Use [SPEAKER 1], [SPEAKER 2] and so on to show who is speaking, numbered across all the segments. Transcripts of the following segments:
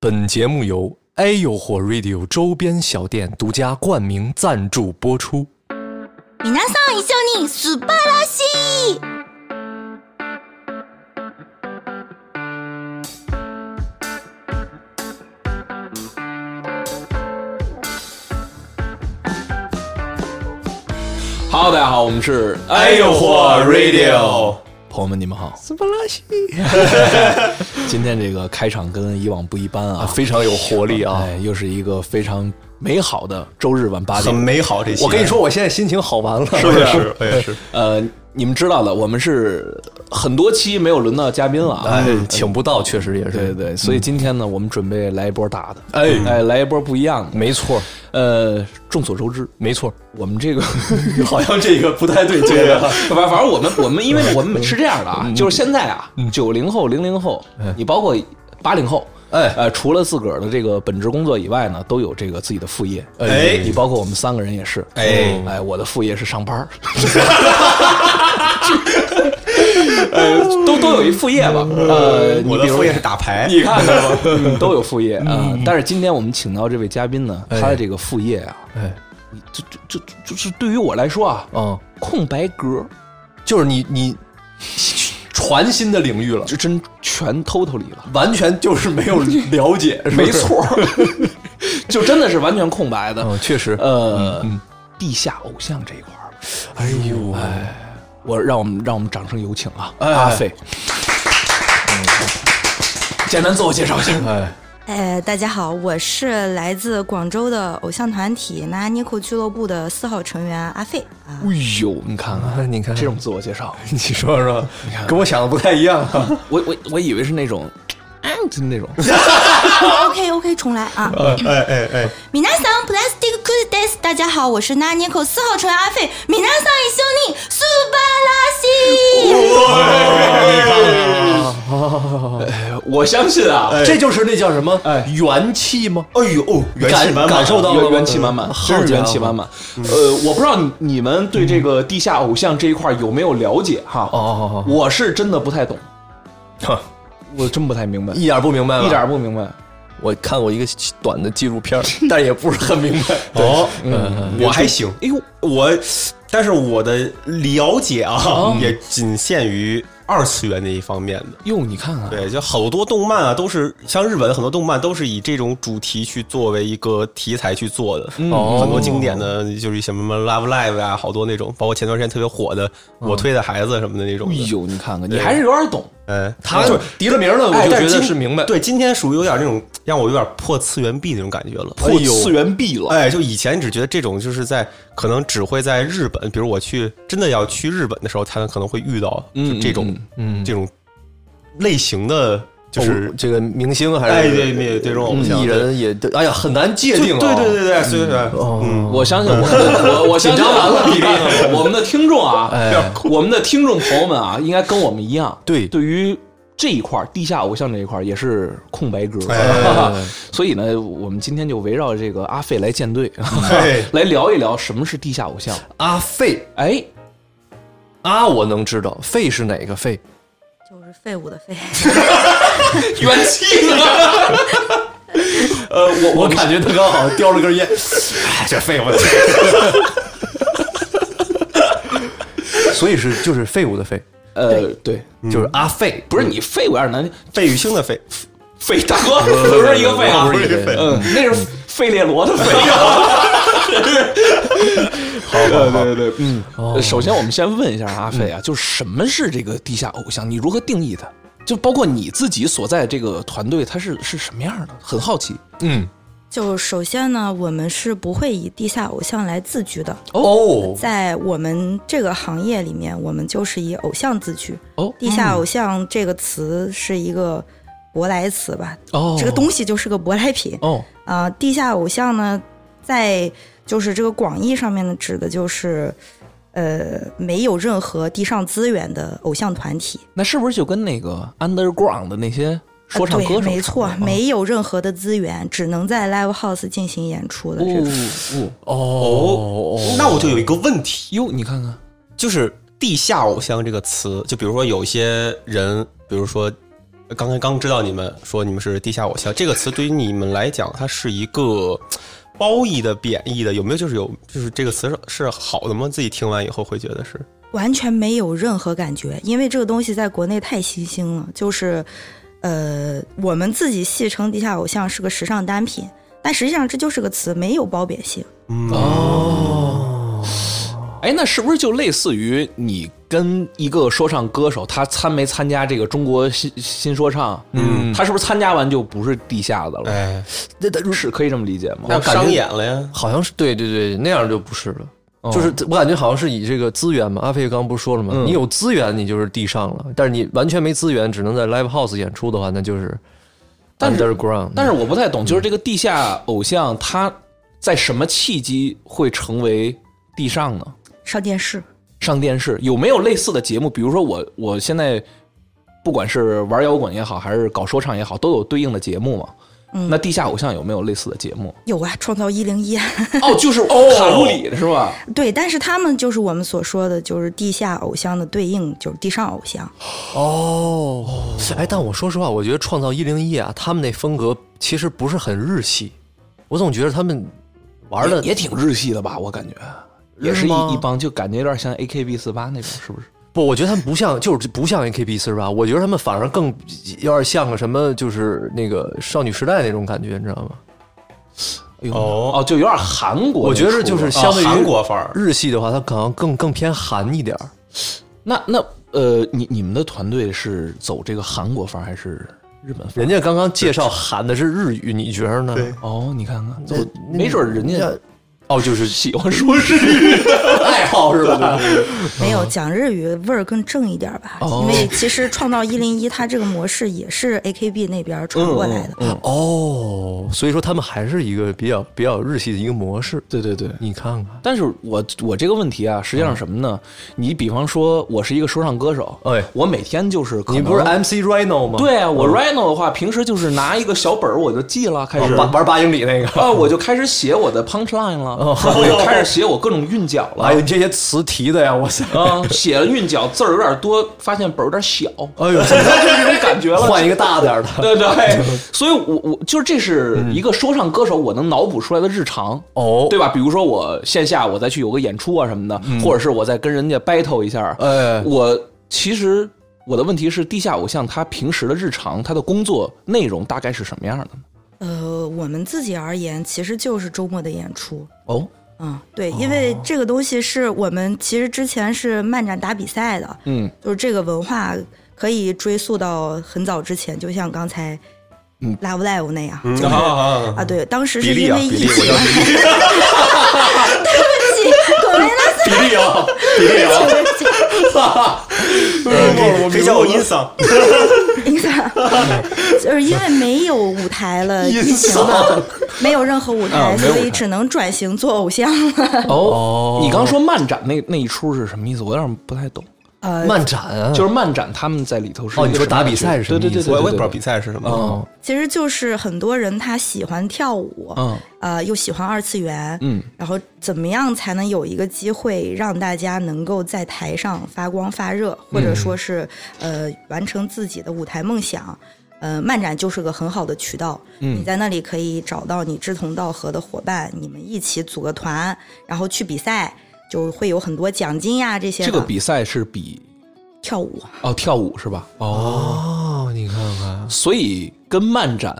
[SPEAKER 1] 本节目由哎呦火 Radio 周边小店独家冠名赞助播出。
[SPEAKER 2] 皆さん一緒に素晴らしい。
[SPEAKER 3] Hello，大家好，我们是
[SPEAKER 1] 哎
[SPEAKER 4] 哎朋友们，你们好！斯巴拉西， 今天这个开场跟以往不一般啊，
[SPEAKER 1] 啊，非常有活力啊！
[SPEAKER 4] 哎，又是一个非常美好的周日晚八
[SPEAKER 5] 很
[SPEAKER 4] 点。
[SPEAKER 5] 美好。这些
[SPEAKER 1] 我跟你说，，我现在心情好完了。
[SPEAKER 5] 是不是？我也是。
[SPEAKER 4] 呃，你们知道的，我们是很多期没有轮到嘉宾了啊。
[SPEAKER 1] 哎，请不到，确实也
[SPEAKER 4] 对对
[SPEAKER 1] 是。
[SPEAKER 4] 对，所以今天呢，我们准备来一波大的，
[SPEAKER 1] 哎
[SPEAKER 4] 哎，来一波不一样的。
[SPEAKER 1] 没错，
[SPEAKER 4] 呃，众所周知，
[SPEAKER 1] 没错，
[SPEAKER 4] 我们 这个
[SPEAKER 5] 好像这个不太对劲啊。
[SPEAKER 4] 反反正我们我们因为我们是这样的啊，就是现在啊，九零后、零零后，你包括八零后，
[SPEAKER 1] 哎
[SPEAKER 4] 呃，除了自个儿的这个本职工作以外呢，都有这个自己的副业。
[SPEAKER 5] 哎
[SPEAKER 4] 你包括我们三个人也是。
[SPEAKER 5] 哎
[SPEAKER 4] 哎，我的副业是上班 儿，哎都都有一副业吧。呃，你
[SPEAKER 5] 我
[SPEAKER 4] 比
[SPEAKER 5] 的
[SPEAKER 4] 如
[SPEAKER 5] 副业是打牌，
[SPEAKER 4] 你看看吧， 嗯都有副业啊。
[SPEAKER 1] 嗯
[SPEAKER 4] 但是今天我们请到这位嘉宾呢，他的这个副业啊，
[SPEAKER 1] 哎，
[SPEAKER 4] 就就就就是对于我来说啊，
[SPEAKER 1] 嗯，
[SPEAKER 4] 空白格。
[SPEAKER 1] 就是你你传新的领 域了，
[SPEAKER 4] 这真全 totally 了，
[SPEAKER 1] 完全就是没有了解，是不是
[SPEAKER 4] 没，错儿，就真的是完全空白的。
[SPEAKER 1] 嗯，确实，
[SPEAKER 4] 呃，地下偶像这一块儿，
[SPEAKER 1] 哎呦，
[SPEAKER 4] 我让我们让我们掌声有请啊，
[SPEAKER 1] 哎
[SPEAKER 4] 阿飞，简单自我介绍一下。
[SPEAKER 1] 哎，
[SPEAKER 2] 呃，大家好，我是来自广州的偶像团体纳尼库俱乐部的四号成员阿费啊。
[SPEAKER 4] 哎呦，你看
[SPEAKER 1] 哎
[SPEAKER 4] 看，
[SPEAKER 1] 你看
[SPEAKER 4] 这种自我介绍，
[SPEAKER 1] 你说说
[SPEAKER 4] 看，
[SPEAKER 1] 跟我想的不太一样啊。
[SPEAKER 4] 我我我以为是那种，
[SPEAKER 1] 哎
[SPEAKER 4] 嗯，就是那种
[SPEAKER 2] OK OK，重哦来啊！
[SPEAKER 5] 哎哎哎，
[SPEAKER 2] 米娜桑 Plastic Good Days，大家好，我是纳尼库四号成员阿费。米娜桑一兄弟，素巴拉西。
[SPEAKER 4] 我相信啊，
[SPEAKER 1] 这就是那叫什么
[SPEAKER 4] 哎
[SPEAKER 1] 元气吗？
[SPEAKER 5] 哎呦，哦元气
[SPEAKER 1] 感
[SPEAKER 5] 满满，
[SPEAKER 1] 感受到了吗
[SPEAKER 4] 啊元元气满满，
[SPEAKER 1] 好
[SPEAKER 4] 真是
[SPEAKER 1] 家
[SPEAKER 4] 元
[SPEAKER 1] 伙嗯
[SPEAKER 4] 气满满。呃，我不知道你你们对这个地下偶像这一块有没有了解哈？
[SPEAKER 1] 哦哦哦
[SPEAKER 4] 我是真的不太懂，
[SPEAKER 1] 哼
[SPEAKER 4] 我真不太明白，
[SPEAKER 1] 一点儿不明白吧，
[SPEAKER 4] 一点儿不明白。
[SPEAKER 1] 我看过一个短的纪录片儿，但也不是很明 白。
[SPEAKER 5] 哦，我还行。哎呦，我，但是我的了解啊， 也仅限于二次元那一方面的。
[SPEAKER 4] 哟，你看看，
[SPEAKER 5] 对，就好多动漫啊，都是像日本很多动漫都是以这种主题去作为一个题材去做的，嗯
[SPEAKER 1] 哦
[SPEAKER 5] 很多经典的就是什么《Love Live》啊，好多那种，包括前段时间特别火的《我推的孩子》什么的那种
[SPEAKER 4] 哎
[SPEAKER 5] 的。
[SPEAKER 4] 呦，你看看，你还是有点懂。
[SPEAKER 5] 嗯，
[SPEAKER 1] 他
[SPEAKER 5] 就是
[SPEAKER 1] 提了名了，我
[SPEAKER 5] 哎
[SPEAKER 1] 就
[SPEAKER 5] 但
[SPEAKER 1] 觉得
[SPEAKER 5] 今
[SPEAKER 1] 是明白。
[SPEAKER 5] 对，今天属于有点那种让我有点破次元壁那种感觉了。
[SPEAKER 1] 哎
[SPEAKER 4] 破次元壁了，
[SPEAKER 5] 哎，就以前只觉得这种就是在可能只会在日本，比如我去真的要去日本的时候，才能可能会遇到就这种
[SPEAKER 1] 嗯，
[SPEAKER 5] 这种类型的，就是
[SPEAKER 1] 哦这个明星还
[SPEAKER 5] 哎
[SPEAKER 1] 是
[SPEAKER 5] 对对这种偶像
[SPEAKER 1] 艺
[SPEAKER 5] 对
[SPEAKER 1] 人也，哎呀，很难界
[SPEAKER 5] 就
[SPEAKER 1] 定啊。
[SPEAKER 5] 对对对对，所以说
[SPEAKER 1] 哦，
[SPEAKER 4] 我相信我我我紧张完了，你看看我们的听众啊，我们的听众朋友们啊，应该跟我们一样，
[SPEAKER 1] 对
[SPEAKER 4] 对于这一块儿地下偶像这一块儿也是空白格，
[SPEAKER 5] 哎
[SPEAKER 4] 所以呢，我们今天就围绕这个阿费来建队，
[SPEAKER 5] 哎
[SPEAKER 4] 来聊一聊什么是地下偶像。
[SPEAKER 1] 阿啊费
[SPEAKER 4] 哎，
[SPEAKER 1] 阿我能知道，费是哪个费？
[SPEAKER 2] 就是废物的废。
[SPEAKER 4] 元气 呢？呃，我我
[SPEAKER 1] 感觉他刚好叼了根烟，哎这废物的废。 所以是就是废物的废，
[SPEAKER 4] 呃对，
[SPEAKER 1] 就是阿费，
[SPEAKER 4] 不是你废物有点难听，
[SPEAKER 5] 费玉清的费，
[SPEAKER 4] 废大哥 不是一个废啊，
[SPEAKER 5] 不是一个废
[SPEAKER 4] 嗯，那是费列罗的废。好，
[SPEAKER 1] 哦
[SPEAKER 4] 对对对，嗯，首先我们先问一下阿飞啊，就是什么是这个地下偶像？你如何定义它？就包括你自己所在这个团队，它是是什么样的？很好奇。
[SPEAKER 1] 嗯，
[SPEAKER 2] 就首先呢，我们是不会以地下偶像来自居的。
[SPEAKER 1] 哦，
[SPEAKER 2] 在我们这个行业里面，我们就是以偶像自居。
[SPEAKER 4] 哦
[SPEAKER 2] 地下偶像这个词是一个舶来词吧？
[SPEAKER 4] 哦
[SPEAKER 2] 这个东西就是个舶来品
[SPEAKER 4] 哦，
[SPEAKER 2] 啊、地下偶像呢，在就是这个广义上面呢，指的就是呃没有任何地上资源的偶像团体。
[SPEAKER 4] 那是不是就跟那个 underground 的那些
[SPEAKER 2] 啊
[SPEAKER 4] 说唱
[SPEAKER 2] 对
[SPEAKER 4] 歌手差不多？
[SPEAKER 2] 没错，
[SPEAKER 4] 啊
[SPEAKER 2] 没有任何的资源，只能在 live house 进行演出的
[SPEAKER 4] 哦
[SPEAKER 2] 这种。
[SPEAKER 4] 哦
[SPEAKER 1] 哦，
[SPEAKER 5] 那我就有一个问题，
[SPEAKER 4] 哟，你看看，
[SPEAKER 5] 就是“地下偶像”这个词，就比如说有些人，比如说刚才刚知道你们说你们是地下偶像这个词，对于你们来讲，它是一个褒义的、贬义的，有没有就是有就是这个词是是好的吗？自己听完以后会觉得是
[SPEAKER 2] 完全没有任何感觉，因为这个东西在国内太新兴了。就是，呃，我们自己戏称地下偶像是个时尚单品，但实际上这就是个词，没有褒贬性。
[SPEAKER 4] 哦哎，那是不是就类似于你跟一个说唱歌手，他参没参加这个中国新新说唱？嗯，他是不是参加完就不是地下的了？
[SPEAKER 5] 哎，
[SPEAKER 4] 那那是可以这么理解吗？
[SPEAKER 5] 那
[SPEAKER 1] 感觉
[SPEAKER 5] 商演了呀。
[SPEAKER 1] 好像是对对对，那样就不是了。
[SPEAKER 4] 哦
[SPEAKER 1] 就是我感觉好像是以这个资源嘛，阿飞刚刚不是说了嘛，
[SPEAKER 4] 嗯
[SPEAKER 1] 你有资源你就是地上了，但是你完全没资源，只能在 live house 演出的话，那就是
[SPEAKER 4] 但是
[SPEAKER 1] underground。
[SPEAKER 4] 但是我不太懂，就是这个地下偶像，他在什么契机会成为地上呢？
[SPEAKER 2] 上电视，
[SPEAKER 4] 上电视有没有类似的节目？比如说我我现在不管是玩摇滚也好，还是搞说唱也好，都有对应的节目嘛。那地下偶像有没有类似的节目？
[SPEAKER 2] 有啊，《 创造一零一》
[SPEAKER 4] 哦，就是哦卡路里的是吧？
[SPEAKER 2] 对，但是他们就是我们所说的，就是地下偶像的对应，就是地上偶像。
[SPEAKER 1] 哦，哎，但我说实话，我觉得创造一零一啊，他们那风格其实不是很日系，我总觉得他们玩的
[SPEAKER 4] 也也挺日系的吧？我感觉也是
[SPEAKER 1] 是吗
[SPEAKER 4] 一一帮，就感觉有点像 AKB 四八那种，是不是？
[SPEAKER 1] 不，我觉得他们不像，就是不像 AKB 四十八，我觉得他们反而更有点像个什么，就是那个少女时代那种感觉，你知道吗？
[SPEAKER 4] 哎呦
[SPEAKER 5] 哦
[SPEAKER 4] 哦，就有点韩国那出的。
[SPEAKER 1] 我觉得就是
[SPEAKER 5] 啊
[SPEAKER 1] 相对于
[SPEAKER 5] 韩国范儿，
[SPEAKER 1] 日系的话，它可能更更偏韩一点儿。
[SPEAKER 4] 那那呃，你你们的团队是走这个韩国范儿还是日本范儿？
[SPEAKER 1] 人家刚刚介绍韩的是日语，你觉得呢？
[SPEAKER 5] 对
[SPEAKER 4] 哦，你看看，
[SPEAKER 1] 那
[SPEAKER 4] 我没准儿人家
[SPEAKER 1] 哦，就是
[SPEAKER 4] 喜欢说日语的爱好是吧？
[SPEAKER 2] 没有讲日语味儿更正一点吧，因
[SPEAKER 4] 哦
[SPEAKER 2] 为其实创造一零一它这个模式也是 AKB 那边传过来的。
[SPEAKER 1] 嗯哦，所以说他们还是一个比较比较日系的一个模式。
[SPEAKER 4] 对对对。
[SPEAKER 1] 你看看，
[SPEAKER 4] 但是我我这个问题啊，实际上什么呢？你比方说，我是一个说唱歌手，
[SPEAKER 1] 哎
[SPEAKER 4] 我每天就是可
[SPEAKER 1] 你不是
[SPEAKER 4] 能
[SPEAKER 1] MC Rhino 吗？
[SPEAKER 4] 对啊，我 Rhino 的话，平时就是拿一个小本儿我就记了，开始
[SPEAKER 1] 哦，玩玩八英里那个。
[SPEAKER 4] 啊，我就开始写我的 punch line 了，我就 开始写我各种韵脚
[SPEAKER 1] 哎
[SPEAKER 4] 了
[SPEAKER 1] 呦，你这些词提的呀，哇塞！
[SPEAKER 4] 啊，写了韵脚字儿有点多，发现本儿有点小，
[SPEAKER 1] 哎呦，
[SPEAKER 4] 就是这种感觉 了。
[SPEAKER 1] 换一个大点儿 的。
[SPEAKER 4] 对对，所以我我就是这是一个说唱歌手我能脑补出来的日常。
[SPEAKER 1] 哦，
[SPEAKER 4] 对吧？比如说我线下我再去有个演出啊什么的，
[SPEAKER 1] 嗯
[SPEAKER 4] 或者是我再跟人家 battle 一下。
[SPEAKER 1] 哎
[SPEAKER 4] 我其实我的问题是，地下偶像他平时的日常，他的工作内容大概是什么样的呢？
[SPEAKER 2] 呃，我们自己而言，其实就是周末的演出。
[SPEAKER 4] 哦，
[SPEAKER 2] 嗯，对，因为
[SPEAKER 5] 哦
[SPEAKER 2] 这个东西是我们其实之前是漫展打比赛的，
[SPEAKER 4] 嗯，
[SPEAKER 2] 就是这个文化可以追溯到很早之前，就像刚才 Love Live 那样， 就是、
[SPEAKER 5] 啊
[SPEAKER 2] 啊，对，当时
[SPEAKER 5] 嗯比
[SPEAKER 2] 是
[SPEAKER 5] 例
[SPEAKER 2] 因
[SPEAKER 5] 啊，
[SPEAKER 2] 为
[SPEAKER 5] 比
[SPEAKER 2] 疫
[SPEAKER 5] 例，我
[SPEAKER 2] 情，
[SPEAKER 5] 叫比例，
[SPEAKER 2] 对那
[SPEAKER 5] 比例 啊，比 例 啊，
[SPEAKER 4] 嗯
[SPEAKER 5] 可以可以叫我音桑，
[SPEAKER 2] 音响，就是因为没有舞台 了，疫情嘛，没有任何舞台，
[SPEAKER 4] 啊没有舞
[SPEAKER 2] 所
[SPEAKER 4] 台
[SPEAKER 2] 以只能转型做偶像了。
[SPEAKER 4] 哦，你刚说漫展那那一出是什么意思？我有点不太懂。
[SPEAKER 2] 呃，
[SPEAKER 1] 漫展啊，
[SPEAKER 4] 就是漫展他们在里头是
[SPEAKER 1] 哦
[SPEAKER 4] 一个
[SPEAKER 1] 你说
[SPEAKER 4] 什么
[SPEAKER 1] 打
[SPEAKER 4] 感
[SPEAKER 1] 比
[SPEAKER 4] 觉
[SPEAKER 1] 赛是什么
[SPEAKER 4] 对对
[SPEAKER 1] 意
[SPEAKER 4] 对
[SPEAKER 1] 思
[SPEAKER 4] 对，
[SPEAKER 5] 我
[SPEAKER 4] 对
[SPEAKER 5] 我也不知道比。赛是什么，
[SPEAKER 1] 哦
[SPEAKER 2] 其实就是很多人他喜欢跳舞，
[SPEAKER 4] 嗯
[SPEAKER 2] 呃，又喜欢二次元，
[SPEAKER 4] 嗯，
[SPEAKER 2] 然后怎么样才能有一个机会让大家能够在台上发光发热，或
[SPEAKER 4] 嗯
[SPEAKER 2] 者说是、呃完成自己的舞台梦想？呃，漫展就是个很好的渠道，
[SPEAKER 4] 嗯
[SPEAKER 2] 你在那里可以找到你志同道合的伙伴，你们一起组个团，然后去比赛，就会有很多奖金呀这些
[SPEAKER 4] 这
[SPEAKER 2] 的。
[SPEAKER 4] 个比赛是比
[SPEAKER 2] 跳舞，
[SPEAKER 4] 哦跳舞是吧？哦，
[SPEAKER 1] 哦，你看看，
[SPEAKER 4] 所以跟漫展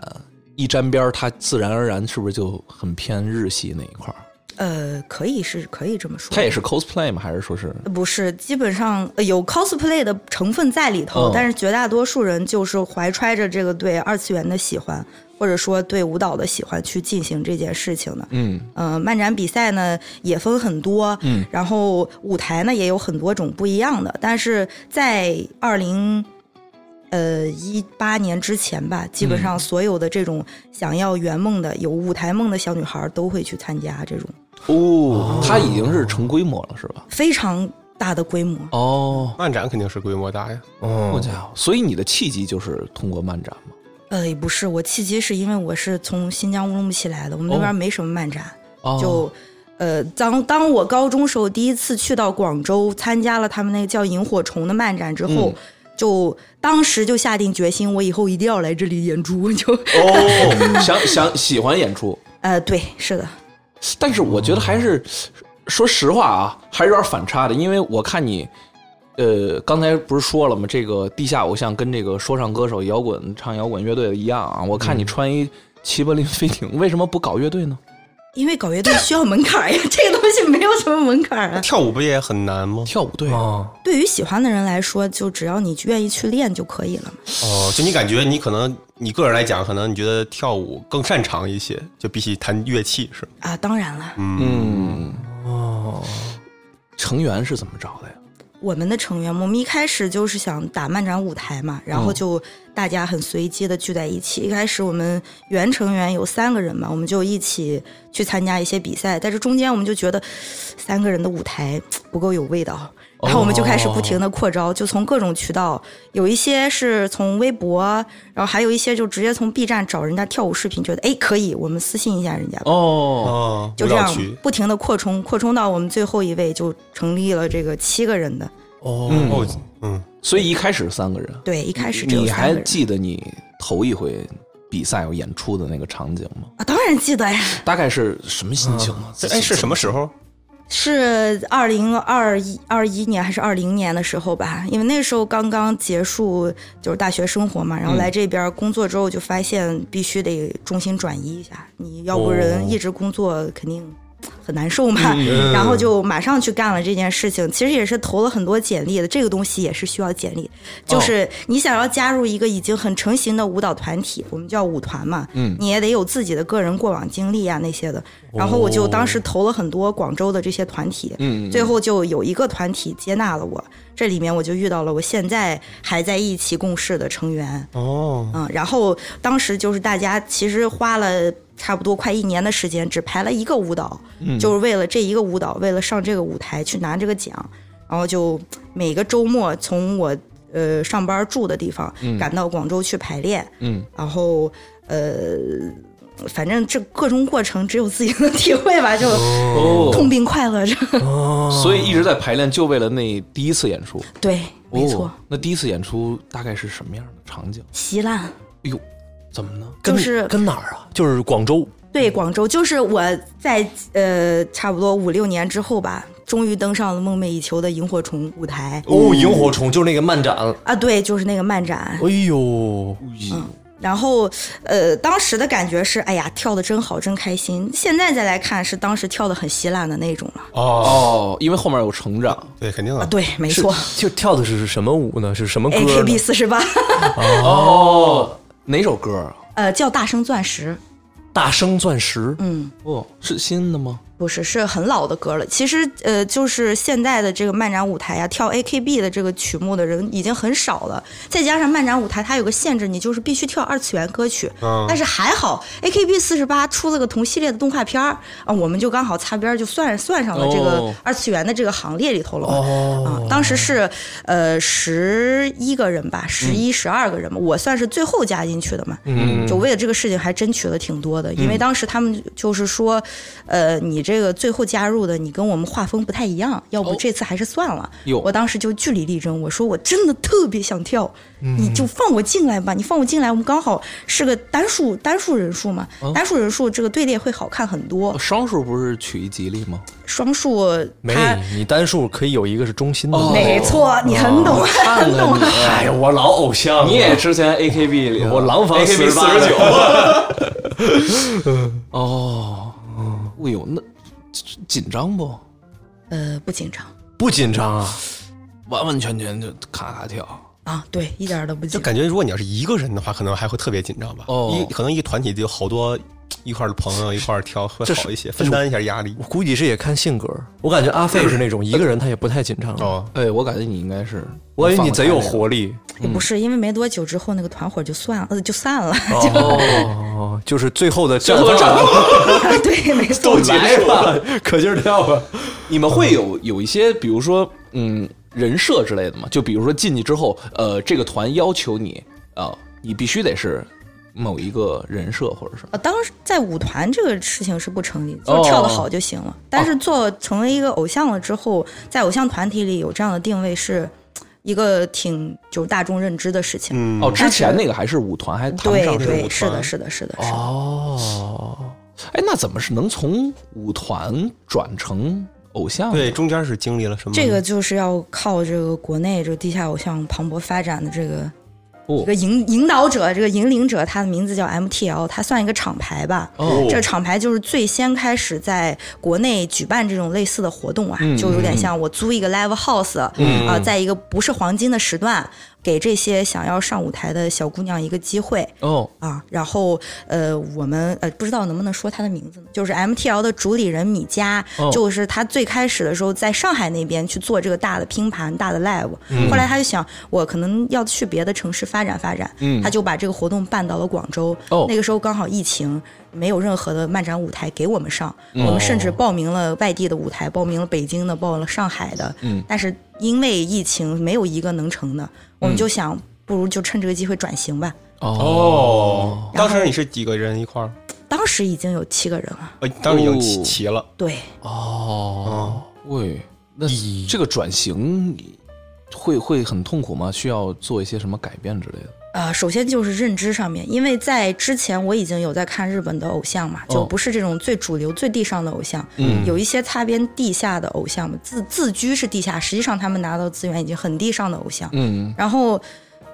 [SPEAKER 4] 一沾边儿，它自然而然是不是就很偏日系那一块儿？
[SPEAKER 2] 呃，可以是可以这么说。
[SPEAKER 4] 它也是 cosplay 吗？还是说是？
[SPEAKER 2] 不是，基本上呃有 cosplay 的成分在里头，
[SPEAKER 4] 嗯
[SPEAKER 2] 但是绝大多数人就是怀揣着这个对二次元的喜欢，或者说对舞蹈的喜欢去进行这件事情的。
[SPEAKER 4] 嗯，
[SPEAKER 2] 呃，漫展比赛呢也分很多，嗯，然后舞台呢也有很多种不一样的，但是在二零。呃，一八年之前吧，基本
[SPEAKER 4] 嗯
[SPEAKER 2] 上所有的这种想要圆梦的、有舞台梦的小女孩都会去参加这种
[SPEAKER 4] 哦，它已经是成规模了，是吧？
[SPEAKER 2] 非常大的规模。
[SPEAKER 4] 哦，
[SPEAKER 5] 漫展肯定是规模大呀，
[SPEAKER 4] 好
[SPEAKER 1] 嗯，
[SPEAKER 4] 家伙！所以你的契机就是通过漫展嘛？
[SPEAKER 2] 呃，也不是，我契机是因为我是从新疆乌鲁木齐来的，我们那边没什么漫展，
[SPEAKER 4] 哦
[SPEAKER 2] 就。呃，当当我高中时候第一次去到广州，参加了他们那个叫萤火虫的漫展之后，就当时就下定决心，我以后一定要来这里演出。就
[SPEAKER 4] 哦，想想喜欢演出，
[SPEAKER 2] 呃，对，是的，
[SPEAKER 4] 但是我觉得还是说实话啊，还是有点反差的，因为我看你。呃，刚才不是说了吗？这个地下偶像跟这个说唱歌手、摇滚唱摇滚乐队的一样啊。我看你穿一齐柏林飞艇，为什么不搞乐 队呢？
[SPEAKER 2] 因为搞乐队需要门槛呀， 这个东西没有什么门槛啊。
[SPEAKER 5] 跳舞不也很难吗？
[SPEAKER 4] 跳舞队
[SPEAKER 5] 啊
[SPEAKER 1] 哦，
[SPEAKER 2] 对于喜欢的人来说，就只要你愿意去练就可以了嘛。
[SPEAKER 5] 哦，就你感觉你可能你个人来讲，可能你觉得跳舞更擅长一些，就比起弹乐器是吗？
[SPEAKER 2] 啊，当然了，
[SPEAKER 4] 嗯，哦，成员是怎么找的呀？
[SPEAKER 2] 我们的成员，我们一开始就是想打漫展舞台嘛，然后就大家很随机的聚在一起。一开始我们原成员有三个人嘛，我们就一起去参加一些比赛，但是中间我们就觉得三个人的舞台不够有味道，然后我们就开始不停的扩招，就从各种渠道，有一些是从微博，然后还有一些就直接从 B 站找人家跳舞视频，觉得哎可以，我们私信一下人家吧。
[SPEAKER 4] 哦，
[SPEAKER 5] 哦，
[SPEAKER 2] 就
[SPEAKER 5] 舞
[SPEAKER 2] 这
[SPEAKER 5] 蹈
[SPEAKER 2] 样
[SPEAKER 5] 区
[SPEAKER 2] 不停的扩充，扩充到我们最后一位就成立了这个七个人的。
[SPEAKER 4] 嗯
[SPEAKER 5] 哦，嗯，
[SPEAKER 4] 所以一开始三个人，
[SPEAKER 2] 对，一开始只有
[SPEAKER 4] 你
[SPEAKER 2] 三
[SPEAKER 4] 还
[SPEAKER 2] 个人
[SPEAKER 4] 记得你头一回比赛有演出的那个场景吗？
[SPEAKER 2] 啊，当然记得呀，
[SPEAKER 4] 大概是什么心情啊？
[SPEAKER 5] 这哎是什么时候？
[SPEAKER 2] 是二零二一二一年还是二零年的时候吧？因为那时候刚刚结束就是大学生活嘛，
[SPEAKER 4] 嗯
[SPEAKER 2] 然后来这边工作之后就发现必须得重心转移一下，你要不
[SPEAKER 4] 哦
[SPEAKER 2] 人一直工作肯定很难受嘛。
[SPEAKER 4] 嗯
[SPEAKER 2] 然后就马上去干了这件事情，其实也是投了很多简历的，这个东西也是需要简历，就是你想要加入一个已经很成型的舞蹈团体，我们叫舞团嘛，嗯，你也得有自己的个人过往经历啊那些的。然后我就当时投了很多广州的这些团体，哦嗯，最后就有一个团体接纳了我，这里面我就遇到了我现在还在一起共事的成员，
[SPEAKER 5] 哦，
[SPEAKER 2] 嗯，然后当时就是大家其实花了差不多快一年的时间，只排了一个舞蹈，就是为了这一个舞蹈，为了上这个舞台去拿这个奖，然后就每个周末从我呃上班住的地方赶到广州去排练，嗯，然后呃。反正这各种过程只有自己能体会吧，就痛
[SPEAKER 4] 哦，
[SPEAKER 2] 并快乐着。
[SPEAKER 4] 所以一直在排练，就为了那第一次演出。
[SPEAKER 2] 对，没错
[SPEAKER 4] 哦，，那第一次演出大概是什么样的场景？
[SPEAKER 2] 稀烂。
[SPEAKER 4] 哎呦，怎么呢？
[SPEAKER 1] 跟
[SPEAKER 2] 就是
[SPEAKER 1] 跟哪儿啊？就是广州
[SPEAKER 2] 对，广州就是我在呃差不多五六年之后吧，终于登上了梦寐以求的萤火虫舞台
[SPEAKER 1] 哦，萤火虫就是那个漫展，
[SPEAKER 2] 啊，对，就是那个漫展。
[SPEAKER 1] 哎呦，
[SPEAKER 2] 然后呃，当时的感觉是，哎呀，跳的真好，真开心。现在再来看，是当时跳的很稀烂的那种了
[SPEAKER 5] 哦，
[SPEAKER 4] 哦，因为后面有成长，
[SPEAKER 5] 对，肯定
[SPEAKER 2] 啊，
[SPEAKER 5] 的。
[SPEAKER 2] 对，没错
[SPEAKER 1] 就跳的是什么舞呢？是什么歌呢
[SPEAKER 2] ，AKB 四十八，
[SPEAKER 4] 哦哪首歌啊？
[SPEAKER 2] 呃，叫《大声钻石》，
[SPEAKER 1] 大声钻石，
[SPEAKER 2] 嗯。
[SPEAKER 4] 哦，是新的吗？
[SPEAKER 2] 不是，是很老的歌了。其实，呃，就是现在的这个漫展舞台呀、跳 AKB 的这个曲目的人已经很少了。再加上漫展舞台它有个限制，你就是必须跳二次元歌曲。
[SPEAKER 5] 嗯
[SPEAKER 2] 但是还好，AKB 四十八出了个同系列的动画片儿啊，我们就刚好擦边儿就算算上了这
[SPEAKER 4] 哦
[SPEAKER 2] 个二次元的这个行列里头了嘛。啊，当时是呃十一个人吧，十一十二个人嘛，我算是最后加进去的嘛。嗯，就为了这个事情还真取了挺多的，因为当时他们就是说，呃，你这个最后加入的，你跟我们画风不太一样，要不这次还是算了。
[SPEAKER 4] 哟
[SPEAKER 2] 我当时就据理力争，我说我真的特别想跳，你就放我进来吧，你放我进来，我们刚好是个单数单数人数嘛，单数人数这个队列会好看很多
[SPEAKER 4] 哦，双数不是取一吉利吗？
[SPEAKER 2] 双数
[SPEAKER 1] 没
[SPEAKER 2] 它。
[SPEAKER 1] 你单数可以有一个是中心的，
[SPEAKER 4] 哦
[SPEAKER 2] 没错，你很懂，
[SPEAKER 4] 看
[SPEAKER 2] 很懂
[SPEAKER 4] 看。你，
[SPEAKER 1] 哎呀，我老偶像了，
[SPEAKER 4] 你也之前 AKB 里头，
[SPEAKER 1] 我廊坊
[SPEAKER 4] AKB 四
[SPEAKER 1] 48
[SPEAKER 4] 十九。
[SPEAKER 1] 的
[SPEAKER 4] 哦，哎呦，那紧张不？
[SPEAKER 2] 呃，不紧张
[SPEAKER 1] 不紧张啊？
[SPEAKER 4] 完完全全就咔咔跳。
[SPEAKER 2] 啊，对，一点儿都不紧
[SPEAKER 5] 就
[SPEAKER 2] 张。
[SPEAKER 5] 感觉如果你要是一个人的话，可能还会特别紧张吧。
[SPEAKER 4] 哦
[SPEAKER 5] 一可能一个团体就有好多一块儿的朋友一块儿跳会
[SPEAKER 1] 这是
[SPEAKER 5] 好一些，
[SPEAKER 1] 这是
[SPEAKER 5] 分担一下压力
[SPEAKER 1] 我。估计这也看性格，我感觉阿费是那种一个人他也不太紧张，
[SPEAKER 5] 哦，
[SPEAKER 4] 哎，我感觉你应该是，
[SPEAKER 1] 我感觉你贼有
[SPEAKER 4] 活。
[SPEAKER 1] 活力
[SPEAKER 2] 也不是因为没多久之后那个团伙就算了，呃，就散了。
[SPEAKER 1] 哦，就是最后的战斗
[SPEAKER 2] 对，没错
[SPEAKER 1] 都。结束了， 可劲儿跳啊吧！
[SPEAKER 4] 你们会有有一些，比如说，嗯，人设之类的吗？就比如说进去之后，呃，这个团要求你，啊、你必须得是某一个人设或者什么。
[SPEAKER 2] 啊，当时在舞团这个事情是不成立，
[SPEAKER 4] 哦
[SPEAKER 2] 就是跳得好就行了。但是做成为一个偶像了之后，在偶像团体里有这样的定位是一个挺就是大众认知的事情。
[SPEAKER 5] 嗯
[SPEAKER 4] 哦，之前那个还是舞团，还谈不
[SPEAKER 2] 对
[SPEAKER 4] 上是
[SPEAKER 2] 对，
[SPEAKER 4] 舞
[SPEAKER 2] 是
[SPEAKER 5] 团
[SPEAKER 2] 的，是的，是的，是的。
[SPEAKER 4] 哦，哎，那怎么是能从舞团转成偶像？
[SPEAKER 5] 对，，中间是经历了什么？
[SPEAKER 2] 哦这个就是要靠这个国内这个地下偶像蓬勃发展的这个
[SPEAKER 4] 哦
[SPEAKER 2] 一个引引导者，这个引领者，他的名字叫 MTL，他算一个厂牌吧。
[SPEAKER 4] 哦
[SPEAKER 2] 这个厂牌就是最先开始在国内举办这种类似的活动啊，
[SPEAKER 5] 嗯
[SPEAKER 2] 就有点像我租一个 live house，啊、在一个不是黄金的时段，给这些想要上舞台的小姑娘一个机会。
[SPEAKER 4] 哦，
[SPEAKER 2] 啊，然后呃，我们呃不知道能不能说他的名字呢，就是 MTL 的主理人米佳，
[SPEAKER 4] 哦
[SPEAKER 2] 就是他最开始的时候在上海那边去做这个大的拼盘、大的 live，、后
[SPEAKER 4] 嗯
[SPEAKER 2] 来他就想我可能要去别的城市发展发展，他就把这个活动办到了广州，
[SPEAKER 4] 嗯哦
[SPEAKER 2] 那个时候刚好疫情。没有任何的漫展舞台给我们上，
[SPEAKER 4] 哦
[SPEAKER 2] 我们甚至报名了外地的舞台，报名了北京的，报了上海的，
[SPEAKER 4] 嗯
[SPEAKER 2] 但是因为疫情，没有一个能成的，我
[SPEAKER 4] 嗯
[SPEAKER 2] 们就想，不如就趁这个机会转型吧。
[SPEAKER 5] 哦，当时你是几个人一块儿？
[SPEAKER 2] 当时已经有七个人了，
[SPEAKER 5] 呃，当时已经齐
[SPEAKER 4] 哦
[SPEAKER 5] 齐了。
[SPEAKER 2] 对，
[SPEAKER 5] 哦，
[SPEAKER 4] 喂，那这个转型会会很痛苦吗？需要做一些什么改变之类的？
[SPEAKER 2] 呃，首先就是认知上面，因为在之前我已经有在看日本的偶像嘛，就不是这种最主流、最地上的偶像，哦嗯，有一些擦边地下的偶像嘛，自自居是地下，实际上他们拿到资源已经很地上的偶像，
[SPEAKER 4] 嗯，
[SPEAKER 2] 然后，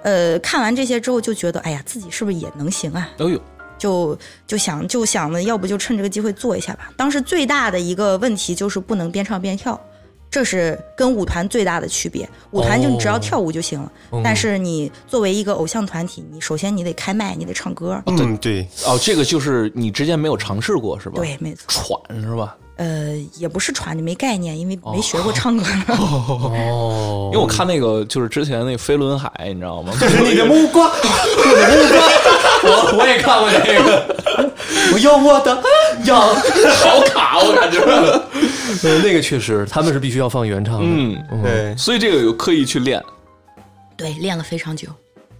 [SPEAKER 2] 呃，看完这些之后就觉得，哎呀，自己是不是也能行啊？
[SPEAKER 4] 哎呦，
[SPEAKER 2] 就就想就想着，要不就趁这个机会做一下吧。当时最大的一个问题就是不能边唱边跳，这是跟舞团最大的区别。舞团就你只要跳舞就行了，但是你作为一个偶像团体，你首先你得开麦，你得唱歌。
[SPEAKER 5] 嗯，对，
[SPEAKER 4] 哦，这个就是你之前没有尝试过是吧？
[SPEAKER 2] 对，，没错。
[SPEAKER 4] 喘是吧？
[SPEAKER 2] 呃，也不是传，你没概念，因为没学过唱歌。
[SPEAKER 5] 嗯哦
[SPEAKER 4] 因为我看那个就是之前那飞轮海，你知道吗？
[SPEAKER 5] 是你的目 光，
[SPEAKER 1] 我我也看过这个，我要我的要，
[SPEAKER 4] 好卡，啊我感觉。
[SPEAKER 1] 呃，那个确实他们是必须要放原唱的，
[SPEAKER 4] 嗯，
[SPEAKER 5] 对，
[SPEAKER 4] 所以这个有刻意去练，
[SPEAKER 2] 对，练了非常久，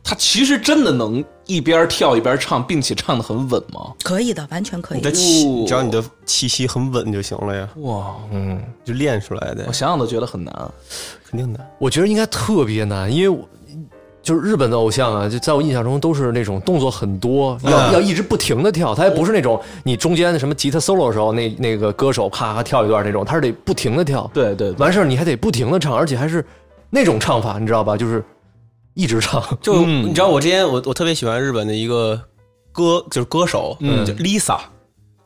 [SPEAKER 4] 他其实真的能一边跳一边唱，并且唱的很稳吗？
[SPEAKER 2] 可以的，完全可以
[SPEAKER 5] 你的。气，
[SPEAKER 4] 哦
[SPEAKER 5] 只要你的气息很稳就行了呀，
[SPEAKER 4] 哇，
[SPEAKER 5] 就练出来的
[SPEAKER 1] 哦
[SPEAKER 4] 我，想想都觉得很难。
[SPEAKER 5] 肯定的。
[SPEAKER 1] 我觉得应该特别难，因为我就是日本的偶像啊，就在我印象中都是那种动作很多，要、要一直不停的跳，他也不是那种你中间什么吉他 solo 的时候，那那个歌手咔咔跳一段那种，他是得不停的跳，
[SPEAKER 4] 对对对，
[SPEAKER 1] 完事儿你还得不停的唱，而且还是那种唱法，你知道吧？就是一直唱，
[SPEAKER 5] 就
[SPEAKER 1] 嗯
[SPEAKER 5] 你知道，我之前我我特别喜欢日本的一个歌，就是歌手，嗯，叫 Lisa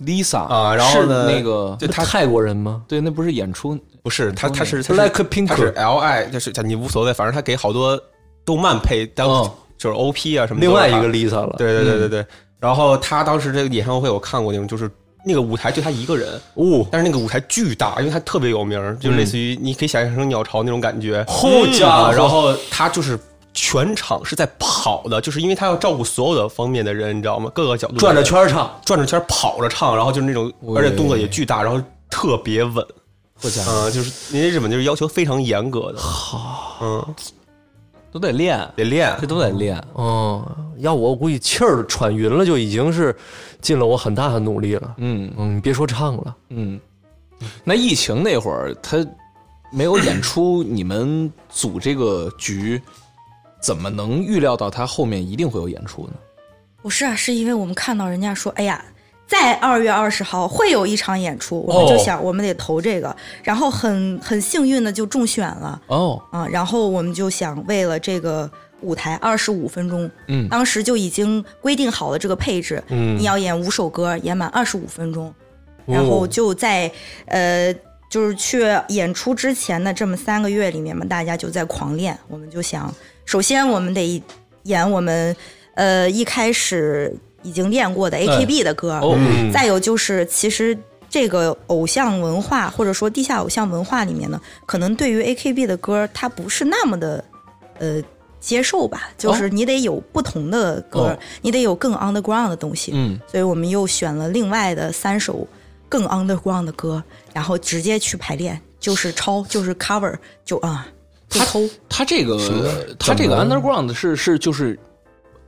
[SPEAKER 4] Lisa
[SPEAKER 5] 啊，然后呢，
[SPEAKER 4] 是那个
[SPEAKER 5] 就他
[SPEAKER 1] 泰国人吗？
[SPEAKER 4] 对，那不是演出
[SPEAKER 5] 不是他，
[SPEAKER 1] 嗯
[SPEAKER 5] 他是他是
[SPEAKER 1] Blackpink
[SPEAKER 5] 他是 L I，就是你无所谓，反正他给好多动漫配当
[SPEAKER 1] 哦
[SPEAKER 5] 就是 O P 啊什么的。
[SPEAKER 1] 另外一个 Lisa 了，
[SPEAKER 5] 对对对对对。然后他当时这个演唱会我看过那种，就是那个舞台就他一个人，
[SPEAKER 1] 哦，嗯
[SPEAKER 5] 但是那个舞台巨大，因为他特别有名儿，就是类似于你可以想象成鸟巢那种感觉。
[SPEAKER 1] 好
[SPEAKER 5] 啊，然后他就是全场是在跑的，就是因为他要照顾所有的方面的人，你知道吗？各个角度
[SPEAKER 1] 转着圈儿唱，
[SPEAKER 5] 转着圈儿跑着唱，然后就是那种，而且动作也巨大，然后特别稳。
[SPEAKER 4] 不加
[SPEAKER 5] 嗯，就是因为日本就是要求非常严格的，
[SPEAKER 4] 都得练，
[SPEAKER 5] 得练。
[SPEAKER 4] 这都得练。
[SPEAKER 1] 嗯，要我我估计气儿喘匀了，就已经是尽了我很大的努力了。
[SPEAKER 4] 嗯
[SPEAKER 1] 嗯，你别说唱了，
[SPEAKER 4] 嗯，那疫情那会儿他没有演出，你们组这个局怎么能预料到他后面一定会有演出呢？
[SPEAKER 2] 不是啊，是因为我们看到人家说，哎呀，在二月二十号会有一场演出，我们就想我们得投这个，然后很很幸运的就中选了
[SPEAKER 4] 哦，
[SPEAKER 2] 啊，然后我们就想为了这个。舞台二十五分钟，
[SPEAKER 4] 嗯
[SPEAKER 2] 当时就已经规定好了这个配置，
[SPEAKER 1] 嗯
[SPEAKER 2] 你要演五首歌，演满二十五分钟，
[SPEAKER 4] 哦
[SPEAKER 2] 然后就在、呃，就是去演出之前的这么三个月里面嘛，大家就在狂练。我们就想，首先我们得演我们呃一开始已经练过的 AKB 的歌，
[SPEAKER 4] 哦
[SPEAKER 1] 嗯
[SPEAKER 2] 再有就是其实。这个偶像文化或者说地下偶像文化里面呢，可能对于 AKB 的歌，它不是那么的，呃，接受吧。就是你得有不同的歌，
[SPEAKER 4] 哦
[SPEAKER 2] 你得有更 underground 的东西。
[SPEAKER 4] 嗯，
[SPEAKER 2] 所以我们又选了另外的三首更 underground 的歌，然后直接去排练，就是抄，就是 cover，就啊，就偷。
[SPEAKER 4] 他这个他这个 underground 是是就是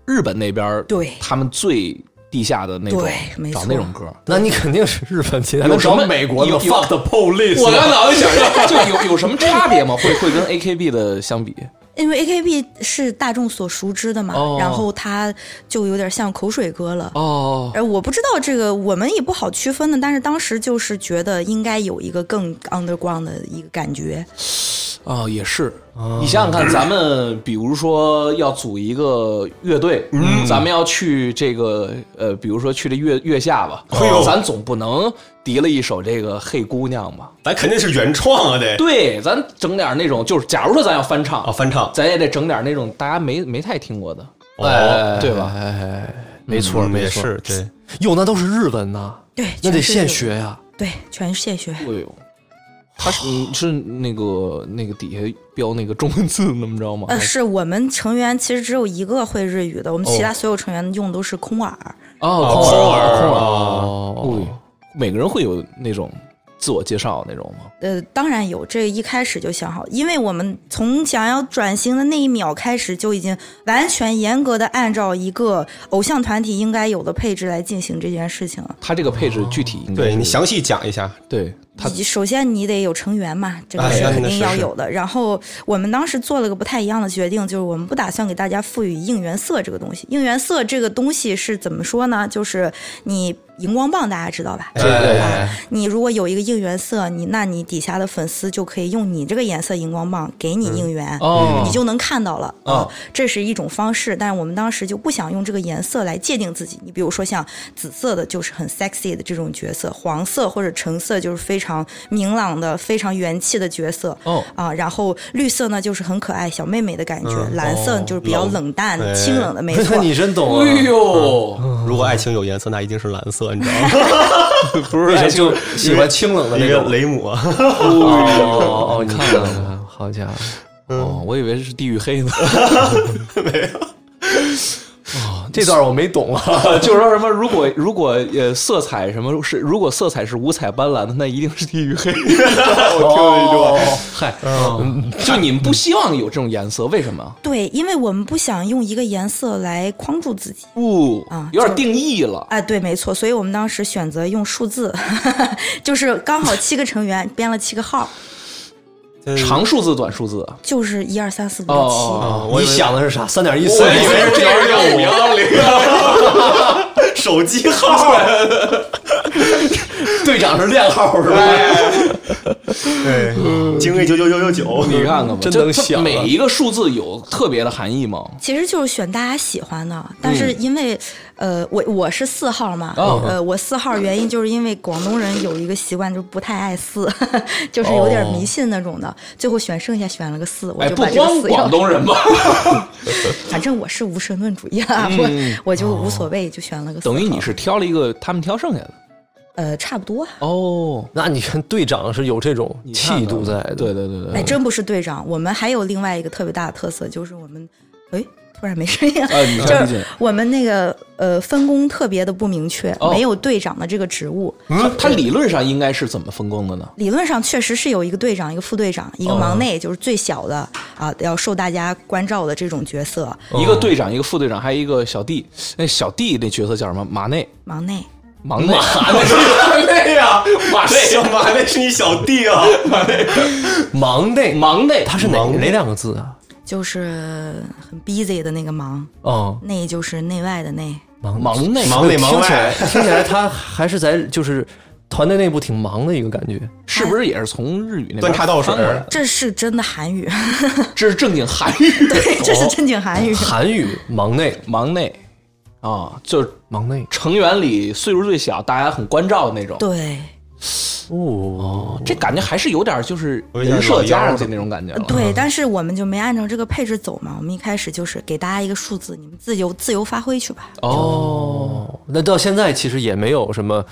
[SPEAKER 4] 日本那边儿
[SPEAKER 2] 对
[SPEAKER 4] 他们最地下的那种
[SPEAKER 2] 对没
[SPEAKER 4] 找
[SPEAKER 2] 错
[SPEAKER 4] 那种歌。
[SPEAKER 1] 那你肯定是日本去，还
[SPEAKER 4] 有
[SPEAKER 1] 能
[SPEAKER 4] 什么
[SPEAKER 1] 找美国的
[SPEAKER 4] 有有
[SPEAKER 1] Fuck the Police？
[SPEAKER 4] 我刚脑子想，就有有什么差别吗？会会跟 A K B 的相比？
[SPEAKER 2] 因为 AKB 是大众所熟知的嘛，
[SPEAKER 4] 哦
[SPEAKER 2] 然后它就有点像口水歌了。
[SPEAKER 4] 哦，
[SPEAKER 2] 呃，我不知道这个，我们也不好区分的，但是当时就是觉得应该有一个更 underground 的一个感觉。
[SPEAKER 4] 啊、也是。你想想看，咱们比如说要组一个乐队，咱们要去这个呃，比如说去这月月下吧，
[SPEAKER 5] 哎呦
[SPEAKER 4] 咱总不能敌了一首这个《嘿姑娘》吧？
[SPEAKER 5] 咱肯定是原创啊，得
[SPEAKER 4] 对，咱整点那种，就是假如说咱要翻唱，
[SPEAKER 5] 啊，翻唱
[SPEAKER 4] 咱也得整点那种大家没没太听过的，
[SPEAKER 5] 哦，
[SPEAKER 4] 对吧？
[SPEAKER 1] 哎没错儿，
[SPEAKER 5] 嗯
[SPEAKER 1] 没
[SPEAKER 5] 也
[SPEAKER 1] 错，
[SPEAKER 5] 是对，
[SPEAKER 1] 哎哟，那都是日文呐，
[SPEAKER 2] 对，
[SPEAKER 1] 那得
[SPEAKER 2] 全是
[SPEAKER 1] 现
[SPEAKER 2] 这个。
[SPEAKER 1] 学哦呀。
[SPEAKER 2] 对，全是现学。
[SPEAKER 4] 哎呦，他是你是那个那个底下标那个中文字，那么着吗？
[SPEAKER 2] 呃，是我们成员其实只有一个会日语的，我们其
[SPEAKER 1] 哦
[SPEAKER 2] 他所有成员用都是空耳。
[SPEAKER 4] 哦，
[SPEAKER 5] 空
[SPEAKER 4] 空
[SPEAKER 5] 耳
[SPEAKER 4] 耳，空耳。
[SPEAKER 1] 哦，
[SPEAKER 4] 哦，每个人会有那种自我介绍那种吗？
[SPEAKER 2] 呃，当然有，这一开始就想好，因为我们从想要转型的那一秒开始，就已经完全严格的按照一个偶像团体应该有的配置来进行这件事情了。
[SPEAKER 4] 他这个配置具体应该
[SPEAKER 5] 对
[SPEAKER 4] 是
[SPEAKER 5] 你详细讲一下，
[SPEAKER 4] 对他
[SPEAKER 2] 以首先你得有成员嘛，这个
[SPEAKER 5] 哎
[SPEAKER 2] 是
[SPEAKER 5] 那
[SPEAKER 2] 肯
[SPEAKER 5] 那
[SPEAKER 2] 定
[SPEAKER 5] 是
[SPEAKER 2] 要
[SPEAKER 5] 是
[SPEAKER 2] 有的。然后我们当时做了个不太一样的决定，就是我们不打算给大家赋予应援色这个东西。应援色这个东西是怎么说呢？就是你荧光棒，大家知道吧？
[SPEAKER 5] 这个
[SPEAKER 2] 啊，你如果有一个应援色，你那你底下的粉丝就可以用你这个颜色荧光棒给你
[SPEAKER 5] 嗯
[SPEAKER 2] 应援，
[SPEAKER 1] 嗯
[SPEAKER 4] 哦
[SPEAKER 2] 你就能看到了啊、
[SPEAKER 4] 哦
[SPEAKER 2] 这是一种方式，但是我们当时就不想用这个颜色来界定自己。你比如说像紫色的，就是很 sexy 的这种角色；黄色或者橙色就是非常明朗的、非常元气的角色。
[SPEAKER 4] 哦
[SPEAKER 2] 啊，然后绿色呢就是很可爱小妹妹的感觉，
[SPEAKER 4] 嗯
[SPEAKER 2] 蓝
[SPEAKER 4] 哦
[SPEAKER 2] 色就是比较
[SPEAKER 5] 冷
[SPEAKER 2] 冷淡、
[SPEAKER 5] 哎
[SPEAKER 2] 清冷的，没错。
[SPEAKER 1] 你真懂啊！
[SPEAKER 4] 哎呦，
[SPEAKER 5] 如果爱情有颜色，那一定是蓝色，你知道吗？
[SPEAKER 1] 不是就喜欢清冷的
[SPEAKER 5] 一
[SPEAKER 1] 那
[SPEAKER 5] 个
[SPEAKER 1] 种。
[SPEAKER 5] 雷姆啊，
[SPEAKER 1] 哦哦哦，你看看，好家伙！
[SPEAKER 4] 哦，我以为是地狱黑 呢，
[SPEAKER 1] 这段我没懂啊，
[SPEAKER 4] 就是说什么如果如果呃色彩什么是如果色彩是五彩斑斓的，那一定是地狱黑。
[SPEAKER 1] 我听了一段。
[SPEAKER 4] 嗨， 就你们不希望有这种颜色，为什么？
[SPEAKER 2] 对，因为我们不想用一个颜色来框住自己。
[SPEAKER 4] 不
[SPEAKER 2] 啊，
[SPEAKER 4] 有
[SPEAKER 2] 就
[SPEAKER 4] 点定义了。
[SPEAKER 2] 哎，对，没错，所以我们当时选择用数字， 就是刚好七个成员编了七个号，
[SPEAKER 4] 长数字、短数字啊，
[SPEAKER 2] 就是一二三四五六七。
[SPEAKER 4] 哦
[SPEAKER 1] 你想的是啥？三点一四，
[SPEAKER 5] 以为是这样
[SPEAKER 4] 哦，
[SPEAKER 5] 要
[SPEAKER 4] 哦
[SPEAKER 5] 手机号，
[SPEAKER 1] 队长是靓号是吧？嗯
[SPEAKER 5] 对，哎精卫九九九九九，
[SPEAKER 4] 你看看吧，
[SPEAKER 1] 真
[SPEAKER 4] 这
[SPEAKER 1] 能
[SPEAKER 4] 这
[SPEAKER 1] 想啊
[SPEAKER 4] 每一个数字有特别的含义吗？
[SPEAKER 2] 其实就是选大家喜欢的，但是
[SPEAKER 4] 嗯
[SPEAKER 2] 因为，呃，我我是四号嘛，
[SPEAKER 4] 哦
[SPEAKER 2] 呃，我四号原因就是因为广东人有一个习惯，就不太爱四， 就是有点迷信那种的。最后选剩下选了个四，我
[SPEAKER 4] 哦哎，
[SPEAKER 2] 就
[SPEAKER 4] 不
[SPEAKER 2] 把这
[SPEAKER 4] 光
[SPEAKER 2] 个四要
[SPEAKER 4] 广，东人吧，
[SPEAKER 2] 反正我是无神论主义啊，我我就无所谓，就选了个四号。
[SPEAKER 4] 嗯哦等于你是挑了一个他们挑剩下的
[SPEAKER 2] 呃，差不多。
[SPEAKER 4] 哦，
[SPEAKER 1] 那你看队长是有这种
[SPEAKER 4] 你看
[SPEAKER 1] 气
[SPEAKER 4] 看
[SPEAKER 1] 度在的，
[SPEAKER 4] 对对对对，
[SPEAKER 2] 哎，真不是队长，我们还有另外一个特别大的特色，就是我们，哎，突然没声音了，
[SPEAKER 4] 啊你
[SPEAKER 2] 就
[SPEAKER 4] 看
[SPEAKER 2] 是我们那个呃分工特别的不明确，
[SPEAKER 4] 哦
[SPEAKER 2] 没有队长的这个职务。
[SPEAKER 4] 他他理论上应该是怎么分工的呢？
[SPEAKER 2] 理论上确实是有一个队长、一个副队长、一个忙内，就是最小的啊，要受大家关照的这种角色。
[SPEAKER 4] 一个队长，一个副队长，还有一个小弟。那小弟那角色叫什么？马内，
[SPEAKER 2] 忙内，
[SPEAKER 4] 忙内，
[SPEAKER 5] 对呀，马内，马内是你小弟啊，
[SPEAKER 1] 忙内，
[SPEAKER 4] 忙内，
[SPEAKER 1] 他是哪哪两个字啊？
[SPEAKER 2] 就是很 busy 的那个忙，
[SPEAKER 1] 哦，
[SPEAKER 2] 内就是内外的内。
[SPEAKER 1] 忙
[SPEAKER 4] 忙内，
[SPEAKER 5] 忙内忙
[SPEAKER 1] 听起来
[SPEAKER 5] 外，
[SPEAKER 1] 听起来他还是在就是团队内部挺忙的一个感觉。
[SPEAKER 4] 是不是也是从日语那边
[SPEAKER 5] 端茶倒水
[SPEAKER 4] 翻过来的
[SPEAKER 2] 这是真的韩语，
[SPEAKER 4] 这是正经韩语。
[SPEAKER 2] 对，这
[SPEAKER 4] 哦
[SPEAKER 2] 是正经韩 语。
[SPEAKER 1] 韩语忙内，
[SPEAKER 4] 忙内啊，就是
[SPEAKER 1] 忙内
[SPEAKER 4] 成员里岁数最小，大家很关照的那种。
[SPEAKER 2] 对，
[SPEAKER 1] 哦，
[SPEAKER 4] 这感觉还是有点就是
[SPEAKER 5] 有点
[SPEAKER 4] 人设加上去
[SPEAKER 5] 老妖了
[SPEAKER 4] 那种感觉了。
[SPEAKER 2] 对，但是我们就没按照这个配置走嘛。我们一开始就是给大家一个数字，你们自由自由发挥去吧。
[SPEAKER 1] 哦，那到现在其实也没有什么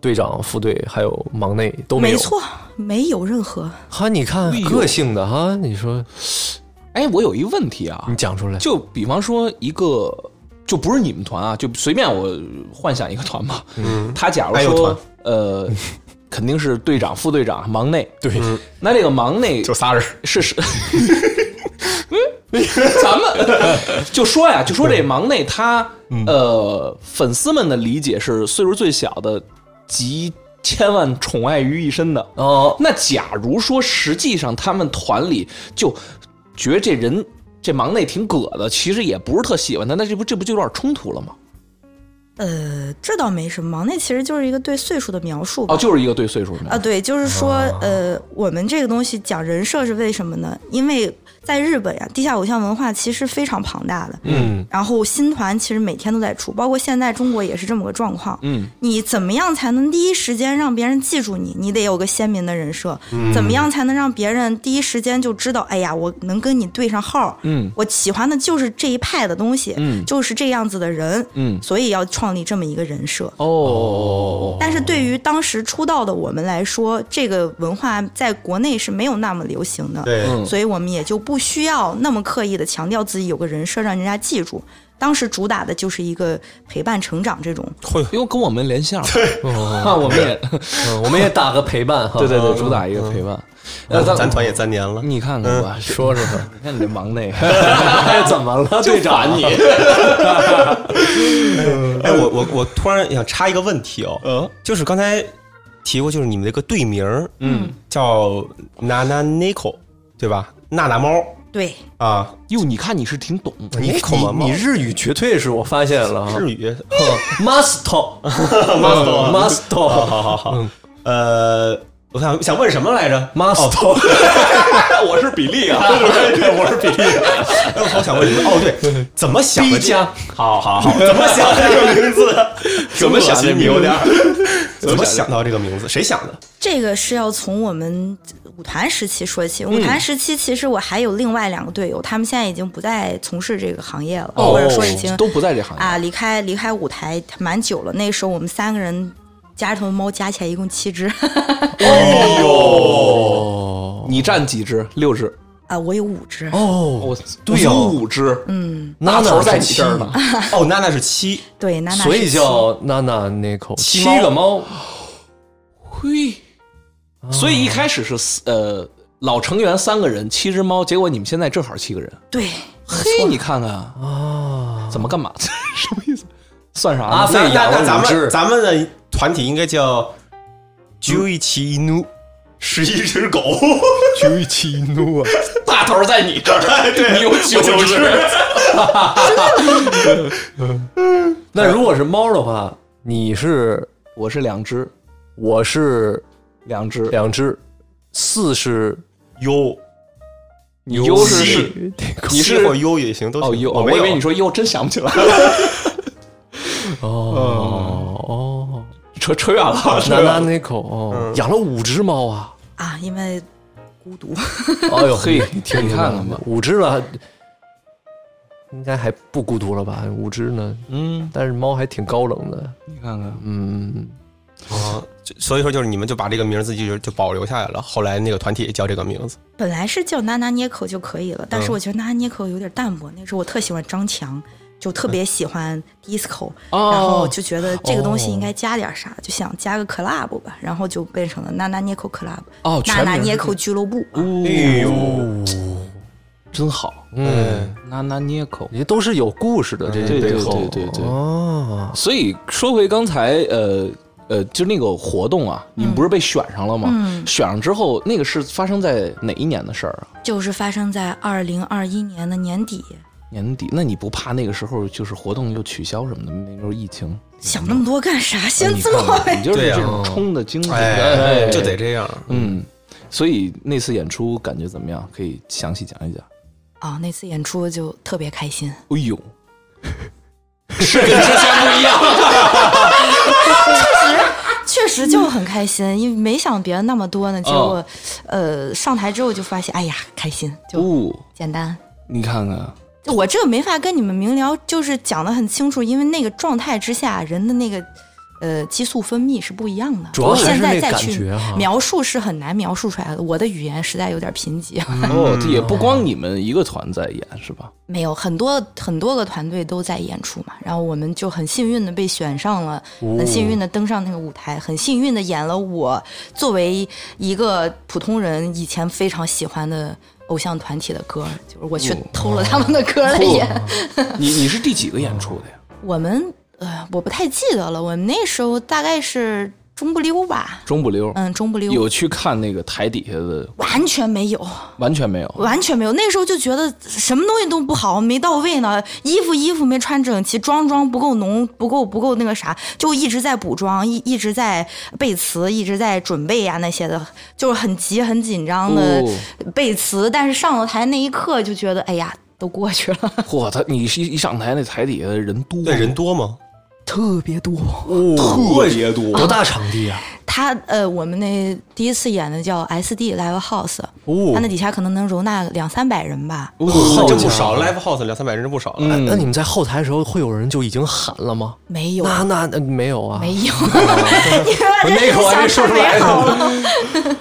[SPEAKER 1] 队长、副队，还有忙内都有。
[SPEAKER 2] 没，错，没有任何
[SPEAKER 1] 哈，你看
[SPEAKER 4] 哎呦
[SPEAKER 1] 个性的哈，你说
[SPEAKER 4] 哎，我有一问题啊，
[SPEAKER 5] 嗯
[SPEAKER 1] 你讲出来，
[SPEAKER 4] 就比方说一个，就不是你们团啊，就随便我幻想一个团吧。嗯，他假如
[SPEAKER 5] 还有
[SPEAKER 4] 说
[SPEAKER 5] 团
[SPEAKER 4] 呃，肯定是队长、副队长、忙内。
[SPEAKER 1] 对，
[SPEAKER 4] 那这个忙 内
[SPEAKER 5] 就仨人，
[SPEAKER 4] 是 是，嗯，咱们 就说呀，就说这忙内他呃，粉丝们的理解是岁数最小的集千万宠爱于一身的。
[SPEAKER 1] 哦，
[SPEAKER 4] 那假如说实际上他们团里就觉得这人这忙内挺葛的，其实也不是特喜欢他，那这不这不就有点冲突了吗？
[SPEAKER 2] 呃，这倒没什么，忙内其实就是一个对岁数的描述吧。
[SPEAKER 4] 哦，就是一个对岁数
[SPEAKER 2] 啊，
[SPEAKER 4] 的，
[SPEAKER 2] 对，就是说，
[SPEAKER 4] 哦
[SPEAKER 2] 呃，我们这个东西讲人设是为什么呢？因为在日本呀、地下偶像文化其实非常庞大的，
[SPEAKER 1] 嗯，
[SPEAKER 2] 然后新团其实每天都在出，包括现在中国也是这么个状况。
[SPEAKER 4] 嗯，
[SPEAKER 2] 你怎么样才能第一时间让别人记住你？你得有个鲜明的人设。
[SPEAKER 4] 嗯
[SPEAKER 2] 怎么样才能让别人第一时间就知道？哎呀，我能跟你对上号。
[SPEAKER 4] 嗯，
[SPEAKER 2] 我喜欢的就是这一派的东西，
[SPEAKER 4] 嗯
[SPEAKER 2] 就是这样子的人。
[SPEAKER 4] 嗯
[SPEAKER 2] 所以要创立这么一个人设。
[SPEAKER 4] 哦，
[SPEAKER 2] 但是对于当时出道的我们来说，这个文化在国内是没有那么流行的。
[SPEAKER 5] 对，
[SPEAKER 4] 嗯
[SPEAKER 2] 所以我们也就不需要那么刻意的强调自己有个人设，让人家记住。当时主打的就是一个陪伴成长这种，
[SPEAKER 5] 会
[SPEAKER 4] 因为跟我们连 线，对，啊 我们也
[SPEAKER 1] 哦嗯我们也打个陪伴哈。哦
[SPEAKER 4] 对对 对，主打一个陪伴。呃，咱
[SPEAKER 5] 咱嗯团也三年了，
[SPEAKER 4] 你看看吧，
[SPEAKER 1] 说 说吧，
[SPEAKER 4] 你看你这忙内，
[SPEAKER 1] 哎，嗯 怎么 了，队长？
[SPEAKER 3] 你，
[SPEAKER 5] 哎，我我我突然想插一个问题哦，就是刚才提过，就是你们那个队名儿
[SPEAKER 4] 嗯，
[SPEAKER 5] 叫 Nana Nico，对吧？娜娜猫
[SPEAKER 2] 对，
[SPEAKER 5] 啊，
[SPEAKER 4] 哟，你看你是挺懂，
[SPEAKER 1] 你
[SPEAKER 5] 口嘛
[SPEAKER 1] 你
[SPEAKER 5] 猫
[SPEAKER 1] 你日语绝对是我发现 了哈
[SPEAKER 5] 日语，
[SPEAKER 1] ，master 嗯
[SPEAKER 5] 好
[SPEAKER 1] master
[SPEAKER 5] 好好好，嗯呃，我想想问什么来着？哦
[SPEAKER 1] master，
[SPEAKER 3] 我是比利啊，
[SPEAKER 5] 对，我是比利。 哎，我好想问你们，哦，对，怎么想的？
[SPEAKER 1] 逼家，
[SPEAKER 5] 好好好，怎么想的这个名 字的？
[SPEAKER 3] 怎么想的
[SPEAKER 5] 恶心你
[SPEAKER 3] 名字
[SPEAKER 5] 有点儿？ 怎么想到这个名字？谁想的？
[SPEAKER 2] 这个是要从我们舞团时期说起。
[SPEAKER 4] 嗯
[SPEAKER 2] 舞团时期，其实我还有另外两个队友，他们现在已经不再从事这个行业了，或者说已经
[SPEAKER 4] 哦都不在这行
[SPEAKER 2] 啊
[SPEAKER 4] 业，
[SPEAKER 2] 离开离开舞台蛮久了。那个时候我们三个人加头猫加起来一共七只，
[SPEAKER 4] 你占几只？六只？
[SPEAKER 2] 啊，我有五只。
[SPEAKER 1] 哦，
[SPEAKER 4] 我
[SPEAKER 1] 对
[SPEAKER 4] 有
[SPEAKER 1] 哦
[SPEAKER 4] 五只，
[SPEAKER 2] 嗯，
[SPEAKER 1] 娜
[SPEAKER 4] 大
[SPEAKER 1] 娜
[SPEAKER 4] 头在你这儿呢，
[SPEAKER 5] 哦，娜娜是 七，
[SPEAKER 2] 对，娜娜
[SPEAKER 1] 所
[SPEAKER 2] 是
[SPEAKER 1] 以
[SPEAKER 2] 七
[SPEAKER 1] 叫娜娜 Nico
[SPEAKER 5] 七
[SPEAKER 1] 七个猫，
[SPEAKER 4] 嘿，所以一开始是四呃老成员三个人，七只猫，结果你们现在正好七个人，
[SPEAKER 2] 对，
[SPEAKER 4] 嘿，你看看啊，怎么干嘛？ 什么意思？算啥呢
[SPEAKER 1] 啊
[SPEAKER 5] 那
[SPEAKER 1] 费
[SPEAKER 5] 那
[SPEAKER 1] 养
[SPEAKER 5] 那
[SPEAKER 1] 了
[SPEAKER 5] 咱
[SPEAKER 1] 五
[SPEAKER 5] 们
[SPEAKER 1] 只，
[SPEAKER 5] 咱们的团体应该叫 Juichi i n 十一只狗，
[SPEAKER 3] 大头在你 这儿，你有九只，
[SPEAKER 1] 那如果是猫的话，你是
[SPEAKER 4] 我是两只，
[SPEAKER 1] 我是
[SPEAKER 4] 两只，
[SPEAKER 1] 两只，四是
[SPEAKER 5] 哟，
[SPEAKER 4] 你优是是你是
[SPEAKER 5] 七或优也行，都行
[SPEAKER 4] 哦优，
[SPEAKER 5] 我
[SPEAKER 4] 我
[SPEAKER 5] 没
[SPEAKER 4] 以为
[SPEAKER 5] 有
[SPEAKER 4] 你说优，真想不起 来，
[SPEAKER 1] 哦哦，
[SPEAKER 4] 扯 扯远了，
[SPEAKER 1] 娜娜 Nico 哦，养了五只猫啊，
[SPEAKER 2] 啊，因为孤独。
[SPEAKER 1] 哎呦
[SPEAKER 4] 嘿
[SPEAKER 1] 你听
[SPEAKER 4] 你看看吧，
[SPEAKER 1] 五只了，应该还不孤独了吧？五只呢，
[SPEAKER 4] 嗯，
[SPEAKER 1] 但是猫还挺高冷的，
[SPEAKER 4] 你看看，
[SPEAKER 1] 嗯，
[SPEAKER 5] 啊，就所以说就是你们就把这个名字就就保留下来了。后来那个团体也叫这个名字，
[SPEAKER 2] 本来是叫娜娜捏口就可以了，但
[SPEAKER 4] 嗯
[SPEAKER 2] 是我觉得娜娜捏口有点淡薄。那时候我特喜欢张强，就特别喜欢 disco，、
[SPEAKER 4] 哦
[SPEAKER 2] 然后就觉得这个东西应该加点啥，就想加个 club 吧，然后就变成了娜娜捏口 club，
[SPEAKER 4] 哦
[SPEAKER 2] 娜
[SPEAKER 4] 全
[SPEAKER 2] 娜
[SPEAKER 4] 名嗯
[SPEAKER 2] 捏口俱乐部。
[SPEAKER 5] 哎呦，
[SPEAKER 4] 真好，
[SPEAKER 1] 嗯，
[SPEAKER 4] 娜娜捏口。
[SPEAKER 1] 也都是有故事的，这
[SPEAKER 4] 嗯对对
[SPEAKER 1] 背后
[SPEAKER 4] 对对对
[SPEAKER 1] 哦，
[SPEAKER 4] 所以说回刚才，呃呃，就那个活动啊，你们不是被选上了吗？
[SPEAKER 2] 嗯
[SPEAKER 4] 选上之后，那个是发生在哪一年的事儿啊？
[SPEAKER 2] 就是发生在二零二一年的年底，
[SPEAKER 4] 年底？那你不怕那个时候就是活动又取消什么的？那时候疫情，
[SPEAKER 2] 想那么多干啥？先
[SPEAKER 4] 哎你
[SPEAKER 2] 做
[SPEAKER 4] 看看
[SPEAKER 2] 呗。
[SPEAKER 4] 你就是
[SPEAKER 5] 对啊
[SPEAKER 4] 这种冲的精神，
[SPEAKER 5] 哎，就得这样。
[SPEAKER 4] 嗯。所以那次演出感觉怎么样？可以详细讲一讲。
[SPEAKER 2] 啊、那次演出就特别开心。
[SPEAKER 4] 哎呦，
[SPEAKER 2] 确实就很开心，因为没想别的那么多呢。结果，
[SPEAKER 4] 哦
[SPEAKER 2] 呃，上台之后就发现，哎呀，开心就
[SPEAKER 4] 哦，
[SPEAKER 2] 简单。
[SPEAKER 4] 你看看，
[SPEAKER 2] 就我这个没法跟你们明聊，就是讲的很清楚，因为那个状态之下，人的那个呃激素分泌是不一样的。
[SPEAKER 1] 主要
[SPEAKER 2] 我
[SPEAKER 1] 还是
[SPEAKER 2] 现在
[SPEAKER 1] 那
[SPEAKER 2] 再
[SPEAKER 1] 感
[SPEAKER 2] 去
[SPEAKER 1] 觉哈
[SPEAKER 2] 描述是很难描述出来的，我的语言实在有点贫瘠。
[SPEAKER 1] 嗯
[SPEAKER 4] 哦，这也不光你们一个团在演是吧？
[SPEAKER 2] 没有很多很多个团队都在演出嘛，然后我们就很幸运的被选上了，
[SPEAKER 1] 哦
[SPEAKER 2] 很幸运的登上那个舞台，很幸运的演了我作为一个普通人以前非常喜欢的偶像团体的歌，就是我
[SPEAKER 1] 哦
[SPEAKER 2] 去偷了他们的歌来演。
[SPEAKER 4] 你你是第几个演出的呀？
[SPEAKER 2] 我们呃，我不太记得了，我们那时候大概是中不溜吧？
[SPEAKER 4] 中不溜。
[SPEAKER 2] 嗯，中不溜，
[SPEAKER 4] 有去看那个台底下的，
[SPEAKER 2] 完全没有，
[SPEAKER 4] 完全没有。
[SPEAKER 2] 完全没有。那时候就觉得什么东西都不好，没到位呢，衣服衣服没穿整齐，妆妆不够浓，不够不够那个啥，就一直在补妆，一一直在背词，一直在准备呀、那些的，就是很急很紧张的
[SPEAKER 4] 哦
[SPEAKER 2] 背词。但是上了台那一刻就觉得，哎呀，都过去了，
[SPEAKER 4] 嚯，他你是一一上台那台底下的人多，
[SPEAKER 5] 对，人多吗？
[SPEAKER 2] 特别多。
[SPEAKER 3] 特别多，
[SPEAKER 1] 多大场地啊？
[SPEAKER 2] 他呃，我们那第一次演的叫 S D Live House，
[SPEAKER 1] 哦
[SPEAKER 2] 他那底下可能能容纳两三百人吧。
[SPEAKER 4] 哦
[SPEAKER 5] 那真不少了，Live House 两三百人真不少了。
[SPEAKER 4] 嗯
[SPEAKER 1] 哎那你们在后台的时候，会有人就已经喊了吗？
[SPEAKER 2] 没有，
[SPEAKER 1] 那那
[SPEAKER 4] 呃
[SPEAKER 1] 那没有啊，
[SPEAKER 2] 没 有，你把这
[SPEAKER 1] 我那个我还没说
[SPEAKER 2] 想太
[SPEAKER 1] 出来
[SPEAKER 2] 美
[SPEAKER 1] 呢
[SPEAKER 2] 好了。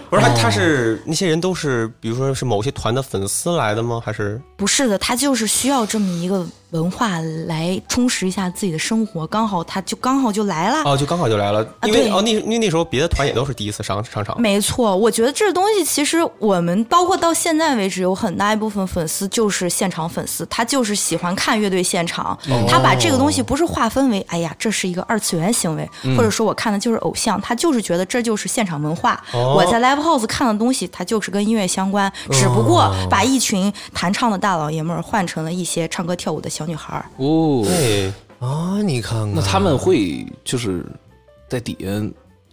[SPEAKER 5] 不是，他他是那些人都是，比如说是某些团的粉丝来的吗？还是
[SPEAKER 2] 不是的，他就是需要这么一个文化来充实一下自己的生活，刚好他就刚好就来了。
[SPEAKER 5] 哦，就刚好就来了？因为
[SPEAKER 2] 对
[SPEAKER 5] 哦，那因为那时候别的团也都是第一次上上场。
[SPEAKER 2] 没错，我觉得这东西其实我们包括到现在为止，有很大一部分粉丝就是现场粉丝，他就是喜欢看乐队现场，他把这个东西不是划分为，哎呀，这是一个二次元行为，或者说我看的就是偶像，他就是觉得这就是现场文化。
[SPEAKER 5] 哦
[SPEAKER 2] 我在 live house 看的东西，它就是跟音乐相关，只不过把一群弹唱的大老爷们儿换成了一些唱歌跳舞的小女孩儿。
[SPEAKER 4] 哦，
[SPEAKER 5] 对，
[SPEAKER 1] 啊，你看看，
[SPEAKER 4] 那他们会就是在底下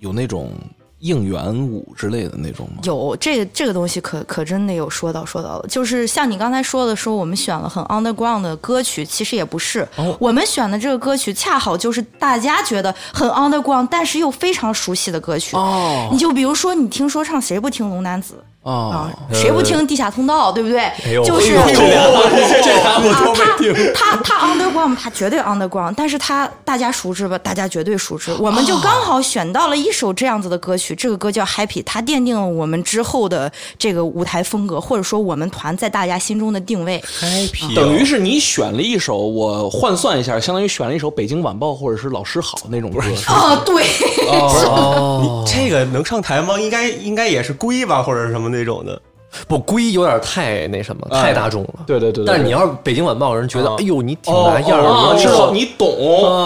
[SPEAKER 4] 有那种应援舞之类的那种吗？
[SPEAKER 2] 有这个这个东西可可真的有说到说到了，就是像你刚才说的说我们选了很 underground 的歌曲，其实也不是，
[SPEAKER 4] 哦
[SPEAKER 2] 我们选的这个歌曲恰好就是大家觉得很 underground，但是又非常熟悉的歌曲。
[SPEAKER 4] 哦
[SPEAKER 2] 你就比如说，你听说唱谁不听龙男子啊
[SPEAKER 4] 哦，？
[SPEAKER 2] 谁不听地下通道，对不对？
[SPEAKER 1] 呦
[SPEAKER 2] 就是
[SPEAKER 1] 哎呦
[SPEAKER 3] 这俩我都没听。
[SPEAKER 2] 啊他他 underground，他绝对 underground，但是他大家熟知吧？大家绝对熟
[SPEAKER 1] 哦
[SPEAKER 2] 知。我们就刚好选到了一首这样子的歌曲，这个歌叫 Happy，它奠定了我们之后的这个舞台风格，或者说我们团在大家心中的定位。
[SPEAKER 5] ，happy，
[SPEAKER 4] 等于
[SPEAKER 5] 是
[SPEAKER 4] 是你选了一首，我换算一下，相当于选了一首《北京晚报》或者是《老师好》那种歌。
[SPEAKER 2] 啊，对，
[SPEAKER 1] 哦，
[SPEAKER 5] 这个能上台吗？应该应该也是龟吧，或者是什么那种的。
[SPEAKER 1] 不龟有点太那什么，太大众了。
[SPEAKER 4] 对对对对
[SPEAKER 1] 但是你要是北京晚报，人觉得
[SPEAKER 4] 啊
[SPEAKER 1] 哎呦你挺拿样
[SPEAKER 4] 哦哦
[SPEAKER 1] 儿，
[SPEAKER 4] 哦
[SPEAKER 1] 你
[SPEAKER 4] 知
[SPEAKER 1] 知
[SPEAKER 4] 道
[SPEAKER 1] 道
[SPEAKER 4] 你懂。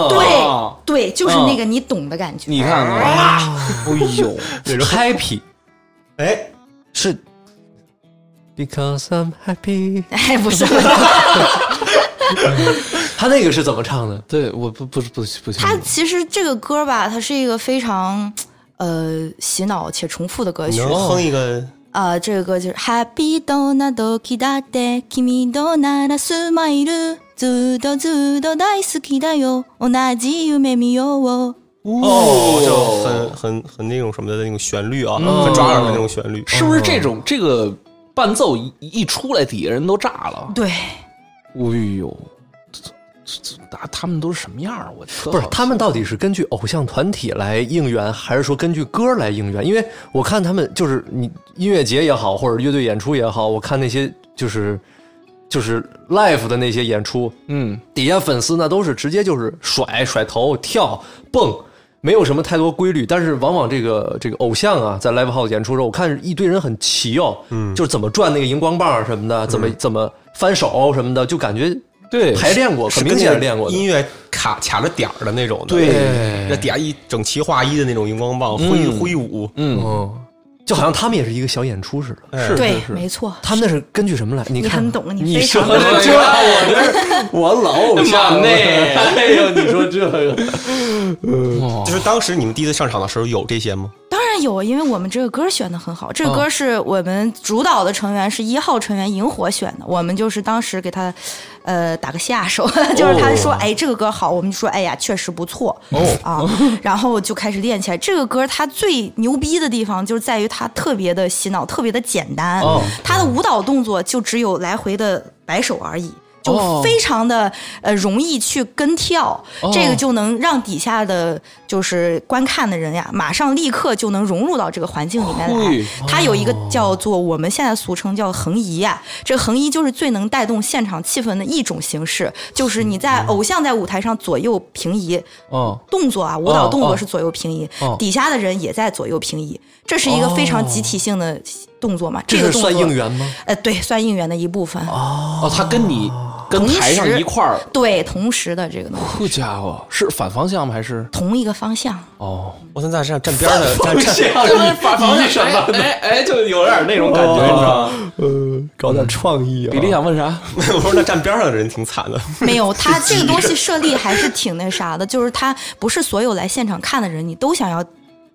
[SPEAKER 2] 对
[SPEAKER 1] 哦
[SPEAKER 4] 啊，
[SPEAKER 2] 对，就是那个你懂的感觉。
[SPEAKER 4] 你看看，哎呦，
[SPEAKER 1] 啊 happy
[SPEAKER 5] 哎，
[SPEAKER 1] 是 because I'm happy，
[SPEAKER 2] 哎，不是，
[SPEAKER 1] 他那个是怎么唱的？
[SPEAKER 4] 对，我不不不不行，
[SPEAKER 2] 它其实这个歌吧，它是一个非常呃洗脑且重复的歌
[SPEAKER 5] 你
[SPEAKER 2] 曲。
[SPEAKER 5] 能哼一个？
[SPEAKER 2] 啊、这个歌就是 Happy どな時だって君とならスマイルずっとずっと大好きだよ同じ夢見よう
[SPEAKER 5] 哦，就很很很那种什么的那种旋律啊，很抓耳的那种旋律。嗯
[SPEAKER 4] 是不是这种这个伴奏一一出来，底下人都炸了？
[SPEAKER 2] 对，
[SPEAKER 4] 哎呦，这这这，他他们都是什么样儿？我特
[SPEAKER 1] 不是
[SPEAKER 4] 好奇
[SPEAKER 1] 他们到
[SPEAKER 5] 啊
[SPEAKER 1] 底是根据偶像团体来应援，还是说根据歌来应援？因为我看他们就是你音乐节也好，或者乐队演出也好，我看那些就是就是 live 的那些演出，
[SPEAKER 4] 嗯，
[SPEAKER 1] 底下粉丝那都是直接就是甩甩头、跳蹦，没有什么太多规律。但是往往这个这个偶像啊，在 live house 演出时候，我看一堆人很奇哦，嗯，就是怎么转那个荧光棒什么的，怎么、怎么翻手什么的，就感觉
[SPEAKER 4] 对
[SPEAKER 1] 排练过，
[SPEAKER 5] 是
[SPEAKER 1] 很
[SPEAKER 5] 跟
[SPEAKER 1] 明
[SPEAKER 5] 那
[SPEAKER 1] 显是
[SPEAKER 5] 个
[SPEAKER 1] 练过的。
[SPEAKER 5] 音乐卡卡着点儿的那种的，
[SPEAKER 1] 对
[SPEAKER 5] 那底下一整齐划一的那种荧光棒挥挥舞，
[SPEAKER 1] 嗯，就好像他们也是一个小演出似的。
[SPEAKER 5] 哎
[SPEAKER 2] 对，没错，
[SPEAKER 1] 他们那是根据什么来？你
[SPEAKER 2] 你
[SPEAKER 1] 看
[SPEAKER 2] 很，懂，你非常
[SPEAKER 1] 说
[SPEAKER 2] 懂。
[SPEAKER 1] 这我 这我老偶像
[SPEAKER 4] 妈
[SPEAKER 1] 了，
[SPEAKER 4] 内
[SPEAKER 1] 哎呦，你说这个，
[SPEAKER 5] 哦就是当时你们第一次上场的时候有这些吗？
[SPEAKER 2] 当然有，因为我们这个歌选的很好，这个歌是我们主导的成员是一号成员萤火选的，我们就是当时给他，呃，打个下手， 就是他说，哎，这个歌好，我们就说，哎呀，确实不错，哦 啊，然后就开始练起来。这个歌它最牛逼的地方就是在于它特别的洗脑，特别的简单，
[SPEAKER 4] 哦
[SPEAKER 2] 它的舞蹈动作就只有来回的摆手而已。
[SPEAKER 4] 哦
[SPEAKER 2] 就非常的呃容易去跟跳，
[SPEAKER 4] 哦
[SPEAKER 2] 这个就能让底下的就是观看的人呀，马上立刻就能融入到这个环境里面
[SPEAKER 4] 嘿
[SPEAKER 2] 来。它有一个叫做我们现在俗称叫横移呀，这横移就是最能带动现场气氛的一种形式，就是你
[SPEAKER 4] 嗯
[SPEAKER 2] 在偶像在舞台上左右平移，
[SPEAKER 4] 哦
[SPEAKER 2] 动作啊，舞蹈动
[SPEAKER 4] 哦
[SPEAKER 2] 作是左右平移，
[SPEAKER 4] 哦
[SPEAKER 2] 底下的人也在左右平移，这是一个非常集体性的动作嘛。
[SPEAKER 1] 哦这
[SPEAKER 2] 个
[SPEAKER 1] 是
[SPEAKER 2] 动作
[SPEAKER 1] 算应援吗？
[SPEAKER 2] 呃，对，算应援的一部分。
[SPEAKER 4] 哦，他跟你跟
[SPEAKER 2] 同
[SPEAKER 4] 台上
[SPEAKER 2] 时
[SPEAKER 4] 一块儿，
[SPEAKER 2] 对同时的这个东西，
[SPEAKER 4] 好家伙，是反方向吗？还是
[SPEAKER 2] 同一个方向。
[SPEAKER 4] 哦？
[SPEAKER 5] 我咱俩站站边儿的，站站
[SPEAKER 4] 向，反方向哎哎哎，就有点那种感觉，你知道吗？
[SPEAKER 1] 呃，搞点创意啊
[SPEAKER 4] 比利想问啥？
[SPEAKER 5] 我说那站边儿上的人挺惨的，
[SPEAKER 2] 没有，它这个东西设立还是挺那啥的，就是它不是所有来现场看的人，你都想要。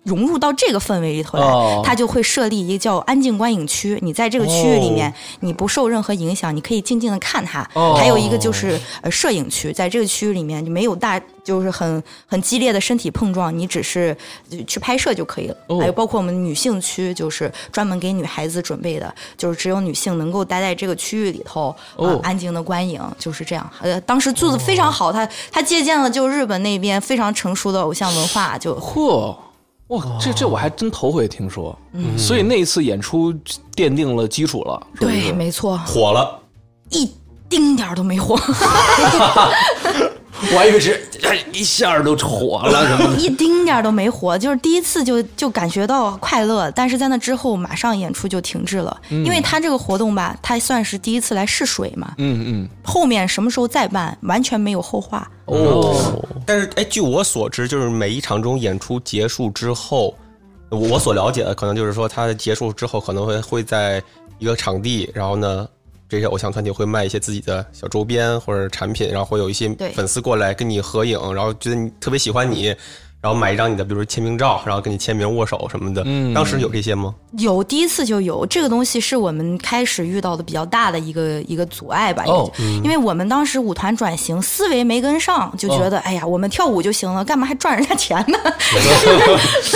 [SPEAKER 2] 融入到这个氛围里头来，
[SPEAKER 4] 哦
[SPEAKER 2] 它就会设立一个叫安静观影区。你在这个区域
[SPEAKER 1] 哦
[SPEAKER 2] 里面，你不受任何影响，你可以静静的看它。
[SPEAKER 4] 哦
[SPEAKER 2] 还有一个就是呃摄影区，在这个区域里面，你没有大就是很很激烈的身体碰撞，你只是呃去拍摄就可以了。
[SPEAKER 4] 哦
[SPEAKER 2] 还有包括我们女性区，就是专门给女孩子准备的，就是只有女性能够待在这个区域里头，
[SPEAKER 4] 哦
[SPEAKER 2] 啊安静的观影，就是这样。呃，当时做的非常好，他他借鉴了就日本那边非常成熟的偶像文化，就
[SPEAKER 4] 嚯，哇，这这我还真头回听说，嗯所以那次演出奠定了基础了。是不是
[SPEAKER 2] 对，没错，
[SPEAKER 5] 火了。
[SPEAKER 2] 一丁点儿都没火，
[SPEAKER 1] 我还以为是哎一下都火了什么
[SPEAKER 2] 一丁点儿都没火，就是第一次就就感觉到快乐，但是在那之后马上演出就停滞了，因为他这个活动吧，他算是第一次来试水嘛，
[SPEAKER 4] 嗯嗯，
[SPEAKER 2] 后面什么时候再办完全没有后话。
[SPEAKER 4] 哦，
[SPEAKER 5] 但是哎，据我所知，就是每一场这种演出结束之后，我我所了解的可能就是说，它结束之后可能会会在一个场地，然后呢，这些偶像团体会卖一些自己的小周边或者产品，然后会有一些
[SPEAKER 2] 对
[SPEAKER 5] 粉丝过来跟你合影，然后觉得你特别喜欢你。然后买一张你的，比如说签名照，然后跟你签名、握手什么的。嗯，当时有这些吗？
[SPEAKER 2] 有第一次就有这个东西，是我们开始遇到的比较大的一个一个阻碍吧。
[SPEAKER 4] 哦
[SPEAKER 2] 也就因为我们当时舞团转型，思维没跟上，就觉得、哎呀，我们跳舞就行了，干嘛还赚人家钱呢？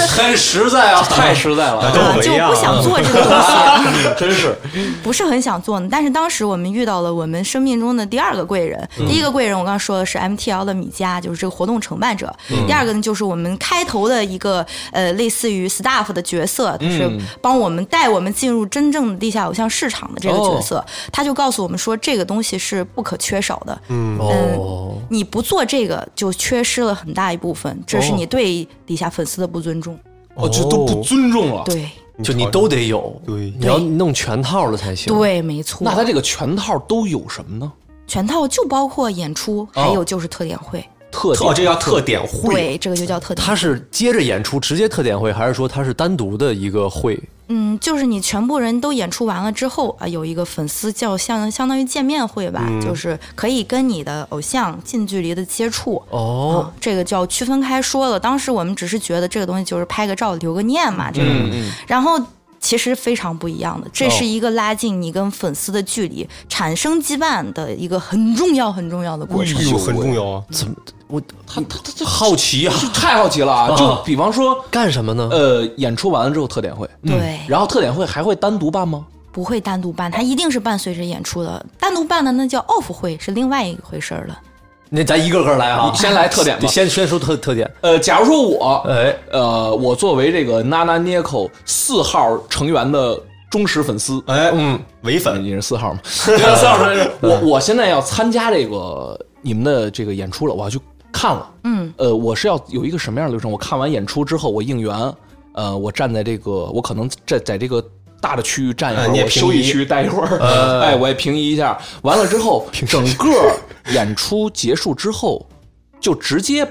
[SPEAKER 1] 很实在啊，
[SPEAKER 4] 太实在了，
[SPEAKER 5] 跟我一
[SPEAKER 2] 就
[SPEAKER 5] 样
[SPEAKER 2] 不想做这个东西，
[SPEAKER 4] 真是
[SPEAKER 2] 不是很想做呢。但是当时我们遇到了我们生命中的第二个贵人，第一个贵人我刚刚说的是 MTL 的米佳，就是这个活动承办者；第二个呢，就是我们开头的一个呃类似于 staff 的角色，就是帮我们带我们进入真正的地下偶像市场的这个角色。他就告诉我们说，这个东西是不可缺少的。嗯
[SPEAKER 1] 哦，
[SPEAKER 2] 你不做这个，就缺失了很大一部分，这是
[SPEAKER 4] 哦
[SPEAKER 2] 你对底下粉丝的不尊重。
[SPEAKER 4] 我这哦都不尊重了。
[SPEAKER 2] 对
[SPEAKER 1] 就你都得有，
[SPEAKER 5] 对
[SPEAKER 1] 你要弄全套了才行。，
[SPEAKER 2] 对，没错。
[SPEAKER 4] 那他这个全套都有什么呢？
[SPEAKER 2] 全套就包括演出，还有就是特点会。
[SPEAKER 4] 特
[SPEAKER 5] 特
[SPEAKER 4] 点
[SPEAKER 5] 这叫特点会，
[SPEAKER 2] 对，这个就叫特点。
[SPEAKER 1] 他是接着演出直接特点会，还是说他是单独的一个会？
[SPEAKER 2] 嗯，就是你全部人都演出完了之后啊，有一个粉丝叫相相当于见面会吧，就是可以跟你的偶像近距离的接触。
[SPEAKER 1] 哦，
[SPEAKER 2] 啊这个就要区分开说了。当时我们只是觉得这个东西就是拍个照留个念嘛，这种。然后其实非常不一样的，这是一个拉近你跟粉丝的距离、产生羁绊的一个很重要、很重要的过程。
[SPEAKER 5] 哎呦很重要啊。
[SPEAKER 1] 我
[SPEAKER 4] 他他他这
[SPEAKER 1] 好奇啊，
[SPEAKER 4] 太好奇了啊！就比方说，
[SPEAKER 1] 干什么呢？
[SPEAKER 4] 呃，演出完了之后特点会，嗯
[SPEAKER 2] 对，
[SPEAKER 4] 然后特点会还会单独办吗？
[SPEAKER 2] 不会单独办，它一定是伴随着演出的。单独办的那叫 off 会，是另外一回事儿了。
[SPEAKER 1] 那咱一个个来啊，
[SPEAKER 4] 你先来特点吧
[SPEAKER 1] 你先先说特特点。
[SPEAKER 4] 呃，假如说我，
[SPEAKER 1] 哎，
[SPEAKER 4] 呃，我作为这个 Nana Nico 四号成员的忠实粉丝，
[SPEAKER 5] 哎，嗯，唯
[SPEAKER 4] 你
[SPEAKER 5] 粉
[SPEAKER 4] 你是四 号吗？嗯四号成 员，我我现在要参加这个你们的这个演出了，我要去看了。
[SPEAKER 2] 嗯，
[SPEAKER 4] 呃，我是要有一个什么样的流程？我看完演出之后，我应援，呃，我站在这个，我可能在在这个大的区域站一会
[SPEAKER 5] 哎
[SPEAKER 4] 儿，
[SPEAKER 5] 你也
[SPEAKER 4] 我
[SPEAKER 5] 平
[SPEAKER 4] 休息
[SPEAKER 5] 移
[SPEAKER 4] 区待一会儿，哎，我也平移一下。完了之 后，整个演出结束之后，就直接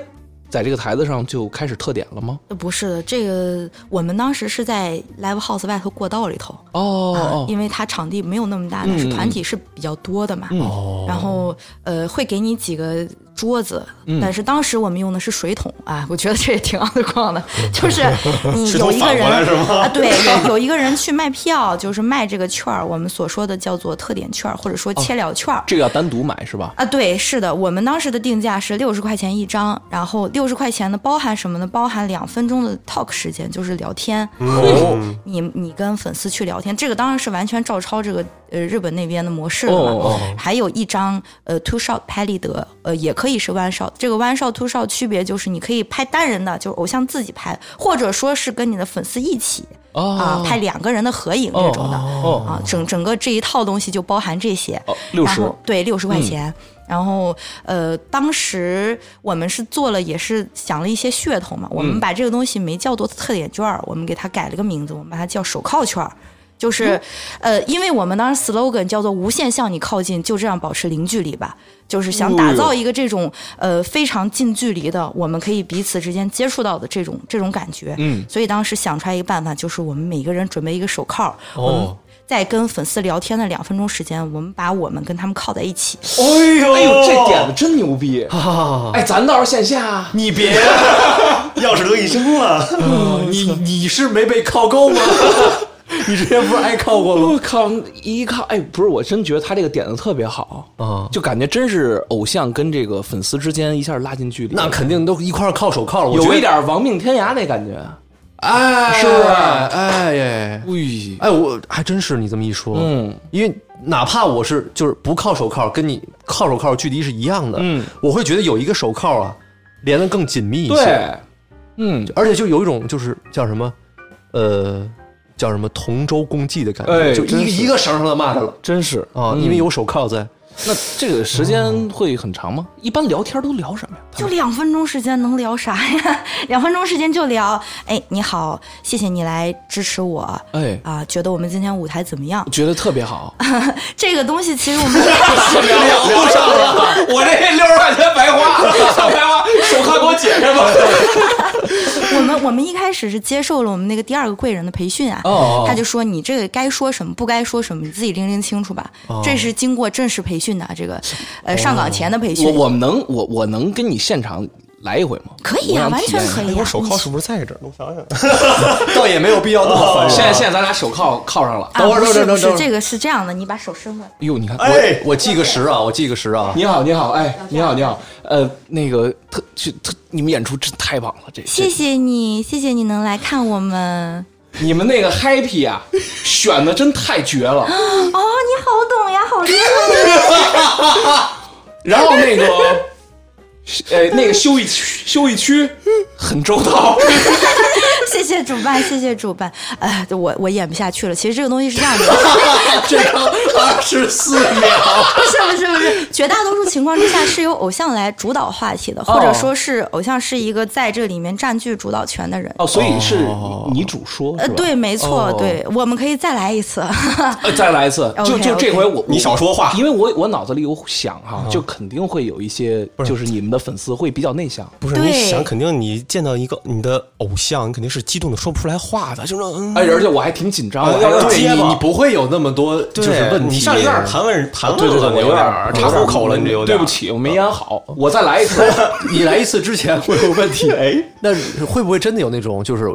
[SPEAKER 4] 在这个台子上就开始特点了吗？
[SPEAKER 2] 不是的，这个我们当时是在 live house 外头过道里头，
[SPEAKER 4] 哦
[SPEAKER 2] 啊
[SPEAKER 4] 哦，嗯
[SPEAKER 2] 因为它场地没有那么大，但是团体是比较多的嘛。然后呃，会给你几个桌子，
[SPEAKER 4] 嗯
[SPEAKER 2] 但是当时我们用的是水桶啊，我觉得这也挺 underground 的，就是你有一个人啊，对，有有一个人去卖票，就是卖这个券儿，我们所说的叫做特点券儿，或者说
[SPEAKER 4] 哦
[SPEAKER 2] 切了券儿。
[SPEAKER 4] 这个要单独买是吧？
[SPEAKER 2] 啊，对，是的，我们当时的定价是六十块钱一张，然后六十块钱的包含什么呢？包含两分钟的 talk 时间，就是聊天。
[SPEAKER 4] 嗯
[SPEAKER 2] 哦，你你跟粉丝去聊天，这个当然是完全照抄这个呃日本那边的模式了嘛。
[SPEAKER 4] 哦哦
[SPEAKER 2] 还有一张呃 two shot 拍立得，呃也可以是 one shot。这个 one shot two shot 区别就是你可以拍单人的，就是偶像自己拍，或者说是跟你的粉丝一起。
[SPEAKER 4] 哦
[SPEAKER 2] 啊，拍两个人的合影这种的、
[SPEAKER 4] 哦
[SPEAKER 2] 啊，整整个这一套东西就包含这些。
[SPEAKER 4] 哦60
[SPEAKER 2] 然后对，六十嗯块钱。然后，呃，当时我们是做了，也是想了一些噱嗯头嘛。我们把这个东西没叫做特点券儿，我们给它改了个名字，我们把它叫手铐券儿。就是，呃，因为我们当时 slogan 叫做“无限向你靠近，就这样保持零距离吧”，就是想打造一个这种呃非常近距离的，我们可以彼此之间接触到的这种这种感觉。嗯，所以当时想出来一个办法，就是我们每个人准备一个手铐，我们在跟粉丝聊天的两分钟时间，我们把我们跟他们靠在一起。
[SPEAKER 4] 哎
[SPEAKER 1] 哦
[SPEAKER 4] 呦，这点子真牛逼！哎，咱到时候线下啊
[SPEAKER 1] 你 别，
[SPEAKER 3] 钥匙都给你扔了，
[SPEAKER 1] 你你是没被铐够吗？ 你之前不是挨铐过吗？
[SPEAKER 4] 我靠！一看，哎，不是，我真觉得他这个点子特别好
[SPEAKER 1] 啊
[SPEAKER 4] 就感觉真是偶像跟这个粉丝之间一下拉近距离，
[SPEAKER 1] 那肯定都一块儿铐手铐了，我觉
[SPEAKER 4] 有
[SPEAKER 1] 得
[SPEAKER 4] 一，点亡命天涯那感觉。
[SPEAKER 1] 哎，
[SPEAKER 4] 是不是
[SPEAKER 1] 哎呀，
[SPEAKER 4] 喂，
[SPEAKER 1] 哎，我还真是你这么一说，
[SPEAKER 4] 嗯，
[SPEAKER 1] 因为哪怕我是就是不靠手铐，跟你靠手铐距离是一样的，
[SPEAKER 4] 嗯，
[SPEAKER 1] 我会觉得有一个手铐啊，连得更紧密一些，
[SPEAKER 4] 对，嗯，
[SPEAKER 1] 而且就有一种就是叫什么，呃，叫什么同舟共济的感觉，
[SPEAKER 4] 哎
[SPEAKER 1] 就一个
[SPEAKER 4] 真是嗯
[SPEAKER 1] 一个绳上的蚂蚱了
[SPEAKER 4] 真是
[SPEAKER 1] 啊，因为有手铐 在，
[SPEAKER 4] 那这个时间会很长吗？一般聊天都聊什么呀？
[SPEAKER 2] 就两分钟时间能聊啥呀？ 两分钟时间就聊，哎，你好，谢谢你来支持我，啊、
[SPEAKER 4] 哎，
[SPEAKER 2] 觉得我们今天舞台怎么样？
[SPEAKER 4] 觉得特别好，
[SPEAKER 2] 这个东西其实我们
[SPEAKER 5] 聊不上了， 我这六十块钱白花，少白花，手铐给我解开吧。
[SPEAKER 2] 我们 我们一开始是接受了我们那个第二个贵人的培训啊，
[SPEAKER 4] 哦哦
[SPEAKER 2] 他就说你这个该说什么不该说什么，你自己拎拎清楚吧。这是经过正式培训的，这个呃上岗前的培训，
[SPEAKER 4] 我我们能我我能跟你现场来一回吗？
[SPEAKER 2] 可以啊，
[SPEAKER 4] 我想
[SPEAKER 2] 完
[SPEAKER 4] 体
[SPEAKER 2] 全
[SPEAKER 4] 验一下
[SPEAKER 2] 可以、啊。
[SPEAKER 5] 我手铐是不是在这儿？我想想，
[SPEAKER 1] 倒也没有必要那么烦
[SPEAKER 4] 现
[SPEAKER 1] 人。
[SPEAKER 4] 在现在咱俩手铐铐上了。
[SPEAKER 2] 啊，
[SPEAKER 1] 等会儿
[SPEAKER 2] 不是
[SPEAKER 1] 等会儿等
[SPEAKER 2] 不
[SPEAKER 1] 会
[SPEAKER 2] 是
[SPEAKER 1] 儿
[SPEAKER 2] 这个是这样的，你把手伸过来。
[SPEAKER 4] 哟，你看，我
[SPEAKER 3] 哎，
[SPEAKER 1] 我记个时啊，我记个时啊，
[SPEAKER 4] 你好，你好，哎，你好，你好，呃，那个特去特，你们演出真太棒了，这这
[SPEAKER 2] 谢谢你，谢谢你能来看我们。
[SPEAKER 4] 你们那个 happy 啊，选的真太绝了。
[SPEAKER 2] 哦，你好懂呀，好厉害！
[SPEAKER 4] 然后那个，呃，那个休息区休息区很周 到，
[SPEAKER 2] 谢谢主办，谢谢主办。哎、我我演不下去了。其实这个东西是这样 的，
[SPEAKER 1] 这张二十四秒，
[SPEAKER 2] 不是不是不是，绝大多数情况之下是由偶像来主导话题的，或者说是偶像是一个在这里面占据主导权的人。
[SPEAKER 4] 哦，所以是你主说，
[SPEAKER 2] 呃，
[SPEAKER 4] 是吧，
[SPEAKER 2] 对，没错，
[SPEAKER 1] 哦
[SPEAKER 2] 对，我们可以再来一次。
[SPEAKER 4] 呃再来一次，就
[SPEAKER 2] OK，
[SPEAKER 4] 就这
[SPEAKER 2] OK
[SPEAKER 4] 回我
[SPEAKER 5] 你少说话
[SPEAKER 4] 因为我我脑子里有想哈，就肯定会有一些，就是你们的粉丝会比较内向，
[SPEAKER 5] 不是
[SPEAKER 2] 对
[SPEAKER 5] 你想，肯定你见到一个你的偶像，你肯定是激动的说不出来话的，就是嗯，
[SPEAKER 4] 哎，而且我还挺紧张，哎
[SPEAKER 5] 啊
[SPEAKER 4] 我还
[SPEAKER 5] 要
[SPEAKER 1] 对
[SPEAKER 5] 结
[SPEAKER 1] 你
[SPEAKER 5] 巴
[SPEAKER 1] 你不会有那么多就是问题，
[SPEAKER 5] 你上来有点盘问盘
[SPEAKER 4] 对
[SPEAKER 5] 问
[SPEAKER 4] 对
[SPEAKER 5] 了，
[SPEAKER 4] 对，
[SPEAKER 5] 你
[SPEAKER 4] 我
[SPEAKER 5] 有点
[SPEAKER 4] 点
[SPEAKER 5] 查户口了，你这有点
[SPEAKER 4] 对不。起，我没演好，我再来一次。
[SPEAKER 1] 你来一次之前会有问 题，哎，那会不会真的有那种就是？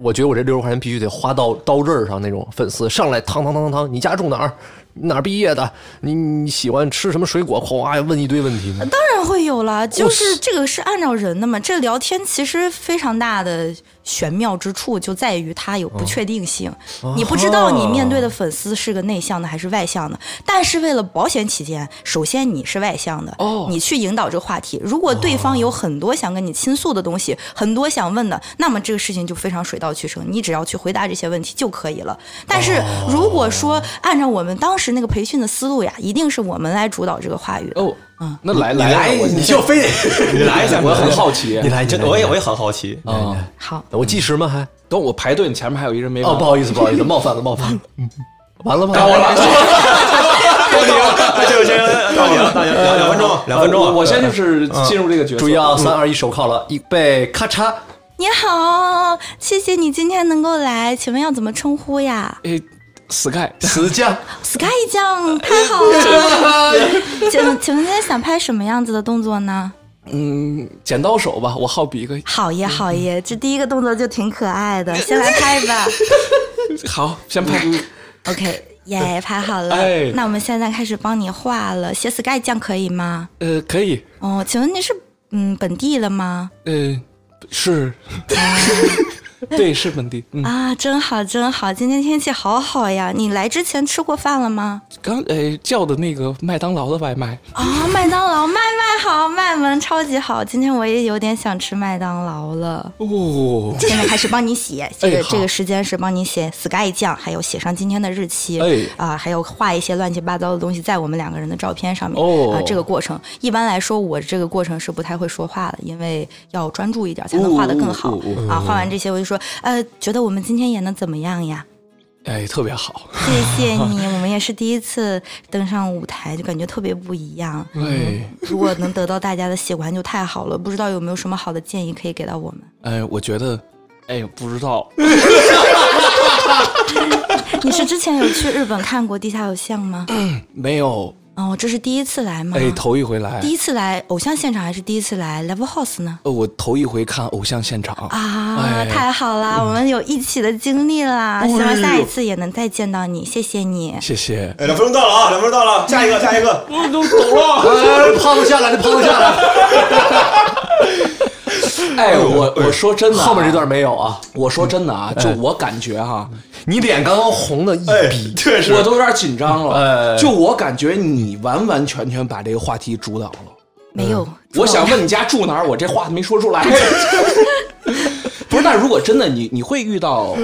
[SPEAKER 1] 我觉得我这六十块钱必须得花到刀刃上那种粉丝上来堂堂堂堂堂，你家住哪儿？哪儿毕业的？你你喜欢吃什么水果？哗呀问一堆问题。
[SPEAKER 2] 当然会有
[SPEAKER 4] 哦
[SPEAKER 2] 了，就是这个是按照人的嘛。这聊天其实非常大的玄妙之处就在于它
[SPEAKER 4] 哦
[SPEAKER 2] 有不确定性，你不知道你面对的粉丝是个内向的还是外向的。但是为了保险起见，首先你是外向的，
[SPEAKER 4] 哦
[SPEAKER 2] 你去引导这个话题。如果对方有很多想跟你倾诉的东西，很多想问的，那么这个事情就非常水到渠成，你只要去回答这些问题就可以了。但是
[SPEAKER 4] 哦
[SPEAKER 2] 如果说按照我们当时那个培训的思路呀，一定是我们来主导这个话语的。
[SPEAKER 4] 哦，
[SPEAKER 2] 嗯
[SPEAKER 4] 那来
[SPEAKER 5] 你来，你就非得你来一 下，
[SPEAKER 4] 我很好奇
[SPEAKER 5] 你来，真的，我也我也很好奇。
[SPEAKER 4] 啊。
[SPEAKER 2] 好。
[SPEAKER 1] 我计时吗？还
[SPEAKER 4] 等我排队，你前面还有一人没
[SPEAKER 1] 哦，
[SPEAKER 4] 问
[SPEAKER 1] 不好意思，不好意思，冒犯了，冒 犯了。完了吗？
[SPEAKER 4] 到我了，
[SPEAKER 5] 到你了， 那就先到你了，到你了，两两分钟，两分钟
[SPEAKER 4] 我
[SPEAKER 5] 啊。
[SPEAKER 4] 呃我先就是进入这个角色。嗯
[SPEAKER 1] 注意啊，三二一，手铐了，预备，咔嚓。
[SPEAKER 2] 你好，谢谢你今天能够来，请问要怎么称呼 呀
[SPEAKER 4] 哎，Sky，
[SPEAKER 1] 死将，
[SPEAKER 2] ？Sky 酱，太好 了！请问请问今天想拍什么样子的动作呢？嗯
[SPEAKER 4] 嗯，剪刀手吧，我好比一个
[SPEAKER 2] 好耶好耶，这第一个动作就挺可爱 的，先来拍吧。
[SPEAKER 4] 好，先拍。
[SPEAKER 2] OK，耶、拍好了。
[SPEAKER 4] 哎
[SPEAKER 2] 那我们现在开始帮你画了，写 Sky 酱可以吗？
[SPEAKER 4] 呃，可以，
[SPEAKER 2] 哦，请问你是嗯本地的吗？
[SPEAKER 4] 呃，是， 对，是本地。嗯，
[SPEAKER 2] 啊，真好真好，今天天气好好呀！你来之前吃过饭了吗？
[SPEAKER 4] 刚呃叫的那个麦当劳的外卖，
[SPEAKER 2] 啊、麦当劳，麦麦好，麦门超级好。今天我也有点想吃麦当劳了。
[SPEAKER 4] 哦，
[SPEAKER 2] 现在开始帮你写，这个、
[SPEAKER 4] 哎好
[SPEAKER 2] 这个时间是帮你写 Sky 酱，还有写上今天的日期，
[SPEAKER 4] 哎
[SPEAKER 2] 啊、还有画一些乱七八糟的东西在我们两个人的照片上面。
[SPEAKER 4] 哦
[SPEAKER 2] 啊、这个过程一般来说，我这个过程是不太会说话的，因为要专注一点才能画得更好、
[SPEAKER 4] 哦哦
[SPEAKER 2] 啊。画完这些，我就说，呃，觉得我们今天演的怎么样呀？
[SPEAKER 4] 哎，特别好。
[SPEAKER 2] 谢谢 你，我们也是第一次登上舞台，就感觉特别不一样。
[SPEAKER 4] 哎
[SPEAKER 2] 如果能得到大家的喜欢就太好了，不知道有没有什么好的建议可以给到我们？
[SPEAKER 4] 哎，我觉得，哎，不知道，
[SPEAKER 2] 你是之前有去日本看过地下偶像吗？
[SPEAKER 4] 没有，
[SPEAKER 2] 哦，这是第一次来吗？
[SPEAKER 4] 哎，头一回来
[SPEAKER 2] 第，一次来偶像现场还是第一次来 Live House 呢？
[SPEAKER 4] 呃，我头一回看偶像现场
[SPEAKER 2] 啊，
[SPEAKER 4] 哎哦
[SPEAKER 2] 太好啦，我们有一起的经历啦，希望下一次也能再见到你，谢谢你。
[SPEAKER 4] 谢谢。
[SPEAKER 3] 哎，两分钟到了啊，两分钟到了，下一个，下一个。
[SPEAKER 4] 我都走了。
[SPEAKER 1] 哎，胖子下来，这胖子下来，
[SPEAKER 4] 哎，我我说真的啊，嗯
[SPEAKER 1] 后面这段没有啊？
[SPEAKER 4] 我说真的啊，就我感觉哈，
[SPEAKER 1] 你脸刚刚红的一
[SPEAKER 3] 哎
[SPEAKER 1] 逼，，
[SPEAKER 3] 确实
[SPEAKER 4] 我，都有点紧张了。
[SPEAKER 1] 哎
[SPEAKER 4] 就我感觉你完完全全把这个话题主导了。
[SPEAKER 2] 没有，
[SPEAKER 4] 我想问你家住哪儿，我这话没说出来。不是，那如果真的你，你会遇到，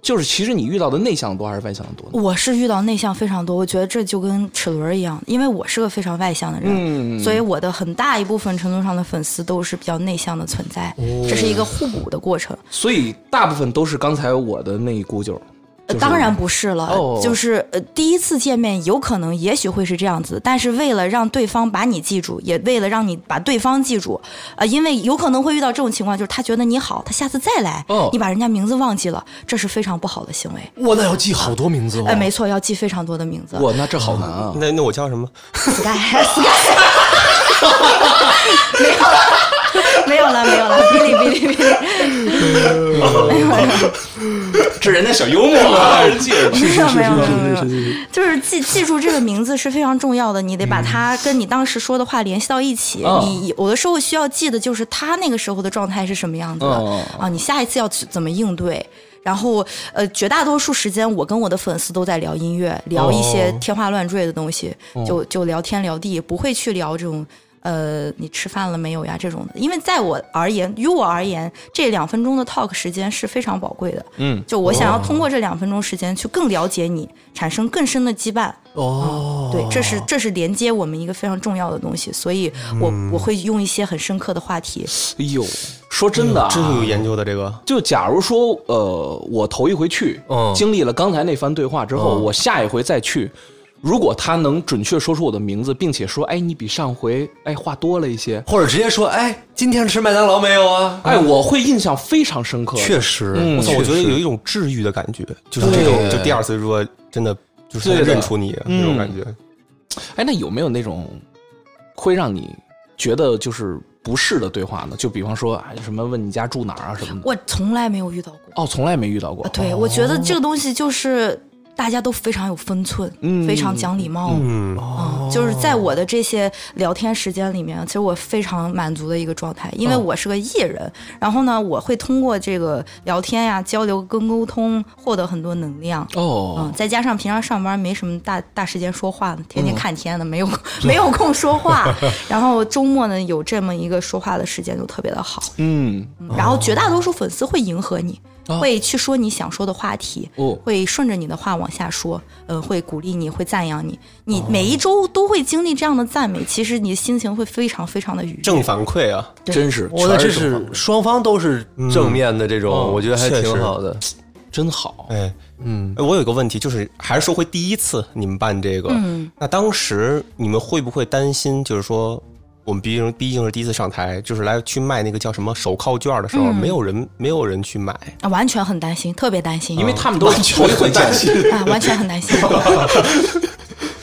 [SPEAKER 4] 就是其实你遇到的内向的多还是外向的多呢？
[SPEAKER 2] 我是遇到内向非常多，我觉得这就跟齿轮一样，因为我是个非常外向的人，
[SPEAKER 4] 嗯
[SPEAKER 2] 所以我的很大一部分程度上的粉丝都是比较内向的存在，这是一个互补的过程。
[SPEAKER 4] 所以大部分都是刚才我的那一股劲儿。
[SPEAKER 2] 呃当然不是了，
[SPEAKER 4] 哦
[SPEAKER 2] 就是呃第一次见面有可能也许会是这样子，但是为了让对方把你记住，也为了让你把对方记住，呃，因为有可能会遇到这种情况，就是他觉得你好，他下次再来，
[SPEAKER 4] 哦
[SPEAKER 2] 你把人家名字忘记了，这是非常不好的行为。
[SPEAKER 1] 我那要记好多名字哦
[SPEAKER 2] 哎、。没错，要记非常多的名字。
[SPEAKER 4] 哇，那这好难啊！
[SPEAKER 5] 那那我叫什 么？
[SPEAKER 2] Sky Sky，没有了，没有了，没有了，哔哩哔哩哔哩，
[SPEAKER 4] 这人家小幽默啊，人家
[SPEAKER 2] 没有没有没有没有，就是嗯记记住这个名字是非常重要的，你得把它跟你当时说的话联系到一起。
[SPEAKER 4] 哦
[SPEAKER 2] 你有的时候需要记的就是他那个时候的状态是什么样子的、
[SPEAKER 4] 哦
[SPEAKER 2] 啊，你下一次要去怎么应对。然后，呃，绝大多数时间，我跟我的粉丝都在聊音乐，聊一些天花乱坠的东西，就就聊天聊地，不会去聊这种，呃，你吃饭了没有呀这种的。因为在我而言，于我而言，这两分钟的 talk 时间是非常宝贵的。嗯，就我想要通过这两分钟时间去更了解你，产生更深的羁绊。
[SPEAKER 1] 哦，
[SPEAKER 2] 对，这是这是连接我们一个非常重要的东西，所以我、我会用一些很深刻的话题。
[SPEAKER 4] 哎呦，说真的啊，
[SPEAKER 5] 嗯真有研究的这个。
[SPEAKER 4] 就假如说，呃，我头一回去，
[SPEAKER 1] 嗯
[SPEAKER 4] 经历了刚才那番对话之后，
[SPEAKER 1] 嗯
[SPEAKER 4] 我下一回再去，如果他能准确说出我的名字，并且说，哎，你比上回哎话多了一些，
[SPEAKER 1] 或者直接说，哎，今天吃麦当劳没有啊？
[SPEAKER 4] 哎，我会印象非常深刻。
[SPEAKER 1] 确实，
[SPEAKER 4] 嗯
[SPEAKER 5] 我操，我觉得有一种治愈的感觉，就是这种，
[SPEAKER 1] 对
[SPEAKER 5] 就第二次如果真的就是
[SPEAKER 4] 对
[SPEAKER 5] 他
[SPEAKER 4] 的
[SPEAKER 5] 认出你那种
[SPEAKER 4] 嗯
[SPEAKER 5] 感觉，
[SPEAKER 4] 哎，那有没有那种会让你觉得就是不适的对话呢？就比方说，哎，什么问你家住哪儿啊什么的。
[SPEAKER 2] 我从来没有遇到过。
[SPEAKER 4] 哦，从来没遇到过。
[SPEAKER 2] 啊，对，我觉得这个东西就是大家都非常有分寸，
[SPEAKER 4] 嗯
[SPEAKER 2] 非常讲礼貌。
[SPEAKER 5] 嗯，
[SPEAKER 2] 嗯，就是在我的这些聊天时间里面，其实我非常满足的一个状态，因为我是个艺人，然后呢，我会通过这个聊天呀、交流跟沟通，获得很多能量。
[SPEAKER 4] 哦
[SPEAKER 2] 嗯，，再加上平常上班没什么大大时间说话呢，天天看天的，没有没有空说话。然后周末呢，有这么一个说话的时间，就特别的好。
[SPEAKER 4] 嗯，
[SPEAKER 2] 然后绝大多数粉丝会迎合你，
[SPEAKER 4] 哦
[SPEAKER 2] 会去说你想说的话题，
[SPEAKER 4] 哦
[SPEAKER 2] 会顺着你的话往下说，嗯、会鼓励你，会赞扬你。
[SPEAKER 4] 哦
[SPEAKER 2] 你每一周都会经历这样的赞美，其实你的心情会非常非常的愉悦。
[SPEAKER 5] 正反馈啊，
[SPEAKER 2] 对
[SPEAKER 4] 真是
[SPEAKER 1] 我的这是双方都是正面的这种，
[SPEAKER 5] 嗯
[SPEAKER 1] 我觉得还
[SPEAKER 5] 确
[SPEAKER 1] 挺
[SPEAKER 5] 实
[SPEAKER 1] 好的。
[SPEAKER 4] 真好。
[SPEAKER 5] 哎，嗯，我有一个问题，就是还是说回第一次你们办这个，
[SPEAKER 2] 嗯
[SPEAKER 5] 那当时你们会不会担心，就是说我们毕竟毕竟是第一次上台，就是来去卖那个叫什么手铐券的时候，没有人没有人去买，
[SPEAKER 2] 啊完全很担心，特别担心，
[SPEAKER 4] 因为他们都是头一回担心，
[SPEAKER 2] 啊，完全很担 心。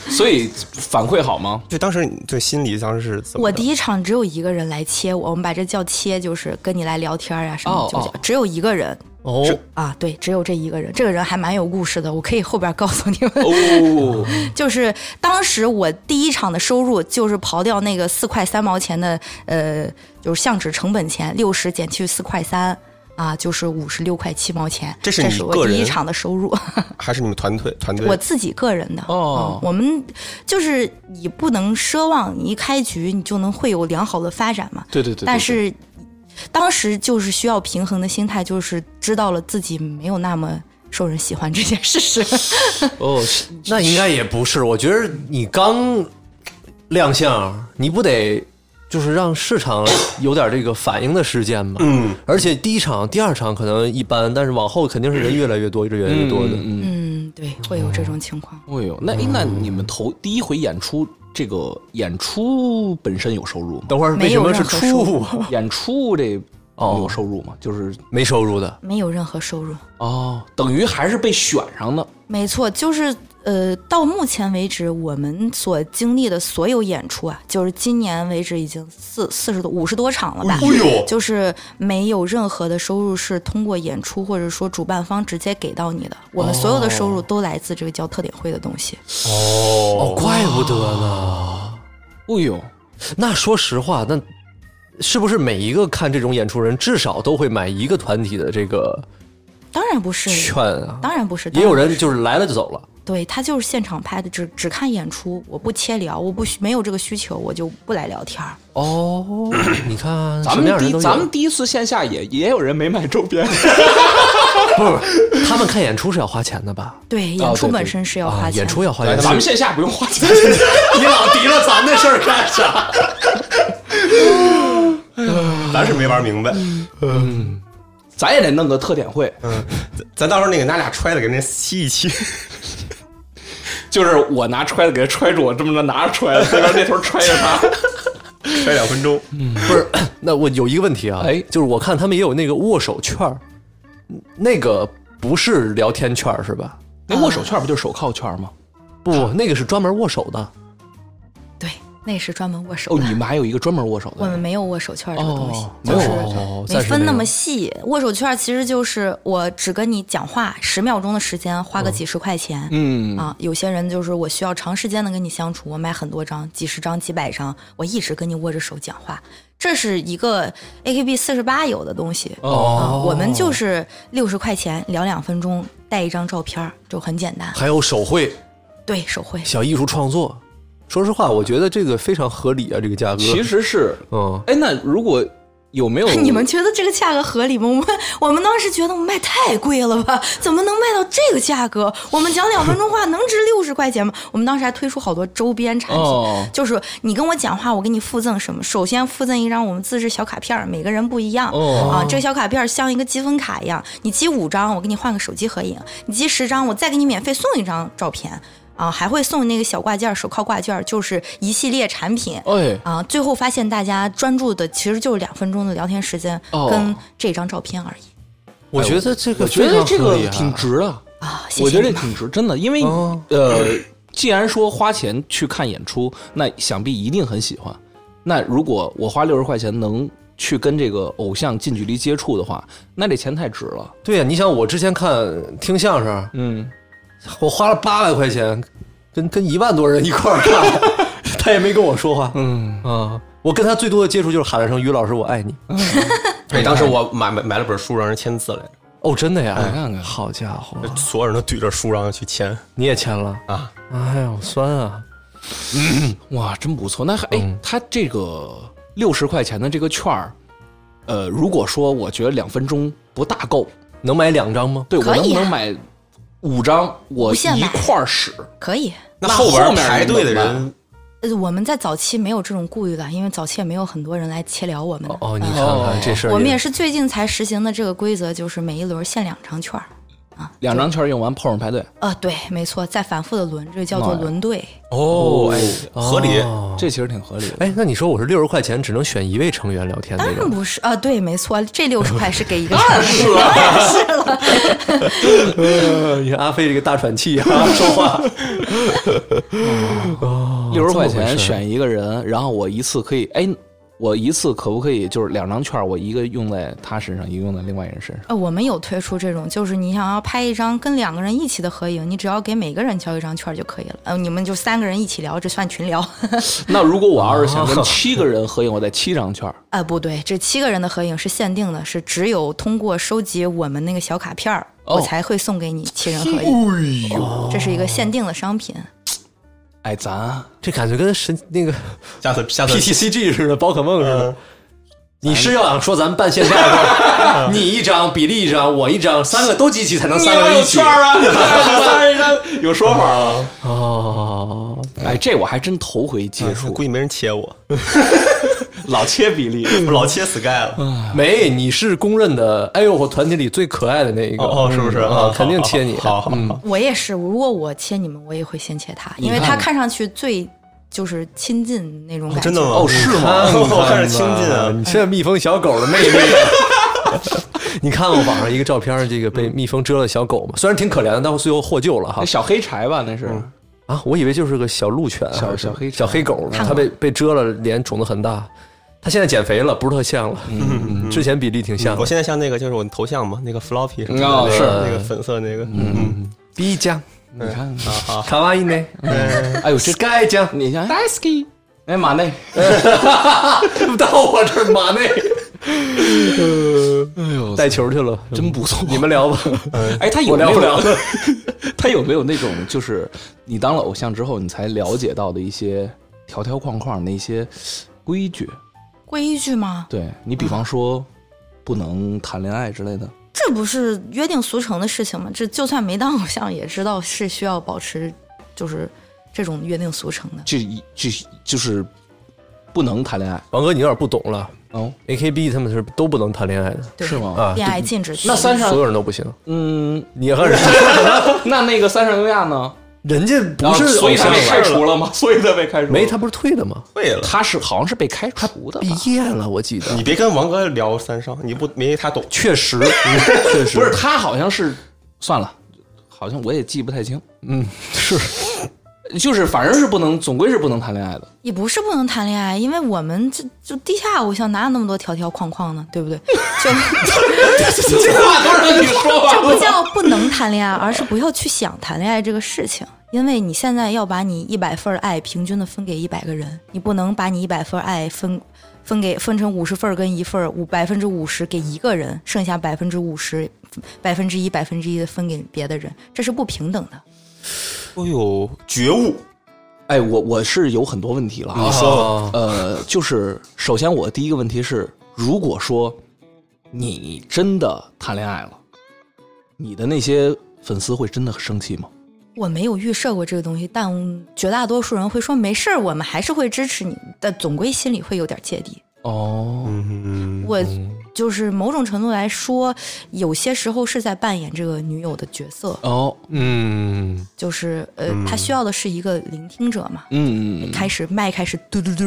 [SPEAKER 4] 所以反馈好吗？
[SPEAKER 5] 就当时你对心里当时是怎么
[SPEAKER 2] 我
[SPEAKER 5] 的
[SPEAKER 2] 第一场只有一个人来切我，我们把这叫切，就是跟你来聊天啊什么
[SPEAKER 4] 哦
[SPEAKER 2] 的，就是
[SPEAKER 4] 哦
[SPEAKER 2] 只有一个人
[SPEAKER 1] 哦，
[SPEAKER 2] 啊，对，只有这一个人，这个人还蛮有故事的，我可以后边告诉你们。
[SPEAKER 4] 哦，
[SPEAKER 2] 就是当时我第一场的收入就是刨掉那个四块三毛钱的呃，就是相纸成本钱，六十减去四块三。啊，就是五十六块七毛钱，
[SPEAKER 5] 这
[SPEAKER 2] 这
[SPEAKER 5] 是你个
[SPEAKER 2] 我第一
[SPEAKER 5] 人
[SPEAKER 2] 场的收入，
[SPEAKER 5] 还是你们团队团队
[SPEAKER 2] 我自己个人的。
[SPEAKER 4] 哦
[SPEAKER 2] 嗯我们就是你不能奢望你一开局你就能会有良好的发展嘛。
[SPEAKER 4] 对对对对对
[SPEAKER 2] 但是当时就是需要平衡的心态，就是知道了自己没有那么受人喜欢这件事实。
[SPEAKER 4] 哦，
[SPEAKER 1] 那应该也不是，我觉得你刚亮相，你不得就是让市场有点这个反应的时间嘛。嗯，而且第一场、第二场可能一般，但是往后肯定是人越来越多，越来越多的。
[SPEAKER 2] 嗯，
[SPEAKER 4] 嗯，
[SPEAKER 2] 嗯，对，会有这种情况。
[SPEAKER 4] 哎呦，那哎那你们头第一回演出，这个演出本身有收入吗？
[SPEAKER 1] 等会儿为
[SPEAKER 2] 没
[SPEAKER 1] 什
[SPEAKER 2] 有
[SPEAKER 1] 么是
[SPEAKER 2] 任何收
[SPEAKER 1] 出
[SPEAKER 2] 入
[SPEAKER 1] 啊？
[SPEAKER 4] 演出这
[SPEAKER 1] 哦
[SPEAKER 4] 有收入吗？就是
[SPEAKER 1] 没收入的，
[SPEAKER 2] 没有任何收入。
[SPEAKER 4] 哦，等于还是被选上的
[SPEAKER 2] 没错，就是呃，到目前为止，我们所经历的所有演出啊，就是今年为止已经四四十多、五十多场了吧？
[SPEAKER 3] 哎呦
[SPEAKER 2] 就是没有任何的收入是通过演出或者说主办方直接给到你的，我们所有的收入都来自这个叫特点会的东西。
[SPEAKER 1] 哦，怪不得呢。
[SPEAKER 4] 哎呦，
[SPEAKER 1] 那说实话，那是不是每一个看这种演出人，至少都会买一个团体的这个
[SPEAKER 2] 当然不是，
[SPEAKER 1] 券啊？
[SPEAKER 2] 当然不是，
[SPEAKER 1] 也有
[SPEAKER 2] 当然
[SPEAKER 1] 人就是来了就走了。
[SPEAKER 2] 对他就是现场拍的，只只看演出，我不切聊，我不需没有这个需求，我就不来聊天儿。
[SPEAKER 1] 哦，你看，
[SPEAKER 4] 咱
[SPEAKER 1] 什么
[SPEAKER 4] 们
[SPEAKER 1] 样人
[SPEAKER 4] 第
[SPEAKER 1] 都有
[SPEAKER 4] 咱们第一次线下也也有人没买周 边，
[SPEAKER 1] 不 是他们看演出是要花钱的吧？
[SPEAKER 2] 对，
[SPEAKER 4] 啊
[SPEAKER 2] 演出
[SPEAKER 4] 对
[SPEAKER 2] 本
[SPEAKER 4] 对
[SPEAKER 2] 身是要
[SPEAKER 1] 哦啊，
[SPEAKER 2] 花钱
[SPEAKER 1] 演
[SPEAKER 2] 的。
[SPEAKER 1] 出要花钱。
[SPEAKER 4] 咱们线下不用花钱。
[SPEAKER 1] 你老提了咱的事儿干啥？
[SPEAKER 5] 咱是没玩明白，
[SPEAKER 4] 咱也得弄个特点会，
[SPEAKER 1] 嗯
[SPEAKER 5] 咱到时候那个拿俩揣子给人家吸一吸，
[SPEAKER 4] 就是我拿揣子给他揣住，我这么着拿着揣子，对面那头揣着 他。
[SPEAKER 5] 揣两分钟。
[SPEAKER 1] 不是， 那我有一个问题啊，
[SPEAKER 4] 哎
[SPEAKER 1] 就是我看他们也有那个握手券儿，那个不是聊天券儿是吧？
[SPEAKER 4] 那握手券不就是手铐圈吗？
[SPEAKER 1] 不，那个是专门握手的。
[SPEAKER 2] 对，那是专门握手
[SPEAKER 4] 哦，
[SPEAKER 2] 的。
[SPEAKER 4] 你们还有一个专门握手
[SPEAKER 2] 我
[SPEAKER 4] 的
[SPEAKER 2] 们没有握手券这个东西，
[SPEAKER 4] 哦
[SPEAKER 1] 没
[SPEAKER 2] 就
[SPEAKER 1] 有
[SPEAKER 2] 是
[SPEAKER 1] 嗯哦暂
[SPEAKER 2] 嗯没
[SPEAKER 1] 时
[SPEAKER 2] 分
[SPEAKER 1] 没
[SPEAKER 2] 那
[SPEAKER 1] 有
[SPEAKER 2] 么细。握手券其实就是我只跟你讲话十秒钟的时间，花
[SPEAKER 1] 哦
[SPEAKER 2] 个几十块钱。
[SPEAKER 4] 嗯
[SPEAKER 2] 啊，有些人就是我需要长时间的跟你相处，我买很多张，几十张、几百张，我一直跟你握着手讲话，这是一个 AKB 四十八有的东西。
[SPEAKER 1] 哦
[SPEAKER 2] 啊，我们就是六十块钱聊两分钟，带一张照片儿就很简单。
[SPEAKER 1] 还有手绘、
[SPEAKER 2] 对手绘，
[SPEAKER 1] 小艺术创作。说实话，我觉得这个非常合理啊，这个价格。
[SPEAKER 4] 其，实是，
[SPEAKER 1] 嗯，
[SPEAKER 4] 哎，那如果有没有
[SPEAKER 2] 你们觉得这个价格合理吗？我们 我们当时觉得我嗯们卖太贵了吧，怎么能卖到这个价格？我们讲两分钟话能值六十块钱吗？ 我们当时还推出好多周边产品，
[SPEAKER 4] 哦
[SPEAKER 2] 就是你跟我讲话，我给你附赠什么？首先附赠一张我们自制小卡片儿，每个人不一样、
[SPEAKER 4] 哦
[SPEAKER 2] 啊。这个小卡片儿像一个积分卡一样，你积五张，我给你换个手机合影；你积十张，我再给你免费送一张照片。啊，还会送那个小挂件儿、手铐挂件儿，就是一系列产品。
[SPEAKER 4] 哎
[SPEAKER 2] 啊，最后发现大家专注的其实就是两分钟的聊天时间
[SPEAKER 4] 哦
[SPEAKER 2] 跟这张照片而已
[SPEAKER 1] 我觉得这个
[SPEAKER 4] 我觉
[SPEAKER 1] 非
[SPEAKER 4] 得
[SPEAKER 1] 常
[SPEAKER 4] 这
[SPEAKER 1] 合
[SPEAKER 4] 个
[SPEAKER 1] 理啊
[SPEAKER 4] 挺值的，
[SPEAKER 2] 啊。谢谢
[SPEAKER 4] 我觉得
[SPEAKER 2] 你们
[SPEAKER 4] 这挺值，真的，因为
[SPEAKER 1] 哦
[SPEAKER 4] 呃，既然说花钱去看演出，那想必一定很喜欢。那如果我花六十块钱能去跟这个偶像近距离接触的话，那这钱太值了。
[SPEAKER 1] 对啊呀、你想，我之前看听相声，
[SPEAKER 4] 嗯，
[SPEAKER 1] 我花了八百块钱，跟跟一万多人一块儿看， 他也没跟我说话。嗯啊，我跟他最多的接触就是喊了声“于老师，我爱你
[SPEAKER 5] 哎，当时我买买买了本书，让人签字来着，”。
[SPEAKER 1] 哦，真的呀？
[SPEAKER 4] 哎看看
[SPEAKER 1] 好家伙，
[SPEAKER 5] 所有人都举着书，然后去签
[SPEAKER 1] 你也签了？
[SPEAKER 5] 啊。
[SPEAKER 1] 哎呦，酸啊！
[SPEAKER 4] 哇，真不错。那还哎，他这个六十块钱的这个券儿，呃，如果说我觉得两分钟不大够，
[SPEAKER 1] 能买两张吗？
[SPEAKER 4] 对我
[SPEAKER 2] 可以
[SPEAKER 4] 能不能
[SPEAKER 2] 啊
[SPEAKER 4] 买五张，我
[SPEAKER 2] 无限
[SPEAKER 4] 一
[SPEAKER 2] 买
[SPEAKER 4] 块儿使？
[SPEAKER 2] 可以。
[SPEAKER 5] 那
[SPEAKER 4] 那
[SPEAKER 5] 后边
[SPEAKER 4] 后面
[SPEAKER 5] 排队的
[SPEAKER 4] 人怎
[SPEAKER 5] 人，
[SPEAKER 2] 呃，我们在早期没有这种顾虑的，因为早期也没有很多人来切聊我们。
[SPEAKER 1] 哦，你
[SPEAKER 2] 啊
[SPEAKER 1] 看看这事儿，
[SPEAKER 2] 我们也是最近才实行的这个规则，就是每一轮限两张券儿。
[SPEAKER 4] 两张券用完，泡上排队，
[SPEAKER 2] 啊，对，没错，再反复的轮，这个叫做
[SPEAKER 4] 妈呀
[SPEAKER 2] 轮对。
[SPEAKER 5] 哦，哎，合理。
[SPEAKER 1] 哦
[SPEAKER 4] 这其实挺合理的。
[SPEAKER 1] 哎，那你说我是六十块钱只能选一位成员聊天
[SPEAKER 2] 当
[SPEAKER 1] 那
[SPEAKER 2] 然
[SPEAKER 1] 种？
[SPEAKER 2] 不是啊，对，没错，这六十块是给一个二十， 是了。
[SPEAKER 1] 呃， 你看阿飞这个大喘气啊，说 话。
[SPEAKER 4] 六十块
[SPEAKER 1] 啊这么回事
[SPEAKER 4] 钱选一个人，然后我一次可以，哎，我一次可不可以就是两张券，我一个用在他身上，一个用在另外一人身上？
[SPEAKER 2] 呃，我们有推出这种，就是你想要拍一张跟两个人一起的合影，你只要给每个人交一张券儿就可以了。呃，你们就三个人一起聊，这算群聊。
[SPEAKER 4] 那如果我要是想
[SPEAKER 1] 啊
[SPEAKER 4] 跟七个人合影，我带七张券，
[SPEAKER 2] 啊，不对，这七个人的合影是限定的，是只有通过收集我们那个小卡片儿，
[SPEAKER 4] 哦
[SPEAKER 2] 我才会送给你七人合
[SPEAKER 1] 哎
[SPEAKER 2] 影。这是一个限定的商品。
[SPEAKER 4] 哎，咱
[SPEAKER 1] 这感觉跟神那个
[SPEAKER 5] 下次下 次嗯
[SPEAKER 1] PTCG 似的，宝可梦似的。你是要想说咱们办线下 的，
[SPEAKER 5] 嗯
[SPEAKER 1] 你一张，比利一张，我一张，三个都集齐才能三个一
[SPEAKER 5] 哦
[SPEAKER 1] 起。
[SPEAKER 4] 啊，三人张有说法啊。
[SPEAKER 1] 哦，
[SPEAKER 4] 哎，这我还真头回
[SPEAKER 1] 啊
[SPEAKER 4] 接触，
[SPEAKER 5] 哎估计没人切我，
[SPEAKER 4] 老切比例。
[SPEAKER 5] 我 老切 Sky 了。
[SPEAKER 1] 没，你是公认的，哎呦，我团体里最可爱的那一个，
[SPEAKER 5] 哦哦，是不是
[SPEAKER 1] 嗯
[SPEAKER 5] 啊？
[SPEAKER 1] 肯定切你。
[SPEAKER 5] 好好好
[SPEAKER 1] 嗯
[SPEAKER 5] 好，
[SPEAKER 2] 我也是，如果我切你们，我也会先切他，
[SPEAKER 4] 你
[SPEAKER 2] 因为他
[SPEAKER 4] 看
[SPEAKER 2] 看上去最就是亲近那种感觉。
[SPEAKER 5] 真的吗？嗯
[SPEAKER 4] 哦，是吗？
[SPEAKER 1] 看看
[SPEAKER 5] 我看着
[SPEAKER 1] 吧
[SPEAKER 5] 亲近啊
[SPEAKER 1] 你这蜜蜂小狗的魅 力。你看过网上一个照片，这个被蜜蜂蛰了小狗吗？虽然挺可怜的，但最后获救了哈
[SPEAKER 4] 那。小黑柴吧，那是
[SPEAKER 1] 啊，我以为就是个小鹿犬，啊
[SPEAKER 4] 小
[SPEAKER 1] 还是
[SPEAKER 4] 小黑
[SPEAKER 1] 小黑狗，
[SPEAKER 2] 看过
[SPEAKER 1] 它被被蛰了，脸肿得很大。它现在减肥了，不是特像了。嗯，之前比例挺像
[SPEAKER 5] 啊我
[SPEAKER 1] 的。
[SPEAKER 5] 现在像那个就是我头像嘛，那个 floppy 什么的
[SPEAKER 4] 哦
[SPEAKER 5] 那个
[SPEAKER 4] 是
[SPEAKER 5] 那个粉色那个，嗯，
[SPEAKER 1] B 酱，啊
[SPEAKER 4] 你看，啊
[SPEAKER 1] 卡哇伊呢？
[SPEAKER 4] 哎呦，这
[SPEAKER 1] Sky 酱，
[SPEAKER 4] 你像 d a s k y 哎马内，
[SPEAKER 1] 嗯到我这儿马内
[SPEAKER 4] 哎呦，
[SPEAKER 1] 带球去了，嗯
[SPEAKER 4] 真不错。
[SPEAKER 1] 你们 聊吧，
[SPEAKER 4] 哎，他有
[SPEAKER 1] 嗯我
[SPEAKER 4] 没
[SPEAKER 1] 聊不
[SPEAKER 4] 有
[SPEAKER 1] 聊了？
[SPEAKER 4] 他有没有那种就是你当了偶像之后，你才了解到的一些条条框框的一些规矩？
[SPEAKER 2] 规矩吗？
[SPEAKER 4] 对你，比方说不能谈恋爱之类的。
[SPEAKER 2] 这不是约定俗成的事情吗？这就算没当偶 像，也知道是需要保持就是这种约定俗成的。
[SPEAKER 4] 这一这就是不能谈恋爱
[SPEAKER 1] 王哥，你有点不懂了。
[SPEAKER 4] 哦，
[SPEAKER 1] A K B 他们是都不能谈恋爱的，
[SPEAKER 2] 对
[SPEAKER 4] 是吗？
[SPEAKER 1] 啊
[SPEAKER 2] 恋爱禁止区。
[SPEAKER 4] 那三
[SPEAKER 1] 所
[SPEAKER 4] 上
[SPEAKER 1] 有人都不行。
[SPEAKER 4] 嗯，
[SPEAKER 1] 你和人家，
[SPEAKER 4] 那那个三上优亚呢？
[SPEAKER 1] 人家不是
[SPEAKER 4] 然后所以
[SPEAKER 1] 偶
[SPEAKER 4] 他
[SPEAKER 1] 像
[SPEAKER 4] 被开
[SPEAKER 1] 了，
[SPEAKER 4] 除了吗？所以他被开除了
[SPEAKER 1] 没他不是退了吗？
[SPEAKER 5] 会了。
[SPEAKER 4] 他是好像是被开除的吧
[SPEAKER 1] 毕？业了，我记得
[SPEAKER 5] 你。别跟王哥聊三上，你不没他懂。
[SPEAKER 1] 确 实，确实
[SPEAKER 4] 不是，他好像是算了，好像我也记不太清，
[SPEAKER 1] 嗯，是
[SPEAKER 4] 就是反正是不能，总归是不能谈 恋爱的。
[SPEAKER 2] 也不是不能谈恋爱，因为我们这就地下偶像哪有那么多条条框框呢？对不对？ 就
[SPEAKER 4] 这话都让你说完
[SPEAKER 2] 不叫不能谈恋爱，而是不要去想谈恋爱这个事情。因为你现在要把你一百份儿爱平均的分给一百个人，你不能把你一百份儿爱分分给分成五十份儿跟一份儿，五百分之五十给一个人，剩下百分之五十、百分之一、百分之一的分给别的人，这是不平等的。
[SPEAKER 5] 哎呦，觉悟！
[SPEAKER 4] 哎，我我是有很多问题了啊。
[SPEAKER 1] 说
[SPEAKER 4] 呃，就是首先我第一个问题是，如果说你真的谈恋爱了，你的那些粉丝会真的生气吗？
[SPEAKER 2] 我没有预设过这个东西，但绝大多数人会说没事儿，我们还是会支持你，但总归心里会有点芥蒂。
[SPEAKER 4] 哦，
[SPEAKER 5] 嗯，
[SPEAKER 2] 我就是某种程度来说，有些时候是在扮演这个女友的角色，
[SPEAKER 4] 哦，
[SPEAKER 1] 嗯，
[SPEAKER 2] 就是呃，她需要的是一个聆听者嘛。
[SPEAKER 4] 嗯，
[SPEAKER 2] 开始麦开始嘟嘟嘟，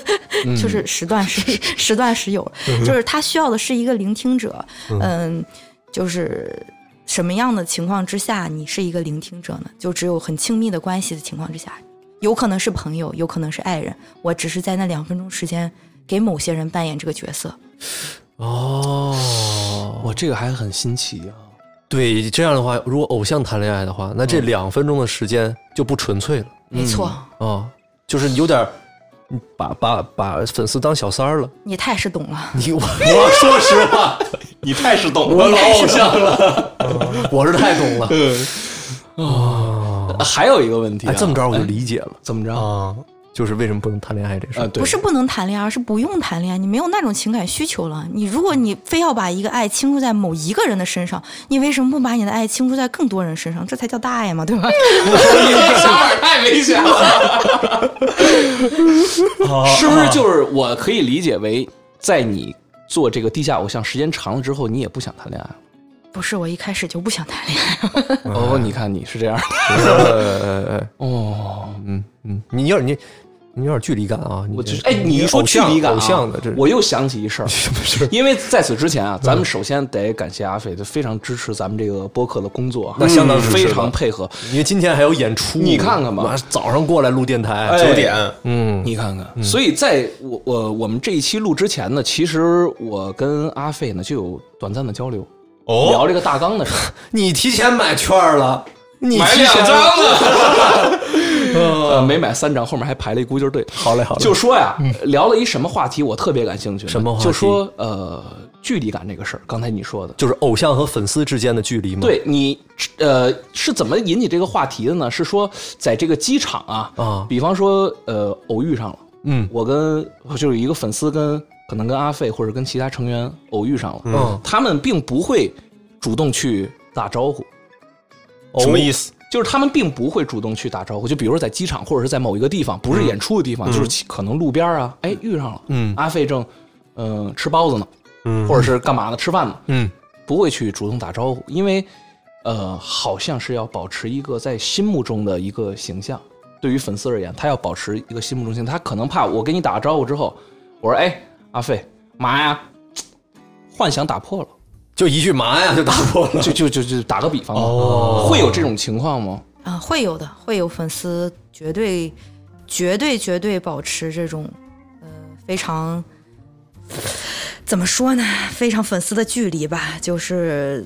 [SPEAKER 2] 就是时断时时断时有，就是她需要的是一个聆听者。嗯，就是什么样的情况之下你是一个聆听者呢？就只有很亲密的关系的情况之下，有可能是朋友，有可能是爱人。我只是在那两分钟时间给某些人扮演这个角色。
[SPEAKER 1] 哦，
[SPEAKER 4] 我这个还很新奇啊。
[SPEAKER 1] 对，这样的话，如果偶像谈恋爱的话，那
[SPEAKER 4] 嗯
[SPEAKER 1] 这两分钟的时间就不纯粹了
[SPEAKER 2] 没错。
[SPEAKER 1] 啊、
[SPEAKER 4] 哦
[SPEAKER 1] 就是有点儿嗯把把把粉丝当小三 儿了。
[SPEAKER 2] 你太是懂了，
[SPEAKER 1] 你我我说实话，
[SPEAKER 5] 你太是懂
[SPEAKER 1] 我老偶像了，我是太懂 了。
[SPEAKER 4] 还有一个问题、啊，
[SPEAKER 1] 哎，这么着我就理解了，
[SPEAKER 4] 怎么着？
[SPEAKER 5] 啊！
[SPEAKER 1] 就是为什么不能谈恋爱这事
[SPEAKER 4] 啊，
[SPEAKER 1] 儿。
[SPEAKER 4] 对，
[SPEAKER 2] 不是不能谈恋爱，而是不用谈恋爱。你没有那种情感需求了。你如果你非要把一个爱倾注在某一个人的身上，你为什么不把你的爱倾注在更多人身上？这才叫大爱嘛，对吧？
[SPEAKER 4] 想法太危险了，是不是？就是我可以理解为，在你做这个地下偶像时间长了之后，你也不想谈恋爱了。
[SPEAKER 2] 不是，我一开始就不想谈恋爱。
[SPEAKER 1] 嗯
[SPEAKER 4] 哦，你看你是这样的。
[SPEAKER 1] 呃呃呃，
[SPEAKER 4] 哦，
[SPEAKER 1] 嗯嗯，你有点你你有点距离感啊。 你
[SPEAKER 4] 我
[SPEAKER 1] 这
[SPEAKER 4] 就是哎，你一说
[SPEAKER 1] 偶
[SPEAKER 4] 距
[SPEAKER 1] 像
[SPEAKER 4] 离感啊
[SPEAKER 1] 偶像的这是
[SPEAKER 4] 我又想起一事儿，
[SPEAKER 1] 什么事儿？嗯
[SPEAKER 4] 因为在此之前啊，咱们首先得感谢阿飞，他非常支持咱们这个播客的工作啊，
[SPEAKER 1] 那相当支持
[SPEAKER 4] 非
[SPEAKER 1] 了
[SPEAKER 4] 常配合。
[SPEAKER 1] 因为今天还有演出，
[SPEAKER 4] 你看看吧哎
[SPEAKER 1] 妈早上过来录电台，
[SPEAKER 5] 九点，
[SPEAKER 1] 嗯，
[SPEAKER 4] 你看看，所以在我我我们这一期录之前呢，其实我跟阿费呢就有短暂的交流，
[SPEAKER 5] 哦
[SPEAKER 4] 聊这个大纲的事儿，
[SPEAKER 1] 你提前买券了， 你
[SPEAKER 4] 买
[SPEAKER 1] 提
[SPEAKER 4] 两
[SPEAKER 1] 前
[SPEAKER 4] 张了， 呃，没买三张，后面还排了一估计队。
[SPEAKER 1] 嗯好嘞好嘞，嗯
[SPEAKER 4] 就说呀，聊了一什么话题，我特别感兴趣呢。
[SPEAKER 1] 什么话题
[SPEAKER 4] 就说呃，距离感这个事儿，刚才你说的，
[SPEAKER 1] 就是偶像和粉丝之间的距离嘛。，
[SPEAKER 4] 对你呃是怎么引起这个话题的呢？是说在这个机场啊，
[SPEAKER 1] 啊
[SPEAKER 4] 比方说呃偶遇上了，
[SPEAKER 1] 嗯
[SPEAKER 4] 我跟就是有一个粉丝跟可能跟阿费或者跟其他成员偶遇上了，
[SPEAKER 1] 嗯
[SPEAKER 4] 他们并不会主动去打招呼，
[SPEAKER 5] 什么意思？
[SPEAKER 4] 就是他们并不会主动去打招呼。就比如说在机场或者是在某一个地方，不是演出的地方，就是其可能路边啊，哎遇上了，
[SPEAKER 1] 嗯
[SPEAKER 4] 阿费正嗯、呃吃包子呢，
[SPEAKER 5] 嗯
[SPEAKER 4] 或者是干嘛呢？吃饭呢，
[SPEAKER 1] 嗯
[SPEAKER 4] 不会去主动打招呼，因为呃好像是要保持一个在心目中的一个形象。对于粉丝而言，他要保持一个心目中形象，他可能怕我跟你打个招呼之后，我说哎阿费嘛呀，幻想打破了。
[SPEAKER 1] 就一句嘛呀就打破了。
[SPEAKER 4] 就就就就打个比方吧，
[SPEAKER 5] 哦
[SPEAKER 4] 会有这种情况吗？
[SPEAKER 2] 啊，会有的，会有粉丝绝对、绝对、绝对保持这种，呃，非常怎么说呢？非常粉丝的距离吧，就是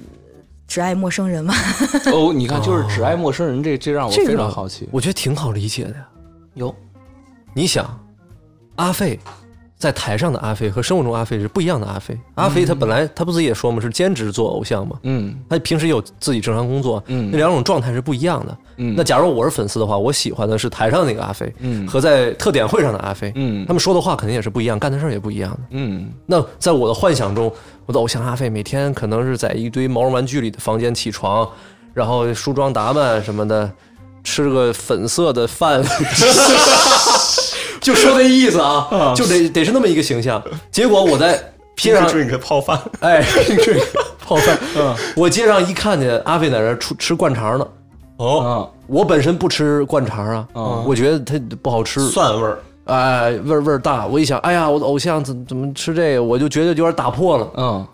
[SPEAKER 2] 只爱陌生人嘛。
[SPEAKER 4] 哦，你看，就是只爱陌生人，这这让我
[SPEAKER 1] 这个
[SPEAKER 4] 非常好奇。
[SPEAKER 1] 我觉得挺好理解的呀。
[SPEAKER 4] 有
[SPEAKER 1] 你想，阿飞在台上的阿飞和生活中阿飞是不一样的阿飞。阿飞他本来他不自己也说嘛，是兼职做偶像嘛，
[SPEAKER 4] 嗯
[SPEAKER 1] 他平时也有自己正常工作，
[SPEAKER 4] 嗯
[SPEAKER 1] 那两种状态是不一样的。
[SPEAKER 4] 嗯
[SPEAKER 1] 那假如我是粉丝的话，我喜欢的是台上那个阿飞，
[SPEAKER 4] 嗯
[SPEAKER 1] 和在特点会上的阿飞，
[SPEAKER 4] 嗯
[SPEAKER 1] 他们说的话肯定也是不一样，干的事儿也不一样的。
[SPEAKER 4] 嗯
[SPEAKER 1] 那在我的幻想中，我的偶像阿飞每天可能是在一堆毛绒玩具里的房间起床，然后梳妆打扮什么的，吃个粉色的饭， 就说这意思啊，就得得是那么一个形象。结果我在拼上，
[SPEAKER 5] 你个泡饭，
[SPEAKER 1] 哎， 这个泡饭，我街上一看见阿飞在那儿出吃灌肠呢。
[SPEAKER 5] 哦
[SPEAKER 4] 啊
[SPEAKER 1] 我本身不吃灌肠啊，
[SPEAKER 4] 嗯
[SPEAKER 1] 我觉得它不好吃，
[SPEAKER 5] 蒜味儿，
[SPEAKER 1] 哎，味儿味儿大。我一想，哎呀，我的偶像怎怎么吃这个，我就觉得有点打破了。
[SPEAKER 4] 嗯，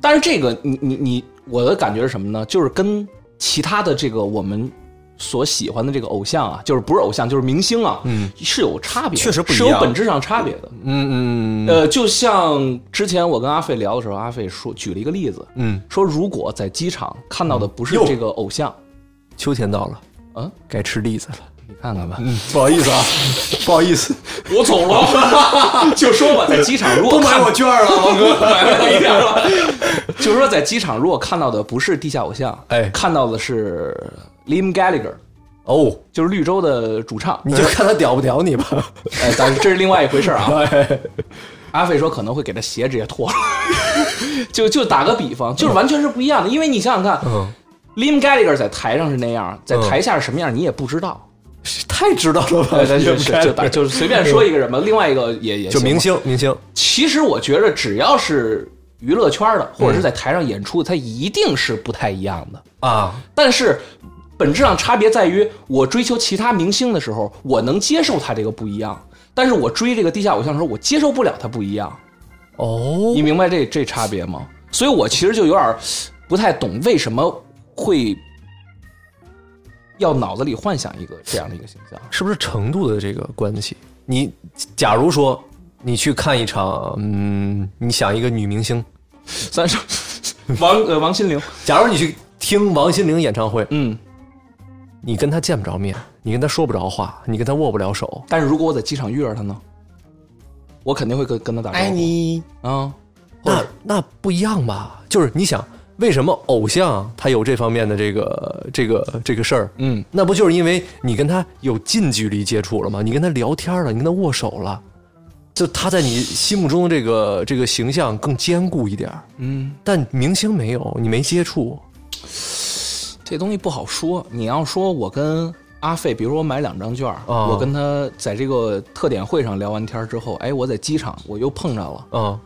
[SPEAKER 4] 但是这个你你你，我的感觉是什么呢？就是跟其他的这个我们所喜欢的这个偶像啊，就是不是偶像，就是明星啊，嗯，是有差别的，
[SPEAKER 5] 确实不一
[SPEAKER 4] 是有
[SPEAKER 5] 样
[SPEAKER 4] 本质上差别的。
[SPEAKER 1] 嗯嗯
[SPEAKER 4] 呃，就像之前我跟阿费聊的时候，阿费说举了一个例子，
[SPEAKER 1] 嗯，
[SPEAKER 4] 说如果在机场看到的不是
[SPEAKER 1] 哟
[SPEAKER 4] 这个偶像，
[SPEAKER 1] 秋天到了，
[SPEAKER 4] 嗯，
[SPEAKER 1] 该吃栗子了。
[SPEAKER 4] 你看看吧，
[SPEAKER 1] 啊不好意 思啊，不好意思，
[SPEAKER 4] 我走了， 就说吧，在机场如果看
[SPEAKER 1] 券了。
[SPEAKER 4] 买一点了， 就是说在机场如果看到的不是地下偶像，
[SPEAKER 1] 哎
[SPEAKER 4] 看到的是 Lim Gallagher，
[SPEAKER 1] 哦，
[SPEAKER 4] 就是绿洲的主唱，
[SPEAKER 1] 你就看他屌不屌你吧。
[SPEAKER 4] 哎，但是这是另外一回事儿啊。
[SPEAKER 1] 哎
[SPEAKER 4] 阿费说可能会给他鞋直接脱了， 就就打个比方，就是完全是不一样的，因为你想想看
[SPEAKER 1] 嗯，
[SPEAKER 4] ，Lim Gallagher 在台上是那样，在
[SPEAKER 1] 嗯
[SPEAKER 4] 台下是什么样你也不知道。
[SPEAKER 1] 太知道了吧
[SPEAKER 4] 对，？对对， 就就打
[SPEAKER 1] 哎就
[SPEAKER 4] 就是随便说一个人吧，另外一个也也
[SPEAKER 1] 就
[SPEAKER 4] 行吧
[SPEAKER 1] 明星明星，
[SPEAKER 4] 其实我觉着，只要是娱乐圈的，或者是在台上演出，它一定是不太一样的。
[SPEAKER 1] 啊，
[SPEAKER 4] 但是本质上差别在于，我追求其他明星的时候，我能接受他这个不一样；但是我追这个地下偶像的时候，我接受不了他不一样。
[SPEAKER 1] 哦
[SPEAKER 4] 你，明白这这差别吗？所以我其实就有点儿不太懂，为什么会要脑子里幻想一个这样的一个形象？
[SPEAKER 1] 是不是程度的这个关系？你假如说你去看一场，嗯，你想一个女明星，
[SPEAKER 4] 咱说 王呃王心凌，
[SPEAKER 1] 假如你去听王心凌演唱会，
[SPEAKER 4] 嗯，
[SPEAKER 1] 你跟她见不着面，你跟她说不着话，你跟她握不了手，
[SPEAKER 4] 但是如果我在机场遇着他呢，我肯定会跟跟他打招呼。
[SPEAKER 5] 哎你。
[SPEAKER 4] 啊，
[SPEAKER 1] 那那不一样吧？就是你想，为什么偶像他有这方面的这个这个这个事儿？
[SPEAKER 4] 嗯，
[SPEAKER 1] 那不就是因为你跟他有近距离接触了吗？你跟他聊天了，你跟他握手了，就他在你心目中的这个这个形象更坚固一点儿。
[SPEAKER 4] 嗯，
[SPEAKER 1] 但明星没有，你没接触，
[SPEAKER 4] 这东西不好说。你要说我跟阿费，比如说我买两张券儿，
[SPEAKER 1] 啊
[SPEAKER 4] 我跟他在这个特点会上聊完天儿之后，哎，我在机场我又碰着了。
[SPEAKER 1] 嗯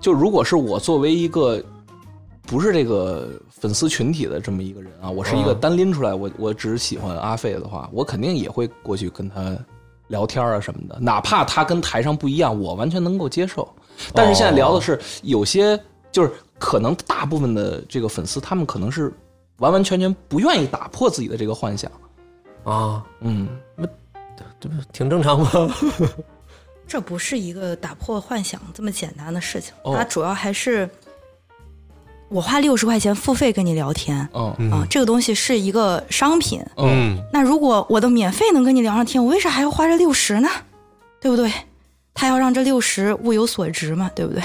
[SPEAKER 4] 就如果是我作为一个不是这个粉丝群体的这么一个人啊，我是一个
[SPEAKER 1] 嗯
[SPEAKER 4] 单拎出来，我我只喜欢阿费的话，我肯定也会过去跟他聊天啊什么的，哪怕他跟台上不一样，我完全能够接受。但是现在聊的是有些，就是可能大部分的这个粉丝，他们可能是完完全全不愿意打破自己的这个幻想。
[SPEAKER 1] 啊，
[SPEAKER 4] 嗯，
[SPEAKER 1] 这不挺正常吗？
[SPEAKER 2] 这不是一个打破幻想这么简单的事情，
[SPEAKER 1] 哦
[SPEAKER 2] 它主要还是我花六十块钱付费跟你聊天、
[SPEAKER 4] 哦，
[SPEAKER 2] 啊，这个东西是一个商品。
[SPEAKER 1] 嗯，
[SPEAKER 2] 那如果我的免费能跟你聊上天，我为啥还要花这六十呢？对不对？他要让这六十物有所值嘛，对不对？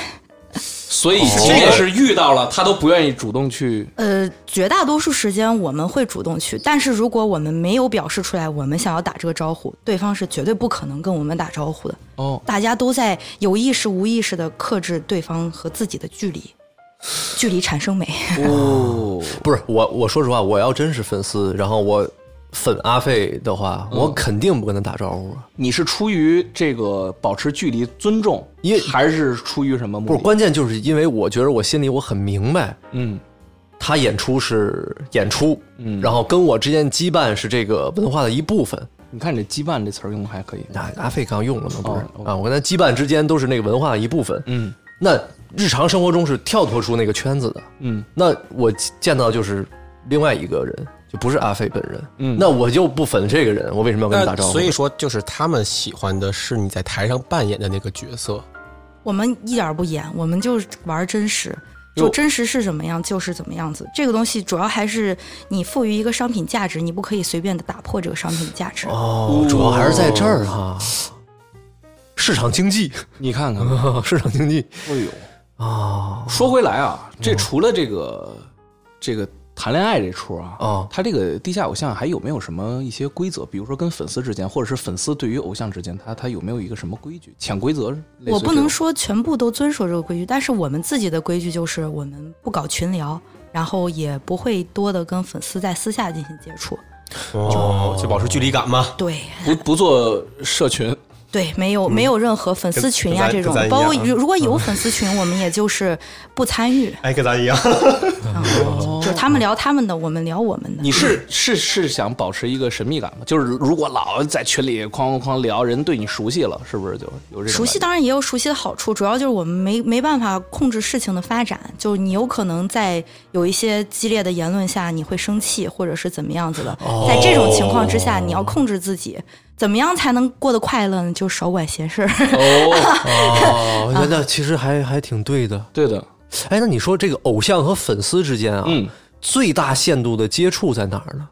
[SPEAKER 4] 所以即便是遇到了，他都不愿意主动去。
[SPEAKER 2] 呃，绝大多数时间我们会主动去，但是如果我们没有表示出来，我们想要打这个招呼，对方是绝对不可能跟我们打招呼的。
[SPEAKER 4] 哦，
[SPEAKER 2] 大家都在有意识、无意识的克制对方和自己的距离，距离产生美。
[SPEAKER 4] 哦，
[SPEAKER 1] 不是我，我说实话，我要真是粉丝，然后我粉阿费的话，我肯定不跟他打招呼啊。
[SPEAKER 4] 你是出于这个保持距离、尊重，
[SPEAKER 1] 因为
[SPEAKER 4] 还是出于什么
[SPEAKER 1] 不
[SPEAKER 4] 目
[SPEAKER 1] 是，
[SPEAKER 4] 的？
[SPEAKER 1] 关键就是因为我觉得我心里我很明白，
[SPEAKER 4] 嗯，
[SPEAKER 1] 他演出是演出，嗯，然后跟我之间羁绊是这个文化的一部分。
[SPEAKER 4] 你看你这“羁绊”这词儿用的还可以。
[SPEAKER 1] 那阿费刚用了吗？不是、
[SPEAKER 4] 哦哦
[SPEAKER 1] 啊，我跟他羁绊之间都是那个文化的一部分。
[SPEAKER 4] 嗯
[SPEAKER 1] 那日常生活中是跳脱出那个圈子的。
[SPEAKER 4] 嗯，
[SPEAKER 1] 那我见到就是另外一个人，就不是阿费本人。
[SPEAKER 4] 嗯
[SPEAKER 1] 那我就不粉这个人，我为什么要跟他打
[SPEAKER 5] 那
[SPEAKER 1] 招呼呢？
[SPEAKER 5] 所以说，就是他们喜欢的是你在台上扮演的那个角色。
[SPEAKER 2] 我们一点儿不演，我们就玩真实。
[SPEAKER 4] 哟
[SPEAKER 2] 就真实是什么样，就是怎么样子。这个东西主要还是你赋予一个商品价值，你不可以随便的打破这个商品的价值。
[SPEAKER 1] 哦，主要还是在这儿啊哈、市场经济，
[SPEAKER 4] 你看看，
[SPEAKER 1] 市场经济
[SPEAKER 4] 哎呦，
[SPEAKER 1] 啊
[SPEAKER 4] 说回来啊，这除了这个、这个谈恋爱这出啊，
[SPEAKER 1] 啊
[SPEAKER 4] 他这个地下偶像还有没有什么一些规则？比如说跟粉丝之间，或者是粉丝对于偶像之间，他他有没有一个什么规矩、潜规则？类似于
[SPEAKER 2] 我
[SPEAKER 4] 这
[SPEAKER 2] 不
[SPEAKER 4] 种
[SPEAKER 2] 能说全部都遵守这个规矩，但是我们自己的规矩就是我们不搞群聊，然后也不会多的跟粉丝在私下进行接触。
[SPEAKER 5] 哦，就保持距离感嘛。
[SPEAKER 2] 对
[SPEAKER 4] 不不做社群，
[SPEAKER 2] 对，没有、没有任何粉丝群呀、
[SPEAKER 5] 嗯
[SPEAKER 2] 这
[SPEAKER 5] 跟跟
[SPEAKER 2] 种
[SPEAKER 5] 咱，
[SPEAKER 2] 包括
[SPEAKER 5] 跟咱一样啊嗯
[SPEAKER 2] 如如果有粉丝群，我们也就是不参与，
[SPEAKER 5] 哎，跟咱一样。
[SPEAKER 2] 就他们聊他们的，我们聊我们的。
[SPEAKER 4] 你是是是想保持一个神秘感吗？就是如果老在群里哐哐哐聊，人对你熟悉了，是不是就有这种
[SPEAKER 2] 熟悉
[SPEAKER 4] 感
[SPEAKER 2] 当然也有熟悉的好处，主要就是我们没没办法控制事情的发展，就你有可能在有一些激烈的言论下你会生气，或者是怎么样子的。在这种情况之下，你要控制自己，怎么样才能过得快乐呢？就少管闲事儿。
[SPEAKER 4] 觉？
[SPEAKER 1] 哦，
[SPEAKER 4] 哦，
[SPEAKER 1] 那那其实还还挺对的。
[SPEAKER 4] 对的，
[SPEAKER 1] 哎，那你说这个偶像和粉丝之间啊，
[SPEAKER 4] 嗯
[SPEAKER 1] 最大限度的接触在哪儿呢？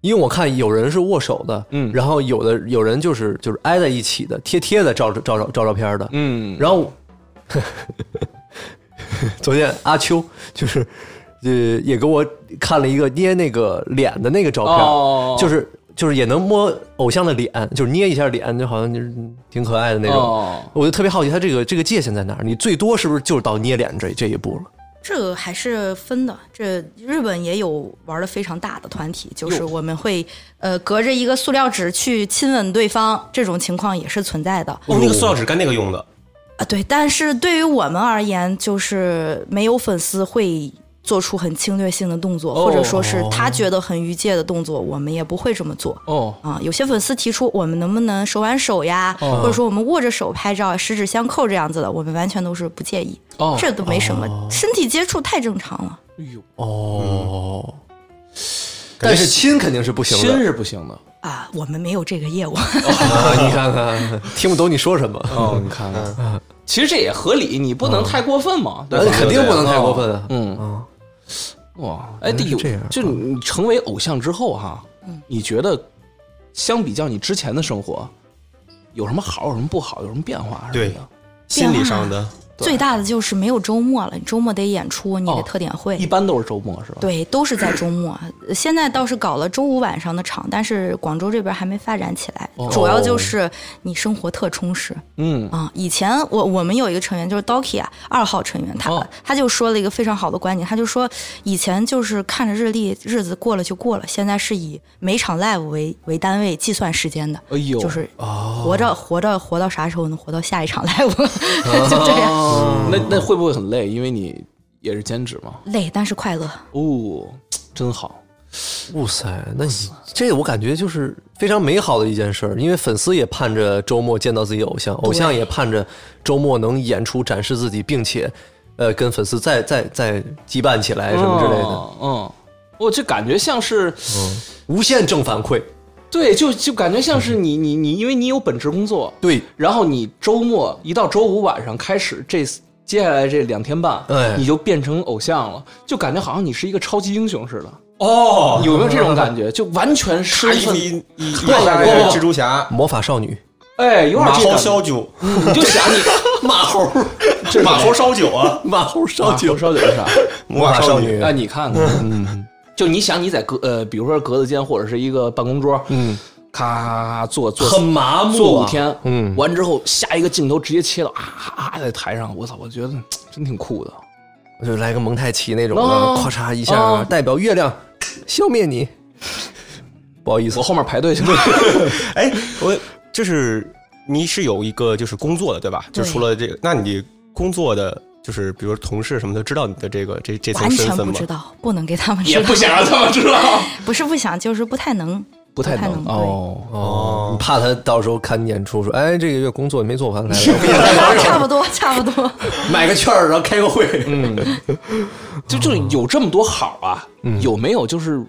[SPEAKER 1] 因为我看有人是握手的，
[SPEAKER 4] 嗯
[SPEAKER 1] 然后有的有人就是就是挨在一起的，贴贴的照照照照照片的，
[SPEAKER 4] 嗯，
[SPEAKER 1] 然后 昨天阿秋就是呃也给我看了一个捏那个脸的那个照片，
[SPEAKER 4] 哦
[SPEAKER 1] 就是就是也能摸偶像的脸，就是捏一下脸，就好像就是挺可爱的那种。
[SPEAKER 4] 哦
[SPEAKER 1] 我就特别好奇，他这个这个界限在哪儿？你最多是不是就是到捏脸这这一步了？
[SPEAKER 2] 这个还是分的。这日本也有玩的非常大的团体，就是我们会呃隔着一个塑料纸去亲吻对方，这种情况也是存在的
[SPEAKER 5] 哦，那个塑料纸干那个用的。
[SPEAKER 2] 啊。对，但是对于我们而言，就是没有粉丝会。做出很侵略性的动作，或者说是他觉得很逾界的动作，我们也不会这么做。
[SPEAKER 4] 哦，
[SPEAKER 2] 啊、有些粉丝提出我们能不能手挽手呀，或者说我们握着手拍照、十指相扣这样子的，我们完全都是不介意，
[SPEAKER 4] 哦
[SPEAKER 2] 这都没什么，身体接触太正常了。
[SPEAKER 4] 哎呦，
[SPEAKER 1] 哦，但是亲肯定是不行
[SPEAKER 4] 亲
[SPEAKER 1] 的。
[SPEAKER 4] 是不行的。
[SPEAKER 2] 啊，我们没有这个业 务。
[SPEAKER 1] 啊你看看， 听不懂你说什么，
[SPEAKER 4] 哦，你看嗯看，其实这也合理，你不能太过分嘛，对
[SPEAKER 1] 那
[SPEAKER 4] 吧？
[SPEAKER 1] 肯定不能太过分啊。
[SPEAKER 4] 嗯哇，哎，
[SPEAKER 1] 原来
[SPEAKER 4] 第
[SPEAKER 1] 是这样啊嗯
[SPEAKER 4] 就你成为偶像之后哈，你觉得相比较你之前的生活，有什么好，有什么不好，有什么变化什么的？
[SPEAKER 5] 心理上的，
[SPEAKER 2] 最大的就是没有周末了，你周末得演出，你得特点会。
[SPEAKER 4] 哦一般都是周末是吧？
[SPEAKER 2] 对，都是在周末。呃现在倒是搞了周五晚上的场，但是广州这边还没发展起来。
[SPEAKER 4] 哦
[SPEAKER 2] 主要就是你生活特充实
[SPEAKER 4] 嗯，
[SPEAKER 2] 啊、以前我我们有一个成员就是 Doki 啊，二号成员，他、
[SPEAKER 4] 哦
[SPEAKER 2] 他就说了一个非常好的观点，他就说以前就是看着日历，日子过了就过了，现在是以每场 live 为为单位计算时间的。
[SPEAKER 4] 哎呦，
[SPEAKER 2] 就是活着活着活到啥时候能活到下一场 live，就 这样
[SPEAKER 4] 哦那那会不会很累？因为你也是兼职嘛。
[SPEAKER 2] 累但是快乐。
[SPEAKER 4] 哦，真好。
[SPEAKER 1] 哇塞，那你这我感觉就是非常美好的一件事儿，因为粉丝也盼着周末见到自己偶像，偶像也盼着周末能演出展示自己，并且，呃，跟粉丝再再再羁绊起来什么之类的，嗯
[SPEAKER 4] 嗯，嗯我这感觉像是，
[SPEAKER 1] 无限正反馈。
[SPEAKER 4] 对，就就感觉像是你你你，因为你有本职工作，
[SPEAKER 1] 对，
[SPEAKER 4] 然后你周末一到周五晚上开始这。接下来这两天半，
[SPEAKER 1] 哎
[SPEAKER 4] 你就变成偶像了，就感觉好像你是一个超级英雄似的，
[SPEAKER 5] 哦，
[SPEAKER 4] 有没有这种感觉？就完全身
[SPEAKER 5] 一
[SPEAKER 4] 份，
[SPEAKER 5] 米一
[SPEAKER 4] 不不不
[SPEAKER 5] 一大个蜘蛛侠，
[SPEAKER 1] 魔法少女，
[SPEAKER 4] 哎，有点
[SPEAKER 5] 马
[SPEAKER 4] 这嗯
[SPEAKER 5] 好
[SPEAKER 4] 感觉。
[SPEAKER 5] 小九，
[SPEAKER 4] 你就想你，
[SPEAKER 1] 马猴，
[SPEAKER 3] 马猴烧酒啊，
[SPEAKER 1] 马猴烧酒，
[SPEAKER 4] 烧酒是啥？
[SPEAKER 5] 魔法少
[SPEAKER 1] 女
[SPEAKER 4] 那你看看，嗯，就你想你在格呃，比如说格子间或者是一个办公桌，嗯，咔咔咔坐坐
[SPEAKER 1] 很麻木啊
[SPEAKER 4] 坐五天，
[SPEAKER 1] 嗯
[SPEAKER 4] 完之后下一个镜头直接切到啊啊啊在台上，我操，我觉得嘖真挺酷的。
[SPEAKER 1] 就来个蒙太奇那种
[SPEAKER 4] 哦
[SPEAKER 1] 的，咔嚓一下
[SPEAKER 4] 哦
[SPEAKER 1] 代表月亮消灭你。不好意思
[SPEAKER 4] 我，后面排队 去了，
[SPEAKER 5] 哎， 我就是你是有一个就是工作的对吧？就
[SPEAKER 2] 对
[SPEAKER 5] 除了这个，那你工作的就是比如同事什么的，知道你的这个这这层
[SPEAKER 2] 完
[SPEAKER 5] 身
[SPEAKER 2] 全
[SPEAKER 5] 份
[SPEAKER 2] 不
[SPEAKER 5] 吗
[SPEAKER 2] 知？道，不能给他们知
[SPEAKER 4] 也
[SPEAKER 2] 道，
[SPEAKER 4] 不想让他们知道，
[SPEAKER 2] 不是不想，就是不太能，
[SPEAKER 4] 不太
[SPEAKER 2] 太
[SPEAKER 4] 能
[SPEAKER 2] 对
[SPEAKER 4] 哦。
[SPEAKER 1] 哦，你怕他到时候看你演出说，哎，这个月工作没做完，来来，我给你
[SPEAKER 2] 差不多差不多。
[SPEAKER 1] 买个券儿，然后开个会。
[SPEAKER 5] 嗯
[SPEAKER 4] 嗯就就有这么多好啊，有没有就是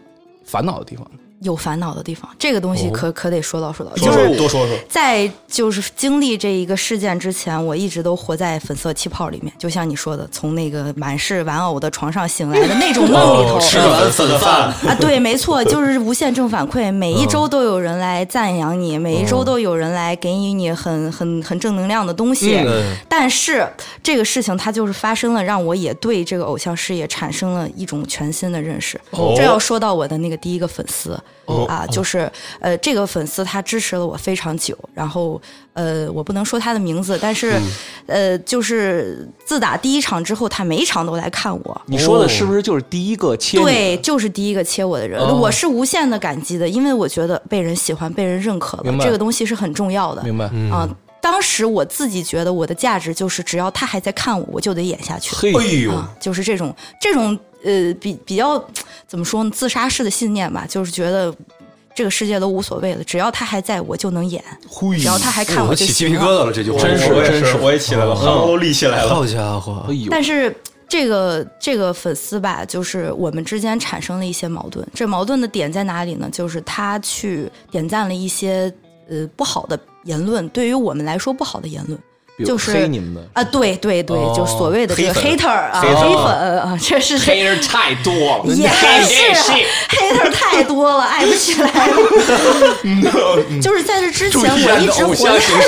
[SPEAKER 4] 烦恼的地方？
[SPEAKER 2] 有烦恼的地方，这个东西可、可得说道说道，
[SPEAKER 3] 说
[SPEAKER 2] 就
[SPEAKER 3] 说
[SPEAKER 2] 是
[SPEAKER 3] 多说说，
[SPEAKER 2] 在就是经历这一个事件之前，我一直都活在粉色气泡里面，就像你说的，从那个满是玩偶的床上醒来的那种梦里头。
[SPEAKER 1] 吃完粉饭，
[SPEAKER 2] 啊，对，没错，就是无限正反馈，每一周都有人来赞扬你，每一周都有人来给予你很很很正能量的东西。
[SPEAKER 1] 嗯
[SPEAKER 2] 但是这个事情它就是发生了，让我也对这个偶像事业产生了一种全新的认识。这要说到我的那个第一个粉丝、啊，就是呃，这个粉丝他支持了我非常久，然后呃，我不能说他的名字，但是、呃，就是自打第一场之后，他每一场都来看我。
[SPEAKER 4] 你说的是不是就是第一个切你？
[SPEAKER 2] 对，就是第一个切我的人，我是无限的感激的，因为我觉得被人喜欢、被人认可了
[SPEAKER 4] 明，白
[SPEAKER 2] 这个东西是很重要的。
[SPEAKER 4] 明白？
[SPEAKER 2] 啊。当时我自己觉得我的价值就是，只要他还在看我，我就得演下去。
[SPEAKER 4] 嘿，
[SPEAKER 3] 呦
[SPEAKER 2] 啊，就是这种这种呃，比比较怎么说呢，自杀式的信念吧，就是觉得这个世界都无所谓了，只要他还在我就能演，只要他还看
[SPEAKER 1] 哎我
[SPEAKER 2] 就
[SPEAKER 1] 起鸡
[SPEAKER 2] 行啊
[SPEAKER 1] 皮
[SPEAKER 2] 了。
[SPEAKER 1] 疙瘩了，这句话
[SPEAKER 3] 真是，我也
[SPEAKER 4] 真
[SPEAKER 3] 是
[SPEAKER 4] 是，
[SPEAKER 3] 我也起来
[SPEAKER 5] 嗯
[SPEAKER 3] 了，汗毛都立起来了。
[SPEAKER 1] 好家伙
[SPEAKER 4] 哎，呦，
[SPEAKER 2] 但是这个这个粉丝吧，就是我们之间产生了一些矛盾。这矛盾的点在哪里呢？就是他去点赞了一些呃不好的言论，对于我们来说不好的言论。
[SPEAKER 4] 比如
[SPEAKER 2] 就是
[SPEAKER 4] 黑你们的
[SPEAKER 2] 啊，对对对，就所谓的这个
[SPEAKER 5] 黑粉
[SPEAKER 2] hater 啊，
[SPEAKER 5] 黑粉
[SPEAKER 2] 黑粉啊，这是
[SPEAKER 4] 黑人太多了，
[SPEAKER 2] 也是 hater 太多了，爱不起来了。就是在这之前，我一直活在
[SPEAKER 1] 象。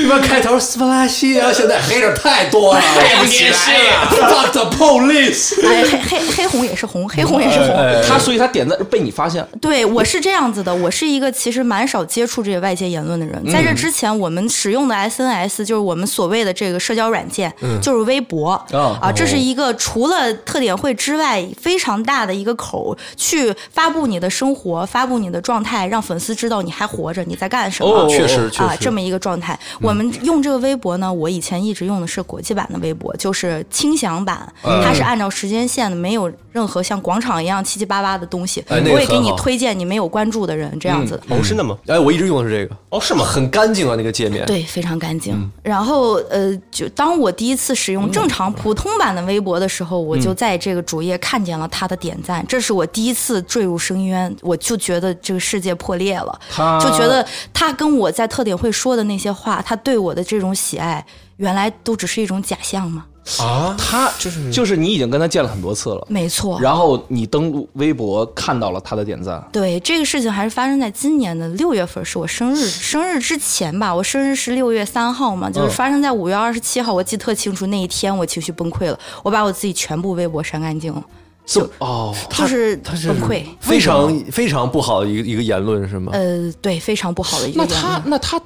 [SPEAKER 1] 你们开头斯巴拉西啊，现在黑着太 多了，太
[SPEAKER 4] 不起来了
[SPEAKER 1] Fuck the police！
[SPEAKER 2] 哎黑黑黑红也是红，黑红也是红。
[SPEAKER 4] 他，所以他点赞被你发现，
[SPEAKER 2] 对我是这样子的，我是一个其实蛮少接触这些外界言论的人。在这
[SPEAKER 4] 嗯
[SPEAKER 2] 之前，我们使用的 SNS 就是我们所谓的这个社交软件，就是微博
[SPEAKER 4] 嗯哦
[SPEAKER 2] 啊，这是一个除了特点会之外非常大的一个口，去发布你的生活，发布你的状态，让粉丝知道你还活着，你在干什么。
[SPEAKER 4] 哦
[SPEAKER 1] 确实确
[SPEAKER 2] 啊，
[SPEAKER 1] 实
[SPEAKER 2] 这么一个状态。我们
[SPEAKER 1] 嗯
[SPEAKER 2] 用这个微博呢，我以前一直用的是国际版的微博，就是轻享版，
[SPEAKER 1] 嗯
[SPEAKER 2] 它是按照时间线的，没有任何像广场一样七七八八的东西。
[SPEAKER 1] 哎那个
[SPEAKER 2] 我也给
[SPEAKER 1] 很
[SPEAKER 2] 你
[SPEAKER 1] 好嗯
[SPEAKER 2] 推荐你没有关注的人，这样子的。
[SPEAKER 5] 哦，是的
[SPEAKER 4] 嗯
[SPEAKER 5] 吗？
[SPEAKER 1] 哎，我一直用的是这个。哦，是吗？很干净啊，那个界面。
[SPEAKER 2] 对，非常干净。然后，呃，就当我第一次使用正常普通版的微博的时候，我就在这个主页看见了他的点赞，这是我第一次坠入深渊，我就觉得这个世界破裂了，
[SPEAKER 4] 他
[SPEAKER 2] 就觉得他跟我在特点会说的那些话，他对我的这种喜爱，原来都只是一种假象吗？
[SPEAKER 1] 啊，
[SPEAKER 4] 他就是就是你已经跟他见了很多次了，
[SPEAKER 2] 没错。
[SPEAKER 4] 然后你登录微博看到了他的点赞，
[SPEAKER 2] 对这个事情还是发生在今年的六月份，是我生日，生日之前吧，我生日是六月三号嘛，就是发生在五月二十七号，我记得特清楚，那一天我情绪崩溃了，我把我自己全部微博删干净了，
[SPEAKER 1] 这
[SPEAKER 4] 哦，
[SPEAKER 2] 就是崩溃，
[SPEAKER 1] 非常非常不好的一个一个言论是吗？
[SPEAKER 2] 呃，对，非常不好的一个
[SPEAKER 4] 那
[SPEAKER 2] 言
[SPEAKER 4] 他
[SPEAKER 2] 论。
[SPEAKER 4] 那他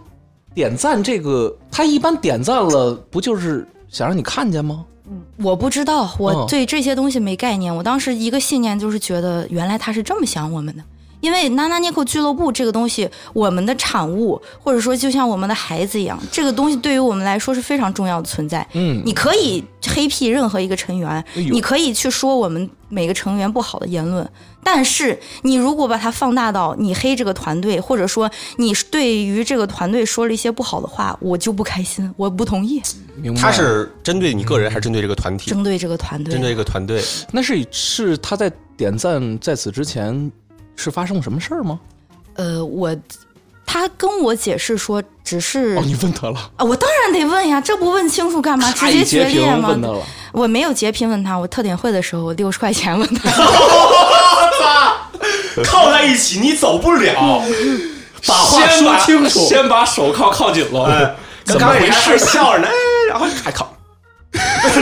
[SPEAKER 4] 点赞这个，他一般点赞了，不就是想让你看见吗？
[SPEAKER 2] 我不知道，我
[SPEAKER 4] 哦
[SPEAKER 2] 对这些东西没概念，我当时一个信念就是觉得原来他是这么想我们的。因为娜娜 Nico 俱乐部这个东西，我们的产物，或者说就像我们的孩子一样，这个东西对于我们来说是非常重要的存在。
[SPEAKER 4] 嗯，
[SPEAKER 2] 你可以黑屁任何一个成员，
[SPEAKER 4] 哎呦
[SPEAKER 2] 你可以去说我们每个成员不好的言论，但是你如果把它放大到你黑这个团队，或者说你对于这个团队说了一些不好的话，我就不开心，我不同意。
[SPEAKER 4] 明白。嗯
[SPEAKER 5] 他是针对你个人还是针对这个团体？
[SPEAKER 2] 针对这个团队，
[SPEAKER 5] 针对这个团队，
[SPEAKER 4] 那是是他在点赞在此之前是发生什么事儿吗？
[SPEAKER 2] 呃，我他跟我解释说，只是、
[SPEAKER 4] 哦，你问他 了，
[SPEAKER 2] 啊，我当然得问呀，这不问清楚干嘛？直
[SPEAKER 4] 他
[SPEAKER 2] 接
[SPEAKER 4] 一
[SPEAKER 2] 决
[SPEAKER 4] 截屏
[SPEAKER 2] 裂吗
[SPEAKER 4] 问？他了，
[SPEAKER 2] 我没有截屏问他，我特点会的时候，我六十块钱 问他。
[SPEAKER 3] 靠在一起你走不了，把话
[SPEAKER 4] 先
[SPEAKER 3] 说
[SPEAKER 4] 把
[SPEAKER 3] 清楚。
[SPEAKER 4] 哦先把手铐铐紧了。
[SPEAKER 3] 哎，
[SPEAKER 4] 怎么回事？
[SPEAKER 3] 笑着呢，哎，然后还 靠，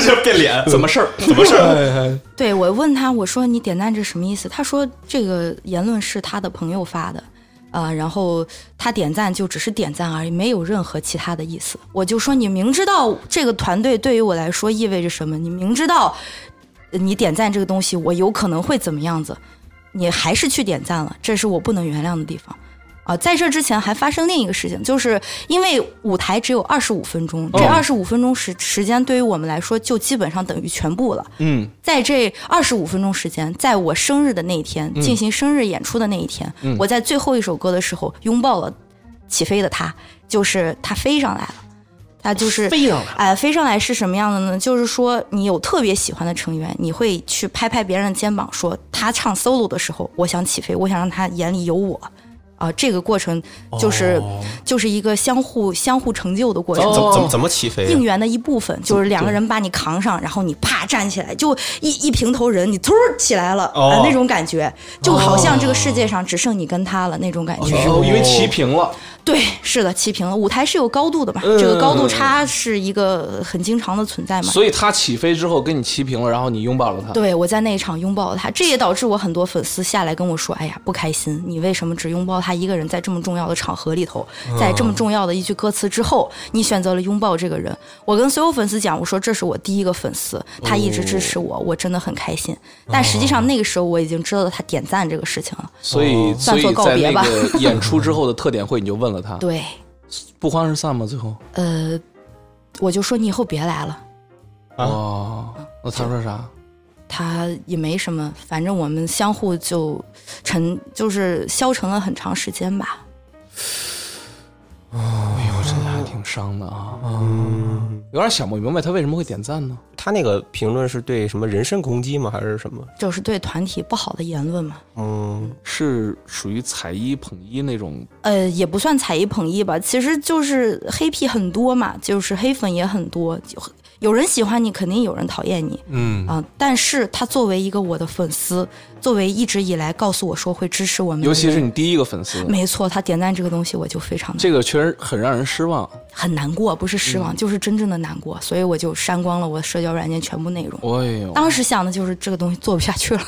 [SPEAKER 3] 这变脸，嗯
[SPEAKER 4] 怎么事儿？
[SPEAKER 3] 怎么事儿？
[SPEAKER 2] 对我问他，我说你点赞这什么意思？他说这个言论是他的朋友发的，啊、然后他点赞就只是点赞而已，没有任何其他的意思。我就说你明知道这个团队对于我来说意味着什么，你明知道呃你点赞这个东西我有可能会怎么样子，你还是去点赞了，这是我不能原谅的地方。啊，在这之前还发生另一个事情，就是因为舞台只有二十五分钟，这二十五分钟时时间对于我们来说就基本上等于全部了。
[SPEAKER 4] 嗯，
[SPEAKER 2] 在这二十五分钟时间，在我生日的那一天，进行生日演出的那一天，我在最后一首歌的时候拥抱了起飞的他，就是他飞上来了，他就是
[SPEAKER 4] 飞上来了
[SPEAKER 2] 哎、飞上来是什么样的呢？就是说你有特别喜欢的成员，你会去拍拍别人的肩膀说，他唱 solo 的时候，我想起飞，我想让他眼里有我。啊，这个过程就是、
[SPEAKER 4] 哦
[SPEAKER 2] 就是一个相互相互成就的过程。
[SPEAKER 3] 哦
[SPEAKER 5] 怎么怎么怎么起飞
[SPEAKER 2] 应
[SPEAKER 5] 啊？
[SPEAKER 2] 援的一部分，就是两个人把你扛上，然后你啪站起来，就一一平头人，你突儿起来了，啊、
[SPEAKER 5] 哦
[SPEAKER 2] 那种感觉，就好像这个世界上只剩你跟他了那种感觉。
[SPEAKER 4] 哦，因为齐平了，
[SPEAKER 2] 对，是的，齐平了。舞台是有高度的嘛，
[SPEAKER 4] 嗯
[SPEAKER 2] 这个高度差是一个很经常的存在嘛。
[SPEAKER 4] 所以他起飞之后跟你齐平了，然后你拥抱了他。
[SPEAKER 2] 对，我在那一场拥抱了他，这也导致我很多粉丝下来跟我说：“哎呀，不开心，你为什么只拥抱他一个人，在这么重要的场合里头，在这么重要的一句歌词之后，你选择了拥抱这个人？”我跟所有粉丝讲，我说这是我第一个粉丝，他一直支持我，我真的很开心。但实际上那个时候我已经知道他点赞这个事情了。
[SPEAKER 4] 所以，所
[SPEAKER 2] 算
[SPEAKER 4] 以
[SPEAKER 2] 作告
[SPEAKER 4] 在
[SPEAKER 2] 别
[SPEAKER 4] 那
[SPEAKER 2] 吧
[SPEAKER 4] 个演出之后的特点会，你就问了 他，
[SPEAKER 2] 对，
[SPEAKER 4] 不欢而散吗？最后，
[SPEAKER 2] 呃，我就说你以后别来了。
[SPEAKER 5] 啊
[SPEAKER 4] 哦，那他说啥？
[SPEAKER 2] 他也没什么，反正我们相互就沉，就是消沉了很长时间吧。
[SPEAKER 4] 哎呦，这还挺伤的啊，有点想不明白他为什么会点赞呢？
[SPEAKER 5] 他那个评论是对什么人身攻击吗？还是什么？
[SPEAKER 2] 就是对团体不好的言论嘛。
[SPEAKER 5] 嗯，
[SPEAKER 4] 是属于踩一捧一那种，
[SPEAKER 2] 呃，也不算踩一捧一吧，其实就是黑屁很多嘛，就是黑粉也很多，就有人喜欢你，肯定有人讨厌你
[SPEAKER 1] 嗯，
[SPEAKER 2] 啊、但是他作为一个我的粉丝，作为一直以来告诉我说会支持我们的人，
[SPEAKER 4] 尤其是你第一个粉丝，
[SPEAKER 2] 没错，他点赞这个东西，我就非常的
[SPEAKER 4] 这嗯个确实很让人失望。
[SPEAKER 2] 很难过，不是失望，就是真正的难过，所以我就删光了我社交软件全部内容。
[SPEAKER 4] 哎呦，
[SPEAKER 2] 当时想的就是这个东西做不下去了，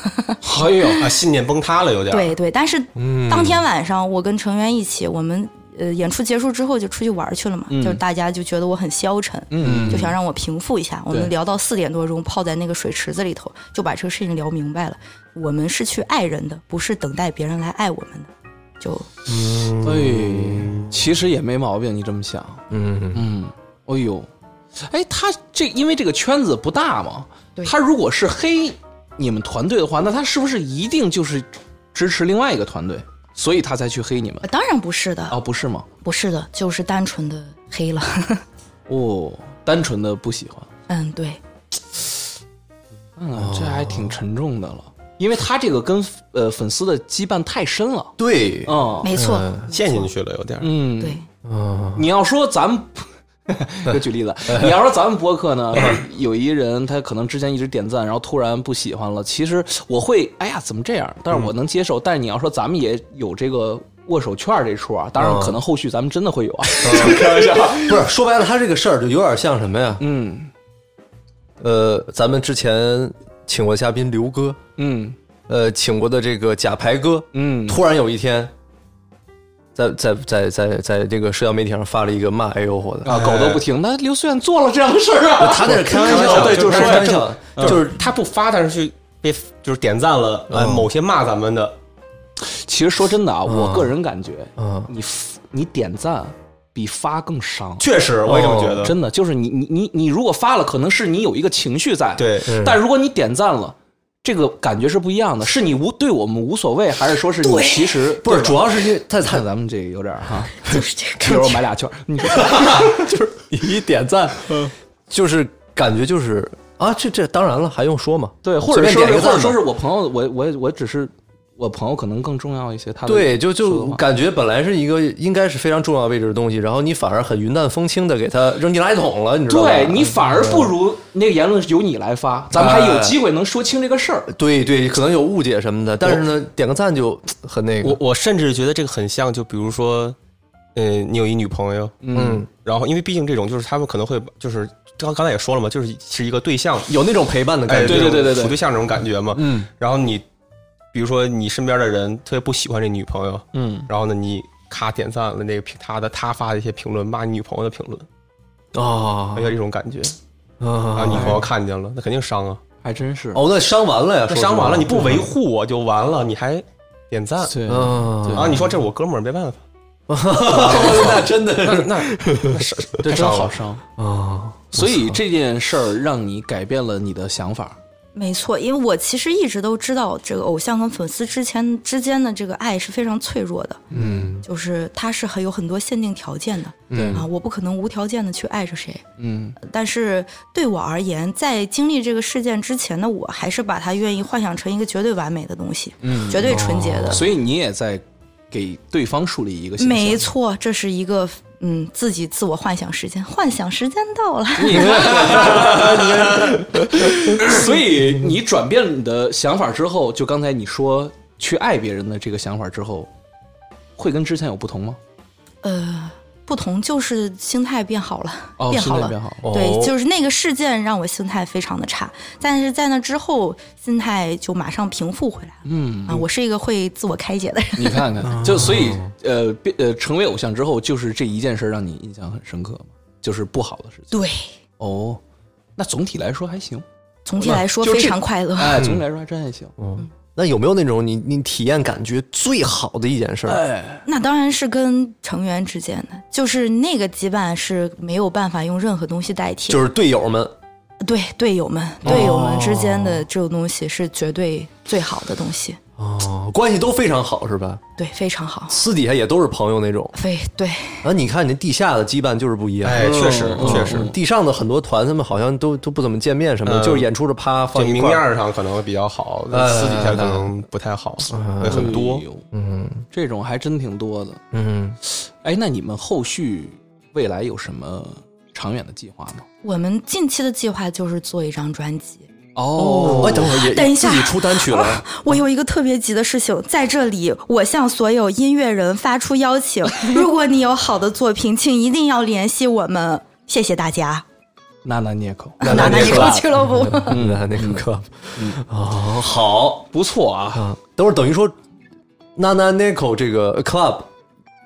[SPEAKER 4] 哎呦，
[SPEAKER 5] 啊，信念崩塌了，有点。，
[SPEAKER 2] 对对，但是
[SPEAKER 4] 嗯
[SPEAKER 2] 当天晚上我跟成员一起，我们呃演出结束之后就出去玩去了嘛，就是大家就觉得我很消沉，
[SPEAKER 4] 嗯
[SPEAKER 2] 就想让我平复一下。我
[SPEAKER 4] 对
[SPEAKER 2] 们聊到四点多钟，泡在那个水池子里头，就把这个事情聊明白了。我们是去爱人的，不是等待别人来爱我们的。就
[SPEAKER 4] 对，哎其实也没毛病，你这么想，
[SPEAKER 1] 嗯
[SPEAKER 4] 嗯，哎呦，哎，他这因为这个圈子不大嘛
[SPEAKER 2] 对，
[SPEAKER 4] 他如果是黑你们团队的话，那他是不是一定就是支持另外一个团队，所以他才去黑你们
[SPEAKER 2] 呃？当然不是的，
[SPEAKER 4] 哦，不是吗？
[SPEAKER 2] 不是的，就是单纯的黑了。
[SPEAKER 4] 哦，单纯的不喜欢，
[SPEAKER 2] 嗯，对，
[SPEAKER 4] 嗯，这还挺沉重的了，因为他这个跟呃粉丝的羁绊太深了，
[SPEAKER 1] 对，
[SPEAKER 4] 嗯
[SPEAKER 2] 没错，
[SPEAKER 5] 陷进去了，有点。
[SPEAKER 4] 嗯，
[SPEAKER 2] 对，
[SPEAKER 1] 嗯，
[SPEAKER 4] 你要说咱们， 又举 例子，你要说咱们播客呢，有一人他可能之前一直点赞，然后突然不喜欢了，其实我会，哎呀，怎么这样？但是我能接受。但是你要说咱们也有这个握手券这出啊，当然可能后续咱们真的会有啊。 开玩笑，
[SPEAKER 1] 不是，说白了，他这个事儿就有点像什么呀？
[SPEAKER 4] 嗯
[SPEAKER 1] 呃，咱们之前请过嘉宾刘哥，
[SPEAKER 4] 嗯
[SPEAKER 1] 呃，请过的这个假牌哥，
[SPEAKER 4] 嗯，
[SPEAKER 1] 突然有一天，在在在在在这个社交媒体上发了一个骂 A O 火的，
[SPEAKER 4] 啊，狗都不停，那刘思远做了这样的事儿 啊，
[SPEAKER 1] 他那是开玩笑，
[SPEAKER 5] 对
[SPEAKER 1] 就是
[SPEAKER 5] 就是
[SPEAKER 1] 开玩笑，
[SPEAKER 5] 就
[SPEAKER 1] 就是
[SPEAKER 5] 是他不发，但是去被就是点赞了，呃，
[SPEAKER 4] 哦
[SPEAKER 5] 某些骂咱们的，
[SPEAKER 4] 其实说真的啊，我个人感觉，
[SPEAKER 1] 嗯
[SPEAKER 4] 你 f- 你点赞比发更伤。
[SPEAKER 5] 确实我也这么觉得。
[SPEAKER 4] 真的就是你你你你如果发了，可能是你有一个情绪在，
[SPEAKER 5] 对
[SPEAKER 4] 但如果你点赞了，这个感觉是不一样的，是你无对我们无所谓，还是说是你其实
[SPEAKER 1] 不是，主要是因为他
[SPEAKER 4] 看
[SPEAKER 1] 他
[SPEAKER 4] 咱们这个有点儿 哈，
[SPEAKER 2] 就是这个
[SPEAKER 4] 比
[SPEAKER 2] 感
[SPEAKER 4] 如我
[SPEAKER 2] 觉。
[SPEAKER 4] 买俩 券儿，你说
[SPEAKER 1] 就是一点赞，就是感觉就是啊，这这当然了，还用说吗？
[SPEAKER 4] 对，或者
[SPEAKER 1] 随便
[SPEAKER 4] 说
[SPEAKER 1] 点一个
[SPEAKER 4] 或者
[SPEAKER 1] 赞
[SPEAKER 4] 说
[SPEAKER 1] 吧
[SPEAKER 4] 是我朋友，我我我只是我朋友可能更重要一些。他的
[SPEAKER 1] 对，就
[SPEAKER 4] 嗯说
[SPEAKER 1] 就
[SPEAKER 4] 的话
[SPEAKER 1] 感觉本来是一个应该是非常重要位置的东西，然后你反而很云淡风轻的给它扔进垃圾桶了，你知道吧？啊
[SPEAKER 4] 对你反而不如那个言论由你来发，咱们还有
[SPEAKER 1] 哎
[SPEAKER 4] 机会能说清这个事儿。
[SPEAKER 1] 对对，可能有误解什么的，但是呢，点个赞就很那
[SPEAKER 5] 我
[SPEAKER 1] 个，
[SPEAKER 5] 我甚至觉得这个很像，就比如说，嗯、你有一女朋友，
[SPEAKER 1] 嗯，
[SPEAKER 5] 然后因为毕竟这种就是他们可能会就是刚刚才也说了嘛，就是是一个对象，
[SPEAKER 1] 有那种陪伴的感
[SPEAKER 5] 哎，
[SPEAKER 1] 觉，
[SPEAKER 4] 对对对对对
[SPEAKER 5] 处对象这种感觉嘛。
[SPEAKER 1] 嗯，
[SPEAKER 5] 然后你比如说你身边的人特别不喜欢这女朋友，
[SPEAKER 4] 嗯，
[SPEAKER 5] 然后呢你咔点赞了那个评他的他发的一些评论，骂你女朋友的评论，哎
[SPEAKER 1] 啊
[SPEAKER 4] 哎
[SPEAKER 5] 有点这种感觉，然后
[SPEAKER 1] 啊
[SPEAKER 5] 女朋友看见了，那肯定伤啊，
[SPEAKER 4] 还真是。
[SPEAKER 1] 哦，那伤完了呀，
[SPEAKER 5] 那
[SPEAKER 1] 说实
[SPEAKER 5] 伤完
[SPEAKER 1] 话
[SPEAKER 5] 了你不维护我就完了，你还点赞
[SPEAKER 4] 对，
[SPEAKER 1] 嗯
[SPEAKER 5] 啊？你说这是我哥们儿没办法，
[SPEAKER 1] 那真的
[SPEAKER 5] 那那 那是
[SPEAKER 4] 这真
[SPEAKER 5] 太伤
[SPEAKER 4] 好
[SPEAKER 5] 了。
[SPEAKER 4] 伤。
[SPEAKER 5] 哦
[SPEAKER 1] 啊，
[SPEAKER 4] 所以这件事儿让你改变了你的想法。
[SPEAKER 2] 没错，因为我其实一直都知道，这个偶像跟粉丝之前之间的这个爱是非常脆弱的，
[SPEAKER 1] 嗯
[SPEAKER 2] 就是它是很有很多限定条件的、
[SPEAKER 4] 对
[SPEAKER 2] 啊，我不可能无条件的去爱着谁。
[SPEAKER 4] 嗯，
[SPEAKER 2] 但是对我而言，在经历这个事件之前的我，还是把它愿意幻想成一个绝对完美的东西，嗯，绝对纯洁的。
[SPEAKER 4] 所以你也在给对方树立一个形象。
[SPEAKER 2] 没错，这是一个嗯，自己自我幻想时间，幻想时间到了。
[SPEAKER 4] 你 看，所以你转变你的想法之后，就刚才你说去爱别人的这个想法之后，会跟之前有 不同吗？
[SPEAKER 2] 呃，不同就是心态变好了，
[SPEAKER 4] 哦，
[SPEAKER 2] 变
[SPEAKER 4] 心
[SPEAKER 2] 好
[SPEAKER 4] 态
[SPEAKER 2] 了，
[SPEAKER 4] 变好了。哦
[SPEAKER 2] 对，就是那个事件让我心态非常的差，但是在那之后，心态就马上平复回来了。
[SPEAKER 4] 嗯，
[SPEAKER 2] 啊，我是一个会自我开解的人，
[SPEAKER 4] 你看看，就所以呃，变呃，成为偶像之后，就是这一件事让你印象很深刻嘛，就是不好的事情。
[SPEAKER 2] 对，
[SPEAKER 4] 哦，那总体来说还行，
[SPEAKER 2] 总体来说
[SPEAKER 4] 就这
[SPEAKER 2] 非常快乐。
[SPEAKER 4] 哎，总体来说还真还行。
[SPEAKER 1] 那有没有那种你你体验感觉最好的一件事儿？
[SPEAKER 4] 哎，
[SPEAKER 2] 那当然是跟成员之间的，就是那个羁绊是没有办法用任何东西代替的。
[SPEAKER 1] 就是队友们，
[SPEAKER 2] 对队友们，
[SPEAKER 4] 哦
[SPEAKER 2] 队友们之间的这种东西是绝对最好的东西，
[SPEAKER 1] 哦，关系都非常好是吧？
[SPEAKER 2] 对，非常好。
[SPEAKER 1] 私底下也都是朋友那种。
[SPEAKER 2] 非对，
[SPEAKER 1] 啊，你看你地下的羁绊就是不一样。
[SPEAKER 5] 哎，确实
[SPEAKER 4] 嗯
[SPEAKER 5] 确实，
[SPEAKER 1] 地上的很多团，他们好像都都不怎么见面什么的，
[SPEAKER 5] 嗯
[SPEAKER 1] 就是演出着啪
[SPEAKER 5] 就
[SPEAKER 1] 放一
[SPEAKER 5] 明
[SPEAKER 1] 块
[SPEAKER 5] 面
[SPEAKER 1] 儿。
[SPEAKER 5] 儿上可能比较好，
[SPEAKER 1] 哎
[SPEAKER 5] 私底下可能不太好，会很多
[SPEAKER 4] 哎。呦
[SPEAKER 1] 嗯
[SPEAKER 4] 这种还真挺多的。
[SPEAKER 1] 嗯，
[SPEAKER 4] 哎，那你们后续未来有什么长远的计划吗？
[SPEAKER 2] 我们近期的计划就是做一张专辑。
[SPEAKER 4] 哦
[SPEAKER 1] 哎，等会儿也
[SPEAKER 2] 等一下
[SPEAKER 1] 自己出单 曲了，
[SPEAKER 2] 我有一个特别急的事情，在这里，我向所有音乐人发出邀请：如果你有好的作品，请一定要联系我们。谢谢大家，
[SPEAKER 4] 娜娜涅口，
[SPEAKER 1] 那那
[SPEAKER 2] 娜一
[SPEAKER 1] 那
[SPEAKER 2] 口
[SPEAKER 1] 个，
[SPEAKER 2] 俱乐部。
[SPEAKER 1] 嗯，那那个课，哦，好
[SPEAKER 4] 不错啊。
[SPEAKER 1] 啊，等会儿等于说，娜娜 n i c o 这个 club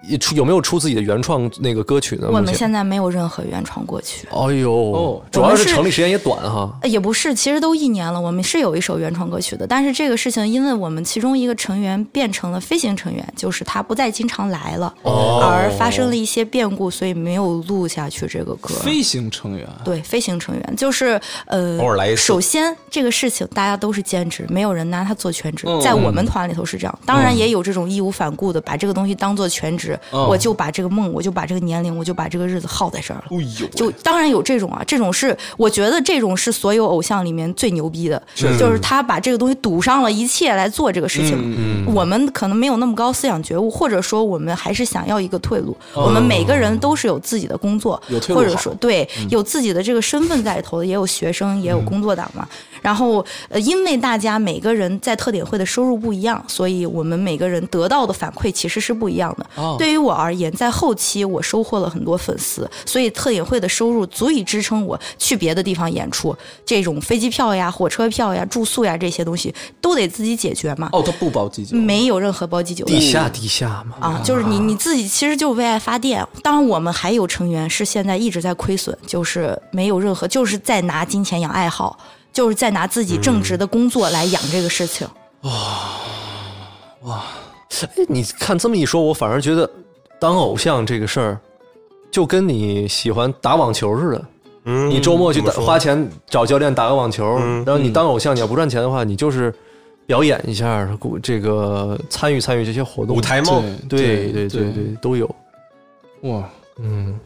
[SPEAKER 1] 也出有没有出自己的原创那个歌曲呢？
[SPEAKER 2] 我
[SPEAKER 1] 目
[SPEAKER 2] 们
[SPEAKER 1] 前
[SPEAKER 2] 现在没有任何原创歌曲，
[SPEAKER 1] 哎呦
[SPEAKER 4] 哦，
[SPEAKER 1] 主要
[SPEAKER 2] 我们
[SPEAKER 1] 是
[SPEAKER 2] 是
[SPEAKER 1] 成立时间也短哈。
[SPEAKER 2] 呃也不是，其实都一年了。我们是有一首原创歌曲的，但是这个事情，因为我们其中一个成员变成了飞行成员，就是他不再经常来了，
[SPEAKER 1] 哦
[SPEAKER 2] 而发生了一些变故，所以没有录下去这个歌。
[SPEAKER 4] 飞行成员，
[SPEAKER 2] 对，飞行成员就是呃，
[SPEAKER 5] 偶尔来一次
[SPEAKER 2] 首先，这个事情大家都是兼职，没有人拿它做全职
[SPEAKER 4] 嗯，
[SPEAKER 2] 在我们团里头是这样。当
[SPEAKER 5] 嗯
[SPEAKER 2] 然也有这种义无反顾的把这个东西当做全职，
[SPEAKER 4] 嗯
[SPEAKER 2] 我就把这个梦，我就把这个年龄，我就把这个日子耗在这儿了。
[SPEAKER 4] 哎呦，
[SPEAKER 2] 就当然有这种啊，这种是我觉得这种是所有偶像里面最牛逼的，就是他把这个东西赌上了一切来做这个事情。
[SPEAKER 4] 嗯
[SPEAKER 2] 我们可能没有那么高思想觉悟，或者说我们还是想要一个退路。我们每个人都是有自己的工作，
[SPEAKER 4] 哦有退路嗯
[SPEAKER 2] 或者
[SPEAKER 4] 好
[SPEAKER 2] 说对、有自己的这个身份在里头的，也有学生，也有
[SPEAKER 4] 嗯
[SPEAKER 2] 工作党嘛。然后呃，因为大家每个人在特点会的收入不一样，所以我们每个人得到的反馈其实是不一样的。
[SPEAKER 4] 哦
[SPEAKER 2] 对于我而言，在后期我收获了很多粉丝，所以特点会的收入足以支撑我去别的地方演出。这种飞机票呀、火车票呀、住宿呀这些东西都得自己解决嘛，
[SPEAKER 4] 哦，他不包机酒，
[SPEAKER 2] 没有任何包机酒的
[SPEAKER 1] 地下地下嘛，
[SPEAKER 4] 嗯
[SPEAKER 2] 啊，就是你你自己其实就为爱发电。当然，我们还有成员是现在一直在亏损，就是没有任何，就是在拿金钱养爱好，就是在拿自己正职的工作来养这个事情。
[SPEAKER 1] 哎，你看这么一说，我反而觉得当偶像这个事儿，就跟你喜欢打网球似的。
[SPEAKER 5] 嗯，
[SPEAKER 1] 你周末去
[SPEAKER 5] 怎么
[SPEAKER 1] 打
[SPEAKER 5] 说
[SPEAKER 1] 花钱找教练打个网球，然后你当偶像，你要不赚钱的话，你就是表演一下，鼓这个参与参与这些活动。
[SPEAKER 5] 舞台梦，
[SPEAKER 4] 对
[SPEAKER 1] 对对
[SPEAKER 4] 对
[SPEAKER 1] 对对，都有。
[SPEAKER 4] 哇，
[SPEAKER 1] 嗯，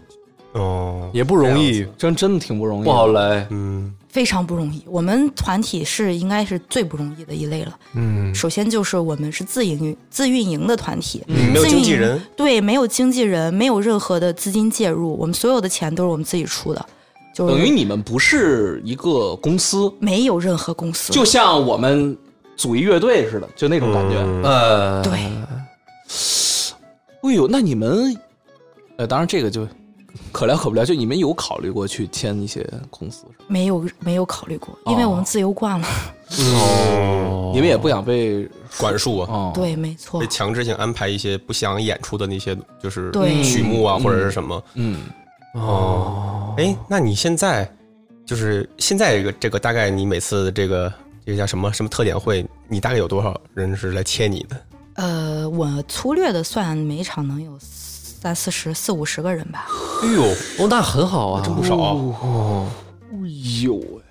[SPEAKER 5] 哦，
[SPEAKER 1] 也不容
[SPEAKER 5] 这
[SPEAKER 1] 易，
[SPEAKER 4] 真真的挺不容易的，
[SPEAKER 1] 不好来。
[SPEAKER 5] 嗯
[SPEAKER 2] 非常不容易。我们团体是应该是最不容易的一类了。
[SPEAKER 1] 嗯，
[SPEAKER 2] 首先就是我们是自营自运营的团体，
[SPEAKER 5] 嗯，没有
[SPEAKER 2] 自运
[SPEAKER 5] 经纪
[SPEAKER 2] 营
[SPEAKER 5] 人，
[SPEAKER 2] 对，没有经纪人，没有任何的资金介入，我们所有的钱都是我们自己出的，就是
[SPEAKER 4] 等于你们不是一个公司，
[SPEAKER 2] 没有任何公司。
[SPEAKER 4] 就像我们组一乐队似的，就那种感觉。
[SPEAKER 5] 嗯
[SPEAKER 1] 呃，
[SPEAKER 2] 对，
[SPEAKER 4] 哎呦，那你们，呃，当然这个就可聊可不聊，就你们有考虑过去签一些公司，
[SPEAKER 2] 没有没有考虑过，因为我们自由惯了。
[SPEAKER 5] 哦，
[SPEAKER 4] 你们也不想被
[SPEAKER 5] 管束啊，
[SPEAKER 4] 哦，
[SPEAKER 2] 对，没错
[SPEAKER 5] 被，强制性安排一些不想演出的那些就是
[SPEAKER 2] 对
[SPEAKER 5] 曲目啊
[SPEAKER 4] 嗯
[SPEAKER 5] 或者是什么。
[SPEAKER 4] 嗯，
[SPEAKER 5] 哦，哎，那你现在就是现在这个这个大概你每次这个这个叫什么什么特点会，你大概有多少人是来切你的？
[SPEAKER 2] 呃，我粗略的算，每场能有三四十、四五十个人吧。
[SPEAKER 1] 哎呦，哦，那很好啊，真
[SPEAKER 5] 不少啊，
[SPEAKER 4] 哎呦喂，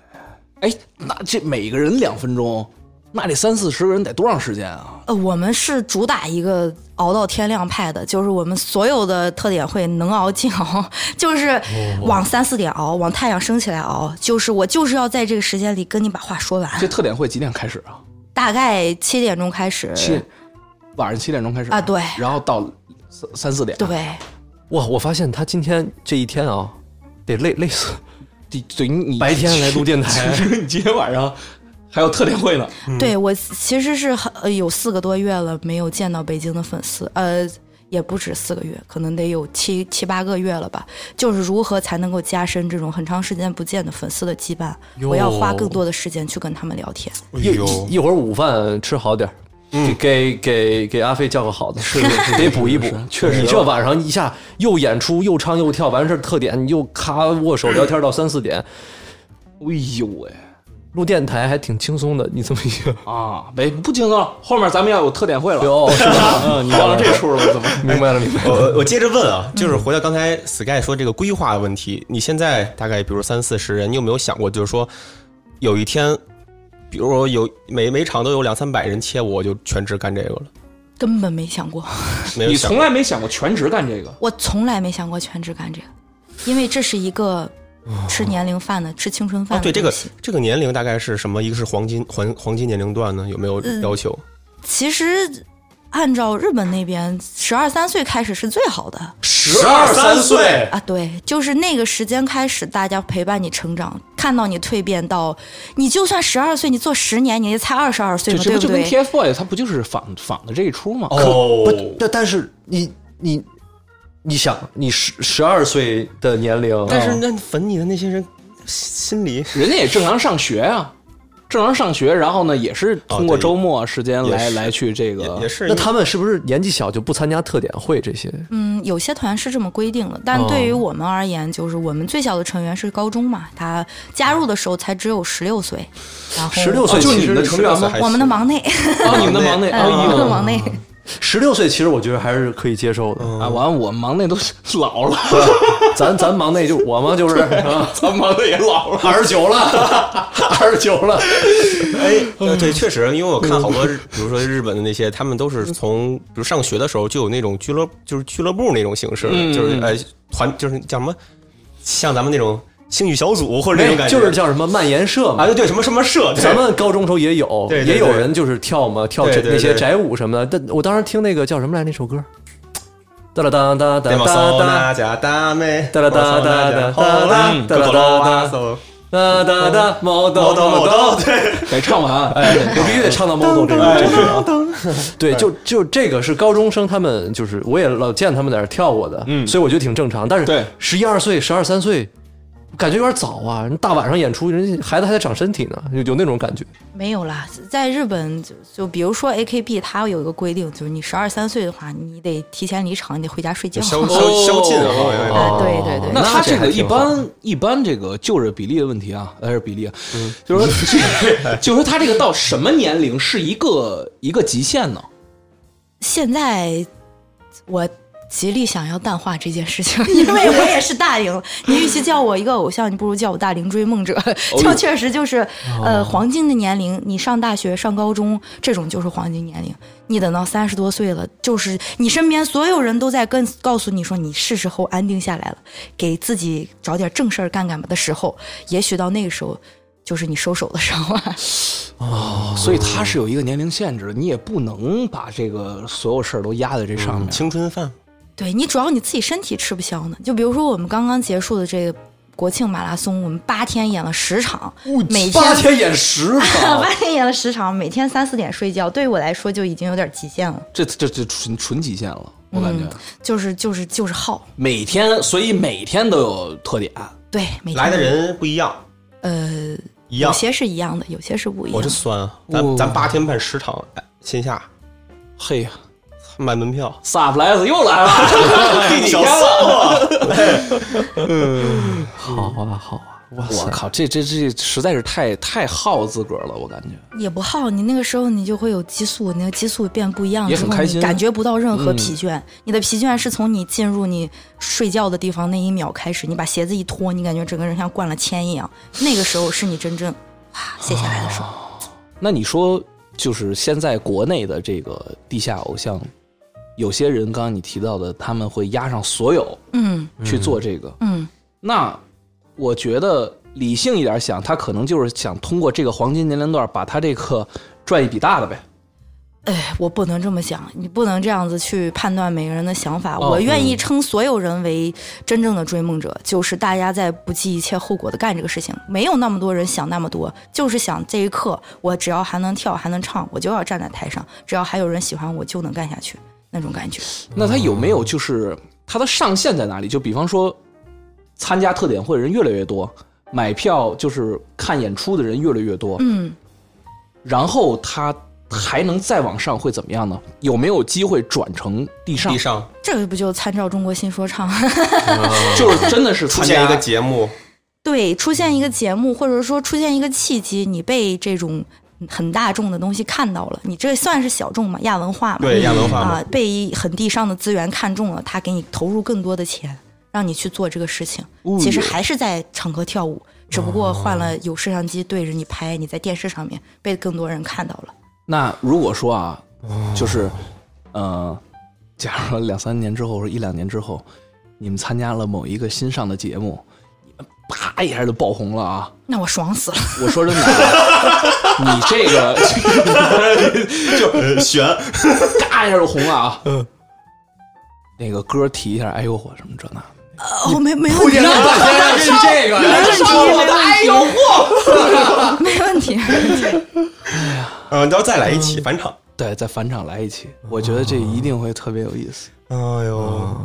[SPEAKER 4] 哎，那这每个人两分钟，那这三四十个人得多长时间啊？
[SPEAKER 2] 呃，我们是主打一个熬到天亮派的，就是我们所有的特点会能熬尽熬，
[SPEAKER 4] 哦
[SPEAKER 2] 就是往三四点熬，往太阳升起来熬，就是我就是要在这个时间里跟你把话说完。
[SPEAKER 4] 这特点会几点开始啊？
[SPEAKER 2] 大概七点钟开始，
[SPEAKER 4] 七，晚上七点钟开始
[SPEAKER 2] 啊对
[SPEAKER 4] 然后到三三四点，
[SPEAKER 2] 对，
[SPEAKER 1] 哇！我发现他今天这一天啊，得累累死，
[SPEAKER 4] 对对，你你
[SPEAKER 1] 白天来录电台
[SPEAKER 4] 其实你今天晚上还有特点会呢，
[SPEAKER 5] 嗯
[SPEAKER 2] 对我其实是很呃有四个多月了没有见到北京的粉丝，呃，也不止四个月，可能得有七七八个月了吧。就是如何才能够加深这种很长时间不见的粉丝的羁绊？
[SPEAKER 1] 哟
[SPEAKER 2] 我要花更多的时间去跟他们聊天。
[SPEAKER 1] 一一一会儿午饭吃好点儿。给给给阿飞叫个好的，嗯是得补一补。确实，你这晚上一下又演出又唱又跳，完事儿特点，你又咔握手聊天到三四点，
[SPEAKER 4] 哎呦喂、
[SPEAKER 1] 录电台还挺轻松的。你这么一个，
[SPEAKER 4] 啊，没不轻松了，后面咱们要有特点会了。
[SPEAKER 1] 哟，哦是 吧？
[SPEAKER 4] 嗯，你忘了这出了怎么？
[SPEAKER 1] 明白了，明白了。
[SPEAKER 5] 我我我接着问啊，就是回到刚才 Sky 说这个规划的问题，你现在大概比如三四十人，你有没有想过，就是说有一天，比如我有每每场都有两三百人切我，我就全职干这个了？
[SPEAKER 2] 根本没想过，
[SPEAKER 5] 没有
[SPEAKER 4] 你
[SPEAKER 5] 想
[SPEAKER 4] 从来没想过全职干这个？
[SPEAKER 2] 我从来没想过全职干这个，因为这是一个吃年龄饭的、吃青春饭
[SPEAKER 5] 哦，
[SPEAKER 2] 的
[SPEAKER 5] 对这
[SPEAKER 2] 东
[SPEAKER 5] 个
[SPEAKER 2] 西
[SPEAKER 5] 这个年龄大概是什么？一个是黄金黄黄金年龄段呢，有没有要求？
[SPEAKER 2] 其实按照日本那边十二三岁开始是最好的，
[SPEAKER 3] 十二三岁，
[SPEAKER 2] 啊，对，就是那个时间开始，大家陪伴你成长，看到你蜕变到，你就算十二岁，你做十年，你也才二十二岁
[SPEAKER 4] 这
[SPEAKER 2] 嘛，
[SPEAKER 4] 这
[SPEAKER 2] 对
[SPEAKER 4] 不
[SPEAKER 2] 不
[SPEAKER 4] 就跟
[SPEAKER 2] 对？
[SPEAKER 4] TFBOYS 他不就是仿仿的这一出
[SPEAKER 1] 哦
[SPEAKER 4] 吗？
[SPEAKER 1] 不，但但是你你你想，你十十二岁的年龄，
[SPEAKER 5] 但是那粉你的那些人心里
[SPEAKER 4] 人家也正常上学啊，正常上学，然后呢哦也是通过
[SPEAKER 5] 对
[SPEAKER 4] 周末时间来、
[SPEAKER 5] 也是
[SPEAKER 4] 来去这
[SPEAKER 5] 也
[SPEAKER 4] 个
[SPEAKER 5] 也是
[SPEAKER 1] 那他们是不是年纪小就不参加特点会这些？
[SPEAKER 2] 嗯，有些团是这么规定的，但对于我们而言，就是我们最小的成员是高中嘛，他加入的时候才只有十六岁，然后
[SPEAKER 1] 十六岁
[SPEAKER 5] 啊
[SPEAKER 4] 哦就
[SPEAKER 1] 其
[SPEAKER 4] 你们的
[SPEAKER 1] 实
[SPEAKER 4] 成员吗
[SPEAKER 5] 还
[SPEAKER 2] 我们的忙内，
[SPEAKER 4] 哦，你们的忙内，
[SPEAKER 2] 我
[SPEAKER 4] 哎
[SPEAKER 2] 们的
[SPEAKER 4] 呦
[SPEAKER 2] 忙内，
[SPEAKER 1] 十六岁其实我觉得还是可以接受的。
[SPEAKER 5] 嗯
[SPEAKER 4] 啊，完了我们忙内都 老了，
[SPEAKER 1] 咱咱忙内就我嘛 就是啊
[SPEAKER 4] 咱忙内也老了。
[SPEAKER 1] 二十九了，二十九了。
[SPEAKER 5] 哎，
[SPEAKER 1] 嗯
[SPEAKER 5] 呃对，确实，因为我看好多日，比如说日本的那些，他们都是从比如上学的时候就有那种俱乐，就是俱乐部那种形式，
[SPEAKER 1] 嗯
[SPEAKER 5] 就是呃团，就是叫什么，像咱们那种兴趣小组或者那种感觉，
[SPEAKER 1] 就是叫什么蔓延社
[SPEAKER 5] 啊
[SPEAKER 1] 嘛。
[SPEAKER 5] 对对什么什么社，对
[SPEAKER 1] 咱们高中时候也有，
[SPEAKER 5] 对对对
[SPEAKER 1] 也有人就是跳嘛，跳这
[SPEAKER 5] 对对对
[SPEAKER 1] 那些宅舞什么的。但我当时听那个叫什么来那首歌，哒啦哒哒哒
[SPEAKER 5] 对
[SPEAKER 1] 哒
[SPEAKER 5] 嘛，
[SPEAKER 1] 哒
[SPEAKER 5] 嗖
[SPEAKER 1] 哒
[SPEAKER 5] 那家大妹，
[SPEAKER 1] 哒哒哒哒哒哒哒
[SPEAKER 5] 哒哒哒哒，
[SPEAKER 1] 哒哒哒，毛豆毛豆，
[SPEAKER 5] 刀，对，
[SPEAKER 4] 得唱完，啊
[SPEAKER 1] 哎，我必须得唱到毛豆这个这个啊。对，就就这个是高中生，他们就是我也老见他们在那儿跳过的，嗯，所以我觉得挺正常。但
[SPEAKER 4] 对
[SPEAKER 1] 是十一二岁、十二三岁，感觉有点早啊！人大晚上演出，人家孩子还在长身体呢，有有那种感觉。
[SPEAKER 2] 没有啦，在日本就就比如说 A K B，它有一个规定，就是你十二三岁的话，你得提前离场，你得回家睡觉。
[SPEAKER 5] 消消
[SPEAKER 1] 哦
[SPEAKER 5] 消禁啊！
[SPEAKER 2] 呃，对对对，
[SPEAKER 4] 那他这个一
[SPEAKER 1] 那这还
[SPEAKER 4] 般一般这个就是比例的问题啊，还是比例啊，就是说 就是说他这个到什么年龄是一个一个极限呢？
[SPEAKER 2] 现在我极力想要淡化这件事情， 因为我也是大 龄。你与其叫我一个偶像，你不如叫我大龄追梦者。就确实就是，呃，黄金的年龄，你上大学、上高中这种就是黄金年龄。你等到三十多岁了，就是你身边所有人都在跟告诉你说你是时候安定下来了，给自己找点正事儿干干吧的时候，也许到那个时候就是你收手的时候啊。
[SPEAKER 4] 所以它是有一个年龄限制的，你也不能把这个所有事儿都压在这上面。
[SPEAKER 5] 青春饭，
[SPEAKER 2] 对你主要你自己身体吃不消呢。就比如说我们刚刚结束的这个国庆马拉松，我们八天演了十场，
[SPEAKER 5] 哦
[SPEAKER 2] 每天
[SPEAKER 3] 八天演十场，
[SPEAKER 2] 八天演了十场，每天三四点睡觉，对于我来说就已经有点极限了。
[SPEAKER 4] 这这这纯纯极限了，我感觉、
[SPEAKER 2] 就是就是就是耗，
[SPEAKER 4] 每天，所以每天都有特点。
[SPEAKER 2] 对，每天
[SPEAKER 5] 来的人不一样，
[SPEAKER 2] 呃，
[SPEAKER 5] 一
[SPEAKER 2] 有
[SPEAKER 5] 样。
[SPEAKER 2] 些是一样的，有些是不一
[SPEAKER 5] 我
[SPEAKER 2] 样
[SPEAKER 5] 这
[SPEAKER 2] 的。
[SPEAKER 5] 酸啊，咱
[SPEAKER 4] 哦
[SPEAKER 5] 咱八天办十场哎线下
[SPEAKER 4] 嘿呀，
[SPEAKER 5] 买门票，
[SPEAKER 4] 萨普莱斯又 来了，第几天
[SPEAKER 5] 啊
[SPEAKER 4] 了？嗯，好啊，好啊。我靠，这这这实在是太太耗自个儿了，我感觉。
[SPEAKER 2] 也不耗，你那个时候你就会有激素，那个激素变不一样，
[SPEAKER 4] 也
[SPEAKER 2] 之
[SPEAKER 4] 很
[SPEAKER 2] 后
[SPEAKER 4] 开
[SPEAKER 2] 你
[SPEAKER 4] 心啊嗯
[SPEAKER 2] 感觉不到任何疲倦。你的疲倦是从你进入你睡觉的地方那一秒开始，你把鞋子一脱，你感觉整个人像灌了铅一样，那个时候是你真正哇卸下来的时候。
[SPEAKER 4] 哦那你说，就是现在国内的这个地下偶像，有些人刚刚你提到的，他们会压上所有
[SPEAKER 2] 嗯
[SPEAKER 4] 去做这个。
[SPEAKER 2] 嗯，
[SPEAKER 4] 那我觉得理性一点想，他可能就是想通过这个黄金年龄段，把他这个赚一笔大的呗。
[SPEAKER 2] 哎，我不能这么想，你不能这样子去判断每个人的想法。
[SPEAKER 4] 哦
[SPEAKER 2] 我愿意称所有人为真正的追梦者，就是大家在不计一切后果的干这个事情，没有那么多人想那么多，就是想这一刻，我只要还能跳，还能唱，我就要站在台上，只要还有人喜欢我，就能干下去。那种感觉，
[SPEAKER 4] 那他有没有就是他的上限在哪里？就比方说，参加特点会的人越来越多，买票就是看演出的人越来越多，
[SPEAKER 2] 嗯，
[SPEAKER 4] 然后他还能再往上会怎么样呢？有没有机会转成地上？
[SPEAKER 5] 地上
[SPEAKER 2] 这个不就参照中国新说唱，
[SPEAKER 4] 就是真的是
[SPEAKER 5] 出
[SPEAKER 4] 参
[SPEAKER 5] 现
[SPEAKER 4] 加
[SPEAKER 5] 一个节目，
[SPEAKER 2] 对，出现一个节目，或者说出现一个契机，你被这种很大众的东西看到了，你这算是小众嘛，亚文化嘛，
[SPEAKER 5] 对亚文化嘛
[SPEAKER 2] 啊、被一很地上的资源看中了，他给你投入更多的钱，让你去做这个事情，
[SPEAKER 5] 哦
[SPEAKER 2] 其实还是在场合跳舞，只不过换了有摄像机对着你拍，你在电视上面被更多人看到了。
[SPEAKER 4] 那如果说啊，就是，呃，假如说两三年之后，或者一两年之后，你们参加了某一个新上的节目，你们啪一下就爆红了啊！
[SPEAKER 2] 那我爽死了！
[SPEAKER 4] 我说真的啊，你这 个
[SPEAKER 5] 就呃悬。
[SPEAKER 4] 嘎一下就红了啊。
[SPEAKER 1] 嗯
[SPEAKER 4] 那个歌提一下，哎呦我什么这那，
[SPEAKER 2] 哦，没没问题，
[SPEAKER 4] 然是这个，
[SPEAKER 2] 没问题
[SPEAKER 4] 我的哎呦我，
[SPEAKER 2] 没问题。
[SPEAKER 5] 嗯，到时候再来一期返场。
[SPEAKER 4] 对，再返场来一期，
[SPEAKER 1] 嗯
[SPEAKER 4] 我觉得这一定会特别有意思。
[SPEAKER 5] 哎呦，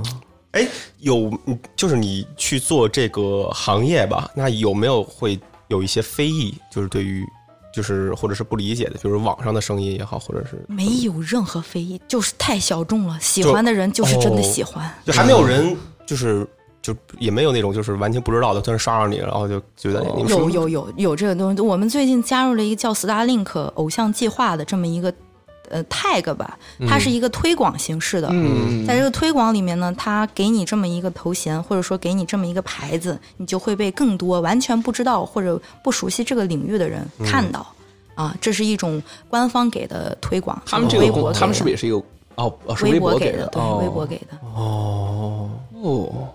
[SPEAKER 5] 哎，有就是你去做这个行业吧，那有没有会有一些非议？就是对于就是或者是不理解的，就是网上的声音也好，或者是
[SPEAKER 2] 没有任何非议，就是太小众了。喜欢的人就是真
[SPEAKER 4] 哦
[SPEAKER 2] 的喜欢。
[SPEAKER 5] 就还没有人就是就也没有那种就是完全不知道的，突然刷上你，然后就觉得哎你们是
[SPEAKER 2] 有有有有这个东西，我们最近加入了一个叫 Starlink 偶像计划的这么一个呃 tag 吧，它是一个推广形式的。
[SPEAKER 4] 嗯
[SPEAKER 2] 在这个推广里面呢，它给你这么一个头衔，或者说给你这么一个牌子，你就会被更多完全不知道或者不熟悉这个领域的人看到。
[SPEAKER 4] 嗯
[SPEAKER 2] 啊，这是一种官方给的推广，
[SPEAKER 4] 他们这
[SPEAKER 2] 微
[SPEAKER 4] 个
[SPEAKER 2] 博
[SPEAKER 4] 红，
[SPEAKER 2] 给
[SPEAKER 4] 他们
[SPEAKER 2] 的
[SPEAKER 4] 是不是也是一个哦哦是
[SPEAKER 2] 微
[SPEAKER 4] 博
[SPEAKER 2] 给
[SPEAKER 4] 的？
[SPEAKER 2] 对，
[SPEAKER 4] 哦
[SPEAKER 2] 微博给的。
[SPEAKER 4] 哦，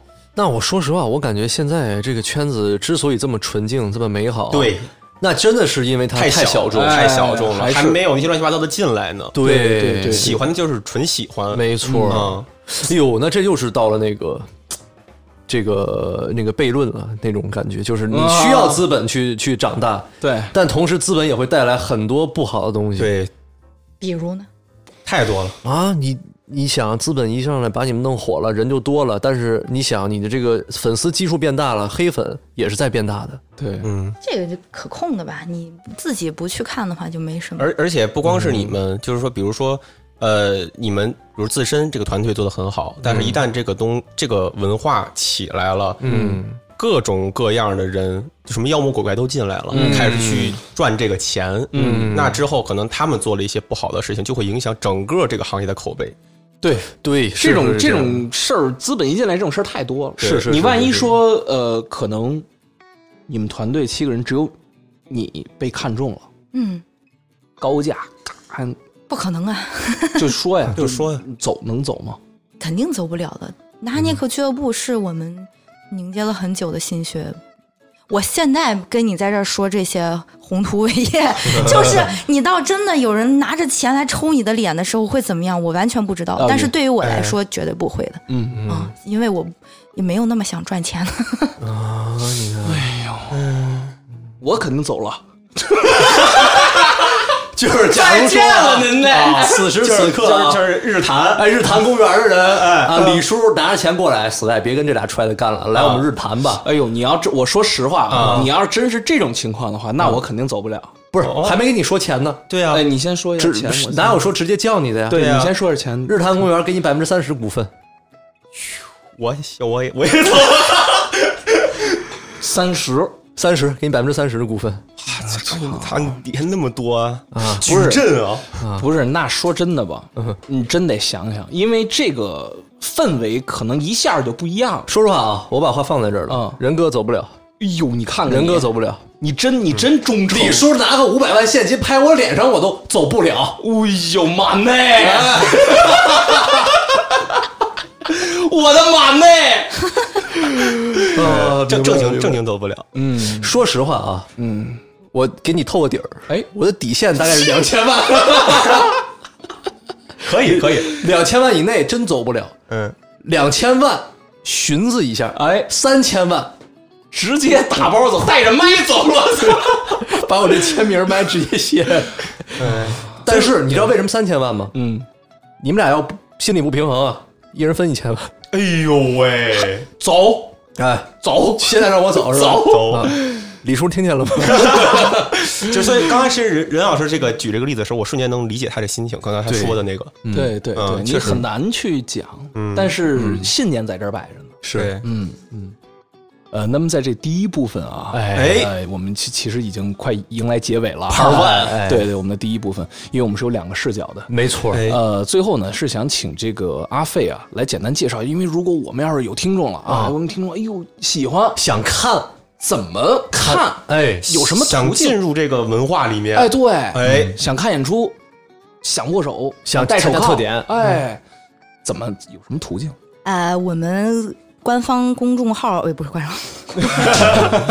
[SPEAKER 1] 那我说实话，我感觉现在这个圈子之所以这么纯净、这么美好，啊
[SPEAKER 5] 对，
[SPEAKER 1] 那真的是因为它
[SPEAKER 5] 啊太
[SPEAKER 1] 小众，
[SPEAKER 5] 太小众
[SPEAKER 1] 还
[SPEAKER 5] 了，哎
[SPEAKER 1] 是
[SPEAKER 5] 还没有那些乱七八糟的进来呢。
[SPEAKER 1] 对
[SPEAKER 4] 对对
[SPEAKER 5] 喜欢的就是纯喜欢，
[SPEAKER 1] 没错。
[SPEAKER 5] 嗯，
[SPEAKER 1] 哎呦，那这又是到了那个。这个那个悖论了，那种感觉就是你
[SPEAKER 4] 啊
[SPEAKER 1] 需要资本去、去长大，
[SPEAKER 4] 对
[SPEAKER 1] 但同时资本也会带来很多不好的东西。
[SPEAKER 5] 对，
[SPEAKER 2] 比如呢？
[SPEAKER 5] 太多了。
[SPEAKER 1] 啊，你你想资本一上来把你们弄火了，人就多了，但是你想你的这个粉丝基数变大了，黑粉也是在变大的。
[SPEAKER 4] 对，
[SPEAKER 5] 嗯，
[SPEAKER 2] 这个就可控的吧，你自己不去看的话就没什么。
[SPEAKER 5] 而而且不光是你们，就是说，比如说，呃，你们比如自身这个团队做的很好，但是一旦这个东、这个文化起来了，嗯，各种各样的人，就什么妖魔鬼怪都进来了，开始去赚这个钱，嗯，那之后可能他们做了一些不好的事情，就会影响整个这个行业的口碑。
[SPEAKER 4] 对，
[SPEAKER 1] 对，
[SPEAKER 4] 这
[SPEAKER 1] 是
[SPEAKER 4] 种
[SPEAKER 1] 是这样
[SPEAKER 4] 种事儿，资本一进来，这种事儿太多了。
[SPEAKER 1] 是是是
[SPEAKER 4] 你万一
[SPEAKER 1] 是是
[SPEAKER 4] 说，呃，可能你们团队七个人只有你被看中了，
[SPEAKER 2] 嗯，
[SPEAKER 4] 高价，咔
[SPEAKER 2] 不可能啊，
[SPEAKER 4] 就 说呀，
[SPEAKER 5] 就说呀
[SPEAKER 4] 走能走吗？
[SPEAKER 2] 肯定走不了的。纳涅克俱乐部是我们凝结了很久的心血。我现在跟你在这儿说这些宏图伟业，就是你到真的有人拿着钱来抽你的脸的时候会怎么样，我完全不知道
[SPEAKER 4] 啊。
[SPEAKER 2] 但是对于我来说，绝对不会的
[SPEAKER 4] 嗯嗯，
[SPEAKER 2] 啊，因为我也没有那么想赚钱了。
[SPEAKER 4] 我肯定走了。
[SPEAKER 3] 就是假如说啊，啊此时此刻啊
[SPEAKER 1] 就是就是
[SPEAKER 3] 日坛，
[SPEAKER 1] 哎，日坛公园的人，
[SPEAKER 3] 哎
[SPEAKER 1] 啊，
[SPEAKER 4] 嗯
[SPEAKER 1] 李叔拿着钱过来，死赖别跟这俩揣子干了，来我们日坛吧。
[SPEAKER 4] 哎呦，你要这，我说实话啊，你要是真是这种情况的话，那我肯定走不了。
[SPEAKER 1] 不是，还没跟你说钱呢，
[SPEAKER 5] 对啊
[SPEAKER 4] 哎，，你先说一下
[SPEAKER 1] 只
[SPEAKER 4] 哦钱，我
[SPEAKER 1] 哪有说直接叫你的呀？
[SPEAKER 4] 对
[SPEAKER 5] 对啊
[SPEAKER 4] 你先说下钱。
[SPEAKER 1] 日坛公园给你百分之三十股份，
[SPEAKER 5] 我我也我也走，
[SPEAKER 4] 三十，
[SPEAKER 1] 三十给你百分之三十的股份，
[SPEAKER 5] 嗯他连那么多啊，矩
[SPEAKER 4] 不是
[SPEAKER 5] 阵啊，
[SPEAKER 4] 不是，那说真的吧，你真得想想，因为这个氛围可能一下就不一样了。
[SPEAKER 1] 说实话啊，我把话放在这儿了
[SPEAKER 4] 嗯，
[SPEAKER 1] 仁哥走不了，
[SPEAKER 4] 哎呦，你看看
[SPEAKER 1] 仁哥
[SPEAKER 4] 你
[SPEAKER 1] 走，不了。
[SPEAKER 4] 你真你真忠诚。
[SPEAKER 1] 李叔拿个五百万现金拍我脸上，我都走不了。
[SPEAKER 4] 哎呦妈内，我的妈内，
[SPEAKER 1] 嗯
[SPEAKER 5] 正正经正经走不了，
[SPEAKER 1] 说实话啊，嗯，我给你透个底儿，
[SPEAKER 4] 哎
[SPEAKER 1] 我的底线大概是 两千万，
[SPEAKER 5] 可以可以，
[SPEAKER 1] 两千万以内真走不了，
[SPEAKER 5] 嗯，
[SPEAKER 1] 两千万寻思一下，
[SPEAKER 4] 哎
[SPEAKER 1] 三千万
[SPEAKER 4] 直接打包走，带着麦走了。
[SPEAKER 1] 把我这签名麦直接 卸。但嗯是你知道为什么三千万吗？
[SPEAKER 4] 嗯，
[SPEAKER 1] 你们俩要不心里不平衡啊，一人分一千万。
[SPEAKER 5] 哎呦喂，
[SPEAKER 4] 走
[SPEAKER 1] 哎，
[SPEAKER 4] 走，
[SPEAKER 1] 现在让我走是吧？啊
[SPEAKER 5] 走。
[SPEAKER 1] 李叔听见了吗？
[SPEAKER 5] 就所以刚开始任任老师这个举这个例子的时候，我瞬间能理解他的心情，刚才他说的那个，
[SPEAKER 4] 对对对，
[SPEAKER 5] 嗯
[SPEAKER 4] 你
[SPEAKER 5] 确实嗯
[SPEAKER 4] 很难去讲，但是信念在这儿摆着呢。
[SPEAKER 5] 是，
[SPEAKER 4] 嗯嗯，呃，那么在这第一部分啊，
[SPEAKER 1] 哎
[SPEAKER 4] 呃我们其其实已经快迎来结尾了啊。
[SPEAKER 1] Part one，哎
[SPEAKER 4] 对对，我们的第一部分，因为我们是有两个视角的。
[SPEAKER 1] 没错
[SPEAKER 5] 哎
[SPEAKER 4] 呃，最后呢是想请这个阿费啊来简单介绍，因为如果我们要是有听众了啊，
[SPEAKER 1] 啊
[SPEAKER 4] 我们听众哎呦喜欢
[SPEAKER 1] 想看
[SPEAKER 4] 怎么看？
[SPEAKER 1] 哎，
[SPEAKER 4] 有什么
[SPEAKER 5] 想
[SPEAKER 4] 途
[SPEAKER 5] 进
[SPEAKER 4] 径？
[SPEAKER 5] 入这个文化里面，
[SPEAKER 4] 哎，对，
[SPEAKER 5] 哎
[SPEAKER 4] 想看演出，想握手，
[SPEAKER 1] 想
[SPEAKER 4] 戴手
[SPEAKER 1] 参加
[SPEAKER 4] 铐
[SPEAKER 1] 特点
[SPEAKER 4] 哎，怎么有什么途径？
[SPEAKER 2] 呃，我们官方公众号，呃，不是官方，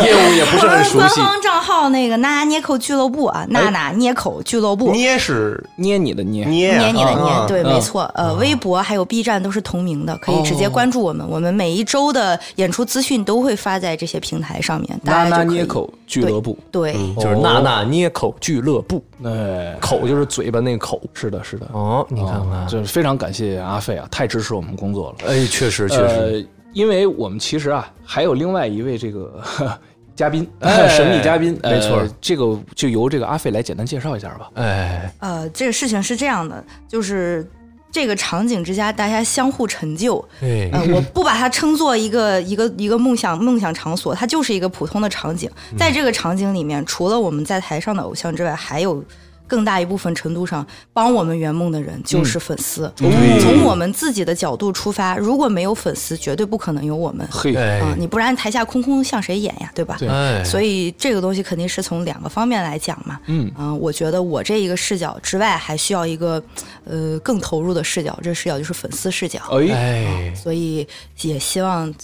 [SPEAKER 1] 业务也不
[SPEAKER 2] 我
[SPEAKER 1] 是很
[SPEAKER 2] 们
[SPEAKER 1] 熟
[SPEAKER 2] 官
[SPEAKER 1] 悉。
[SPEAKER 2] 方账号那个纳捏口俱乐部啊，纳纳捏口俱乐部，
[SPEAKER 5] 捏是
[SPEAKER 4] 捏你的捏，
[SPEAKER 5] 捏啊
[SPEAKER 2] 捏你的
[SPEAKER 5] 啊
[SPEAKER 2] 捏，对，
[SPEAKER 4] 嗯
[SPEAKER 2] 没错。呃，微博还有 B 站都是同名的，可以直接关注我们。我们每一周的演出资讯都会发在这些平台上面，大家
[SPEAKER 4] 拉拉
[SPEAKER 2] 就可以
[SPEAKER 4] 捏口俱乐部。
[SPEAKER 2] 对，
[SPEAKER 1] 就是娜娜捏口俱乐部，
[SPEAKER 4] 哎，
[SPEAKER 1] 口就是嘴巴那个口。
[SPEAKER 4] 是的，是的。
[SPEAKER 1] 哦，你看
[SPEAKER 4] 啊
[SPEAKER 1] 看，
[SPEAKER 4] 就是非常感谢阿费啊，太支持我们工作了。
[SPEAKER 1] 哎，确实确实，
[SPEAKER 4] 呃，因为我们其实啊，还有另外一位这个呵嘉宾，神秘嘉宾，
[SPEAKER 1] 没错
[SPEAKER 4] 呃这个就由这个阿费来简单介绍一下吧。
[SPEAKER 1] 哎，
[SPEAKER 2] 呃，这个事情是这样的，就是这个场景之下，大家相互成就。
[SPEAKER 1] 哎
[SPEAKER 2] 呃，我不把它称作一个一个一个梦想梦想场所，它就是一个普通的场景。在这个场景里面，除了我们在台上的偶像之外，还有更大一部分程度上帮我们圆梦的人就是粉丝。从我们自己的角度出发，如果没有粉丝，绝对不可能有我们。啊、
[SPEAKER 4] 嘿，
[SPEAKER 1] 哎
[SPEAKER 2] 你不然台下空空向谁演呀？对吧？
[SPEAKER 4] 对
[SPEAKER 1] 哎，
[SPEAKER 2] 所以这个东西肯定是从两个方面来讲嘛。
[SPEAKER 4] 嗯
[SPEAKER 2] 嗯、我觉得我这一个视角之外，还需要一个呃更投入的视角，这个视角就是粉丝视角。
[SPEAKER 4] 哎，
[SPEAKER 1] 哎，
[SPEAKER 2] 所以也希望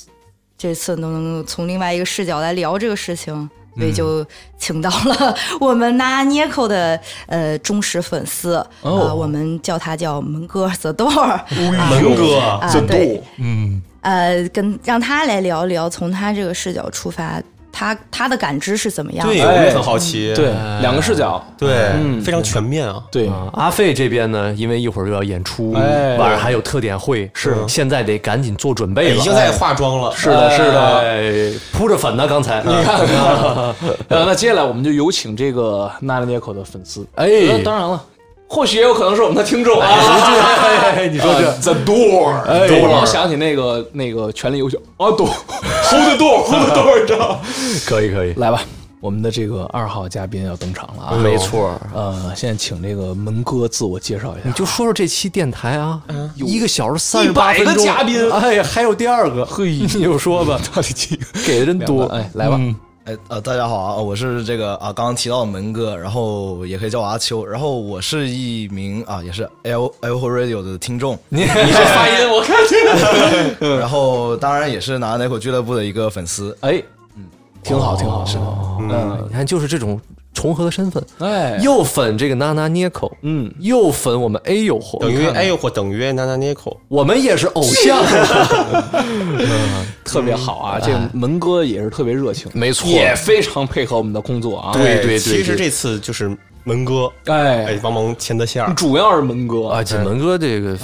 [SPEAKER 2] 这次都能从另外一个视角来聊这个事情，
[SPEAKER 1] 嗯
[SPEAKER 2] 所以就请到了我们拿捏口的呃忠实粉丝，啊、
[SPEAKER 4] 哦
[SPEAKER 2] 我们叫他叫门哥 The
[SPEAKER 1] 哦
[SPEAKER 2] Door，
[SPEAKER 5] 门哥
[SPEAKER 2] 啊，对，嗯，呃，跟让他来聊聊，从他这个视角出发，他他的感知是怎么样
[SPEAKER 5] 对，
[SPEAKER 2] 的？
[SPEAKER 5] 我也很好奇，
[SPEAKER 4] 对，两个视角，
[SPEAKER 5] 对，非常全面啊，
[SPEAKER 4] 对，
[SPEAKER 1] 啊阿费这边呢，因为一会儿又要演出，
[SPEAKER 4] 哎
[SPEAKER 1] 晚上还有特点会，是现在得赶紧做准备了，
[SPEAKER 5] 已经在化妆了，
[SPEAKER 4] 是的，是的。
[SPEAKER 1] 哎，铺着粉呢，刚才啊你
[SPEAKER 4] 看 呃，那接下来我们就有请这个纳拉捏口的粉丝。
[SPEAKER 1] 哎
[SPEAKER 4] 呃当然了，或许也有可能是我们的听众啊。
[SPEAKER 1] 哎，你说这
[SPEAKER 4] The door，我老想起那个那个《权力游戏》啊，door，hold the door，hold the door，你知道吗？
[SPEAKER 1] 可以可以，
[SPEAKER 4] 来吧，我们的这个二号嘉宾要登场了啊！
[SPEAKER 1] 没错，
[SPEAKER 4] 呃，现在请这个门哥自我介绍一下。
[SPEAKER 1] 你就说说这期电台啊，
[SPEAKER 4] 嗯
[SPEAKER 1] 一个小时三十八
[SPEAKER 3] 100
[SPEAKER 1] 分
[SPEAKER 3] 个
[SPEAKER 1] 钟，
[SPEAKER 3] 嘉宾
[SPEAKER 1] 哎呀，还有第二个，嘿，你就说吧，
[SPEAKER 4] 到底几个？
[SPEAKER 1] 给的真嗯多，
[SPEAKER 4] 哎，来吧，
[SPEAKER 6] 哎呃，大家好啊，我是这个啊，刚刚提到的门哥，然后也可以叫我阿秋，然后我是一名啊，也是 L L Radio 的听众，
[SPEAKER 1] 你
[SPEAKER 4] 你这发音我看见了。
[SPEAKER 6] 然后当然也是拿奶口俱乐部的一个粉丝，
[SPEAKER 4] 哎，挺好，挺好，是的。
[SPEAKER 1] 嗯，你看就是这种重合的身份，
[SPEAKER 4] 哎，
[SPEAKER 1] 又粉这个娜娜捏口，
[SPEAKER 4] 嗯，
[SPEAKER 1] 又粉我们 A 诱惑，
[SPEAKER 5] 等于哎呦或等于娜娜捏口，
[SPEAKER 1] 我们也是偶像，啊
[SPEAKER 4] 特别好啊！这门哥也是特别热情，
[SPEAKER 1] 没错
[SPEAKER 4] 也非常配合我们的工作啊。
[SPEAKER 1] 对对对
[SPEAKER 5] 其
[SPEAKER 1] 对
[SPEAKER 5] 实这次就是门哥哎
[SPEAKER 4] 哎，
[SPEAKER 5] 帮忙牵的线儿，
[SPEAKER 4] 主要是门哥
[SPEAKER 1] 啊，锦门哥这个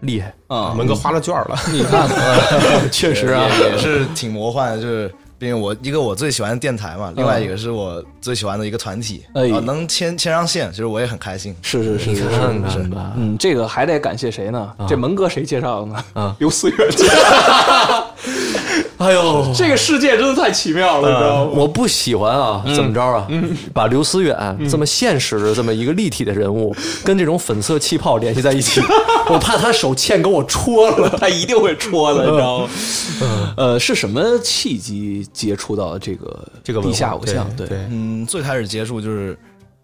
[SPEAKER 1] 厉害，
[SPEAKER 4] 啊，
[SPEAKER 5] 门哥花了券儿了，
[SPEAKER 4] 你看看，确实啊，
[SPEAKER 6] 也是挺魔幻的，就是毕竟我一个我最喜欢的电台嘛，另外一个是我最喜欢的一个团体，
[SPEAKER 4] 嗯哎
[SPEAKER 6] 啊，能牵牵上线，其实我也很开心。
[SPEAKER 4] 是是是是是。
[SPEAKER 1] 看看吧，
[SPEAKER 4] 嗯，这个还得感谢谁呢？这门哥谁介绍的呢？
[SPEAKER 1] 啊
[SPEAKER 4] 刘思远介绍。
[SPEAKER 1] 哎呦，
[SPEAKER 4] 这个世界真的太奇妙了，你知道吗？
[SPEAKER 1] 我不喜欢啊，怎么着啊？把刘思远这么现实的这么一个立体的人 物，跟这种粉色气泡联系在一起， 我怕他手欠给我戳了。
[SPEAKER 4] 他一定会戳的，你知道吗？呃，是什么契机接触到这个
[SPEAKER 5] 这个文
[SPEAKER 4] 地
[SPEAKER 5] 化
[SPEAKER 4] 下偶像？
[SPEAKER 5] 对
[SPEAKER 4] 对，
[SPEAKER 5] 对
[SPEAKER 6] 嗯，最开始接触就是，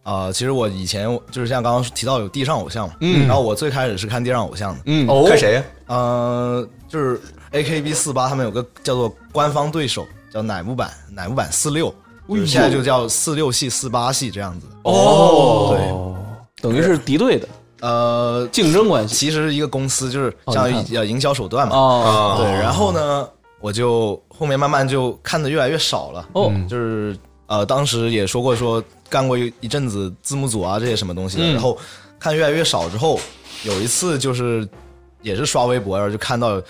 [SPEAKER 6] 啊、其实我以前就是像刚刚提到有地上偶像嘛，嗯，然后我最开始是看地上偶像的，嗯，
[SPEAKER 1] 哦，
[SPEAKER 5] 看谁呀？
[SPEAKER 6] 呃，就是 AKB 四八他们有个叫做官方对手叫乃木坂，乃木坂四
[SPEAKER 4] 哎
[SPEAKER 6] 六，就是现在就叫四六系、四八系这样子。
[SPEAKER 4] 哦，等于是敌对的
[SPEAKER 6] 呃，
[SPEAKER 4] 竞争关系
[SPEAKER 6] 其实一个公司就是像
[SPEAKER 4] 哦你
[SPEAKER 6] 呃营销手段嘛，
[SPEAKER 4] 哦
[SPEAKER 6] 对，然后呢，我就后面慢慢就看的越来越少了。
[SPEAKER 4] 哦
[SPEAKER 6] 就是呃，当时也说过说干过一一阵子字幕组啊这些什么东西的，然后看越来越少之后，有一次就是也是刷微博，然后就看到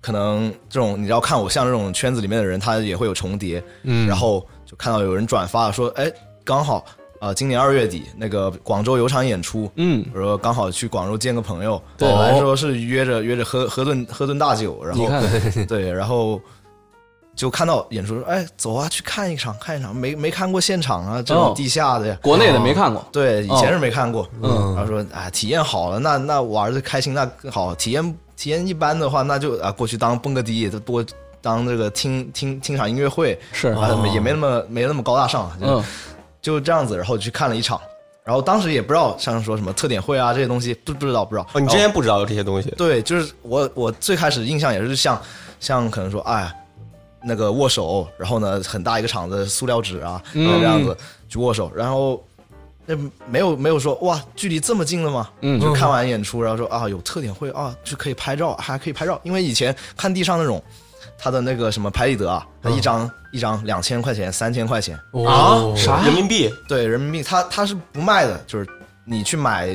[SPEAKER 6] 可能这种你知道看偶像这种圈子里面的人，他也会有重叠，嗯，然后就看到有人转发说，哎，刚好。啊、今年二月底那个广州有场演出，
[SPEAKER 4] 嗯
[SPEAKER 6] 我说刚好去广州见个朋友，对，本来说是约着约着喝喝顿喝顿大酒，然后
[SPEAKER 4] 你看看，
[SPEAKER 6] 对，然后就看到演出说，哎，走啊，去看一场，看一场，没没看过现场啊，这
[SPEAKER 4] 哦
[SPEAKER 6] 种地下的呀，
[SPEAKER 4] 国内的没看过，
[SPEAKER 6] 对，以前是没看过，
[SPEAKER 4] 嗯
[SPEAKER 6] 然后说啊，体验好了，那那玩的开心，那更好，体验体验一般的话，那就啊过去当蹦个迪，多当这个听听听场音乐会，
[SPEAKER 4] 是
[SPEAKER 6] 啊，也没那么没那么高大上，啊就
[SPEAKER 4] 哦嗯，
[SPEAKER 6] 就这样子，然后去看了一场，然后当时也不知道像说什么特点会啊这些东西，不不知道不知道，
[SPEAKER 5] 哦，你之前不知道这些东西，
[SPEAKER 6] 对，就是我我最开始印象也是像像可能说哎，那个握手，然后呢很大一个场子，塑料纸啊，然
[SPEAKER 5] 嗯
[SPEAKER 6] 后这样子去握手，然后那没有没有说哇距离这么近了吗？嗯，就看完演出，然后说啊有特点会啊就可以拍照，还可以拍照，因为以前看地上那种。他的那个什么拍立得啊，
[SPEAKER 5] 嗯
[SPEAKER 6] 他一张、一张两千块钱、三千块钱，
[SPEAKER 1] 啊
[SPEAKER 5] 啥人民币？
[SPEAKER 6] 对人民币，他他是不卖的，就是你去买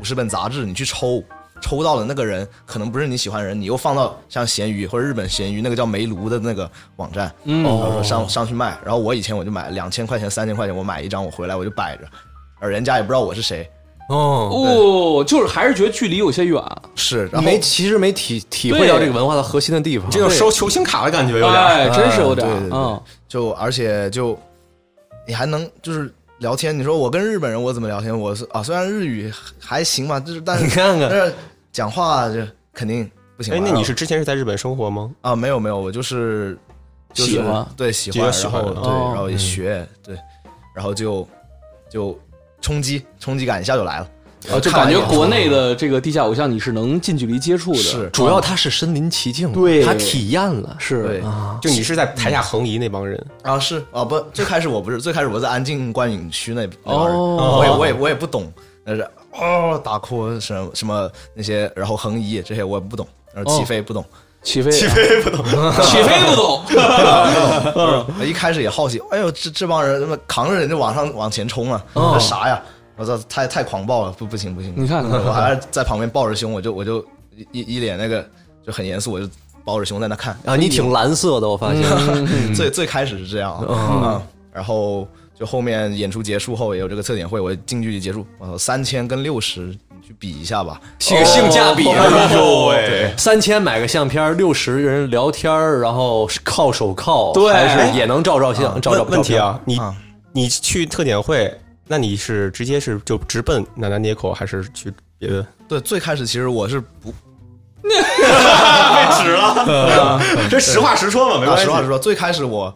[SPEAKER 6] 五十本杂志，你去抽，抽到的那个人可能不是你喜欢的人，你又放到像闲鱼或者日本闲鱼那个叫煤炉的那个网站，嗯，然后说上上去卖，然后我以前我就买两千块钱、三千块钱，我买一张，我回来我就摆着，而人家也不知道我是谁，
[SPEAKER 1] 哦，
[SPEAKER 4] 哦，就是还是觉得距离有些远，
[SPEAKER 6] 是，然后
[SPEAKER 1] 没其实没体体会
[SPEAKER 4] 对
[SPEAKER 1] 到这个文化的核心的地方，
[SPEAKER 5] 这种收球星卡的感觉有点。
[SPEAKER 4] 哎，真是有点
[SPEAKER 6] 对对，对
[SPEAKER 4] 嗯，
[SPEAKER 6] 就而且就你还能就是聊天，你说我跟日本人我怎么聊天？我是啊，虽然日语还行吧，就是但是
[SPEAKER 1] 你看看
[SPEAKER 6] 但是讲话就肯定不行
[SPEAKER 5] 哎
[SPEAKER 6] 嘛。，
[SPEAKER 5] 那你是
[SPEAKER 6] 然
[SPEAKER 5] 之前是在日本生活吗？
[SPEAKER 6] 后啊？没有没有，我就是就是
[SPEAKER 4] 喜欢
[SPEAKER 6] 对喜
[SPEAKER 5] 比较
[SPEAKER 6] 欢，
[SPEAKER 5] 喜
[SPEAKER 6] 然
[SPEAKER 5] 欢嗯
[SPEAKER 6] 后
[SPEAKER 5] 的
[SPEAKER 6] 对，
[SPEAKER 4] 哦
[SPEAKER 6] 然后也学对，然后就就冲击冲击感一下就来了。
[SPEAKER 4] 啊，就感
[SPEAKER 6] 看完
[SPEAKER 4] 觉
[SPEAKER 6] 以后
[SPEAKER 4] 国内的这个地下偶像你是能近距离接触的，
[SPEAKER 6] 是
[SPEAKER 1] 主要他是身临其境，
[SPEAKER 4] 对
[SPEAKER 1] 他体验了，
[SPEAKER 4] 是啊
[SPEAKER 6] 对
[SPEAKER 5] 就你是在台下横移那帮人，
[SPEAKER 6] 啊是啊不，最开始我不是最开始我在安静观影区那那玩儿，
[SPEAKER 5] 哦
[SPEAKER 6] 我也我也我也不懂，但是哦打 call 什么什么那些，然后横移这些我也不懂，然后起
[SPEAKER 5] 哦
[SPEAKER 6] 飞不懂，
[SPEAKER 4] 起飞，起飞不懂，起飞不懂，
[SPEAKER 6] 我一开始也好奇，哎呦这这帮人他妈扛着人就往上往前冲啊，
[SPEAKER 1] 哦
[SPEAKER 6] 这啥呀？我操，太太狂暴了，不不行不行，
[SPEAKER 4] 你看看
[SPEAKER 6] 我还是在旁边抱着胸，我就我就一一一脸那个就很严肃，我就抱着胸在那看，
[SPEAKER 1] 啊，你挺蓝色的，我发现，嗯
[SPEAKER 6] 最最开始是这样
[SPEAKER 1] 哦
[SPEAKER 6] 啊，嗯然后就后面演出结束后也有这个特点会，我近距离接触，我操，三千跟六十，你去比一下吧。哦
[SPEAKER 1] 性性价比，啊
[SPEAKER 4] 哦
[SPEAKER 5] 哎呦喂！
[SPEAKER 1] 三千买个相片，六十人聊天儿，然后靠手铐，
[SPEAKER 4] 对
[SPEAKER 1] 还是也能照照相，照照
[SPEAKER 5] 问问题，啊，你你去特点会，那你是直接是就直奔南南捏口，还是去别的？
[SPEAKER 6] 对，最开始其实我是不，
[SPEAKER 3] 太直了， 这实话实说嘛，没
[SPEAKER 6] 啊
[SPEAKER 3] 关系。
[SPEAKER 6] 实话实说，最开始我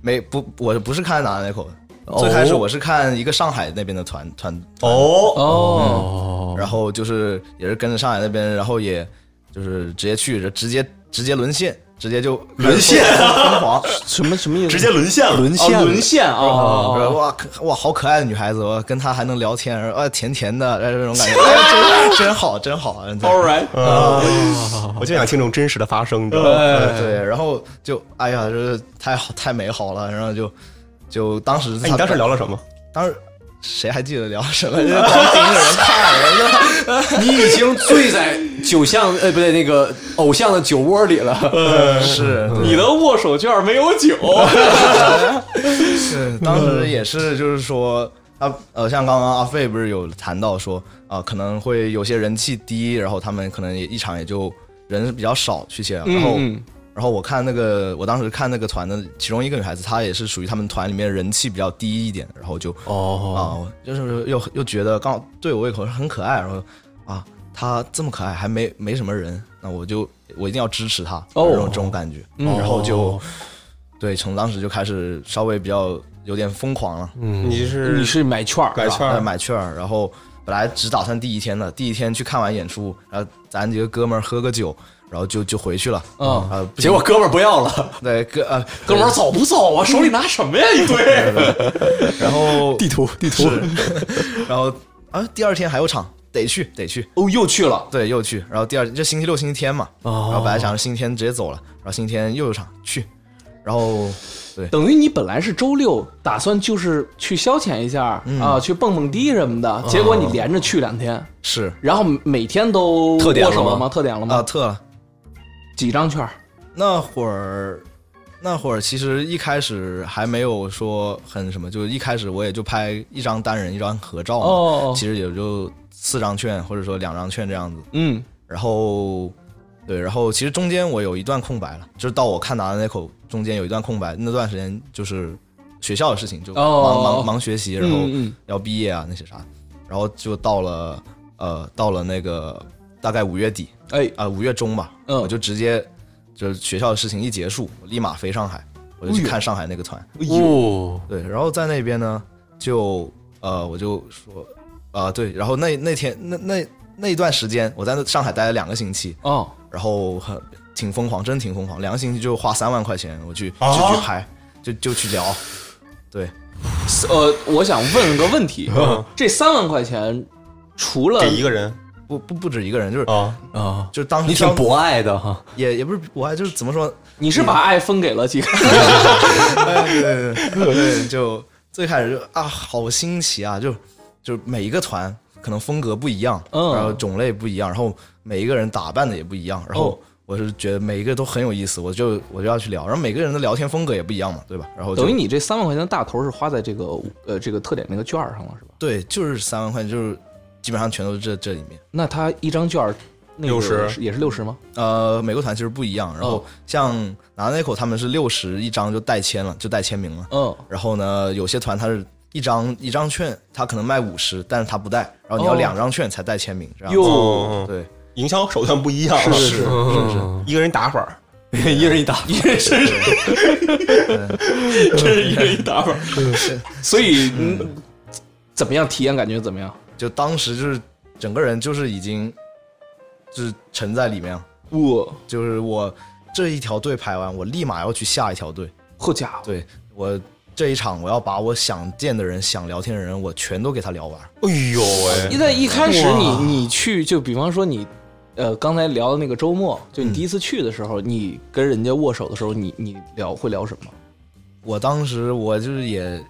[SPEAKER 6] 没不，我不是看哪那口的，
[SPEAKER 4] 哦
[SPEAKER 6] 最开始我是看一个上海那边的团团嗯
[SPEAKER 3] 哦，
[SPEAKER 4] 哦，
[SPEAKER 6] 然后就是也是跟着上海那边，然后也就是直接去，直接直接沦陷，直接就
[SPEAKER 3] 沦陷
[SPEAKER 6] 疯狂，
[SPEAKER 4] 什么什么意思？
[SPEAKER 3] 直接沦陷了，
[SPEAKER 4] 沦陷、沦陷啊！
[SPEAKER 6] 然后
[SPEAKER 4] 哦
[SPEAKER 6] 哇可哇好可爱的女孩子，我跟她还能聊天，然后啊甜甜的，哎这 种感觉，哎真真好真好，真
[SPEAKER 4] All
[SPEAKER 6] 好
[SPEAKER 4] right，
[SPEAKER 5] 我就想听这种真实的发生，你知道吗？
[SPEAKER 6] 对
[SPEAKER 4] 哎，
[SPEAKER 6] 呃对，然后就哎呀，就是太好太美好了，然后就就当时
[SPEAKER 5] 哎，你当时聊了什么？
[SPEAKER 6] 当时。谁还记得聊什 么？就是光盯着人看，人家
[SPEAKER 4] 啊
[SPEAKER 1] 你已经醉在酒巷，呃，不对，那个偶像的酒窝里 了。
[SPEAKER 6] 是
[SPEAKER 4] 你的握手券没有酒，嗯
[SPEAKER 6] 是，当时也是，就是说，啊，呃，像刚刚阿费不是有谈到说，啊、可能会有些人气低，然后他们可能也一场也就人比较少去写，然后，
[SPEAKER 4] 嗯
[SPEAKER 6] 然后我看那个，我当时看那个团的其中一个女孩子，她也是属于他们团里面人气比较低一点，然后就啊、
[SPEAKER 1] 哦，
[SPEAKER 6] 就是又又觉得刚好对我胃口很可爱，然后啊，她这么可爱还没没什么人，那我就我一定要支持她，
[SPEAKER 4] 哦嗯
[SPEAKER 6] 这种这种感觉，然后就。对，从当时就开始稍微比较有点疯狂了，
[SPEAKER 4] 嗯
[SPEAKER 5] 你是
[SPEAKER 4] 你是买券儿
[SPEAKER 5] 改
[SPEAKER 4] 吧
[SPEAKER 5] 券
[SPEAKER 6] 呃
[SPEAKER 5] 儿？
[SPEAKER 6] 买券儿，然后本来只打算第一天的，第一天去看完演出，然后咱几个哥们儿喝个酒，然后就就回去了。
[SPEAKER 4] 嗯
[SPEAKER 6] 啊，不
[SPEAKER 1] 结
[SPEAKER 6] 行
[SPEAKER 1] 果哥们儿不要了，嗯
[SPEAKER 6] 对哥呃，
[SPEAKER 4] 哥们儿走不走啊？手里拿什么呀？一堆，
[SPEAKER 6] 然后
[SPEAKER 1] 地 图地图，
[SPEAKER 6] 然后啊，第二天还有场，得去得去，
[SPEAKER 4] 哦，又去了。
[SPEAKER 6] 对，又去。然后第二就星期六、星期天嘛，
[SPEAKER 1] 哦
[SPEAKER 6] 然后本来想着星期天直接走了，然后星期天又有场去，然后
[SPEAKER 4] 等于你本来是周六打算就是去消遣一下、啊，去蹦蹦迪什么的，结果你连着去两天，
[SPEAKER 6] 是
[SPEAKER 4] 然后每天都
[SPEAKER 1] 特点
[SPEAKER 4] 握
[SPEAKER 1] 了吗
[SPEAKER 4] 手了吗？特点了
[SPEAKER 6] 啊、
[SPEAKER 4] 吗？
[SPEAKER 6] 特了。
[SPEAKER 4] 几张券儿？
[SPEAKER 6] 那会儿，那会儿其实一开始还没有说很什么，就是一开始我也就拍一张单人一张合照嘛，
[SPEAKER 4] 哦
[SPEAKER 6] 其实也就四张券或者说两张券这样子。
[SPEAKER 4] 嗯，
[SPEAKER 6] 然后，对，然后其实中间我有一段空白了，就是到我看达的那口中间有一段空白，那段时间就是学校的事情，就忙、
[SPEAKER 4] 哦
[SPEAKER 6] 忙忙学习，然后
[SPEAKER 4] 嗯嗯
[SPEAKER 6] 要毕业啊那些啥，然后就到了呃到了那个大概五月底，
[SPEAKER 4] 哎，
[SPEAKER 6] 啊，五月中吧，
[SPEAKER 4] 嗯
[SPEAKER 6] 我就直接就是学校的事情一结束，我立马飞上海，我就去看上海那个团。
[SPEAKER 1] 哦，
[SPEAKER 6] 对，然后在那边呢，就呃，我就说啊、对，然后那那天那那那一段时间，我在上海待了两个星期，
[SPEAKER 4] 哦，
[SPEAKER 6] 然后很挺疯狂，真挺疯狂，两个星期就花三万块钱，我去去、
[SPEAKER 3] 啊
[SPEAKER 6] 去拍，就就去聊，对，
[SPEAKER 4] 呃，我想问个问题，这三万块钱除了
[SPEAKER 5] 给一个人
[SPEAKER 6] 不不不止一个人，就是、
[SPEAKER 5] 啊？
[SPEAKER 1] 啊，
[SPEAKER 6] 就是当时
[SPEAKER 1] 你挺
[SPEAKER 6] 挑
[SPEAKER 1] 博爱的哈，
[SPEAKER 6] 也也不是我还就是怎么 说，
[SPEAKER 4] 你是把爱分给了几个？
[SPEAKER 6] 对对对，就最开始就啊，好新奇啊，就就每一个团可能风格不一样，
[SPEAKER 4] 嗯
[SPEAKER 6] 然后种类不一样，然后每一个人打扮的也不一样，然
[SPEAKER 4] 哦
[SPEAKER 6] 后我是觉得每一个都很有意思，我就我就要去聊，然后每个人的聊天风格也不一样嘛，对吧？然后就
[SPEAKER 4] 等于你这三万块钱的大头是花在这个呃这个特点那个券儿上了是吧？
[SPEAKER 6] 对，就是三万块钱，就是基本上全都是这这里面。
[SPEAKER 4] 那他一张券儿那个
[SPEAKER 5] 60
[SPEAKER 4] 是也是六十吗？
[SPEAKER 6] 呃，每个团其实不一样，然
[SPEAKER 4] 哦
[SPEAKER 6] 后像拿那口他们是六十一张就带签了，就带签名了。
[SPEAKER 4] 嗯，
[SPEAKER 6] 然后呢，有些团它是一张一张券，它可能卖五十，但是它不带，然后你要
[SPEAKER 4] 哦
[SPEAKER 6] 两张券才带签名，这样子。
[SPEAKER 4] 哟，
[SPEAKER 5] 嗯，
[SPEAKER 6] 对，
[SPEAKER 5] 营销手段不一样，啊嗯
[SPEAKER 4] 是是
[SPEAKER 5] 一个人打会儿，
[SPEAKER 1] 一人 一打，
[SPEAKER 4] 真是 一人一 打板。所以、嗯、怎么样？体验感觉怎么样？
[SPEAKER 6] 就当时就是整个人就是已经就是沉在里面了，
[SPEAKER 4] 我
[SPEAKER 6] 就是我这一条队排完，我立马要去下一条队，
[SPEAKER 4] 好哦家伙，
[SPEAKER 6] 对我。这一场我要把我想见的人、想聊天的人，我全都给他聊完。
[SPEAKER 5] 哎呦喂，
[SPEAKER 4] 因为一开始你你去，就比方说你，呃，刚才聊的那个周末，就你第一次去的时候，你跟人家握手的时候，你你聊会聊什么？
[SPEAKER 6] 我当时我就是也，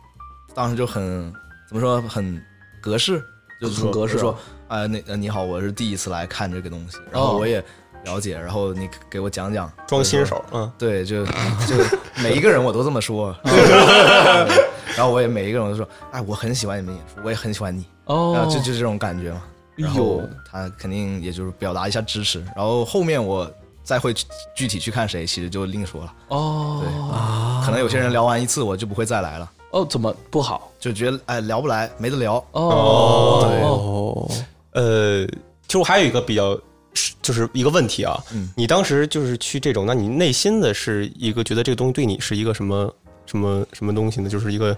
[SPEAKER 6] 当时就很怎么说很格式，就是说
[SPEAKER 4] 很格式
[SPEAKER 6] 就说啊、那呃你好，我是第一次来看这个东西，然
[SPEAKER 4] 哦
[SPEAKER 6] 后我也了解，然后你给我讲讲，
[SPEAKER 5] 装新手，嗯，
[SPEAKER 6] 对，就就每一个人我都这 么说，然后我也每一个人我都说，哎，我很喜欢你们演出，我也很喜欢你，然
[SPEAKER 4] 哦哎
[SPEAKER 6] 后啊就就这种感觉嘛。然后他肯定也就是表达一下支持，然后后面我再会去具体去看谁，其实就另说了。
[SPEAKER 4] 哦
[SPEAKER 6] 可能有些人聊完一次我就不会再来了。
[SPEAKER 4] 哦，怎么不好？
[SPEAKER 6] 就觉得哎聊不来，没得聊。
[SPEAKER 4] 哦，
[SPEAKER 5] 哦，呃，其实我还有一个比较，就是一个问题啊，你当时就是去这种，那你内心的是一个觉得这个东西对你是一个什么什么什么东西呢？就是一个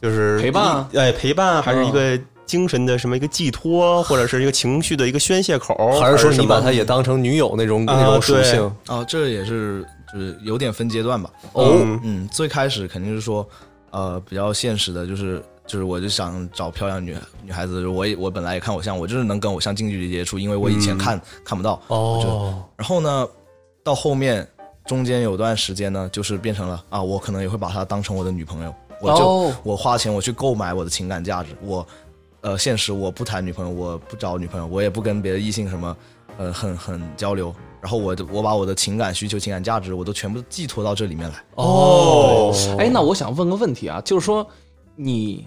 [SPEAKER 5] 就是
[SPEAKER 4] 陪伴啊
[SPEAKER 5] 一哎，陪伴啊还是一个精神的什么一个寄托，或者是一个情绪的一个宣泄口，
[SPEAKER 1] 还是说
[SPEAKER 5] 什
[SPEAKER 1] 你
[SPEAKER 5] 么
[SPEAKER 1] 把它也当成女友那种那
[SPEAKER 5] 啊
[SPEAKER 1] 种属
[SPEAKER 5] 对
[SPEAKER 1] 性？
[SPEAKER 6] 哦，这也是就是有点分阶段吧。
[SPEAKER 5] 哦
[SPEAKER 6] 嗯，最开始肯定是说，呃，比较现实的，就是就是我就想找漂亮女女孩子，我也我本来也看偶像，我就是能跟偶像近距离接触，因为我以前看、看不到。
[SPEAKER 1] 哦，
[SPEAKER 6] 然后呢，到后面中间有段时间呢，就是变成了啊，我可能也会把她当成我的女朋友，我就、
[SPEAKER 4] 哦
[SPEAKER 6] 我花钱我去购买我的情感价值，我呃，现实我不谈女朋友，我不找女朋友，我也不跟别的异性什么呃很很交流，然后我就我把我的情感需求、情感价值我都全部寄托到这里面来。
[SPEAKER 1] 哦，
[SPEAKER 4] 哎，那我想问个问题啊，就是说你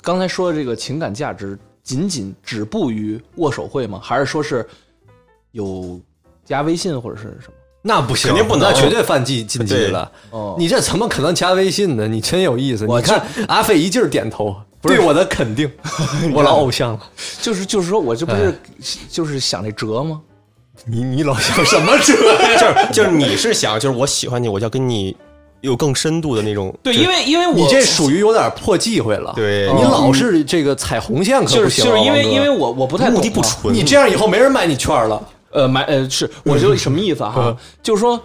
[SPEAKER 4] 刚才说的这个情感价值，仅仅止步于握手会吗？还是说是有加微信或者是什么？
[SPEAKER 1] 那不行，
[SPEAKER 5] 肯定不
[SPEAKER 1] 那
[SPEAKER 5] 能
[SPEAKER 1] 绝对犯禁禁忌了。
[SPEAKER 4] 哦
[SPEAKER 1] 你这怎么可能加微信呢？你真有意思。你看阿飞一劲儿点头，对我的肯定， 我老偶像了。
[SPEAKER 4] 就是就是说我这不是就是想这辙吗？
[SPEAKER 1] 你你老想什么这？
[SPEAKER 5] 就是就是你是想就是我喜欢你，我就要跟你有更深度的那种
[SPEAKER 4] 对，因为因为 我
[SPEAKER 1] 你这属于有点破忌讳了。
[SPEAKER 5] 对
[SPEAKER 1] 你老是这个踩红线可
[SPEAKER 4] 就
[SPEAKER 1] 不
[SPEAKER 4] 是
[SPEAKER 1] 行啊。
[SPEAKER 4] 就是因为
[SPEAKER 1] 王哥
[SPEAKER 4] 因为我我不太
[SPEAKER 5] 目
[SPEAKER 4] 懂
[SPEAKER 5] 的不
[SPEAKER 4] 啊
[SPEAKER 5] 纯，
[SPEAKER 1] 你这样以后没人买你券了。
[SPEAKER 4] 呃，买呃是，我 就什么意思啊
[SPEAKER 5] 嗯
[SPEAKER 4] 哈？就是说，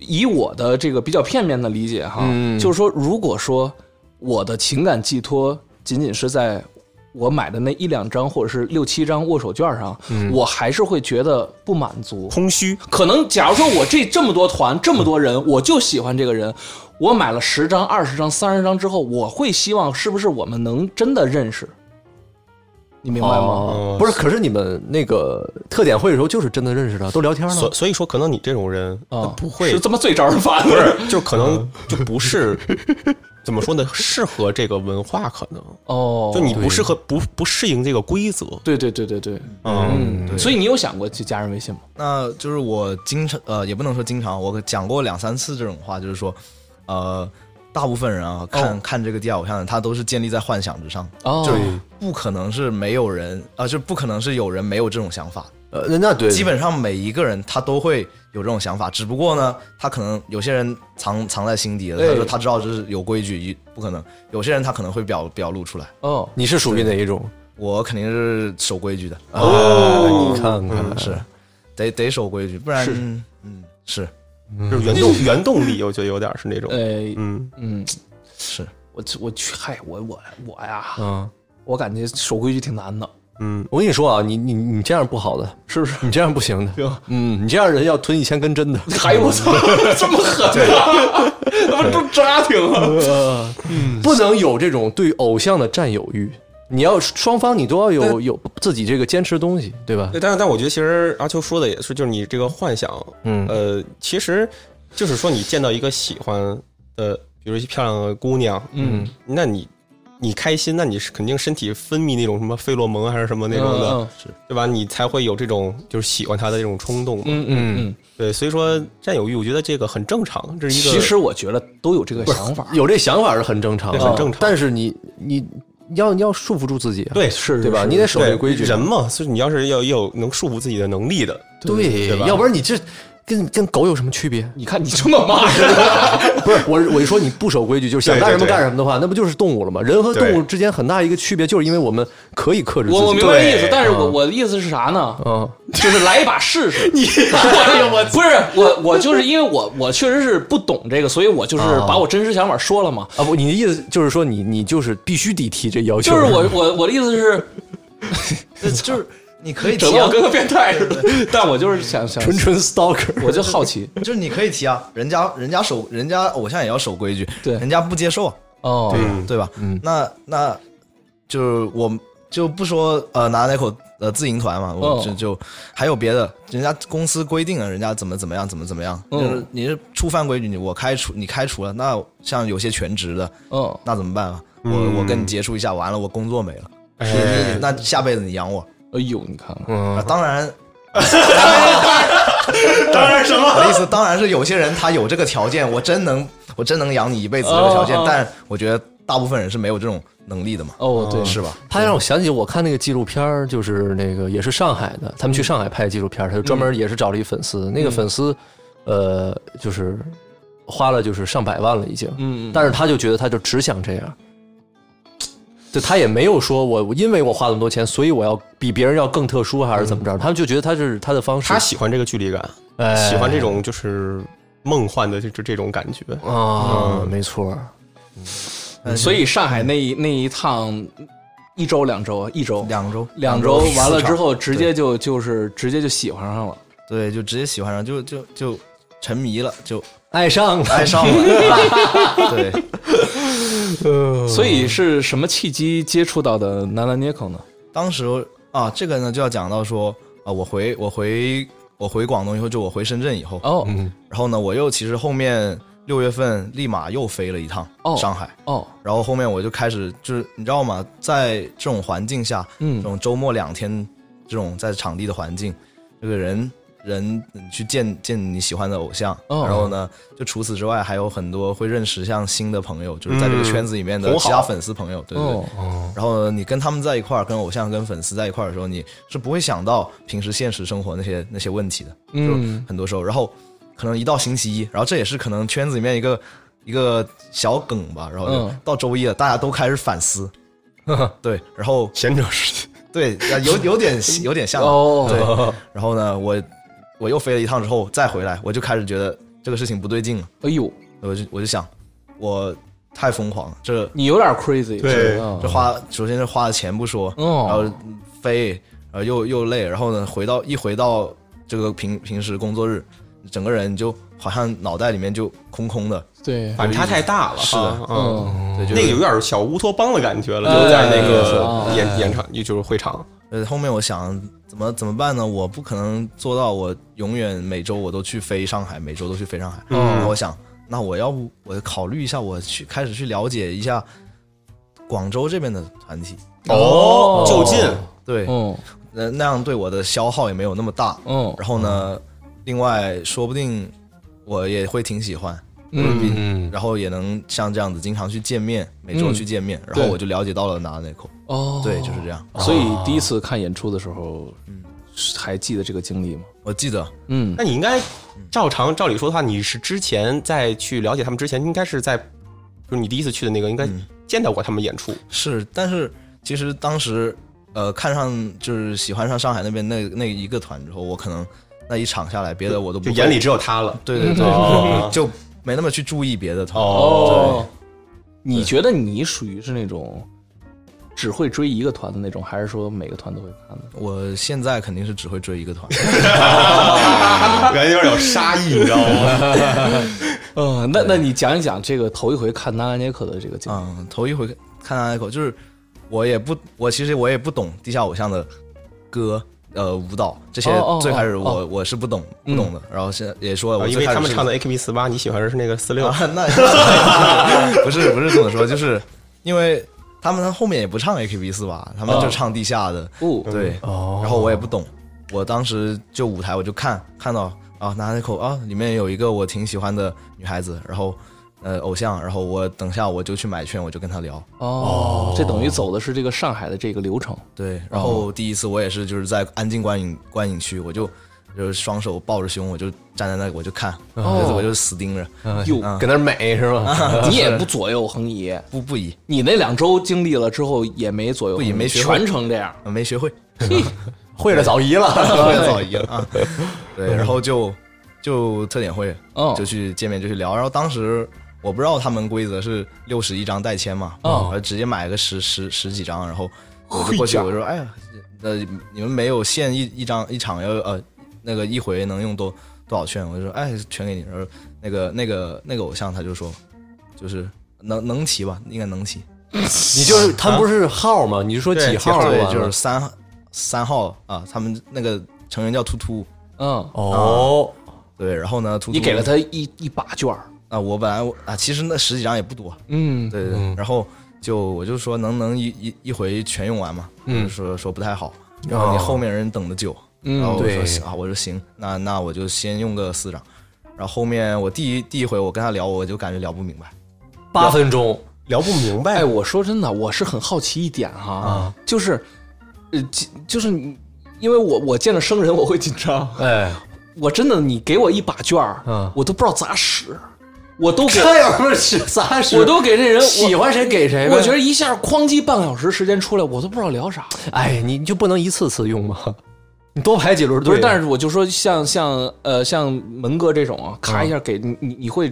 [SPEAKER 4] 以我的这个比较片面的理解哈，
[SPEAKER 5] 嗯
[SPEAKER 4] 就是说，如果说我的情感寄托仅仅是在我买的那一两张或者是六七张握手券上，
[SPEAKER 5] 嗯
[SPEAKER 4] 我还是会觉得不满足。
[SPEAKER 5] 空虚，
[SPEAKER 4] 可能假如说我这这么多团这么多人，我就喜欢这个人，我买了十张、二十张、三十张之后，我会希望是不是我们能真的认识？你明白吗？
[SPEAKER 1] 哦，不是，可是你们那个特点会的时候，就是真的认识的，都聊天了
[SPEAKER 5] 所。所以说可能你这种人他不会
[SPEAKER 4] 是这么最招人烦
[SPEAKER 5] 不
[SPEAKER 4] 的。
[SPEAKER 5] 是，就可能就不是，怎么说呢？适合这个文化，可能
[SPEAKER 4] 哦，
[SPEAKER 5] 就你不适合，不不适应这个规则。
[SPEAKER 4] 对对对对对，
[SPEAKER 5] 嗯，
[SPEAKER 4] 嗯，所以你有想过去加人微信吗？
[SPEAKER 6] 那就是我经常呃，也不能说经常，我讲过两三次这种话，就是说，呃，大部分人啊，看、看这个地下偶像的，他都是建立在幻想之上，
[SPEAKER 4] 哦
[SPEAKER 6] 就是不可能是没有人啊、就不可能是有人没有这种想法。
[SPEAKER 1] 呃，那那对，
[SPEAKER 6] 基本上每一个人他都会有这种想法，只不过呢，他可能有些人藏藏在心底了，他说他知道这是有规矩，一不可能；有些人他可能会表表露出来。
[SPEAKER 4] 哦，
[SPEAKER 1] 你是属于哪一种？
[SPEAKER 6] 我肯定是守规矩的，啊
[SPEAKER 1] 哦，你看看，
[SPEAKER 6] 是得得守规矩，不然嗯是
[SPEAKER 5] 就是原动原动力，我觉得有点是那种，
[SPEAKER 4] 呃，
[SPEAKER 5] 嗯，
[SPEAKER 4] 嗯，
[SPEAKER 6] 是。
[SPEAKER 4] 我我去，嗨，我我我呀，
[SPEAKER 1] 嗯。
[SPEAKER 4] 我感觉守规矩挺难的，
[SPEAKER 1] 我跟你说啊，你你你这样不好的，
[SPEAKER 4] 是不是？
[SPEAKER 1] 你这样不行的。嗯，你这样人要吞一千根针的。
[SPEAKER 4] 哎呦我操，这么狠啊！他们 都扎挺了。
[SPEAKER 1] 不能有这种对偶像的占有欲。你要双方你都要有有自己这个坚持的东西，对吧？
[SPEAKER 5] 对，但是但我觉得其实阿秋说的也是，就是你这个幻想，
[SPEAKER 1] 嗯
[SPEAKER 5] 呃，其实就是说你见到一个喜欢的，比如一漂亮的姑娘，
[SPEAKER 4] 嗯，
[SPEAKER 5] 那你你开心，那你是肯定身体分泌那种什么费洛蒙还是什么那种的，
[SPEAKER 4] 嗯嗯
[SPEAKER 5] 对吧？你才会有这种就是喜欢她的这种冲动嘛。
[SPEAKER 4] 嗯嗯嗯，
[SPEAKER 5] 对，所以说占有欲，我觉得这个很正常，这是一个
[SPEAKER 4] 其实我觉得都有这个想法，
[SPEAKER 1] 有这想法是很正常的，
[SPEAKER 5] 对很正常
[SPEAKER 1] 但是你你你要你要束缚住自己啊，
[SPEAKER 5] 对
[SPEAKER 4] 是
[SPEAKER 1] 对吧？
[SPEAKER 4] 是？
[SPEAKER 1] 你得守
[SPEAKER 5] 对
[SPEAKER 1] 这规矩，
[SPEAKER 5] 人嘛，所以你要是要要有能束缚自己的能力的，
[SPEAKER 1] 对，
[SPEAKER 5] 对吧
[SPEAKER 1] 要不然你这跟跟狗有什么区别
[SPEAKER 4] 你看你这么骂人，
[SPEAKER 1] 不是我我一说你不守规矩，就是想
[SPEAKER 5] 对对
[SPEAKER 1] 干什么
[SPEAKER 5] 对
[SPEAKER 1] 干什么的话，那不就是动物了吗？人和动物之间很大一个区别，就是因为我们可以克制自己。
[SPEAKER 4] 我我明白意思
[SPEAKER 5] 对，
[SPEAKER 4] 但是我我的意思是啥呢？
[SPEAKER 1] 嗯，
[SPEAKER 4] 就是来一把试试。 你，我不是我，我就是因为我我确实是不懂这个，所以我就是把我真实想法说了嘛。
[SPEAKER 1] 啊不，你的意思就是说你你就是必须得提这 要求，
[SPEAKER 4] 就是我我我的意思是，
[SPEAKER 6] 就是你可以
[SPEAKER 4] 整
[SPEAKER 6] 提
[SPEAKER 4] 的
[SPEAKER 6] 啊
[SPEAKER 4] 我，跟个变态似的。但我就是想想，
[SPEAKER 1] 纯纯 stalker。
[SPEAKER 4] 我就好奇
[SPEAKER 6] 就是你可以提啊，人家人家守人家偶像也要守规矩，
[SPEAKER 4] 对
[SPEAKER 6] 人家不接受啊，
[SPEAKER 4] 哦，
[SPEAKER 6] 对吧？嗯，那那就是我们就不说呃拿那口呃自营团嘛，
[SPEAKER 4] 哦
[SPEAKER 6] 我就就还有别的，人家公司规定了，啊人家怎么怎么样怎么怎么样，
[SPEAKER 4] 嗯
[SPEAKER 6] 就是你是触犯规矩，你我开除你开除了，那像有些全职的，
[SPEAKER 4] 嗯，
[SPEAKER 6] 那怎么办啊？我我跟你接触一下，完了我工作没了，
[SPEAKER 5] 哎，
[SPEAKER 6] 那下辈子你养我？
[SPEAKER 4] 哎呦，你看看，
[SPEAKER 6] 啊当然，
[SPEAKER 3] 当然什么？
[SPEAKER 6] 我的意思当然是有些人他有这个条件，我真能我真能养你一辈子这个条件
[SPEAKER 4] 哦哦，
[SPEAKER 6] 但我觉得大部分人是没有这种能力的嘛，
[SPEAKER 4] 哦，对，
[SPEAKER 6] 是吧？
[SPEAKER 1] 他让我想起我看那个纪录片儿，就是那个也是上海的，他们去上海拍纪录片儿，他就专门也是找了一粉丝，那个粉丝呃就是花了就是上百万了已经，
[SPEAKER 4] 嗯，
[SPEAKER 1] 但是他就觉得他就只想这样，就他也没有说我因为我花那么多钱，所以我要比别人要更特殊还是怎么着，他们就觉得他是他的方式，
[SPEAKER 5] 他喜欢这个距离感，
[SPEAKER 1] 哎
[SPEAKER 5] 喜欢这种就是梦幻的这这这种感觉。
[SPEAKER 1] 啊，没错，
[SPEAKER 4] 所以上海那一那一趟一周两周啊一周
[SPEAKER 6] 两周，
[SPEAKER 4] 两周
[SPEAKER 6] 四
[SPEAKER 4] 完了
[SPEAKER 6] 场
[SPEAKER 4] 之后，直接就就是直接就喜欢上了。
[SPEAKER 6] 对，就直接喜欢上，就就就沉迷了， 就
[SPEAKER 1] 爱上了。
[SPEAKER 6] 爱上了。对，
[SPEAKER 4] 所以是什么契机接触到的南南捏口呢？
[SPEAKER 6] 当时啊，这个呢就要讲到说啊，我回我回我回广东以后，就我回深圳以后，
[SPEAKER 4] 哦
[SPEAKER 6] 然后呢，我又其实后面六月份立马又飞了一趟
[SPEAKER 4] 哦
[SPEAKER 6] 上海，
[SPEAKER 4] 哦，
[SPEAKER 6] 然后后面我就开始就是你知道吗，在这种环境下，这
[SPEAKER 4] 嗯
[SPEAKER 6] 种周末两天这种在场地的环境，这个人人你去见见你喜欢的偶像，
[SPEAKER 4] 哦
[SPEAKER 6] 然后呢，就除此之外还有很多会认识像新的朋友，就是在这个圈子里面的
[SPEAKER 5] 同好
[SPEAKER 6] 其他粉丝朋友，对对对。
[SPEAKER 4] 哦
[SPEAKER 6] 然后你跟他们在一块儿，跟偶像、跟粉丝在一块儿的时候，你是不会想到平时现实生活那些那些问题的，
[SPEAKER 4] 嗯
[SPEAKER 6] 很多时候，然后可能一到星期一，然后这也是可能圈子里面一个一个小梗吧，然后就
[SPEAKER 4] 嗯
[SPEAKER 6] 到周一了，大家都开始反 思，对，然后
[SPEAKER 5] 贤者时间，
[SPEAKER 6] 对，有有点有点像，
[SPEAKER 4] 哦
[SPEAKER 6] 对，然后呢，我我又飞了一趟之后再回来，我就开始觉得这个事情不对劲了，
[SPEAKER 4] 哎呦，
[SPEAKER 6] 我就我就想，我太疯狂了，这
[SPEAKER 4] 你有点 crazy，
[SPEAKER 5] 对
[SPEAKER 4] 是吧
[SPEAKER 6] 这花首先是花了钱不说，然后
[SPEAKER 4] 哦，
[SPEAKER 6] 飞，然后又又累，然后呢，回到一回到这个平平时工作日，整个人就好像脑袋里面就空空的，
[SPEAKER 4] 哦对，哦
[SPEAKER 5] 反差太大了。是
[SPEAKER 6] 的，
[SPEAKER 5] 嗯，
[SPEAKER 6] 对，就
[SPEAKER 5] 那个有点小乌托邦的感觉了，就在那个
[SPEAKER 4] 哎
[SPEAKER 5] 演演场，就是会场。
[SPEAKER 6] 呃，后面我想怎么怎么办呢？我不可能做到我永远每周我都去飞上海，每周都去飞上海。
[SPEAKER 4] 嗯
[SPEAKER 6] 然后我想，那我要不我考虑一下，我去开始去了解一下广州这边的团体，
[SPEAKER 5] 哦，就近，
[SPEAKER 6] 对，
[SPEAKER 4] 嗯
[SPEAKER 6] 那那样对我的消耗也没有那么大。
[SPEAKER 4] 嗯
[SPEAKER 6] 然后呢，另外说不定我也会挺喜欢，
[SPEAKER 4] 嗯，
[SPEAKER 1] 嗯，
[SPEAKER 6] 然后也能像这样子经常去见面，每周去见面，然后
[SPEAKER 4] 嗯对
[SPEAKER 6] 我就了解到了拿内口，
[SPEAKER 4] 哦，
[SPEAKER 6] 对，就是这样。
[SPEAKER 4] 所以第一次看演出的时候，还记得这个经历吗？
[SPEAKER 6] 我记得
[SPEAKER 4] 嗯，
[SPEAKER 5] 那你应该照常照理说的话，你是之前在去了解他们之前，应该是在就是你第一次去的那个，应该见到过他们演出。
[SPEAKER 6] 是，但是其实当时呃看上就是喜欢上上海那边那那一个团之后，我可能那一场下来，别的我都不
[SPEAKER 5] 就
[SPEAKER 6] 会
[SPEAKER 5] 眼里只有他 了。
[SPEAKER 6] 对对对，
[SPEAKER 5] 哦
[SPEAKER 6] 就没那么去注意别的团。
[SPEAKER 4] 哦，你觉得你属于是那种只会追一个团的那种，还是说每个团都会看的？
[SPEAKER 6] 我现在肯定是只会追一 个团，
[SPEAKER 5] 感觉有点有杀意，你知道 吗？
[SPEAKER 4] 呃，那那你讲一讲这个头一回看南安杰克的这个经历。
[SPEAKER 6] 嗯，头一回看他那口，就是我也不，我其实我也不懂地下偶像的歌。呃，舞蹈这些
[SPEAKER 4] 哦哦
[SPEAKER 6] 最开始
[SPEAKER 4] 哦
[SPEAKER 6] 我、我是不懂不懂的，然后现在也说了，我
[SPEAKER 5] 嗯哦因
[SPEAKER 6] 最
[SPEAKER 5] 为
[SPEAKER 6] 开始
[SPEAKER 5] 他们
[SPEAKER 6] 是
[SPEAKER 5] 唱的 AKB 四八，你喜欢的是那个四六
[SPEAKER 6] 啊，那那不是不是这么说，就是因为他们后面也不唱 AKB 四八，他们就唱地下的，
[SPEAKER 4] 哦，
[SPEAKER 6] 对，然后我也不懂，我当时就舞台我就看看到啊，拿那口啊，里面有一个我挺喜欢的女孩子，然后呃偶像，然后我等下我就去买券，我就跟她聊，
[SPEAKER 4] 哦，这等于走的是这个上海的这个流程。
[SPEAKER 6] 对，然后第一次我也是就是在安静观影观影区，我就。就是双手抱着胸，我就站在那里，我就看，就是我就死盯着，
[SPEAKER 4] 哟，
[SPEAKER 6] 嗯
[SPEAKER 1] 搁那儿美是
[SPEAKER 5] 啊
[SPEAKER 1] 吧？
[SPEAKER 4] 你也不左右横移，
[SPEAKER 6] 不不移，
[SPEAKER 4] 你那两周经历了之后也没左右横移，
[SPEAKER 6] 不也没学会
[SPEAKER 4] 全程这样。
[SPEAKER 6] 没学会。
[SPEAKER 1] 会了早移了，
[SPEAKER 6] 特别早一样啊。对，然后就就特点会，
[SPEAKER 4] 哦
[SPEAKER 6] 就去见面就去聊。然后当时我不知道他们规则是六十一张代签嘛，
[SPEAKER 4] 哦
[SPEAKER 6] 然后直接买个十十十几张，然后我就过去
[SPEAKER 5] 嘿呀
[SPEAKER 6] 我就说，哎呀，呃，你们没有限一一张一场要呃那个一回能用多多少券？我就说，哎，全给你。然后那个那个那个偶像他就说，就是能能骑吧，应该能骑。
[SPEAKER 1] 你就是他们不是号吗？你就说几号
[SPEAKER 6] 对
[SPEAKER 1] 吧，，
[SPEAKER 6] 就是三三号啊，他们那个成员叫突突。
[SPEAKER 4] 嗯，
[SPEAKER 1] 哦，
[SPEAKER 6] 对，然后呢，突突
[SPEAKER 4] 你给了他一一把卷儿。
[SPEAKER 6] 啊，我本来我啊，其实那十几张也不多，
[SPEAKER 4] 嗯，
[SPEAKER 6] 对对对。然后就我就说能能一一一回全用完嘛，嗯，就说说不太好，然
[SPEAKER 4] 哦
[SPEAKER 6] 后你后面人等的久，嗯，然后我说
[SPEAKER 1] 对
[SPEAKER 6] 行啊，我说行，那那我就先用个四张。然后后面我第一第一回我跟他聊，我就感觉聊不明白，
[SPEAKER 1] 八分钟
[SPEAKER 5] 聊不明白。
[SPEAKER 4] 哎，我说真的，我是很好奇一点哈，
[SPEAKER 1] 啊
[SPEAKER 4] 就是，呃，就就是你因为我我见着生人我会紧张，
[SPEAKER 1] 哎，
[SPEAKER 4] 我真的你给我一把卷儿，
[SPEAKER 1] 嗯
[SPEAKER 4] 我都不知道咋使，我都 给，
[SPEAKER 1] 这有什么是杂事？
[SPEAKER 4] 我都给这人
[SPEAKER 1] 喜
[SPEAKER 4] 我
[SPEAKER 1] 欢谁给谁呗。
[SPEAKER 4] 我觉得一下哐叽半个小时时间出来，我都不知道聊啥。
[SPEAKER 1] 哎，你就不能一次次用吗？ 你多排几轮队。啊
[SPEAKER 4] 不是，但
[SPEAKER 1] 是
[SPEAKER 4] 是我就说像像呃像门哥这种啊，咔
[SPEAKER 1] 嗯
[SPEAKER 4] 一下给、你你你会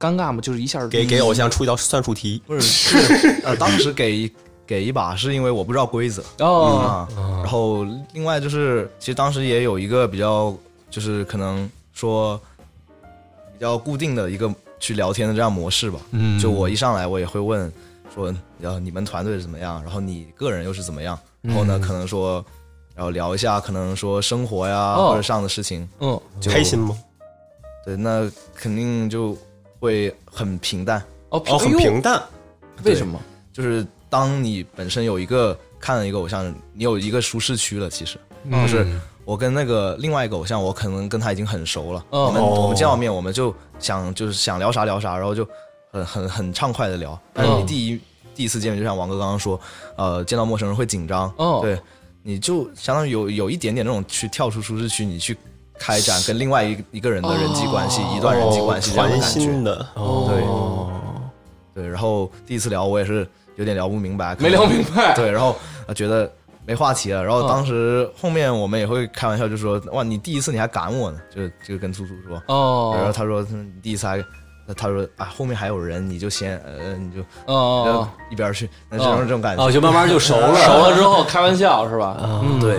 [SPEAKER 4] 尴尬吗？就是一下
[SPEAKER 5] 给给偶像出一道算术题，
[SPEAKER 6] 不是 是呃，当时给给一把是因为我不知道规则
[SPEAKER 4] 哦，
[SPEAKER 6] 啊，然后另外就是其实当时也有一个比较就是可能说比较固定的一个去聊天的这样模式吧，嗯，就我一上来我也会问说，然后你们团队是怎么样，然后你个人又是怎么样，然后呢可能说。然后聊一下，可能说生活呀，
[SPEAKER 4] 哦
[SPEAKER 6] 或者上的事情，
[SPEAKER 4] 嗯，
[SPEAKER 6] 就
[SPEAKER 5] 开心吗？
[SPEAKER 6] 对，那肯定就会很平淡。
[SPEAKER 4] 哦，
[SPEAKER 5] 哦，很
[SPEAKER 4] 哎呦
[SPEAKER 5] 平淡。
[SPEAKER 4] 为什么？
[SPEAKER 6] 就是当你本身有一个看了一个偶像，你有一个舒适区了。其实，就是我跟那个另外一个偶像，我可能跟他已经很熟了。
[SPEAKER 4] 哦
[SPEAKER 6] 我们我们见到面，我们就想就是想聊啥聊啥，然后就很很很畅快的聊。但是你第一、第一次见面，就像王哥刚刚说，呃，见到陌生人会紧张。
[SPEAKER 4] 哦
[SPEAKER 6] 对，你就相当于有有一点点那种去跳出舒适区，你去开展跟另外一一个人的人际关系，一段人际关系这样的
[SPEAKER 5] 传
[SPEAKER 6] 感
[SPEAKER 5] 哦
[SPEAKER 6] 觉。
[SPEAKER 5] 心的，哦
[SPEAKER 4] 哦
[SPEAKER 1] 哦
[SPEAKER 6] 对，然后第一次聊我也是有点聊不明白，可
[SPEAKER 4] 没
[SPEAKER 6] 能
[SPEAKER 4] 聊明白。嗯
[SPEAKER 6] 对，然后呃觉得没话题了，然后当时后面我们也会开玩笑，就说哇，你第一次你还赶我呢，就就跟猪猪说，然后
[SPEAKER 4] 哦
[SPEAKER 6] 他说嗯你第一次还，他说啊后面还有人，你就先呃你就
[SPEAKER 4] 哦哦，
[SPEAKER 6] 一边儿去，那这种这种感觉
[SPEAKER 1] 哦，，就慢慢就熟了，
[SPEAKER 4] 熟了之后开玩笑是
[SPEAKER 1] 啊
[SPEAKER 4] 吧？嗯，
[SPEAKER 6] 对，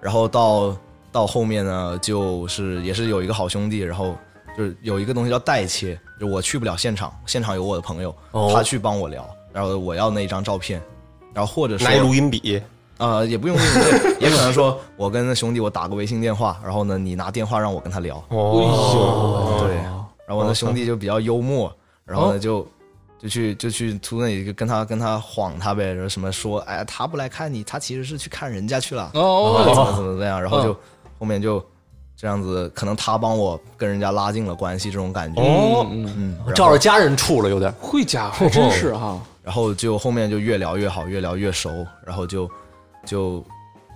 [SPEAKER 6] 然后到到后面呢，就是也是有一个好兄弟，然后就是有一个东西叫代切，就我去不了现场，现场有我的朋友，
[SPEAKER 1] 哦
[SPEAKER 6] 他去帮我聊，然后我要那一张照片，然后或者说
[SPEAKER 5] 拿一录音笔，
[SPEAKER 6] 呃，也不用，也可能说我跟那兄弟我打个微信电话，然后呢，你拿电话让我跟他聊，
[SPEAKER 5] 哦，
[SPEAKER 6] 对，然后我那兄弟就比较幽默，然后呢就就去就去图那里就跟他跟他晃他呗，然后什么说，哎呀，他不来看你，他其实是去看人家去了，
[SPEAKER 4] 哦，嗯
[SPEAKER 6] 怎么怎么怎么样，然后就后面就这样子，可能他帮我跟人家拉近了关系这种感觉，
[SPEAKER 4] 哦，嗯
[SPEAKER 6] 嗯，然后
[SPEAKER 1] 照着家人处了，有点。
[SPEAKER 4] 会家
[SPEAKER 1] 哦
[SPEAKER 4] 伙，还真是啊哈。
[SPEAKER 6] 然后就后面就越聊越好，越聊越熟，然后就就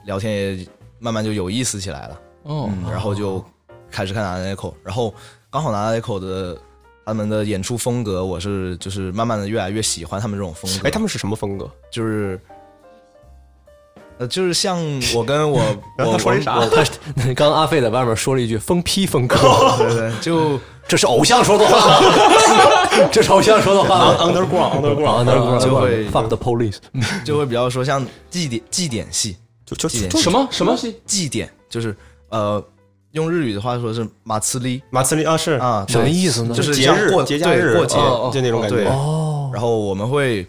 [SPEAKER 6] 聊天也慢慢就有意思起来了。
[SPEAKER 4] 哦，
[SPEAKER 6] 嗯，然后就开始看 n a c o 然后刚好 n a c o 的他们的演出风格，我是就是慢慢的越来越喜欢他们这种风格，
[SPEAKER 5] 哎，他们是什么风格？
[SPEAKER 6] 就是。呃，就是像我跟 我我
[SPEAKER 5] 他说了一啥
[SPEAKER 6] 我
[SPEAKER 1] 他刚刚阿飞在外面说了一句“疯批疯哥
[SPEAKER 6] 对对，就”，
[SPEAKER 1] 这是偶像说的话，这是偶像说的话。啊
[SPEAKER 5] Underground，Underground，
[SPEAKER 1] Underground
[SPEAKER 6] 就会
[SPEAKER 1] fuck the police，
[SPEAKER 6] 就会比较说像祭典祭典戏，
[SPEAKER 5] 就就
[SPEAKER 6] 祭典
[SPEAKER 5] 就
[SPEAKER 4] 什么什么戏？
[SPEAKER 6] 祭典就是呃，用日语的话说是马茨利
[SPEAKER 5] 马自里啊，是
[SPEAKER 6] 啊，
[SPEAKER 1] 什么
[SPEAKER 6] 对
[SPEAKER 1] 意思呢？
[SPEAKER 6] 就是
[SPEAKER 5] 嗯节
[SPEAKER 6] 像
[SPEAKER 5] 日
[SPEAKER 6] 过
[SPEAKER 5] 节假
[SPEAKER 6] 对
[SPEAKER 5] 日
[SPEAKER 6] 过节
[SPEAKER 5] 啊就那种感
[SPEAKER 6] 对
[SPEAKER 5] 觉。
[SPEAKER 1] 哦，
[SPEAKER 6] 然后我们会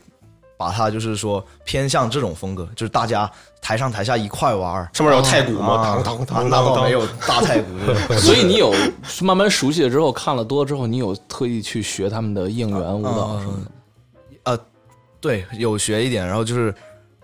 [SPEAKER 6] 把它就是说偏向这种风格，就是大家台上台下一块玩儿。
[SPEAKER 5] 上面有太鼓吗？
[SPEAKER 6] 啊
[SPEAKER 5] 当当
[SPEAKER 6] 那
[SPEAKER 5] 当
[SPEAKER 6] 那
[SPEAKER 5] 当
[SPEAKER 6] 倒
[SPEAKER 5] 当，
[SPEAKER 6] 没有大太鼓，
[SPEAKER 4] 所以你有慢慢熟悉了之后，看了多之后，你有特意去学他们的应援舞
[SPEAKER 1] 嗯
[SPEAKER 4] 蹈什么的。
[SPEAKER 6] 呃，对，有学一点，然后就是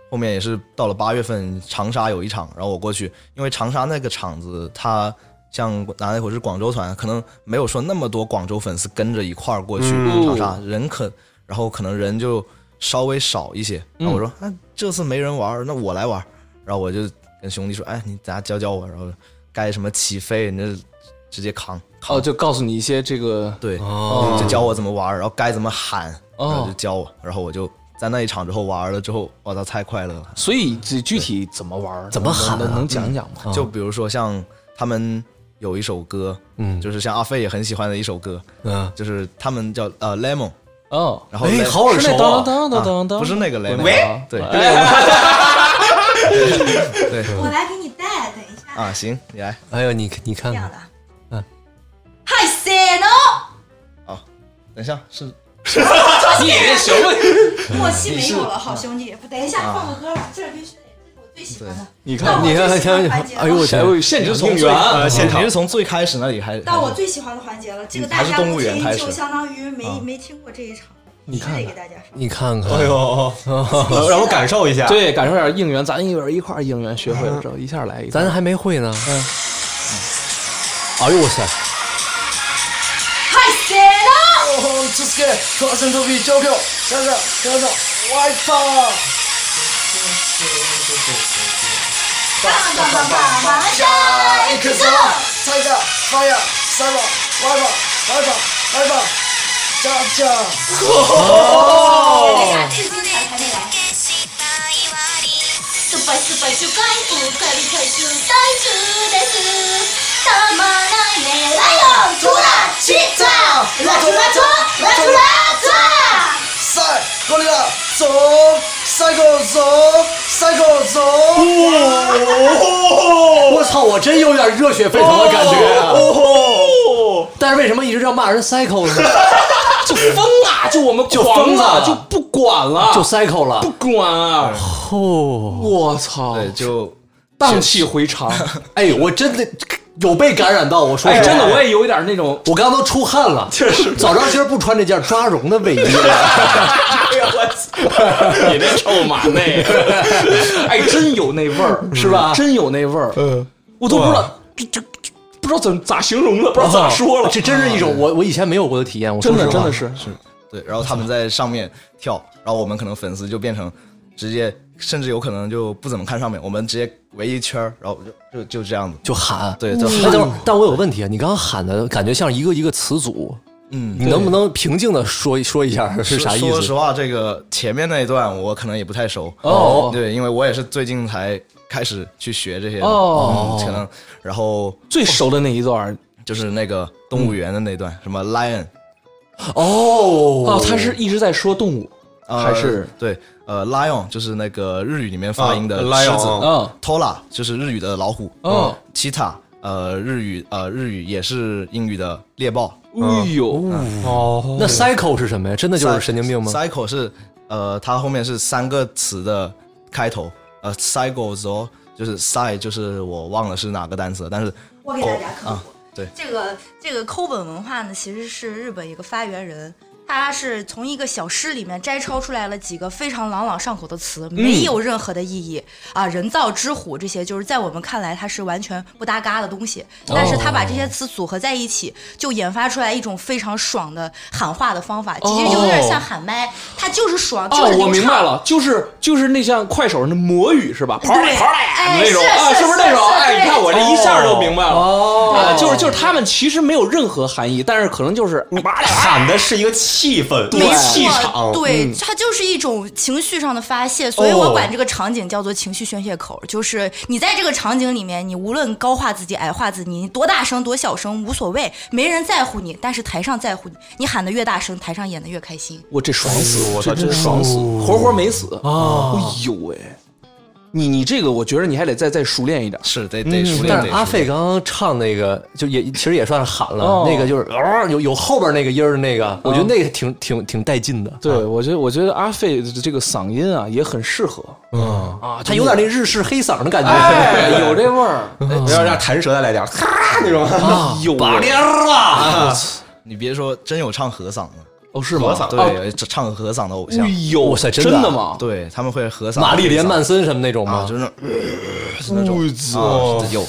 [SPEAKER 6] 后面也是到了八月份，长沙有一场，然后我过去，因为长沙那个场子，它像拿那会儿是广州团，可能没有说那么多广州粉丝跟着一块儿过去、长沙，人可，然后可能人就稍微少一些。然后我说，那、这次没人玩儿，那我来玩儿。然后我就跟兄弟说，哎，你大家教教我，然后该什么起飞，你就直接扛。
[SPEAKER 4] 哦，就告诉你一些这个
[SPEAKER 6] 对，
[SPEAKER 1] 哦
[SPEAKER 6] 就教我怎么玩儿，然后该怎么喊，
[SPEAKER 4] 哦
[SPEAKER 6] 然后就教我，然后我就在那一场之后玩了之后，我操，太快乐了！
[SPEAKER 4] 所以这具体怎么玩儿，
[SPEAKER 1] 怎么喊啊
[SPEAKER 4] 能能能讲讲吗？
[SPEAKER 6] 就比如说像他们有一首歌，
[SPEAKER 1] 嗯
[SPEAKER 6] 就是像阿飞也很喜欢的一首歌，
[SPEAKER 1] 嗯，
[SPEAKER 6] 就是他们叫呃 Lemon，
[SPEAKER 4] 哦，
[SPEAKER 6] 然后
[SPEAKER 1] 哎
[SPEAKER 6] Lemon-
[SPEAKER 1] 好耳
[SPEAKER 4] 是
[SPEAKER 1] 熟
[SPEAKER 4] 那
[SPEAKER 1] 啊
[SPEAKER 4] 当当当当当，
[SPEAKER 6] 不是那个
[SPEAKER 4] 不
[SPEAKER 6] Lemon，
[SPEAKER 4] 是那个
[SPEAKER 6] 对
[SPEAKER 4] 啊
[SPEAKER 2] 我来给你带，等一下。
[SPEAKER 6] 啊，行，你来，
[SPEAKER 1] 哎呦，你你看
[SPEAKER 2] 这样
[SPEAKER 1] 看
[SPEAKER 2] 的，
[SPEAKER 1] 嗯
[SPEAKER 2] 嗯，嗨塞呢？
[SPEAKER 6] 等一下是
[SPEAKER 4] 你行了，
[SPEAKER 2] 默契没有了，好兄弟，不，等一下换个歌吧，这是必须得，这是我最喜欢的。
[SPEAKER 4] 你看
[SPEAKER 2] 到
[SPEAKER 1] 啊你
[SPEAKER 2] 我
[SPEAKER 1] 看
[SPEAKER 2] 最喜欢的
[SPEAKER 1] 看
[SPEAKER 2] 环节，了，
[SPEAKER 1] 哎呦我天
[SPEAKER 4] 哎！呦，现场动员，
[SPEAKER 5] 呃，现
[SPEAKER 6] 啊你
[SPEAKER 5] 场
[SPEAKER 6] 是从最开始那里还
[SPEAKER 2] 到我最喜欢的环节了，这个大
[SPEAKER 6] 还是
[SPEAKER 2] 家
[SPEAKER 6] 动
[SPEAKER 2] 不
[SPEAKER 6] 物园
[SPEAKER 2] 听
[SPEAKER 6] 开始
[SPEAKER 2] 就相当于没、没听过这一场，你看得给大家 说。
[SPEAKER 1] 你看看，
[SPEAKER 5] 哎呦，呃让我感受一下。
[SPEAKER 4] 对，感受点应援，咱一人一块儿应援，学会了之后一下来一个，
[SPEAKER 1] 啊咱还没会呢。嗯，哎呦我塞！
[SPEAKER 2] 嗨塞呢？
[SPEAKER 6] 哦之间，抓身头皮交票，加上加上，我操！一颗手，拆下，发呀，三吧，歪吧，来吧，来吧，加加。
[SPEAKER 7] スパイスパイス外部カリカリ中大中ですたまらないねライオントラチッタラトラトラトラトラ
[SPEAKER 6] 赛过来了，走，赛狗走，赛狗走。
[SPEAKER 1] 我操！我真有点热血沸腾的感觉、啊。
[SPEAKER 4] 哦
[SPEAKER 1] 但是为什么一直要骂人 psycho 呢？
[SPEAKER 4] 就疯了，就我们
[SPEAKER 1] 就
[SPEAKER 4] 狂
[SPEAKER 1] 疯了
[SPEAKER 4] 就不管了，
[SPEAKER 1] 就 psycho 了
[SPEAKER 4] 不。管啊！哦，我操，
[SPEAKER 6] 对，就
[SPEAKER 4] 荡气回肠。
[SPEAKER 1] 哎，我真的有被感染到。我说
[SPEAKER 4] 哎，
[SPEAKER 1] 实话
[SPEAKER 4] 真的，我也有一点那种，
[SPEAKER 1] 我刚刚都出汗了。确实，早知道今儿不穿这件抓绒的卫衣 了。
[SPEAKER 4] 你这臭马内， 哎，真有那味儿，是吧？真有那味儿，嗯，我都不知道，就就就不知道怎咋形容了，不知道咋说了，
[SPEAKER 1] 这真是一种我我以前没有过的体验。我说
[SPEAKER 4] 真的
[SPEAKER 1] 实
[SPEAKER 4] 真
[SPEAKER 1] 话
[SPEAKER 4] 的啊是
[SPEAKER 6] 对，然后他们在上面跳，然后我们可能粉丝就变成直接，甚至有可能就不怎么看上面，我们直接围一圈儿，然后就就就这样子。
[SPEAKER 1] 就喊。
[SPEAKER 6] 对，就
[SPEAKER 1] 哎等会儿但我有个问题啊，你刚刚喊的感觉像一个一个词组，
[SPEAKER 6] 嗯，
[SPEAKER 1] 你能不能平静的说一说一下是啥意
[SPEAKER 6] 说说
[SPEAKER 1] 思
[SPEAKER 6] 实？话，这个前面那一段我可能也不太熟
[SPEAKER 1] 哦
[SPEAKER 6] 对，因为我也是最近才开始去学这些的
[SPEAKER 4] 哦
[SPEAKER 6] 嗯可能然后
[SPEAKER 4] 最熟的那一段。
[SPEAKER 6] 就是那个动物园的那段，什么 lion，
[SPEAKER 1] 哦
[SPEAKER 4] 哦，他是一直在说动物，
[SPEAKER 6] 呃
[SPEAKER 4] 还是
[SPEAKER 6] 对，呃，lion 就是那个日语里面发音的
[SPEAKER 5] 啊
[SPEAKER 6] 狮
[SPEAKER 5] lion，
[SPEAKER 6] 子
[SPEAKER 5] 啊
[SPEAKER 4] 嗯，
[SPEAKER 6] ，tola 就是日语的老虎，
[SPEAKER 4] 哦
[SPEAKER 6] ，cheetah 呃日语呃日语也是英语的猎豹，
[SPEAKER 4] 哎呦，
[SPEAKER 5] 哦，
[SPEAKER 1] 那 psycho 是什么呀？真的就是神经病吗？
[SPEAKER 6] ？cycle 是呃，它后面是三个词的开头，呃，cycle 之后就是 cy 就是我忘了是哪个单词了，但是
[SPEAKER 2] 我给大家科普，
[SPEAKER 6] 啊对
[SPEAKER 2] 这个这个抠本文化呢，其实是日本一个发源人，他是从一个小诗里面摘抄出来了几个非常朗朗上口的词，没有任何的意义啊，人造之虎这些，就是在我们看来它是完全不搭嘎的东西，但是他把这些词组合在一起，就研发出来一种非常爽的喊话的方法，其实就有点像喊麦，它就是爽，就
[SPEAKER 4] 哦
[SPEAKER 2] 是，流
[SPEAKER 4] 我明白
[SPEAKER 2] 畅。
[SPEAKER 4] 了，就是就是那像快手上的魔语是吧？跑嘞
[SPEAKER 2] 对
[SPEAKER 4] 跑嘞
[SPEAKER 2] 哎
[SPEAKER 4] 那种
[SPEAKER 2] 是
[SPEAKER 4] 啊，
[SPEAKER 2] 是
[SPEAKER 4] 是不是那种？
[SPEAKER 2] 是是
[SPEAKER 4] 哎，你看我这一下就明白了，
[SPEAKER 1] 哦
[SPEAKER 4] 啊，就是就是他们其实没有任何含义，但是可能就是你妈嘞
[SPEAKER 5] 喊的是一个气氛，
[SPEAKER 2] 没错，
[SPEAKER 5] 气场，
[SPEAKER 4] 嗯
[SPEAKER 2] 对，它就是一种情绪上的发泄，所以
[SPEAKER 4] 哦
[SPEAKER 2] 我管这个场景叫做情绪宣泄口。就是你在这个场景里面，你无论高画自己、矮画自己，你多大声、多小声无所谓，没人在乎你，但是台上在乎你，你喊的越大声，台上演的越开心。
[SPEAKER 4] 我这爽死，我
[SPEAKER 5] 操
[SPEAKER 4] 真
[SPEAKER 5] 真
[SPEAKER 4] 爽死，活活没死啊！哎呦喂，你你这个我觉得你还得再再熟练一点，
[SPEAKER 6] 是得得熟练
[SPEAKER 1] 嗯但啊
[SPEAKER 6] 得
[SPEAKER 1] 是阿
[SPEAKER 6] 熟
[SPEAKER 1] 费刚刚唱那个，就也其实也算是喊了，
[SPEAKER 4] 哦嗯
[SPEAKER 1] 那个就是、呃有有后边那个音儿的那个，我觉得那个挺挺挺带劲的。
[SPEAKER 4] 对我觉得我觉得阿费的这个嗓音啊也很适合，
[SPEAKER 1] 啊，他有点那日式黑嗓的感觉。
[SPEAKER 4] 哎， 有这味儿，
[SPEAKER 5] 不要让弹舌再来点儿，咔那种。
[SPEAKER 4] 有
[SPEAKER 1] 拔
[SPEAKER 4] 味
[SPEAKER 1] 帘儿啊！
[SPEAKER 6] 你别说，真有唱和嗓的，
[SPEAKER 4] 哦是吗？啊，
[SPEAKER 6] 对，这唱和嗓的偶像
[SPEAKER 4] 哎，呦，
[SPEAKER 1] 哇塞真的啊
[SPEAKER 4] 真的吗？
[SPEAKER 6] 对他们会和嗓，
[SPEAKER 1] 玛丽莲
[SPEAKER 6] 和嗓
[SPEAKER 1] 曼森什么那种
[SPEAKER 6] 啊，
[SPEAKER 1] 吗？
[SPEAKER 6] 就是那种是那种啊是有，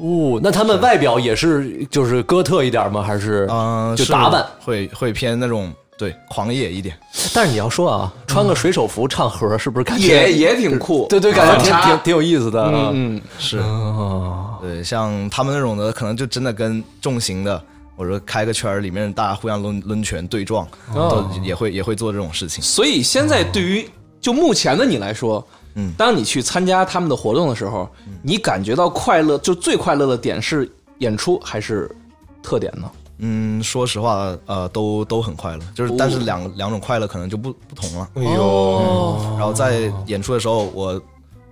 [SPEAKER 1] 哦，那他们外表也是就是哥特一点吗？还是
[SPEAKER 6] 嗯，
[SPEAKER 1] 就是打扮？
[SPEAKER 6] 会会偏那种对狂野一点，
[SPEAKER 1] 但是你要说啊，穿个水手服唱和是不是感觉
[SPEAKER 4] 也也挺酷， 啊
[SPEAKER 1] 对对，感觉挺
[SPEAKER 4] 反差
[SPEAKER 1] 挺挺有意思的啊。
[SPEAKER 4] 嗯，
[SPEAKER 6] 是，对，像他们那种的，可能就真的跟重型的，我说开个圈儿，里面大家互相抡抡拳对撞，都也会也会做这种事情。
[SPEAKER 4] 所以现在对于就目前的你来说，
[SPEAKER 6] 嗯
[SPEAKER 4] 当你去参加他们的活动的时候，你感觉到快乐，就最快乐的点是演出还是特点呢？
[SPEAKER 6] 嗯，说实话，呃，都都很快乐，就是但是两、两种快乐可能就不不同了。
[SPEAKER 5] 哎呦，
[SPEAKER 6] 然后在演出的时候，我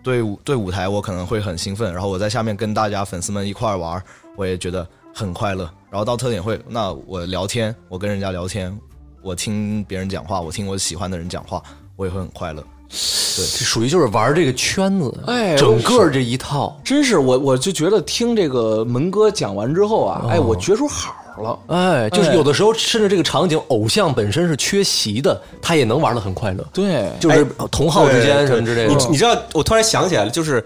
[SPEAKER 6] 对舞对舞台我可能会很兴奋，然后我在下面跟大家粉丝们一块儿玩儿，我也觉得很快乐。然后到特点会，那我聊天，我跟人家聊天，我听别人讲话，我听我喜欢的人讲话，我也会很快乐。
[SPEAKER 1] 这属于就是玩这个圈子，
[SPEAKER 4] 哎
[SPEAKER 1] 整个这一套，
[SPEAKER 4] 真是我，我就觉得听这个门哥讲完之后啊，哎，我觉出好了。
[SPEAKER 1] 哎，就是有的时候甚至这个场景，偶像本身是缺席的，他也能玩的很快乐，
[SPEAKER 4] 对，
[SPEAKER 1] 就是同好之间什么之类
[SPEAKER 5] 你
[SPEAKER 1] 的。嗯
[SPEAKER 5] 你知道，我突然想起来了，就是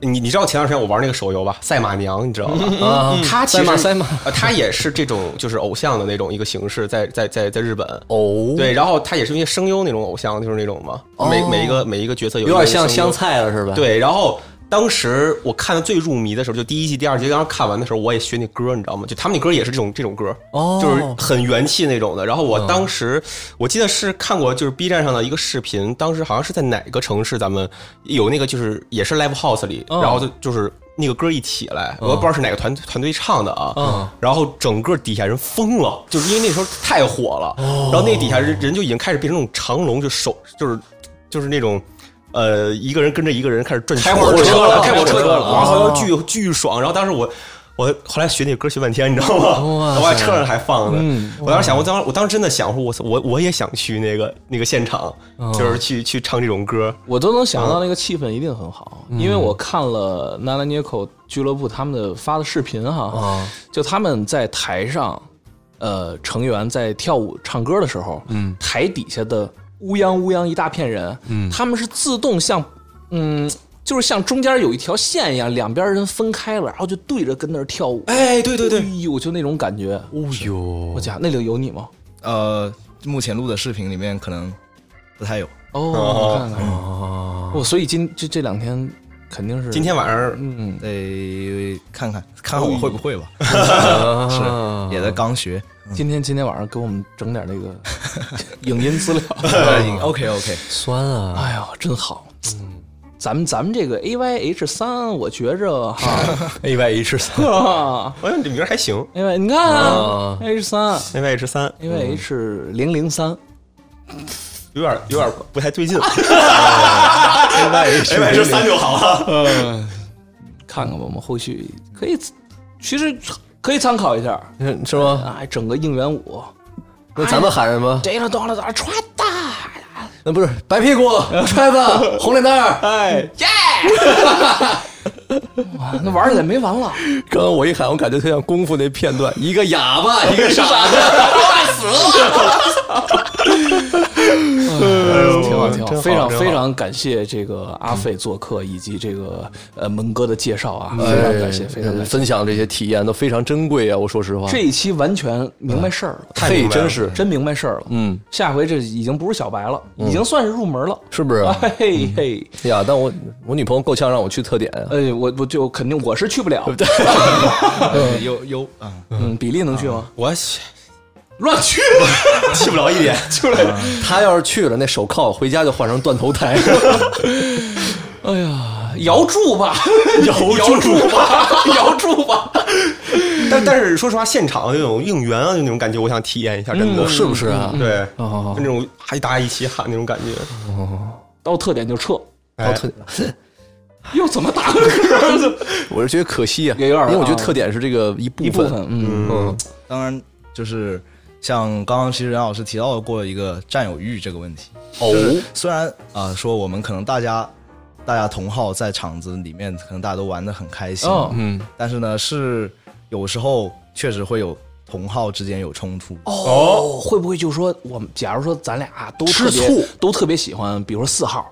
[SPEAKER 5] 你你知道前段时间我玩那个手游吧，《赛马娘》，你知道吗？
[SPEAKER 1] 啊，
[SPEAKER 5] 它其
[SPEAKER 1] 塞
[SPEAKER 5] 实
[SPEAKER 1] 马塞马
[SPEAKER 5] 呃它也是这种就是偶像的那种一个形式，在在在在日本。
[SPEAKER 1] 哦，
[SPEAKER 5] 对，然后它也是因为声优那种偶像，就是那种嘛，每每一个每一个角色有
[SPEAKER 1] 有点
[SPEAKER 5] 一个
[SPEAKER 1] 像
[SPEAKER 5] 声优
[SPEAKER 1] 香菜了是吧？，
[SPEAKER 5] 对，然后当时我看的最入迷的时候，就第一季、第二季，刚看完的时候，我也学那歌，你知道吗？就他们那歌也是这种这种歌，
[SPEAKER 1] 哦嗯
[SPEAKER 5] 就是很元气那种的。然后我当时、我记得是看过，就是 B 站上的一个视频，当时好像是在哪个城市，咱们有那个就是也是 live house 里，
[SPEAKER 1] 嗯
[SPEAKER 5] 然后就就是。那个歌一起来，我也不知道是哪个团团队唱的啊，
[SPEAKER 1] 嗯
[SPEAKER 5] 然后整个底下人疯了，就是因为那时候太火了，
[SPEAKER 1] 哦
[SPEAKER 5] 然后那底下人人就已经开始变成那种长龙，就手就是就是那种。呃，一个人跟着一个人开始转圈
[SPEAKER 4] 开火车了
[SPEAKER 5] 开火车
[SPEAKER 4] 开火车了
[SPEAKER 5] 哇，好像巨巨爽。然后当时我，我后来学那歌学半天，你知道吗？
[SPEAKER 1] 哇
[SPEAKER 5] 我在车上还放呢。我当时想，我当时我当时真的想说，我操我我也想去那个那个现场，就是去去唱这种歌。
[SPEAKER 4] 我都能想到那个气氛一定很好，因为我看了娜娜捏口俱乐部他们的发的视频哈，
[SPEAKER 1] 啊，
[SPEAKER 4] 就他们在台上，呃，成员在跳舞唱歌的时候，嗯，台底下的乌泱乌泱一大片人，嗯，他们是自动像，嗯，就是像中间有一条线一样，两边人分开了，然后就对着跟那儿跳舞，
[SPEAKER 5] 哎，对对对
[SPEAKER 4] 哎，呦，就那种感觉，
[SPEAKER 1] 哦呦
[SPEAKER 4] 我，讲那里有你吗？
[SPEAKER 6] 呃，目前录的视频里面可能不太有。
[SPEAKER 4] 哦，看看，哦，所以今这这两天肯定是
[SPEAKER 5] 今天晚上
[SPEAKER 4] 嗯，
[SPEAKER 6] 得看看看看我会不会吧，是也在刚学。
[SPEAKER 1] 嗯
[SPEAKER 4] 今天今天晚上给我们整点那个 影音资料。
[SPEAKER 6] OK OK，
[SPEAKER 1] 酸啊，
[SPEAKER 4] 哎呦，真好。咱们咱们这个 A Y H 三，我觉着哈
[SPEAKER 1] ，A Y H 三
[SPEAKER 4] 啊
[SPEAKER 5] 哎，你名儿还行
[SPEAKER 4] ，A Y 你看啊，H
[SPEAKER 1] 嗯
[SPEAKER 4] 三
[SPEAKER 5] ，A Y 十三，
[SPEAKER 4] ，A Y H 零零三，
[SPEAKER 5] 有点有点不太对劲。
[SPEAKER 1] ，A Y H
[SPEAKER 5] A Y 十三就好了。
[SPEAKER 4] 看看吧，我们后续可以，其实可以参考一下。
[SPEAKER 1] 嗯是吗？
[SPEAKER 4] 哎，整个应援舞，
[SPEAKER 1] 那咱们喊什么？
[SPEAKER 4] 这了咚了咚，穿哒。
[SPEAKER 1] 那不是白屁股 揣子红领带儿。
[SPEAKER 5] 哎，
[SPEAKER 4] 哇那玩起来没完了，
[SPEAKER 1] 刚刚我一喊，我感觉特像功夫那片段，一个哑巴，一个傻 子，
[SPEAKER 4] 哎挺好挺好，非常
[SPEAKER 5] 真好
[SPEAKER 4] 非常感谢这个阿费做客以及这个呃蒙哥的介绍啊，非
[SPEAKER 1] 嗯哎非
[SPEAKER 4] 常感谢非常感谢。
[SPEAKER 1] 分享这些体验都非常珍贵啊！我说实话，
[SPEAKER 4] 这一期完全明白事儿了，
[SPEAKER 5] 太明
[SPEAKER 1] 嘿
[SPEAKER 5] 白了
[SPEAKER 1] 真是
[SPEAKER 4] 真明白事儿了。
[SPEAKER 1] 嗯，
[SPEAKER 4] 下回这已经不是小白了，已经算是入门了，
[SPEAKER 1] 是不啊是
[SPEAKER 4] 哎 嘿嘿，
[SPEAKER 1] 哎呀，但我我女朋友够呛让我去特点啊，
[SPEAKER 4] 哎，我我就肯定我是去不了。
[SPEAKER 6] 有有啊，
[SPEAKER 4] 嗯，比利能去吗？
[SPEAKER 5] 我去
[SPEAKER 4] 乱去，
[SPEAKER 5] 去不了一点，去不了一点。
[SPEAKER 1] 她要是去了，那手铐回家就换成断头 台。
[SPEAKER 4] 摇柱吧，摇柱吧， 摇柱吧。
[SPEAKER 5] 但但是说实话，现场那种应援啊，就那种感觉，我想体验一下，真的、
[SPEAKER 1] 是不是啊？
[SPEAKER 4] 嗯
[SPEAKER 5] 对，
[SPEAKER 1] 哦
[SPEAKER 5] 就那种还大家一起喊那种感觉。
[SPEAKER 4] 到特点就撤，
[SPEAKER 1] 到特点，
[SPEAKER 4] 又怎么打个嗝呢？
[SPEAKER 1] 我是觉得可惜啊，
[SPEAKER 4] 嗯也有点儿
[SPEAKER 1] 因为我觉得
[SPEAKER 4] 啊
[SPEAKER 1] 特点是这个一部
[SPEAKER 4] 一部分，嗯，
[SPEAKER 1] 嗯，
[SPEAKER 6] 当然就是像刚刚其实任老师提到过一个占有欲这个问题，
[SPEAKER 1] 哦，
[SPEAKER 6] 虽然啊、说我们可能大家大家同号在场子里面，可能大家都玩的很开心，
[SPEAKER 4] 哦
[SPEAKER 1] 嗯，
[SPEAKER 6] 但是呢是有时候确实会有同号之间有冲突，
[SPEAKER 4] 哦，会不会就说我们，假如说咱俩啊都
[SPEAKER 1] 吃
[SPEAKER 4] 特
[SPEAKER 1] 醋哦
[SPEAKER 4] 别都特别喜欢，比如说四号，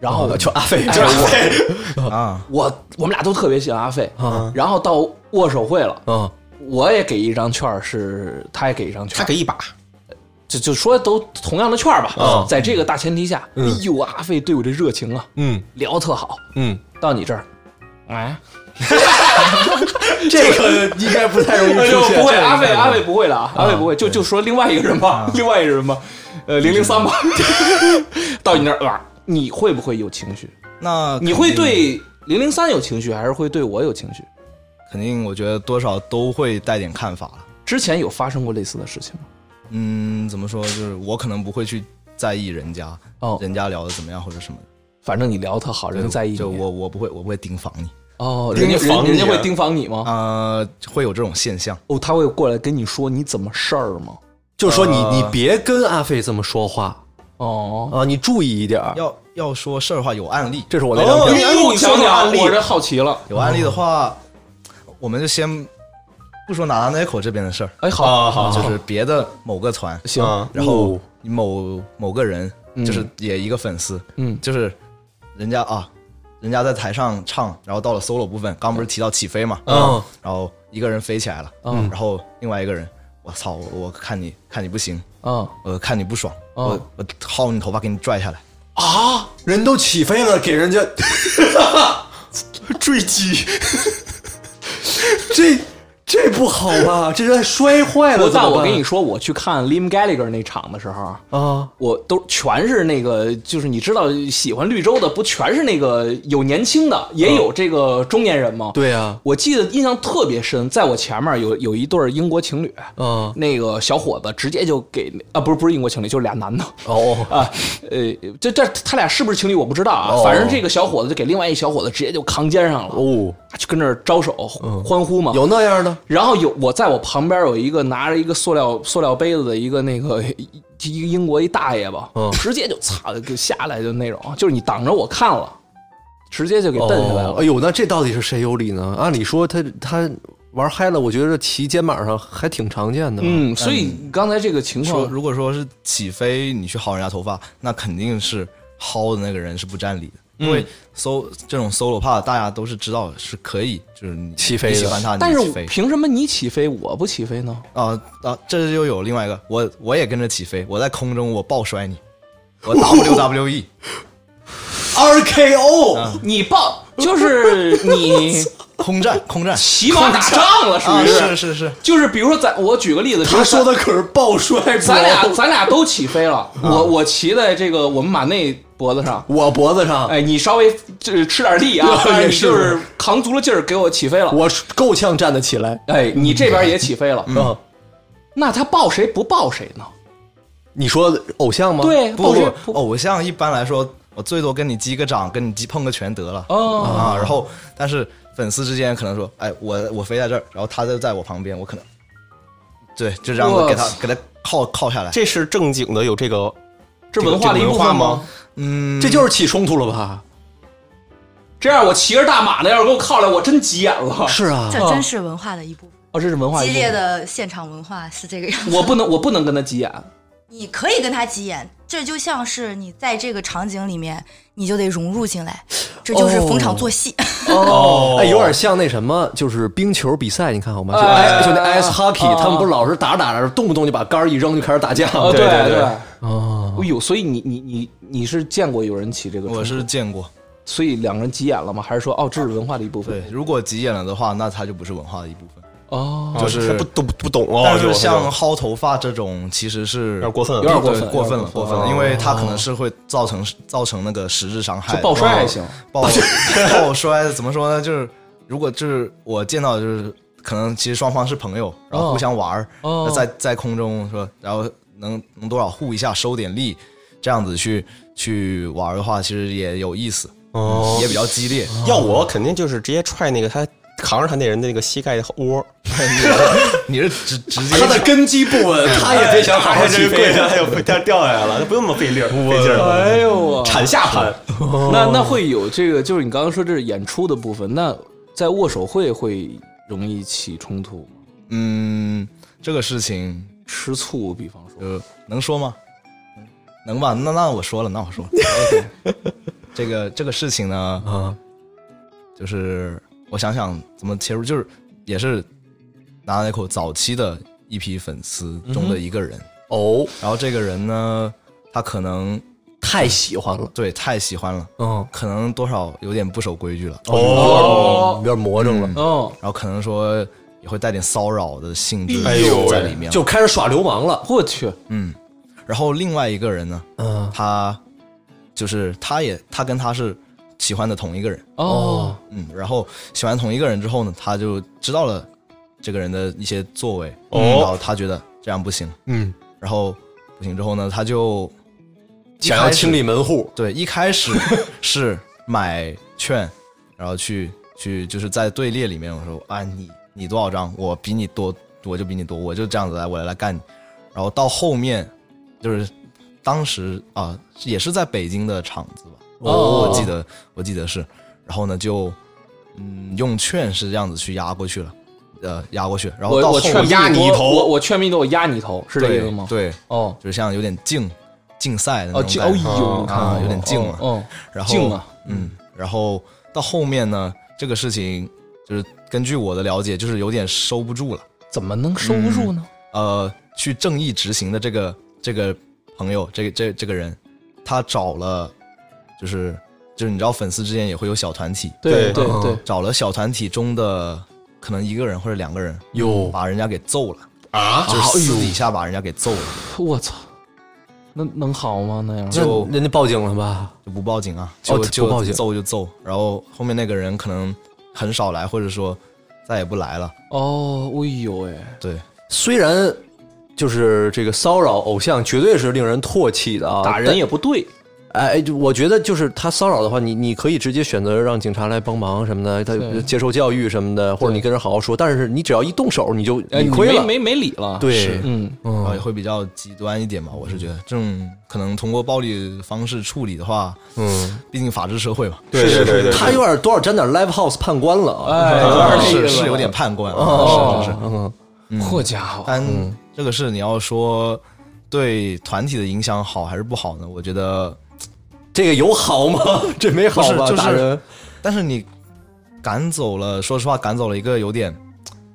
[SPEAKER 4] 然后
[SPEAKER 1] 就阿飞，嗯
[SPEAKER 4] 哎
[SPEAKER 1] 就
[SPEAKER 6] 啊，
[SPEAKER 4] 我我们俩都特别喜欢阿费，然后到握手会了，
[SPEAKER 1] 嗯，
[SPEAKER 4] 我也给一张券儿，是他也给一张券儿，
[SPEAKER 5] 他给一把，哦
[SPEAKER 4] 就就说都同样的券儿吧，在这个大前提下，
[SPEAKER 5] 嗯
[SPEAKER 4] 哎呦，阿费对我这热情啊，
[SPEAKER 1] 嗯
[SPEAKER 4] 聊特好，
[SPEAKER 1] 嗯，
[SPEAKER 4] 到你这儿，哎，
[SPEAKER 1] 这个应该不太容 易
[SPEAKER 4] 就
[SPEAKER 1] 出现。
[SPEAKER 4] 哎不会，阿费阿费不会的啊，阿费不会，就就说另外一个人吧，另外一个人吧，呃，零零三吧，到你那儿哇，你会不会有情绪？
[SPEAKER 6] 那
[SPEAKER 4] 你会对零零三有情绪，还是会对我有情绪？
[SPEAKER 6] 肯定我觉得多少都会带点看法了。
[SPEAKER 4] 之前有发生过类似的事情吗？
[SPEAKER 6] 嗯，怎么说？就是我可能不会去在意人家，
[SPEAKER 4] 哦
[SPEAKER 6] 人家聊的怎么样或者什么的，
[SPEAKER 4] 反正你聊特好，人在意你啊
[SPEAKER 6] 就哎我我不会，我不会盯防你
[SPEAKER 4] 哦，人家
[SPEAKER 5] 盯防
[SPEAKER 4] 人人家
[SPEAKER 5] 你啊
[SPEAKER 4] 会盯防你吗？
[SPEAKER 6] 啊、会有这种现象。
[SPEAKER 4] 哦，他会过来跟你说你怎么事儿吗？
[SPEAKER 1] 就是说你
[SPEAKER 4] 呃
[SPEAKER 1] 你别跟阿飞这么说话
[SPEAKER 4] 哦，
[SPEAKER 1] 啊，你注意一点儿。
[SPEAKER 6] 要要说事儿的话，有案例，
[SPEAKER 1] 这是我那张票。
[SPEAKER 4] 哎呦，讲讲，我这好奇了。
[SPEAKER 6] 有案例的话，我们就先不说拿那口这边的事儿，
[SPEAKER 4] 哎，好，
[SPEAKER 6] 就是别的某个团，
[SPEAKER 4] 行，
[SPEAKER 5] 啊
[SPEAKER 6] 然后
[SPEAKER 1] 哦
[SPEAKER 6] 某某个人，就是也一个粉丝，
[SPEAKER 4] 嗯
[SPEAKER 6] 就是人家啊，人家在台上唱，然后到了 solo 部分，刚不是提到起飞嘛，啊
[SPEAKER 1] 嗯，
[SPEAKER 6] 然后一个人飞起来了，嗯，然后另外一个人，我操，我我看你看你不行，
[SPEAKER 4] 嗯，
[SPEAKER 6] 我看你不爽，
[SPEAKER 4] 嗯
[SPEAKER 6] 我我薅你头发给你拽下来，
[SPEAKER 3] 啊，人都起飞了，给人家坠 机，这这不好吧？这人摔坏了
[SPEAKER 4] 我
[SPEAKER 3] 怎
[SPEAKER 4] 但
[SPEAKER 3] 么办，
[SPEAKER 4] 我跟你说，我去看 Lim Gallagher 那场的时候，
[SPEAKER 1] 啊，
[SPEAKER 4] 我都全是那个，就是你知道喜欢绿洲的，不全是那个有年轻的，也有这个中年人吗？
[SPEAKER 1] 嗯对啊呀，
[SPEAKER 4] 我记得印象特别深，在我前面有有一对儿英国情侣，
[SPEAKER 1] 嗯，
[SPEAKER 4] 那个小伙子直接就给啊，不是不是英国情侣，就是俩男的
[SPEAKER 1] 哦，
[SPEAKER 4] 啊，呃，这这他俩是不是情侣我不知道啊，
[SPEAKER 1] 哦
[SPEAKER 4] 反正这个小伙子就给另外一小伙子直接就扛肩上了，
[SPEAKER 1] 哦，嗯
[SPEAKER 4] 就跟那儿招手欢呼嘛。
[SPEAKER 1] 有那样的，
[SPEAKER 4] 然后有我在我旁边有一个拿着一个塑料塑料杯子的一个那个一一个英国一大爷吧，
[SPEAKER 1] 嗯
[SPEAKER 4] 直接就擦就下来就那种，就是你挡着我看了，直接就给蹬下来了。
[SPEAKER 1] 哦哎呦，那这到底是谁有理呢？按理说他他玩嗨了，我觉得骑肩膀上还挺常见的。，
[SPEAKER 4] 嗯，所以刚才这个情
[SPEAKER 6] 说
[SPEAKER 4] 况，
[SPEAKER 6] 如果说是起飞，你去薅人家头发，那肯定是薅的那个人是不占理的，因为 so 这种 solo part 大家都是知道是可以，就是你
[SPEAKER 1] 起飞的
[SPEAKER 6] 你喜欢他，
[SPEAKER 4] 但
[SPEAKER 6] 你起
[SPEAKER 4] 是
[SPEAKER 6] 飞
[SPEAKER 4] 凭什么你起飞我不起飞呢？
[SPEAKER 6] 啊啊，这又有另外一个，我我也跟着起飞，我在空中我爆摔你，我 E WWE，
[SPEAKER 3] RKO
[SPEAKER 4] 你报就是你
[SPEAKER 6] 空战空战
[SPEAKER 4] 骑马打仗了，
[SPEAKER 6] 啊，
[SPEAKER 4] 属于
[SPEAKER 6] 是是是，
[SPEAKER 4] 就是比如说咱我举个例子，比
[SPEAKER 3] 他
[SPEAKER 4] 如咱
[SPEAKER 3] 说的可是抱摔，
[SPEAKER 4] 咱俩咱俩都起飞了，我我骑在这个我们马内脖子上。
[SPEAKER 1] 我脖子上，，
[SPEAKER 4] 哎，你稍微就是吃点 力啊但是你
[SPEAKER 1] 是
[SPEAKER 4] 就是扛足了劲儿给我起飞了。
[SPEAKER 1] 我够呛站得起来。
[SPEAKER 4] 哎，你这边也起飞了，
[SPEAKER 1] 嗯，
[SPEAKER 4] 那他抱谁不抱谁呢？
[SPEAKER 1] 你说偶像吗？
[SPEAKER 4] 对，
[SPEAKER 6] 不
[SPEAKER 4] 抱谁嗯不
[SPEAKER 6] 不，偶像一般来说，我最多跟你击个掌，跟你击碰个拳得了。
[SPEAKER 4] 哦，
[SPEAKER 6] 啊，然后但是粉丝之间可能说，哎，我我飞在这儿，然后他就在我旁边，我可能，对，就这样子
[SPEAKER 4] 我
[SPEAKER 6] 给他给他靠靠下来。
[SPEAKER 5] 这是正经的有这个
[SPEAKER 4] 这
[SPEAKER 5] 这个
[SPEAKER 4] 文化的一
[SPEAKER 5] 这个
[SPEAKER 4] 部
[SPEAKER 5] 文
[SPEAKER 4] 分
[SPEAKER 5] 化
[SPEAKER 4] 吗
[SPEAKER 5] 吗？
[SPEAKER 6] 嗯，
[SPEAKER 1] 这就是起冲突了吧？
[SPEAKER 4] 这样我骑着大马的，要是给我靠来，我真急眼了。
[SPEAKER 1] 是啊，
[SPEAKER 8] 这真是文化的一部分。
[SPEAKER 4] 哦，这哦是文化一
[SPEAKER 8] 激
[SPEAKER 4] 部分
[SPEAKER 8] 烈，的现场文化是这个样子。
[SPEAKER 4] 我不能，我不能跟他急眼。
[SPEAKER 8] 你可以跟他急眼，这就像是你在这个场景里面，你就得融入进来，这就是逢场作戏。
[SPEAKER 1] 哦，哎，有点像那什么，就是冰球比赛，你看好吗？就
[SPEAKER 4] 哎
[SPEAKER 1] 哎就那
[SPEAKER 4] 哎
[SPEAKER 1] ice hockey，
[SPEAKER 4] 啊
[SPEAKER 1] 他们不是老是打着打着，动不动就把杆儿一扔就开始打架吗？
[SPEAKER 4] 哦，对
[SPEAKER 5] 对对
[SPEAKER 4] 对，
[SPEAKER 1] 哦，
[SPEAKER 4] 哎呦，所以你你你你是见过有人骑这个车？
[SPEAKER 6] 我是见过，
[SPEAKER 4] 所以两个人急眼了吗？还是说哦，这是文化的一部分
[SPEAKER 6] 对？，如果急眼了的话，那他就不是文化的一部分。
[SPEAKER 4] 哦，
[SPEAKER 6] 就是
[SPEAKER 5] 他不都不懂哦，
[SPEAKER 6] 但是
[SPEAKER 5] 就
[SPEAKER 6] 像薅头发这种，其实是
[SPEAKER 5] 有点过分
[SPEAKER 4] 有点
[SPEAKER 5] 了。
[SPEAKER 4] 过
[SPEAKER 6] 过
[SPEAKER 4] 分
[SPEAKER 6] 过分
[SPEAKER 4] 有
[SPEAKER 6] 了，
[SPEAKER 4] 点
[SPEAKER 6] 过
[SPEAKER 4] 过分
[SPEAKER 6] 分了，因为他可能是会造成造成那个实质伤害
[SPEAKER 4] 就
[SPEAKER 6] 的。
[SPEAKER 4] 抱摔还行，
[SPEAKER 6] 抱抱摔怎么说呢？就是如果就是我见到的就是可能其实双方是朋友，然后互相玩儿，
[SPEAKER 4] 哦
[SPEAKER 6] 那在在空中说，然后能能多少护一下，收点力，这样子去去玩儿的话，其实也有意思，
[SPEAKER 5] 哦
[SPEAKER 6] 也比较激烈。
[SPEAKER 5] 要我肯定就是直接踹那个他扛着他那人的那个膝盖窝，
[SPEAKER 6] 你是直直接
[SPEAKER 1] 他的根基不稳，他
[SPEAKER 4] 哎
[SPEAKER 1] 也得想好好起飞。
[SPEAKER 5] 下，他又他哎掉下来了，他不用那么费力儿费劲儿了，
[SPEAKER 4] 哎呦我
[SPEAKER 5] 铲下盘。
[SPEAKER 4] 那那会有这个，就是你刚刚说这是演出的部分，那在握手会会容易起冲突吗？
[SPEAKER 6] 嗯，这个事情
[SPEAKER 4] 吃醋，比方说，
[SPEAKER 6] 呃能说吗？能吧？那那我说了，那我 说了，这个这个事情呢，
[SPEAKER 1] 啊，
[SPEAKER 6] 就是我想想怎么切入，就是也是拿那口早期的一批粉丝
[SPEAKER 1] 嗯
[SPEAKER 6] 中的一个人，
[SPEAKER 1] 哦，
[SPEAKER 6] 然后这个人呢，他可能
[SPEAKER 1] 太喜欢了，
[SPEAKER 6] 对太喜欢了，
[SPEAKER 1] 嗯，
[SPEAKER 6] 可能多少有点不守规矩了，
[SPEAKER 1] 哦，有点魔怔了，
[SPEAKER 4] 哦，
[SPEAKER 6] 然后可能说也会带点骚扰的性质
[SPEAKER 5] 哎呦喂
[SPEAKER 6] 在里面，
[SPEAKER 1] 就开始耍流氓了。
[SPEAKER 4] 我去，
[SPEAKER 6] 嗯，然后另外一个人呢，
[SPEAKER 1] 嗯，
[SPEAKER 6] 他就是他也他跟他是喜欢的同一个人，
[SPEAKER 4] 哦，
[SPEAKER 6] 嗯，然后喜欢同一个人之后呢，他就知道了这个人的一些作为，
[SPEAKER 5] 哦
[SPEAKER 6] 然后他觉得这样不行，
[SPEAKER 1] 嗯，
[SPEAKER 6] 然后不行之后呢，他就
[SPEAKER 1] 想要清理门户，
[SPEAKER 6] 对一开始是买券，然后去去就是在队列里面，我说啊你你多少张，我比你多，我就比你多，我就这样子来，我来干你，然后到后面就是当时啊也是在北京的场子吧，
[SPEAKER 4] 哦
[SPEAKER 6] 我记得我记得是，然后呢就嗯用券是这样子去压过去了，呃压过去，然后
[SPEAKER 4] 我
[SPEAKER 6] 到后
[SPEAKER 4] 我劝
[SPEAKER 6] 面
[SPEAKER 5] 压你一头
[SPEAKER 4] 我我劝命多，我压你一头，是这个意思吗？，
[SPEAKER 6] 对，对
[SPEAKER 4] 哦，
[SPEAKER 6] 就是像有点竞竞赛的那
[SPEAKER 4] 哦，
[SPEAKER 6] 种
[SPEAKER 4] 竞，
[SPEAKER 6] 感
[SPEAKER 4] 哦
[SPEAKER 6] 觉。
[SPEAKER 4] 呦，你看
[SPEAKER 6] 啊有点竞了
[SPEAKER 4] 哦，
[SPEAKER 6] 然后
[SPEAKER 4] 竞啊，
[SPEAKER 6] 嗯，然后到后面呢，这个事情就是根据我的了解，就是有点收不住了。
[SPEAKER 4] 怎么能
[SPEAKER 6] 嗯
[SPEAKER 4] 收不住呢？
[SPEAKER 6] 呃，去正义执行的这个这个朋友，这个这这个人，他找了，就是就是你知道，粉丝之间也会有小团体，
[SPEAKER 4] 对对
[SPEAKER 1] 嗯
[SPEAKER 4] 对，
[SPEAKER 6] 找了小团体中的可能一个人或者两个人，
[SPEAKER 1] 哟哎
[SPEAKER 6] 把人家给揍了，
[SPEAKER 3] 啊，
[SPEAKER 6] 就是私底下把人家给揍了，
[SPEAKER 4] 我操，那能好吗？那样
[SPEAKER 6] 就
[SPEAKER 1] 人家报警了吧？
[SPEAKER 6] 就不报警啊，
[SPEAKER 1] 哦
[SPEAKER 6] 就就
[SPEAKER 1] 不报警
[SPEAKER 6] 揍就揍，然后后面那个人可能很少来，或者说再也不来了，
[SPEAKER 4] 哦，哎呦喂，
[SPEAKER 6] 对，
[SPEAKER 1] 虽然就是这个骚扰偶像绝对是令人唾弃的啊，
[SPEAKER 4] 打人也不对，
[SPEAKER 1] 哎，哎就我觉得就是他骚扰的话，你你可以直接选择让警察来帮忙什么的，他
[SPEAKER 4] 对
[SPEAKER 1] 接受教育什么的，或者你跟人好好说。但是你只要一动手，你就
[SPEAKER 4] 哎
[SPEAKER 1] 理亏了。
[SPEAKER 4] 没没没理了，，
[SPEAKER 1] 对，
[SPEAKER 4] 嗯，
[SPEAKER 6] 然啊后也会比较极端一点吧，我是觉得这种可能通过暴力方式处理的话，嗯，毕竟法治社会嘛，
[SPEAKER 5] 对对对对，
[SPEAKER 1] 他有点多少沾点 live house 判官了啊。
[SPEAKER 4] 哎，哦
[SPEAKER 6] 是是有点判官，啊，是是是。
[SPEAKER 1] 嗯，
[SPEAKER 4] 破家伙，
[SPEAKER 6] 但这个事你要说对团体的影响好还是不好呢？我觉得，
[SPEAKER 1] 这个有好吗？ 这没好吧？
[SPEAKER 6] 不是就是
[SPEAKER 1] 打人，
[SPEAKER 6] 但是你赶走了，说实话，赶走了一个有点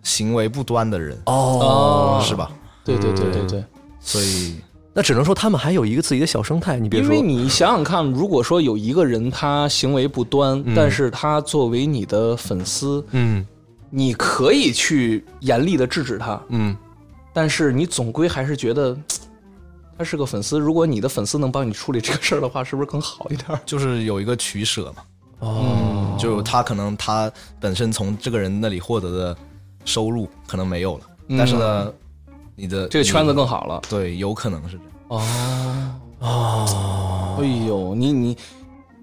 [SPEAKER 6] 行为不端的人，
[SPEAKER 1] 哦
[SPEAKER 6] 是吧？嗯
[SPEAKER 4] 对对对对对。
[SPEAKER 6] 所以
[SPEAKER 1] 那只能说他们还有一个自己的小生态。你别
[SPEAKER 4] 因
[SPEAKER 1] 说
[SPEAKER 4] 为，你想想看，如果说有一个人他行为不端，但是他作为你的粉丝，
[SPEAKER 1] 嗯
[SPEAKER 4] 你可以去严厉的制止他，
[SPEAKER 1] 嗯，
[SPEAKER 4] 但是你总归还是觉得嘖他是个粉丝。如果你的粉丝能帮你处理这个事儿的话，是不是更好一点儿？
[SPEAKER 6] 啊
[SPEAKER 4] 嗯
[SPEAKER 6] 就是有一个取舍嘛，
[SPEAKER 1] 哦，
[SPEAKER 6] 就他可能他本身从这个人那里获得的收入可能没有了，但是呢，你的
[SPEAKER 4] 嗯这个圈子
[SPEAKER 6] 你
[SPEAKER 4] 更好了。
[SPEAKER 6] 对，有可能是这样。
[SPEAKER 4] 哦哦，哎呦，你你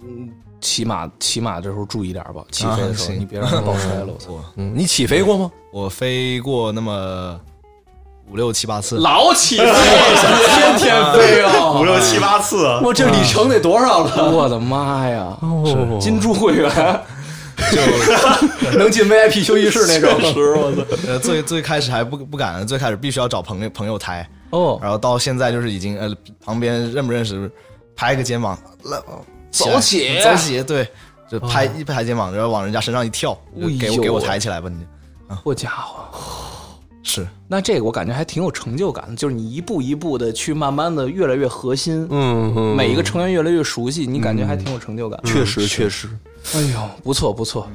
[SPEAKER 4] 嗯，骑马骑马这时候注意点儿吧，起飞的时候、
[SPEAKER 6] 行
[SPEAKER 4] 你别让它爆摔了。我操！
[SPEAKER 6] 我
[SPEAKER 1] 嗯你起飞过吗？
[SPEAKER 6] 我飞过那么五六七八次，
[SPEAKER 3] 老 起飞，天天飞哦，五六七八次啊，
[SPEAKER 1] 我这里程得多少了？
[SPEAKER 4] 我的妈呀！
[SPEAKER 1] 哦
[SPEAKER 4] 金猪会员，
[SPEAKER 1] 能进 VIP 休息室那种。
[SPEAKER 6] 呃，最最开始还不不敢，最开始必须要找朋友朋友抬，
[SPEAKER 4] 哦，
[SPEAKER 6] 然后到现在就是已经呃，旁边认不认识，拍个肩膀，来
[SPEAKER 4] 走起哦
[SPEAKER 6] 来走起，对，就拍、一拍肩膀，然后往人家身上一跳，就给
[SPEAKER 4] 哎呦
[SPEAKER 6] 我给我
[SPEAKER 4] 喂
[SPEAKER 6] 抬起来吧你，
[SPEAKER 4] 好家伙！
[SPEAKER 6] 是
[SPEAKER 4] 那这个我感觉还挺有成就感的，就是你一步一步的去慢慢的越来越核心，
[SPEAKER 1] 嗯嗯，
[SPEAKER 4] 每一个成员越来越熟悉，你感觉还挺有成就感。
[SPEAKER 1] 确实确实，
[SPEAKER 4] 哎呦，不错不错，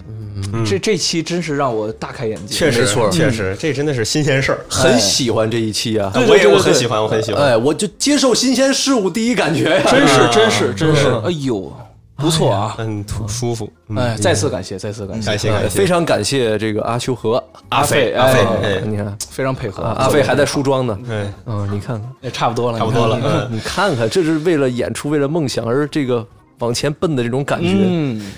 [SPEAKER 4] 这这期真是让我大开眼界。
[SPEAKER 5] 确实
[SPEAKER 1] 没错
[SPEAKER 5] 确实，这真的是新鲜事儿。哎
[SPEAKER 1] 很喜欢这一期啊。
[SPEAKER 5] 我哎也我很喜欢，我很喜欢。
[SPEAKER 1] 哎，我就接受新鲜事物第一感觉呀。
[SPEAKER 4] 真是真是真是，哎呦，不错啊！
[SPEAKER 5] 嗯，图舒服。嗯
[SPEAKER 4] 哎，再次感谢，再次感谢
[SPEAKER 6] 嗯
[SPEAKER 5] 感谢感谢，
[SPEAKER 1] 非常感谢这个阿修和
[SPEAKER 4] 阿费，
[SPEAKER 5] 阿费，
[SPEAKER 4] 哎
[SPEAKER 5] 哎，
[SPEAKER 1] 你看
[SPEAKER 4] 非常配合。
[SPEAKER 1] 啊阿飞还在梳妆呢。
[SPEAKER 5] 哎，
[SPEAKER 1] 嗯，你看看，
[SPEAKER 4] 也差不多了，
[SPEAKER 5] 差不多了
[SPEAKER 4] 你看
[SPEAKER 5] 嗯
[SPEAKER 1] 你看看，这是为了演出，为了梦想而这个往前奔的这种感觉。
[SPEAKER 4] 嗯，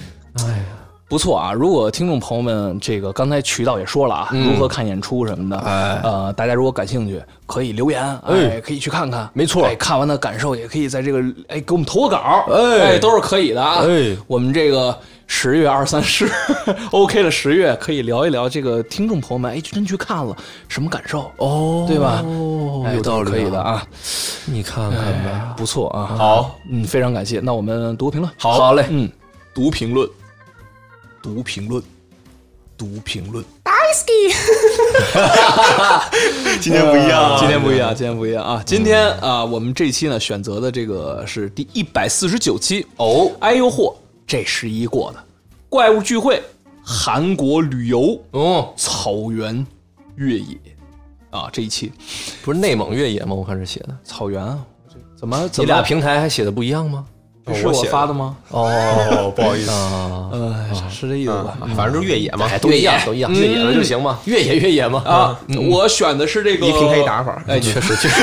[SPEAKER 4] 哎呀，不错啊！如果听众朋友们，这个刚才渠道也说了啊，
[SPEAKER 1] 嗯
[SPEAKER 4] 如何看演出什么的，
[SPEAKER 1] 哎
[SPEAKER 4] 呃，大家如果感兴趣，可以留言，哎，可以去看看，
[SPEAKER 1] 没错
[SPEAKER 4] 哎，看完的感受也可以在这个哎给我们投个稿，
[SPEAKER 1] 哎
[SPEAKER 4] 哎，都是可以的啊。
[SPEAKER 1] 哎
[SPEAKER 4] 我们这个十月二三十 ，OK 了，十月可以聊一聊这个听众朋友们，哎，真去看了什么感受，
[SPEAKER 1] 哦
[SPEAKER 4] 对吧？哎
[SPEAKER 1] 有道
[SPEAKER 4] 都
[SPEAKER 1] 理，
[SPEAKER 4] 是可以的。啊，
[SPEAKER 1] 你看看吧，
[SPEAKER 4] 不错啊，
[SPEAKER 5] 好，
[SPEAKER 4] 嗯，非常感谢。那我们读个评论，
[SPEAKER 1] 好好嘞，
[SPEAKER 4] 嗯，读评论，读评论，读评论。
[SPEAKER 5] 今天不一样啊，
[SPEAKER 4] 呃今天不一样，今天不一样啊！今天啊，我们这期呢选择的这个是第一百四十九期哦。哎呦嚯，这十一过的怪物聚会，韩国旅游，
[SPEAKER 1] 哦，
[SPEAKER 4] 草原越野啊，这一期
[SPEAKER 1] 不是内蒙越野吗？我看这写的，
[SPEAKER 4] 草原啊，这怎么怎
[SPEAKER 1] 你
[SPEAKER 4] 么
[SPEAKER 1] 俩平台还写的不一样吗？
[SPEAKER 5] 哦
[SPEAKER 4] 是
[SPEAKER 5] 我
[SPEAKER 4] 我
[SPEAKER 5] 写的
[SPEAKER 4] 发的吗？
[SPEAKER 5] 哦，不好意思，
[SPEAKER 4] 呃，是是这意思吧？
[SPEAKER 5] 嗯反正就是越野嘛，
[SPEAKER 1] 哎都一样，都一样，越野了就行嘛，越野越野嘛。
[SPEAKER 4] 啊，我选的是这个
[SPEAKER 5] 一平 K 打法。
[SPEAKER 4] 哎，确实确实，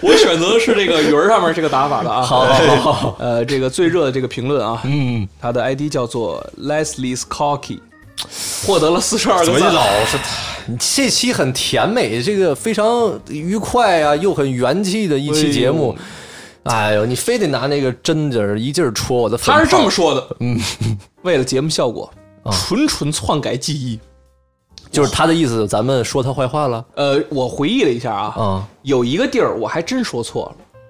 [SPEAKER 4] 我选择的是这个鱼儿上面这个打法的啊。好， 好，好，呃，这个最热的这个评论啊，嗯，他的 ID 叫做 Leslie's Cocky，获得了四十二
[SPEAKER 5] 怎
[SPEAKER 4] 个
[SPEAKER 5] 么你
[SPEAKER 4] 赞。
[SPEAKER 5] 老是
[SPEAKER 1] 这期很甜美，这个非常愉快啊，又很元气的一期节目。哎呦，你非得拿那个针子儿一劲儿戳我的粉泡，
[SPEAKER 4] 他是这么说的，嗯，啊为了节目效果，纯纯篡改记忆。
[SPEAKER 1] 就是他的意思，咱们说他坏话了
[SPEAKER 4] 呃，我回忆了一下啊，
[SPEAKER 1] 啊、
[SPEAKER 4] 有一个地儿我还真说错了，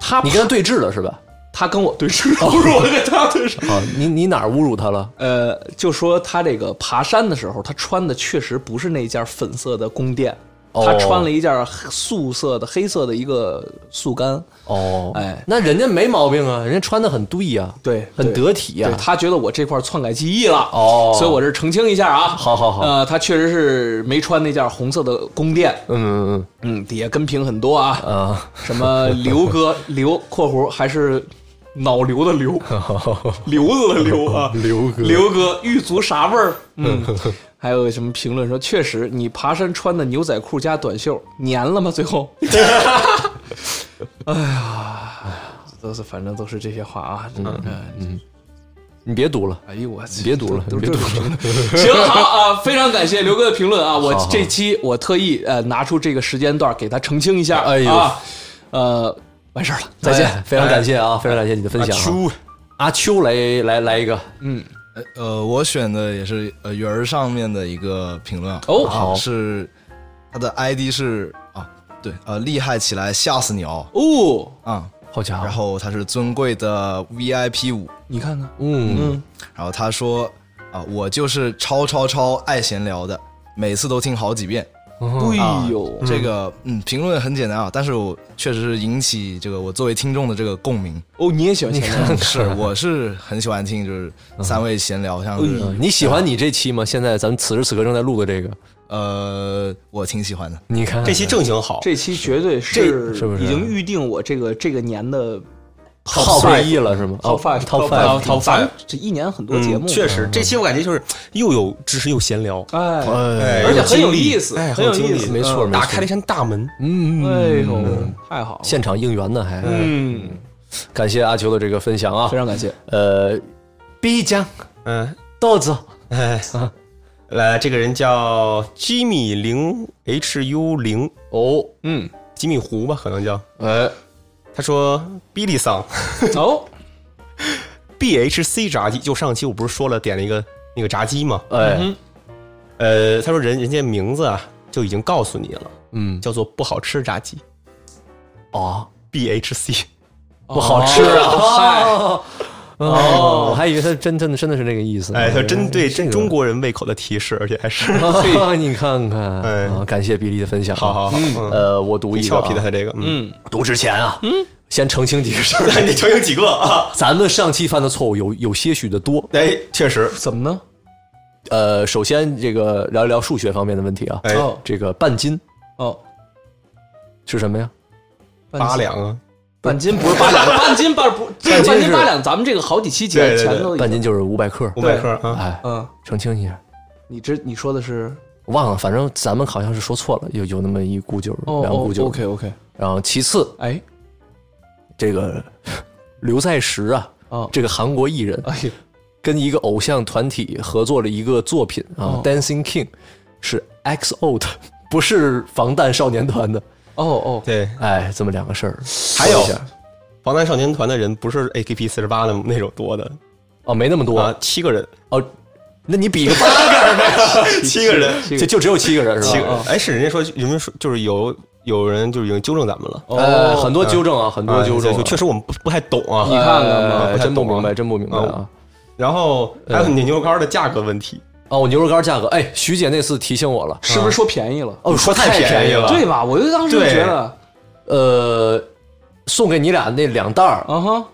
[SPEAKER 4] 他
[SPEAKER 1] 你跟他对峙了是吧？
[SPEAKER 4] 他跟我对视，不是 我跟他对视。
[SPEAKER 1] 啊，你你哪儿侮辱他了？
[SPEAKER 4] 呃，就说他这个爬山的时候，他穿的确实不是那件粉色的宫殿，他
[SPEAKER 1] 哦
[SPEAKER 4] 穿了一件素色的黑色的一个速干。
[SPEAKER 1] 哦，
[SPEAKER 4] 哎
[SPEAKER 1] 那人家没毛病啊，人家穿的很对呀、
[SPEAKER 4] 对
[SPEAKER 1] 很
[SPEAKER 4] 对
[SPEAKER 1] 得体呀、
[SPEAKER 4] 对他觉得我这块篡改记忆了，
[SPEAKER 1] 哦
[SPEAKER 4] 所以我这澄清一下啊。
[SPEAKER 1] 好好好
[SPEAKER 4] 呃，他确实是没穿那件红色的宫殿，
[SPEAKER 1] 嗯嗯
[SPEAKER 4] 嗯，底下跟评很多啊，
[SPEAKER 1] 嗯啊，
[SPEAKER 4] 什么 刘哥刘（括弧还是脑瘤的瘤，瘤子的瘤啊），
[SPEAKER 1] 刘哥
[SPEAKER 4] 刘哥狱卒啥味儿？ 嗯，还有什么评论说，确实你爬山穿的牛仔裤加短袖，粘了吗？最后，哎呀，都是反正都是这些话啊，嗯嗯，
[SPEAKER 1] 你别读了，
[SPEAKER 4] 哎呦我去
[SPEAKER 1] 你别读了，
[SPEAKER 4] 都
[SPEAKER 1] 你别
[SPEAKER 4] 是
[SPEAKER 1] 读
[SPEAKER 4] 这
[SPEAKER 1] 了。
[SPEAKER 4] 行好啊、非常感谢刘哥的评论啊！我
[SPEAKER 1] 好好
[SPEAKER 4] 这期我特意呃拿出这个时间段给他澄清一下，
[SPEAKER 1] 哎呦
[SPEAKER 4] 啊，呃，完事儿了，再见。
[SPEAKER 1] 哎非常感谢啊，非常感谢你的分享、啊。阿秋来来来一个，
[SPEAKER 6] 呃，我选的也是呃云儿上面的一个评论啊，
[SPEAKER 4] 哦
[SPEAKER 6] 啊
[SPEAKER 1] 好
[SPEAKER 6] 是他的 ID 是啊，对，呃，厉害起来吓死鸟
[SPEAKER 4] 哦，
[SPEAKER 6] 啊，
[SPEAKER 1] 好家伙，
[SPEAKER 6] 然后他是尊贵的 VIP 五，
[SPEAKER 4] 你看看，
[SPEAKER 1] 嗯，
[SPEAKER 4] 嗯，
[SPEAKER 6] 然后他说啊，我就是超超超爱闲聊的，每次都听好几遍，
[SPEAKER 1] 嗯
[SPEAKER 4] 哎
[SPEAKER 1] 啊
[SPEAKER 4] 呦，
[SPEAKER 6] 这个嗯，评论很简单啊，但是我确实是引起这个我作为听众的这个共鸣。
[SPEAKER 4] 哦，你也喜欢前男友？
[SPEAKER 6] 是，我是很喜欢听，就是三位闲聊，像是
[SPEAKER 1] 嗯你喜欢你这期吗？现在咱们此时此刻正在录的这个，
[SPEAKER 6] 呃，我挺喜欢的。
[SPEAKER 1] 你看
[SPEAKER 5] 这期正经好，
[SPEAKER 4] 这期绝对是
[SPEAKER 1] 是不是
[SPEAKER 4] 已经预定我这个这个年的
[SPEAKER 1] top
[SPEAKER 4] five
[SPEAKER 1] 一了是吗
[SPEAKER 4] top
[SPEAKER 1] 哦
[SPEAKER 4] five
[SPEAKER 1] top
[SPEAKER 5] five top
[SPEAKER 4] 咱
[SPEAKER 5] five
[SPEAKER 4] 们这一年很多节
[SPEAKER 5] 嗯，
[SPEAKER 4] 目，
[SPEAKER 5] 确实，这期我感觉就是又有知识又闲聊，
[SPEAKER 4] 哎，
[SPEAKER 5] 哎
[SPEAKER 4] 而且很有
[SPEAKER 5] 精力
[SPEAKER 4] 意思
[SPEAKER 5] 哎，
[SPEAKER 4] 很有
[SPEAKER 5] 有精
[SPEAKER 4] 意
[SPEAKER 5] 力，
[SPEAKER 4] 思
[SPEAKER 1] 没错没错
[SPEAKER 5] 打开了一扇大门。
[SPEAKER 1] 嗯，
[SPEAKER 4] 哎呦，太好了，
[SPEAKER 1] 现场应援呢还，
[SPEAKER 4] 嗯，
[SPEAKER 1] 感谢阿秋的这个分享啊
[SPEAKER 4] 非，常 感谢，
[SPEAKER 1] 呃，必将
[SPEAKER 5] 嗯，
[SPEAKER 1] 豆子，
[SPEAKER 5] 哎，来，这个人叫吉米零 H U 零哦，
[SPEAKER 4] 嗯，
[SPEAKER 5] 吉米胡吧，可能叫。
[SPEAKER 4] 哎，
[SPEAKER 5] 他说：“Billy 桑
[SPEAKER 4] 走，
[SPEAKER 5] B H C 炸鸡，就上期我不是说了点了一个那个炸鸡吗？
[SPEAKER 4] 嗯
[SPEAKER 1] 哎，
[SPEAKER 5] 呃，他说人人家名字啊就已经告诉你了，
[SPEAKER 1] 嗯，
[SPEAKER 5] 叫做不好吃炸鸡
[SPEAKER 1] 哦，
[SPEAKER 5] B H C。
[SPEAKER 1] 不好吃
[SPEAKER 4] 嗨，
[SPEAKER 1] 啊，哦，我还以为他真真的真的是这个意思，
[SPEAKER 5] 哎，他针对
[SPEAKER 1] 这个
[SPEAKER 5] 中国人胃口的提示，而且还 是
[SPEAKER 1] 啊， 你看看啊
[SPEAKER 5] 哎，
[SPEAKER 1] 感谢比利的分享啊，
[SPEAKER 5] 好好好，嗯，
[SPEAKER 1] 呃，我读
[SPEAKER 5] 挺
[SPEAKER 1] 一个
[SPEAKER 5] 俏皮
[SPEAKER 1] 啊
[SPEAKER 5] 的他这个，嗯，
[SPEAKER 4] 嗯，
[SPEAKER 1] 读之前啊，嗯，先澄清几个事 儿。
[SPEAKER 5] 你成有几个啊？
[SPEAKER 1] 咱们上期犯的错误有有些许的多，
[SPEAKER 5] 哎，确实，
[SPEAKER 4] 怎么呢？
[SPEAKER 1] 呃，首先这个聊一聊数学方面的问题啊，
[SPEAKER 5] 哎，
[SPEAKER 4] 哦
[SPEAKER 1] 这个半斤
[SPEAKER 4] 哦，
[SPEAKER 1] 是什么呀？
[SPEAKER 4] 半斤
[SPEAKER 5] 八两啊，
[SPEAKER 4] 半斤不是八两，半斤半不，这
[SPEAKER 1] 半
[SPEAKER 4] 个
[SPEAKER 1] 斤
[SPEAKER 4] 半斤
[SPEAKER 1] 是
[SPEAKER 4] 八两，咱们这个好几期
[SPEAKER 5] 对
[SPEAKER 4] 节
[SPEAKER 5] 对对
[SPEAKER 4] 前头已经
[SPEAKER 1] 半斤，就是五百克
[SPEAKER 5] 五，百克啊，
[SPEAKER 1] 哎，
[SPEAKER 4] 嗯，
[SPEAKER 1] 澄清一下，
[SPEAKER 4] 你这你说的是
[SPEAKER 1] 忘了，反正咱们好像是说错了，有有那么一股九，
[SPEAKER 4] 哦
[SPEAKER 1] 两股
[SPEAKER 4] 哦
[SPEAKER 1] 九。
[SPEAKER 4] ，OK OK，
[SPEAKER 1] 然后其次，
[SPEAKER 4] 哎，
[SPEAKER 1] 这个 刘在石啊，
[SPEAKER 4] 哦，
[SPEAKER 1] 这个韩国艺人，
[SPEAKER 4] 哎呦，
[SPEAKER 1] 跟一个偶像团体合作了一个作品啊，
[SPEAKER 4] 哦
[SPEAKER 1] Dancing King》，是 XO 的，不是防弹少年团的。
[SPEAKER 4] 哦哦，
[SPEAKER 5] 对，
[SPEAKER 1] 哎，这么两个事儿。
[SPEAKER 5] 还有
[SPEAKER 1] 说一下
[SPEAKER 5] 防弹少年团的人不是 A K P 四十八的那种多的
[SPEAKER 1] 哦，没那么多
[SPEAKER 5] 啊，七个人，
[SPEAKER 1] 哦，那你比一个八个人呗，
[SPEAKER 5] 七个人，
[SPEAKER 1] 就就只有七个人是吧？
[SPEAKER 5] 七个人，哎，是人家说有没有说就是有有人就是已经纠正咱们了，
[SPEAKER 1] 呃，很多纠正啊，很多
[SPEAKER 5] 啊
[SPEAKER 1] 纠正啊，
[SPEAKER 5] 哦就确实我们不不太懂啊。
[SPEAKER 4] 你看看吧，
[SPEAKER 1] 哎
[SPEAKER 5] 不太
[SPEAKER 1] 真不
[SPEAKER 5] 懂啊嗯
[SPEAKER 1] 明白，真不明白啊。
[SPEAKER 5] 然后还有你牛肉干的价格问题，
[SPEAKER 1] 哦，我牛肉干价格，哎，徐姐那次提醒我了。
[SPEAKER 4] 是不是说便宜了？
[SPEAKER 1] 哦，说
[SPEAKER 5] 太便宜
[SPEAKER 1] 宜
[SPEAKER 5] 了
[SPEAKER 4] 对吧？我就当时就觉得，
[SPEAKER 1] 呃，送给你俩那两袋儿
[SPEAKER 4] 啊哈，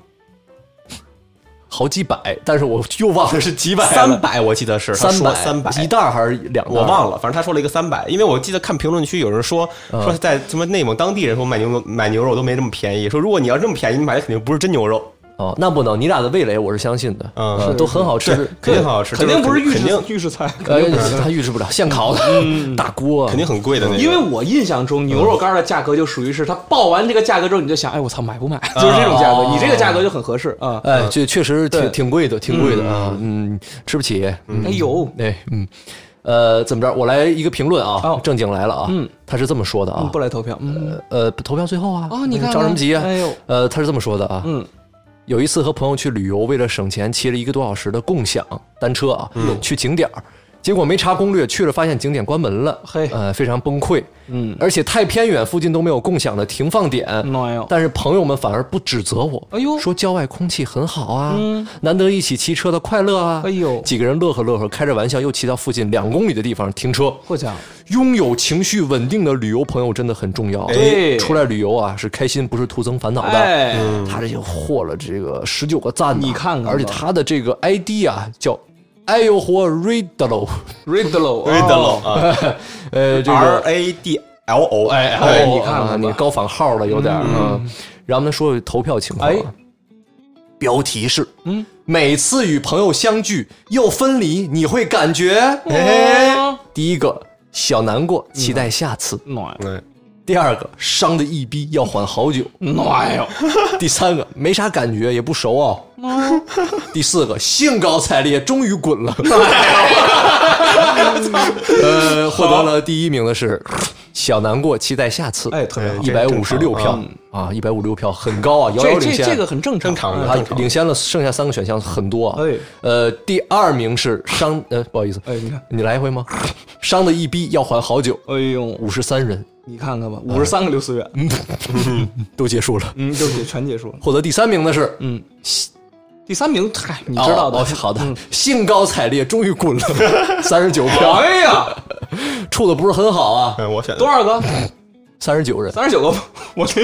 [SPEAKER 1] 好几百，但是我又忘了是几百了，
[SPEAKER 5] 三百我记得是他
[SPEAKER 1] 三
[SPEAKER 5] 说
[SPEAKER 1] 百
[SPEAKER 5] 三百
[SPEAKER 1] 一袋儿还是两袋？
[SPEAKER 5] 我忘了，反正他说了一个三百，因为我记得看评论区有人说说在什么内蒙当地人说买牛肉买牛肉都没这么便宜，说如果你要这么便宜，你买的肯定不是真牛肉，
[SPEAKER 1] 哦，那不能，你俩的味蕾我是相信的，
[SPEAKER 5] 嗯
[SPEAKER 1] 呃
[SPEAKER 5] 是
[SPEAKER 1] 都很好吃，
[SPEAKER 5] 肯定很好吃，
[SPEAKER 4] 肯定
[SPEAKER 5] 就
[SPEAKER 4] 不是预
[SPEAKER 5] 肯定
[SPEAKER 4] 制预制菜，
[SPEAKER 1] 呃，他预制不了，现烤的，大锅，啊
[SPEAKER 5] 肯定很贵的那个，
[SPEAKER 4] 因为我印象中牛肉干的价格就属于是它报完这个价格之后，你就想，哎，我操，买不买？ 就是这种价格，你这个价格就很合适啊。
[SPEAKER 1] 哎，这确实
[SPEAKER 4] 对
[SPEAKER 1] 挺挺贵的，挺贵的啊，嗯，吃不起，
[SPEAKER 4] 哎呦，
[SPEAKER 1] 哎，嗯，呃，怎么着？我来一个评论啊
[SPEAKER 4] 哦，
[SPEAKER 1] 正经来了啊，
[SPEAKER 4] 嗯，
[SPEAKER 1] 他是这么说的啊
[SPEAKER 4] 不，来投票，嗯，
[SPEAKER 1] 呃，投票最后啊，
[SPEAKER 4] 哦你看看
[SPEAKER 1] 着什么急啊？
[SPEAKER 4] 哎呦
[SPEAKER 1] 呃，他是这么说的啊，
[SPEAKER 4] 嗯，
[SPEAKER 1] 有
[SPEAKER 4] 嗯
[SPEAKER 1] 一次和朋友去旅游，为了省钱，骑了一个多小时的共享单车啊，去景点儿。结果没查攻略，去了发现景点关门了，
[SPEAKER 4] 嘿
[SPEAKER 1] 呃，非常崩溃。
[SPEAKER 4] 嗯，
[SPEAKER 1] 而且太偏远，附近都没有共享的停放点。
[SPEAKER 4] 哎呦
[SPEAKER 1] 但是朋友们反而不指责我，
[SPEAKER 4] 哎呦
[SPEAKER 1] 说郊外空气很好啊，
[SPEAKER 4] 嗯
[SPEAKER 1] 难得一起骑车的快乐啊。
[SPEAKER 4] 哎呦
[SPEAKER 1] 几个人乐呵乐呵，开着玩笑又骑到附近两公里的地方停车。
[SPEAKER 4] 获奖，
[SPEAKER 1] 拥有情绪稳定的旅游朋友真的很重要。
[SPEAKER 4] 对
[SPEAKER 1] 出来旅游啊是开心，不是徒增烦恼的。
[SPEAKER 4] 哎
[SPEAKER 1] 他这就获了这个十九个赞呐、
[SPEAKER 4] 你看看吧
[SPEAKER 1] 而且他的这个 ID 啊叫。哎呦嚯 r i d l o
[SPEAKER 4] ，Riddle，
[SPEAKER 5] 瑞德龙 啊
[SPEAKER 1] 呃，这个
[SPEAKER 5] ，R A D L O，
[SPEAKER 1] 哎，
[SPEAKER 5] 哎
[SPEAKER 1] 哦
[SPEAKER 4] 你看看吧
[SPEAKER 1] 啊你高仿号了有点儿嗯。然后呢，说说投票情况啊。
[SPEAKER 4] 哎
[SPEAKER 1] 标题是：
[SPEAKER 4] 嗯，
[SPEAKER 1] 每次与朋友相聚又分离，你会感觉？
[SPEAKER 4] 哎，
[SPEAKER 1] 第一个小难过，期待下次；
[SPEAKER 4] 暖
[SPEAKER 5] 嗯
[SPEAKER 1] 第二个伤的一逼，要缓好久；
[SPEAKER 4] 暖哟，
[SPEAKER 1] 第三个没啥感觉，也不熟哦；第四个兴高采烈，终于滚了。 呃，获得了第一名的是小难过，期待下次。
[SPEAKER 4] 哎，特别好
[SPEAKER 1] 一
[SPEAKER 5] 这
[SPEAKER 1] 百
[SPEAKER 5] 个
[SPEAKER 1] 五
[SPEAKER 5] 正
[SPEAKER 1] 十
[SPEAKER 5] 常嗯
[SPEAKER 1] 六票啊，一百五六票很高啊，遥遥
[SPEAKER 4] 这
[SPEAKER 1] 领
[SPEAKER 4] 这
[SPEAKER 1] 先。啊
[SPEAKER 4] 这个很正常，啊
[SPEAKER 5] 正常的
[SPEAKER 1] 他
[SPEAKER 5] 正常
[SPEAKER 1] 领先了，剩下三个选项很多啊。
[SPEAKER 4] 哎
[SPEAKER 1] 呃，第二名是伤，呃，不好意思，
[SPEAKER 4] 哎，你看，
[SPEAKER 1] 你来一回吗？伤的一逼要缓好久，
[SPEAKER 4] 哎呦，
[SPEAKER 1] 五十三人
[SPEAKER 4] 你看看吧，五十三个刘思远，
[SPEAKER 1] 都结束了。
[SPEAKER 4] 嗯，就解全结束了。
[SPEAKER 1] 获得第三名的是，
[SPEAKER 4] 嗯，第三名，嗨，你
[SPEAKER 1] 你
[SPEAKER 4] 知哦道的。
[SPEAKER 1] 好的，嗯兴高采烈，终于滚 了，三十九票，
[SPEAKER 4] 哎呀，
[SPEAKER 1] 处的不是很好啊，
[SPEAKER 5] 嗯，我选的
[SPEAKER 4] 多少个？
[SPEAKER 1] 三十九人。
[SPEAKER 4] 三十九个。我这，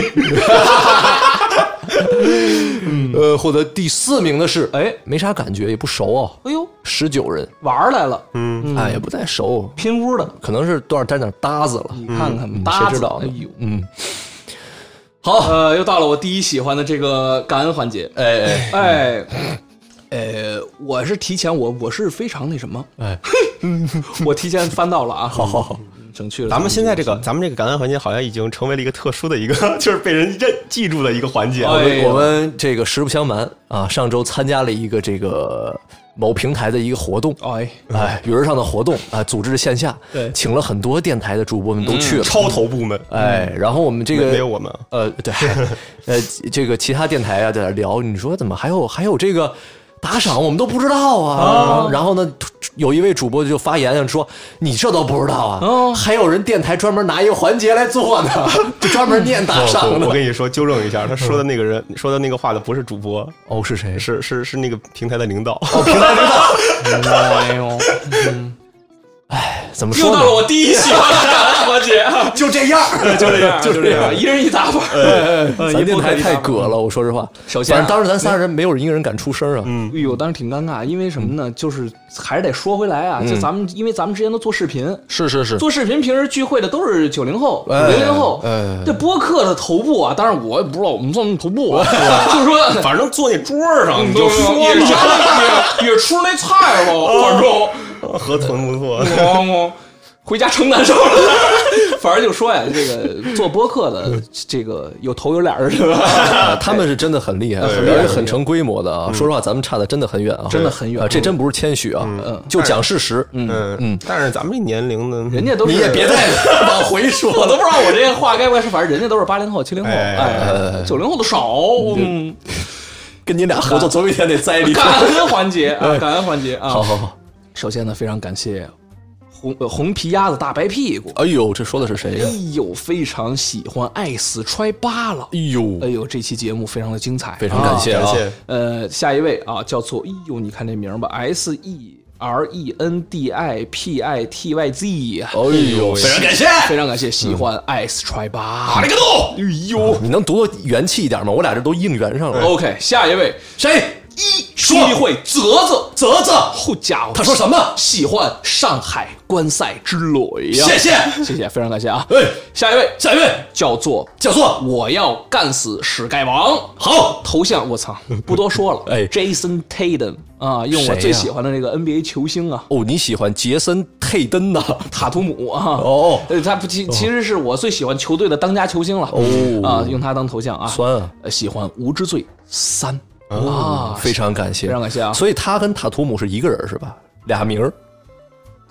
[SPEAKER 4] 嗯
[SPEAKER 1] 呃，获得第四名的是，
[SPEAKER 4] 哎
[SPEAKER 1] 没啥感觉，也不熟哦，
[SPEAKER 4] 哎呦，
[SPEAKER 1] 十九人，
[SPEAKER 4] 玩儿来了，
[SPEAKER 1] 哎，也不太熟，
[SPEAKER 4] 拼屋的，
[SPEAKER 1] 可能是多少沾点搭子了。
[SPEAKER 4] 你看看吧，
[SPEAKER 1] 嗯
[SPEAKER 4] 搭
[SPEAKER 1] 谁
[SPEAKER 4] 子
[SPEAKER 1] 知道
[SPEAKER 4] 哎
[SPEAKER 1] 呢
[SPEAKER 4] 呦，
[SPEAKER 1] 嗯，好，
[SPEAKER 4] 呃，又到了我第一喜欢的这个感恩环节。
[SPEAKER 1] 哎哎。
[SPEAKER 4] 哎，呃，我是提前，我我是非常那什么，
[SPEAKER 1] 哎，
[SPEAKER 4] 我提前翻到了啊。好好好，省去了。
[SPEAKER 5] 咱们现在这个，咱们这个感恩环节好像已经成为了一个特殊的一个， 就是被人认记住的一个环节。啊
[SPEAKER 4] 哎呦
[SPEAKER 1] 我们这个实不相瞒啊，上周参加了一个这个某平台的一个活动，
[SPEAKER 4] 哎，
[SPEAKER 1] 哎，云儿上的活动啊，组织的线下，
[SPEAKER 4] 对嗯
[SPEAKER 1] 请了很多电台的主播们都去了，
[SPEAKER 5] 超头部门，
[SPEAKER 1] 哎，然后我们这个
[SPEAKER 5] 没没有我们啊
[SPEAKER 1] 呃，对， 呃，这个其他电台啊在那聊，你说怎么还有还有这个打赏，我们都不知道啊。
[SPEAKER 4] 哦
[SPEAKER 1] 然后呢，突有一位主播就发言说：“你这都不知道啊？
[SPEAKER 4] 哦
[SPEAKER 1] 还有人电台专门拿一个环节来做 呢，就专门念打赏
[SPEAKER 5] 我
[SPEAKER 4] 哦
[SPEAKER 5] 我
[SPEAKER 1] 的。
[SPEAKER 5] 跟你说，纠正一下，他说的那个人说的那个话的不是主播，
[SPEAKER 1] 哦，是谁？
[SPEAKER 5] 是是是那个平台的领导。
[SPEAKER 4] 哎呦，
[SPEAKER 1] 怎么
[SPEAKER 4] 又
[SPEAKER 1] 说呢
[SPEAKER 4] 到了？我第一喜欢的感恩环节，
[SPEAKER 1] 就这样，
[SPEAKER 4] 就这 样，
[SPEAKER 1] 就
[SPEAKER 4] 就这样，一人一打板。嗯
[SPEAKER 1] 哎咱
[SPEAKER 4] 一
[SPEAKER 1] 电
[SPEAKER 4] 不可
[SPEAKER 1] 台
[SPEAKER 4] 一
[SPEAKER 1] 太
[SPEAKER 4] 打板
[SPEAKER 1] 葛了，我说实话。
[SPEAKER 4] 首先啊
[SPEAKER 1] 反正当时咱仨人没有一个人敢出声啊。
[SPEAKER 5] 嗯，
[SPEAKER 4] 哎呦，当时挺尴尬，因为什么
[SPEAKER 1] 嗯
[SPEAKER 4] 呢？就是还是得说回来啊，就咱们，因为咱们之前都做视频，
[SPEAKER 1] 是是是，
[SPEAKER 4] 做视频平时聚会的都是九零后、
[SPEAKER 1] 哎
[SPEAKER 4] 零零后
[SPEAKER 1] 哎，
[SPEAKER 4] 这播客的头部啊，当然我也不知道我们做那么头部啊，
[SPEAKER 1] 哎
[SPEAKER 4] 就是说。嗯
[SPEAKER 5] 反正坐那桌儿上你就说
[SPEAKER 4] 也也也出那菜了，反正
[SPEAKER 5] 嘛，河豚不 错。
[SPEAKER 4] 咣咣，回家成难受了。反正就说呀，这个做播客的，这个有头有脸儿的，
[SPEAKER 1] 啊 他们是真的很厉害，
[SPEAKER 5] 很厉害
[SPEAKER 1] 而且很成规模的啊。说实话，咱们差的真的很远啊，
[SPEAKER 4] 嗯真的很远嗯
[SPEAKER 1] 啊这真不是谦虚啊，就讲事实。
[SPEAKER 5] 嗯嗯，但是咱们这年龄呢，
[SPEAKER 4] 人家都是
[SPEAKER 1] 你也别再往回说
[SPEAKER 4] 我
[SPEAKER 1] 了。
[SPEAKER 4] 都不知道我这话该不该说，反正人家都是八零后、七零后，
[SPEAKER 5] 哎
[SPEAKER 4] 哎，九零后的少。嗯，
[SPEAKER 1] 跟你俩合作，总有一天得栽里头。
[SPEAKER 4] 感恩环节啊，感恩环节啊。
[SPEAKER 1] 好好好，
[SPEAKER 4] 首先呢，非常感谢红呃红皮鸭子大白屁股，
[SPEAKER 1] 哎呦，这说的是谁
[SPEAKER 4] 哎
[SPEAKER 1] 呀？
[SPEAKER 4] 呦，非常喜欢爱死揣巴了。
[SPEAKER 1] 哎呦
[SPEAKER 4] 哎，呦，这期节目非常的精彩，
[SPEAKER 1] 非常感谢
[SPEAKER 5] 感
[SPEAKER 1] 啊！
[SPEAKER 5] 谢
[SPEAKER 4] 呃，下一位啊，叫做哎呦，你看这名儿吧，S E R E N D I P I T Y Z，
[SPEAKER 1] 哎呦，
[SPEAKER 5] 非常感谢，
[SPEAKER 4] 非常感谢喜欢
[SPEAKER 1] 嗯
[SPEAKER 4] Ice Try 吧。
[SPEAKER 5] 个洞。
[SPEAKER 4] 哎呦
[SPEAKER 1] 你能读得元气一点吗？我俩这都应援上了。哎
[SPEAKER 4] ，OK，下一位
[SPEAKER 1] 谁？
[SPEAKER 4] 一说会泽泽泽泽，好家伙，
[SPEAKER 1] 他说什么
[SPEAKER 4] 喜欢上海观赛之旅呀？
[SPEAKER 1] 谢谢
[SPEAKER 4] 谢谢，非常感谢啊。
[SPEAKER 1] 哎，
[SPEAKER 4] 下一位
[SPEAKER 1] 下一位
[SPEAKER 4] 叫做
[SPEAKER 1] 叫做
[SPEAKER 4] 我要干死史盖王。
[SPEAKER 1] 好，
[SPEAKER 4] 头像我操， 不多说了。
[SPEAKER 1] 哎
[SPEAKER 4] ，Jason Tatum 啊，用我
[SPEAKER 1] 谁呀
[SPEAKER 4] 最喜欢的那个 NBA 球星啊，
[SPEAKER 1] 哦，你喜欢杰森·泰登呐？
[SPEAKER 4] 塔图姆啊。
[SPEAKER 1] 哦，
[SPEAKER 4] 呃，他不其其实是我最喜欢球队的当家球星了。
[SPEAKER 1] 哦
[SPEAKER 4] 啊，用他当头像啊。
[SPEAKER 1] 酸啊
[SPEAKER 4] 呃，喜欢《无知罪三》
[SPEAKER 1] 哦
[SPEAKER 4] 啊，
[SPEAKER 1] 非常感谢，
[SPEAKER 4] 非常感谢啊
[SPEAKER 1] 所以他跟塔图姆是一个人是吧？俩名儿，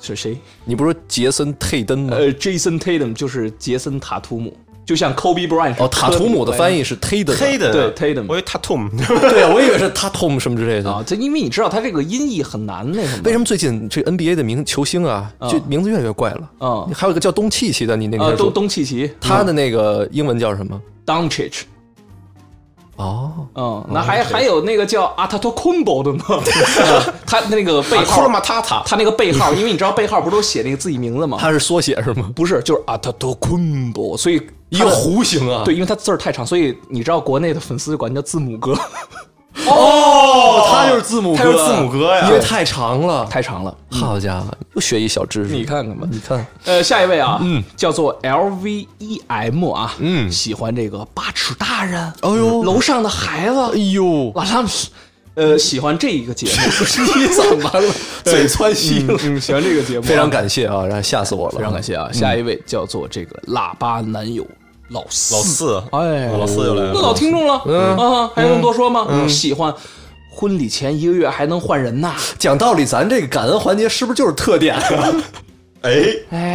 [SPEAKER 4] 是谁？
[SPEAKER 1] 你不是说杰森·泰登吗？
[SPEAKER 4] 呃，Jason Tatum 就是杰森塔图姆。就像 Kobe Bryant 是
[SPEAKER 1] 哦，塔图姆的翻
[SPEAKER 4] 译
[SPEAKER 1] 译是 Tatum，的
[SPEAKER 5] 黑的
[SPEAKER 4] 对 Tatum
[SPEAKER 5] 我以为他 Tom，
[SPEAKER 1] 对啊，我以为是 Tatum 什么之类的。
[SPEAKER 4] 啊，这因为你知道他这个音译很难那什么，
[SPEAKER 1] 为什么最近这 NBA 的名球星啊，就名字越来越怪了？
[SPEAKER 4] 嗯
[SPEAKER 1] 还有一个叫东契奇的，你那
[SPEAKER 4] 呃，
[SPEAKER 1] 个
[SPEAKER 4] 东嗯东契奇
[SPEAKER 1] 他的那个英文叫什么？
[SPEAKER 4] Doncic，
[SPEAKER 1] 哦，
[SPEAKER 4] 嗯，那还还有那个叫阿塔托昆博 的呢，他那个背号
[SPEAKER 5] 库马塔塔，
[SPEAKER 4] 他那个背号，因为你知道背号不都写那个自己名字吗？
[SPEAKER 1] 他是缩写是吗？
[SPEAKER 4] 不是，就是阿塔多昆博，所以
[SPEAKER 1] 一
[SPEAKER 4] 他
[SPEAKER 1] 个
[SPEAKER 4] 的
[SPEAKER 1] 弧形啊，
[SPEAKER 4] 对，，因为他字儿太长，所以你知道国内的粉丝管叫字 母哥，哦
[SPEAKER 1] 哦他就是字母哥，
[SPEAKER 5] 他就是字母哥呀
[SPEAKER 1] 因为太长了。
[SPEAKER 4] 太长了。嗯
[SPEAKER 1] 好家伙，又学一小知识。
[SPEAKER 4] 你看看吧，
[SPEAKER 1] 你看，
[SPEAKER 4] 呃，下一位啊，嗯，叫做 L V E M 啊，嗯，喜欢这个八尺大人，哎呦，楼上的孩子，
[SPEAKER 1] 哎呦，
[SPEAKER 4] 瓦拉姆斯，呃，喜欢这一个 节目，你怎么了？
[SPEAKER 1] 嘴窜稀了
[SPEAKER 4] 嗯，嗯喜欢这个节目啊，
[SPEAKER 1] 非常感谢啊，然后吓死我了，嗯
[SPEAKER 4] 非常感谢啊。下一位叫做这个喇叭男友老四，
[SPEAKER 5] 老四，
[SPEAKER 4] 哎，
[SPEAKER 5] 老四又来了
[SPEAKER 4] 那老听众了，啊，还用多说吗？喜欢婚礼前一个月还能换人呐，
[SPEAKER 1] 讲道理，咱这个感恩环节是不是就是特点啊？
[SPEAKER 5] 哎，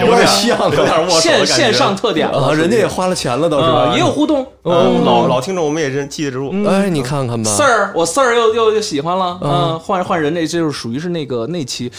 [SPEAKER 5] 有
[SPEAKER 1] 有点
[SPEAKER 5] 点
[SPEAKER 1] 像了
[SPEAKER 5] 有点握手的
[SPEAKER 4] 线
[SPEAKER 5] 感觉
[SPEAKER 4] 线上特 点
[SPEAKER 1] 啊，
[SPEAKER 4] 了，
[SPEAKER 1] 人家也花了钱了，倒是
[SPEAKER 4] 啊
[SPEAKER 1] 吧
[SPEAKER 4] 也有。互动。
[SPEAKER 5] 嗯老老听众我们也真记得住，
[SPEAKER 4] 嗯
[SPEAKER 1] 哎，你看看吧，
[SPEAKER 4] 四儿，我四儿又又又喜欢了，嗯，换换人，那这就是属于是那个那期，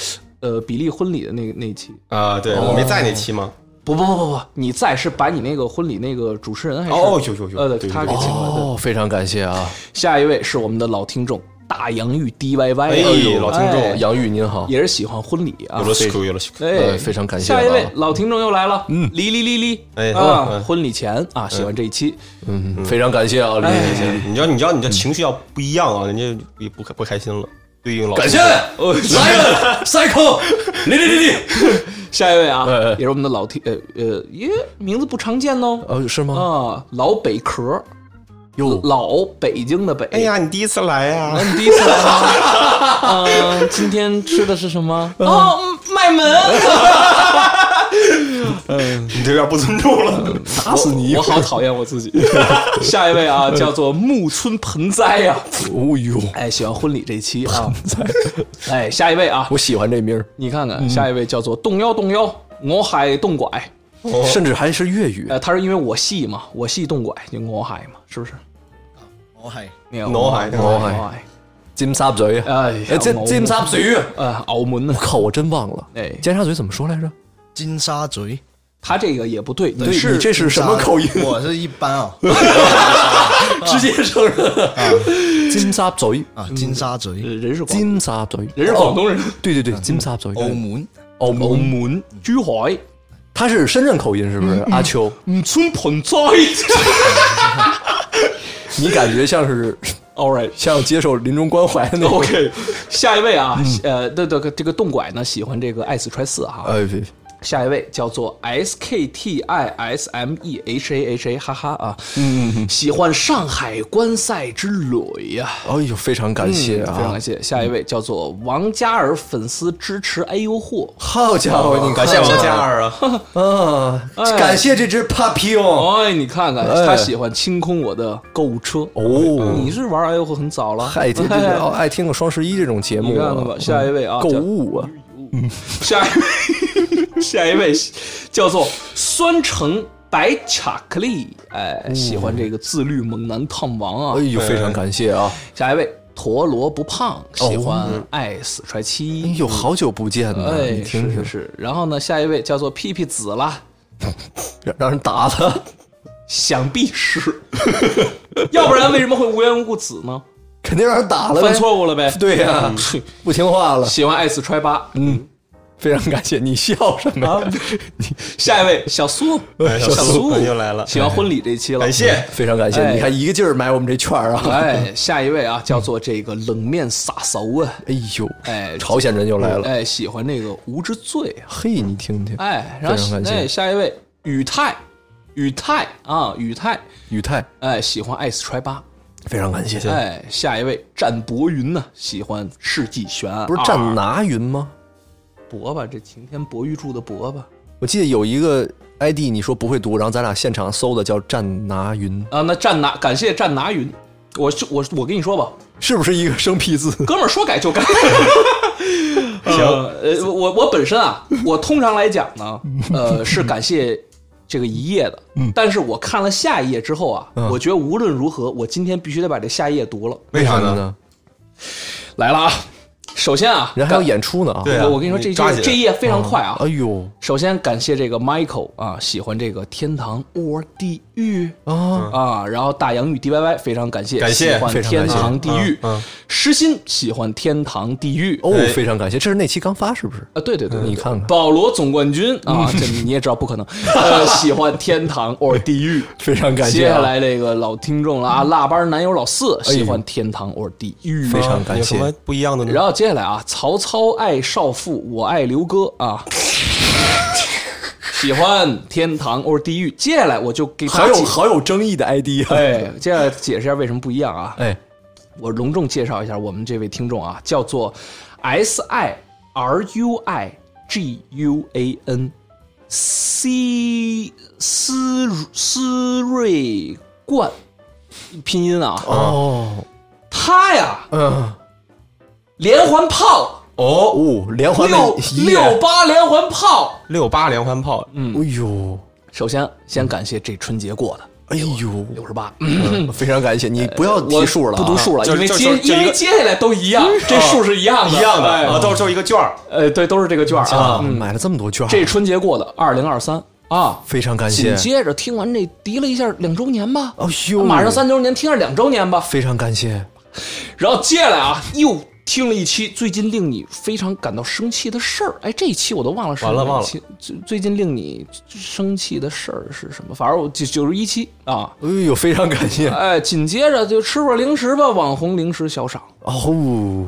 [SPEAKER 4] 呃，比利婚礼的那那期。
[SPEAKER 5] 啊，对
[SPEAKER 4] 哦
[SPEAKER 5] 我没在那期吗？
[SPEAKER 4] 不不不不不，你在是把你那个婚礼那个主持人还是
[SPEAKER 5] 哦有有有
[SPEAKER 4] 呃，
[SPEAKER 5] 对
[SPEAKER 4] 他
[SPEAKER 5] 对
[SPEAKER 4] 给请过来的。
[SPEAKER 1] 哦，非常感谢啊，
[SPEAKER 4] 下一位是我们的老听众大洋芋 DYY，
[SPEAKER 5] 哎
[SPEAKER 4] 呦
[SPEAKER 5] 老听众
[SPEAKER 4] 哎
[SPEAKER 1] 杨玉您好，
[SPEAKER 4] 也是喜欢婚礼啊
[SPEAKER 5] 有。了 school，有了 school，
[SPEAKER 4] 哎，
[SPEAKER 1] 呃非常感谢啊
[SPEAKER 4] 下一位老听众又来了，嗯，哩哩哩哩，
[SPEAKER 5] 哎
[SPEAKER 4] 啊，
[SPEAKER 5] 嗯
[SPEAKER 4] 婚礼前啊，喜欢这一期，
[SPEAKER 1] 嗯，非常感谢啊，李姐姐。
[SPEAKER 5] 你知道你知道你的情绪要不一样
[SPEAKER 4] 嗯
[SPEAKER 5] 啊，人家也不不开心了，对应老
[SPEAKER 1] 感谢 Lion Psycho 哎李李李李，
[SPEAKER 4] 下一位啊
[SPEAKER 1] 哎哎，
[SPEAKER 4] 也是我们的老听，呃呃，耶，名字不常见哦，
[SPEAKER 1] 呃，是吗？
[SPEAKER 4] 啊，老北壳，
[SPEAKER 1] 哟，
[SPEAKER 4] 老北京的北，
[SPEAKER 5] 哎，呀，你第一次来啊呀，
[SPEAKER 4] 你第一次来 吗？嗯，今天吃的是什么？哦，麦门，
[SPEAKER 5] 你这有点不尊 重了。
[SPEAKER 4] 打死你！我好讨厌我自己。 下一位啊，叫做木村盆栽呀，
[SPEAKER 1] 哦呦，
[SPEAKER 4] 哎，喜欢婚礼这一期啊，哎，下一位啊，
[SPEAKER 1] 我嗯喜欢这名儿，
[SPEAKER 4] 你看看，下一位叫做动腰动腰，我海动拐。
[SPEAKER 1] 甚至还是粤语。
[SPEAKER 4] 呃，他是因为我戏嘛，我戏动拐就我海嘛，是不是？
[SPEAKER 6] 哦嗨，
[SPEAKER 5] 我海
[SPEAKER 4] 我
[SPEAKER 1] 我海
[SPEAKER 4] 我海，
[SPEAKER 1] 尖沙咀，
[SPEAKER 4] 哎呀
[SPEAKER 1] 哎，尖
[SPEAKER 4] 我
[SPEAKER 1] 尖沙咀，
[SPEAKER 4] 呃，澳门呢
[SPEAKER 1] 我？靠，我真忘了，
[SPEAKER 4] 哎
[SPEAKER 1] 尖沙咀怎么说来着？
[SPEAKER 6] 金沙嘴，
[SPEAKER 4] 他这个也不对，你
[SPEAKER 1] 对
[SPEAKER 4] 是
[SPEAKER 1] 你这是什么口音？
[SPEAKER 6] 我是一般啊
[SPEAKER 4] 啊
[SPEAKER 1] 直接承认。尖沙咀，
[SPEAKER 6] 啊，金沙嘴，
[SPEAKER 1] 嗯
[SPEAKER 4] 呃人是广
[SPEAKER 1] 尖沙咀，
[SPEAKER 4] 人是广东人，
[SPEAKER 1] 对对对，尖沙咀，
[SPEAKER 6] 澳门，
[SPEAKER 1] 澳门，
[SPEAKER 4] 门珠海
[SPEAKER 1] 他是深圳口音是不是？阿秋，
[SPEAKER 4] 五村盆 栽。
[SPEAKER 1] 你感觉像是
[SPEAKER 4] All right。
[SPEAKER 1] 像接受临终关怀的那种。
[SPEAKER 4] OK，下一位啊，
[SPEAKER 1] 嗯
[SPEAKER 4] 呃，这这个这个动拐呢，喜欢这个爱死揣四啊哈，
[SPEAKER 1] 哎，
[SPEAKER 4] 下一位叫做 S K T I S M E H A H A，哈哈啊，嗯，喜欢上海观赛之旅呀、
[SPEAKER 1] 哎呦，非常感谢
[SPEAKER 4] 非常
[SPEAKER 1] 啊
[SPEAKER 4] 感！谢。下一位叫做王嘉尔粉丝支持，哎呦嚯，
[SPEAKER 1] 好家伙，你
[SPEAKER 5] 感谢王嘉尔啊，
[SPEAKER 1] 啊！
[SPEAKER 4] 哎
[SPEAKER 1] 感谢这只哦 Papillon
[SPEAKER 4] 哎，你看看
[SPEAKER 1] 哎
[SPEAKER 4] 他喜欢清空我的购物车。
[SPEAKER 1] 哦，
[SPEAKER 4] 你是玩哎呦嚯很早了，哎
[SPEAKER 1] 爱听这个哦爱听个双十一这种节目
[SPEAKER 4] 你看看吧
[SPEAKER 1] 啊，，
[SPEAKER 4] 下一位啊，
[SPEAKER 1] 购
[SPEAKER 4] 叫
[SPEAKER 1] 物啊，
[SPEAKER 4] 下一 下一位叫做酸橙白巧克力，哎，
[SPEAKER 1] 哦
[SPEAKER 4] 喜欢这个自律猛男烫王
[SPEAKER 1] 哎
[SPEAKER 4] 啊。
[SPEAKER 1] 呦，非常感谢啊！
[SPEAKER 4] 下一位陀螺不胖，
[SPEAKER 5] 哦
[SPEAKER 4] 喜欢爱死帅气。
[SPEAKER 1] 哎呦，好久不见呢，
[SPEAKER 4] 哎，
[SPEAKER 1] 你听
[SPEAKER 4] 是
[SPEAKER 1] 听
[SPEAKER 4] 是，是。然后呢，下一位叫做屁屁子啦，
[SPEAKER 1] 让让人打他，
[SPEAKER 4] 想必是， 要不然为什么会无缘无故子呢？
[SPEAKER 1] 肯定让人打了呗
[SPEAKER 4] 犯。错误了呗。嗯
[SPEAKER 1] 对呀，不听话 了。
[SPEAKER 4] 喜欢爱死揣八。
[SPEAKER 1] 嗯，非常感谢。你笑什么呀？
[SPEAKER 4] 下一位小苏，
[SPEAKER 5] 哎小苏
[SPEAKER 4] 苏
[SPEAKER 5] 又来了哎
[SPEAKER 4] 喜欢婚礼这期了，
[SPEAKER 5] 感谢。
[SPEAKER 1] 非常感谢，
[SPEAKER 4] 哎
[SPEAKER 1] 你看一个劲儿买我们这券儿啊！
[SPEAKER 4] 哎，下一位啊，叫做这个冷面撒手啊，
[SPEAKER 1] 哎呦，
[SPEAKER 4] 哎
[SPEAKER 1] 朝鲜人又来
[SPEAKER 5] 嗯
[SPEAKER 1] 了。
[SPEAKER 4] 哎，喜欢那个无之最啊，
[SPEAKER 1] 嘿，你听听，
[SPEAKER 4] 哎，
[SPEAKER 1] 非
[SPEAKER 4] 然
[SPEAKER 1] 常
[SPEAKER 4] 后
[SPEAKER 1] 感
[SPEAKER 4] 哎，
[SPEAKER 1] 谢
[SPEAKER 4] 下一位宇泰，宇泰啊，宇泰，
[SPEAKER 1] 宇泰，
[SPEAKER 4] 哎，喜欢爱死揣八，
[SPEAKER 1] 非常感谢。
[SPEAKER 4] 哎，下一位战博云呢，喜欢世纪悬案二，啊
[SPEAKER 1] 不是战拿云吗？
[SPEAKER 4] 博吧，这擎天博玉柱的博吧，
[SPEAKER 1] 我记得有一个 ID 你说不会读，然后咱俩现场搜的叫战拿云，
[SPEAKER 4] 啊，那战拿，感谢战拿云，我就我我跟你说吧，
[SPEAKER 1] 是不是一个生僻 字？
[SPEAKER 4] 哥们儿说改就改。呃行，呃，我我本身啊，我通常来讲呢，呃，是感谢这个一页的，但是我看了下一页之后啊，我觉得无论如何，我今天必须得把这下一页读了。
[SPEAKER 5] 为 啥呢？
[SPEAKER 1] 呢？
[SPEAKER 4] 来了啊，首先啊，
[SPEAKER 1] 人还要
[SPEAKER 4] 感
[SPEAKER 1] 演出呢啊！
[SPEAKER 5] 对啊
[SPEAKER 4] 我我跟你说，这
[SPEAKER 5] 抓
[SPEAKER 4] 这
[SPEAKER 5] 紧
[SPEAKER 4] 这一页非常快啊
[SPEAKER 1] 哎。呦
[SPEAKER 4] 首先感谢这个 Michael 啊，喜欢这个天堂 or 地狱
[SPEAKER 1] 啊，
[SPEAKER 4] 啊，然后大洋与 DYY 非常感谢，
[SPEAKER 5] 感谢
[SPEAKER 4] 喜欢
[SPEAKER 1] 非常感
[SPEAKER 4] 天
[SPEAKER 1] 谢
[SPEAKER 4] 堂地狱
[SPEAKER 5] 嗯嗯，
[SPEAKER 4] 诗心喜欢天堂地狱
[SPEAKER 1] 哦
[SPEAKER 5] 哎，
[SPEAKER 1] 非常感谢，这是那期刚发是不 是？
[SPEAKER 4] 啊，对对对，
[SPEAKER 1] 你嗯看嗯看，
[SPEAKER 4] 保罗总冠军啊，这你也知道不可能，呃，喜欢天堂 or 地狱。
[SPEAKER 1] 非常感
[SPEAKER 4] 接
[SPEAKER 1] 谢啊，嗯哎
[SPEAKER 4] 下来这个老听众了啊，腊八男友老四喜欢天堂 or 地狱，
[SPEAKER 1] 非常感
[SPEAKER 5] 有什
[SPEAKER 1] 谢
[SPEAKER 5] 么不一样的呢？
[SPEAKER 4] 然后接下来啊，曹操爱少妇，我爱刘哥 啊，喜欢天堂 or 地狱。接下来我就给
[SPEAKER 1] 好
[SPEAKER 4] 他
[SPEAKER 1] 有
[SPEAKER 4] 解
[SPEAKER 1] 好有争议的 ID 啊！
[SPEAKER 4] 哎，接下来解释一下为什么不一样啊。
[SPEAKER 1] 哎，
[SPEAKER 4] 我隆重介绍一下我们这位听众啊，叫做 S I R U I G U A N C 思思瑞冠拼音啊，
[SPEAKER 1] 哦，
[SPEAKER 4] 他呀
[SPEAKER 1] 嗯，
[SPEAKER 4] 连环炮
[SPEAKER 1] 哦，连环的
[SPEAKER 4] 六
[SPEAKER 1] 一页，
[SPEAKER 4] 六八连环炮。
[SPEAKER 5] 六八连环炮，
[SPEAKER 4] 嗯
[SPEAKER 1] 哎呦，
[SPEAKER 4] 首先，先感谢这春节过的
[SPEAKER 1] 哎呦，嗯
[SPEAKER 4] 六十八，呃
[SPEAKER 1] 非常感谢你，不要
[SPEAKER 4] 我
[SPEAKER 1] 提数了啊，
[SPEAKER 4] 不读数了，
[SPEAKER 5] 就
[SPEAKER 4] 因
[SPEAKER 5] 是
[SPEAKER 4] 为
[SPEAKER 5] 就
[SPEAKER 4] 接
[SPEAKER 5] 就就
[SPEAKER 4] 因
[SPEAKER 5] 一
[SPEAKER 4] 为
[SPEAKER 5] 个
[SPEAKER 4] 接下来都一样，这数是一样的，
[SPEAKER 5] 一样的
[SPEAKER 4] 哎
[SPEAKER 5] 啊，都是就一个卷儿。
[SPEAKER 4] 呃，对，都是这个券儿
[SPEAKER 1] 啊，
[SPEAKER 4] 啊。嗯
[SPEAKER 1] 买了这么多券儿，
[SPEAKER 4] 这春节过的二零二三啊，
[SPEAKER 1] 非常感
[SPEAKER 4] 紧
[SPEAKER 1] 谢，
[SPEAKER 4] 接着听完这迪了一下两周年吧，
[SPEAKER 1] 哦呦，
[SPEAKER 4] 马上三周年，听下两周年吧。
[SPEAKER 1] 非常感谢，
[SPEAKER 4] 然后接下来啊，又听了一期最近令你非常感到生气的事儿。哎，这一期我都忘了是
[SPEAKER 5] 完了
[SPEAKER 4] 哪
[SPEAKER 5] 忘了
[SPEAKER 4] 期最最近令你生气的事儿是什么？反正我九九十一期啊。
[SPEAKER 1] 哎呦，非常感谢，
[SPEAKER 4] 哎，紧接着就吃会儿零食吧，网红零食小赏。
[SPEAKER 1] 哦，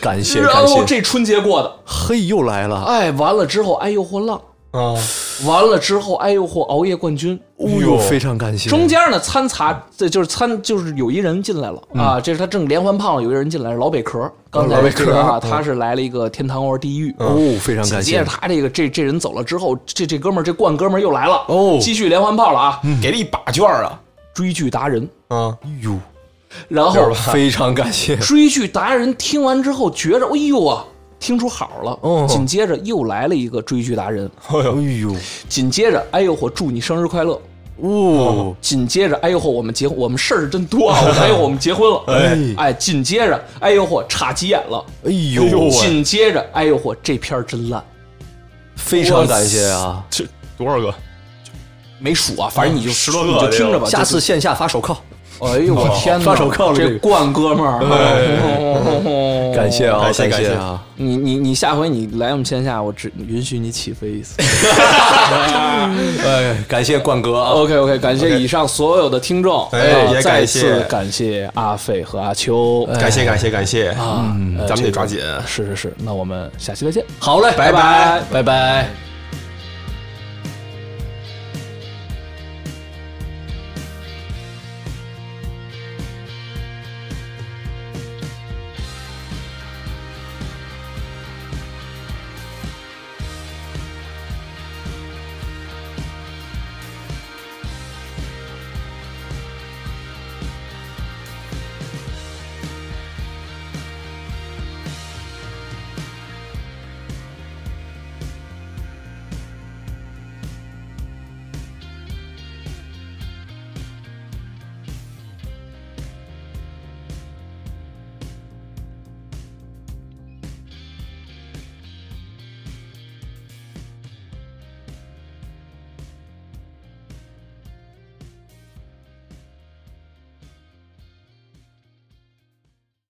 [SPEAKER 1] 感谢
[SPEAKER 4] 然
[SPEAKER 1] 感
[SPEAKER 4] 后
[SPEAKER 1] 谢，
[SPEAKER 4] 这春节过的，
[SPEAKER 1] 嘿，又来了，
[SPEAKER 4] 哎，完了之后，哎呦嚯浪，
[SPEAKER 5] 啊，
[SPEAKER 4] 完了之后，哎呦嚯熬夜冠军，
[SPEAKER 1] 哦呦，非常感谢，
[SPEAKER 4] 中间呢，参茶，这就是参，就是有一人进来了、啊，这是他正连环炮，有一人进来，老北壳，刚才
[SPEAKER 1] 嗯哦老北
[SPEAKER 4] 这个啊，
[SPEAKER 1] 壳
[SPEAKER 4] 他是来了一个天堂 or 地狱。
[SPEAKER 1] 哦，非常
[SPEAKER 4] 紧
[SPEAKER 1] 感
[SPEAKER 4] 接
[SPEAKER 1] 谢
[SPEAKER 4] 着，他这个这这人走了之后，这这哥们儿这冠哥们儿又来了
[SPEAKER 1] 哦嗯
[SPEAKER 4] 继续连环炮了啊！
[SPEAKER 5] 给了一把卷儿啊，
[SPEAKER 4] 追剧达人，
[SPEAKER 5] 啊，
[SPEAKER 1] 哎呦，
[SPEAKER 4] 然后
[SPEAKER 1] 非常感谢，
[SPEAKER 4] 追剧达人听完之后觉着，哎呦啊，听出好了。
[SPEAKER 1] 哦
[SPEAKER 4] 紧接着又来了一个追剧达人，
[SPEAKER 1] 哎呦，
[SPEAKER 4] 紧接着哎呦我祝你生日快乐，
[SPEAKER 1] 哦，
[SPEAKER 4] 紧接着，哎呦嚯，我们结婚，我们事儿真 多啊！哎呦，我们结婚了，
[SPEAKER 1] 哎
[SPEAKER 4] 哎，紧接着，哎呦嚯，插急眼了，
[SPEAKER 1] 哎呦，
[SPEAKER 4] 紧接着，哎呦嚯，这片儿真烂，
[SPEAKER 1] 非常感谢啊！
[SPEAKER 5] 这多少个？
[SPEAKER 4] 没数啊，反正你
[SPEAKER 1] 哎
[SPEAKER 4] 就
[SPEAKER 5] 十多个
[SPEAKER 4] 你就听着吧。
[SPEAKER 1] 下次线下发手铐，
[SPEAKER 4] 就，哎呦我天哪，
[SPEAKER 1] 发手铐了这
[SPEAKER 4] 这
[SPEAKER 1] 个
[SPEAKER 4] 冠哥们儿，啊哎
[SPEAKER 1] 感谢啊，
[SPEAKER 5] 感谢
[SPEAKER 1] 感
[SPEAKER 5] 感谢
[SPEAKER 1] 啊！
[SPEAKER 4] 你你你下回你来我们线下，我只允许你起飞一次。
[SPEAKER 1] 哎，感谢冠哥啊！
[SPEAKER 4] OK OK，感谢以上所有的听众，
[SPEAKER 5] 哎
[SPEAKER 4] 啊
[SPEAKER 5] 也
[SPEAKER 4] 再
[SPEAKER 5] 感
[SPEAKER 4] 次
[SPEAKER 5] 谢哎
[SPEAKER 4] 感谢阿费和阿秋，
[SPEAKER 5] 感谢感谢感谢，嗯
[SPEAKER 4] 啊，呃
[SPEAKER 5] 咱们得抓。紧。
[SPEAKER 4] 这个是是是，那我们下期再见。
[SPEAKER 1] 好嘞，
[SPEAKER 4] 拜拜
[SPEAKER 1] 拜拜。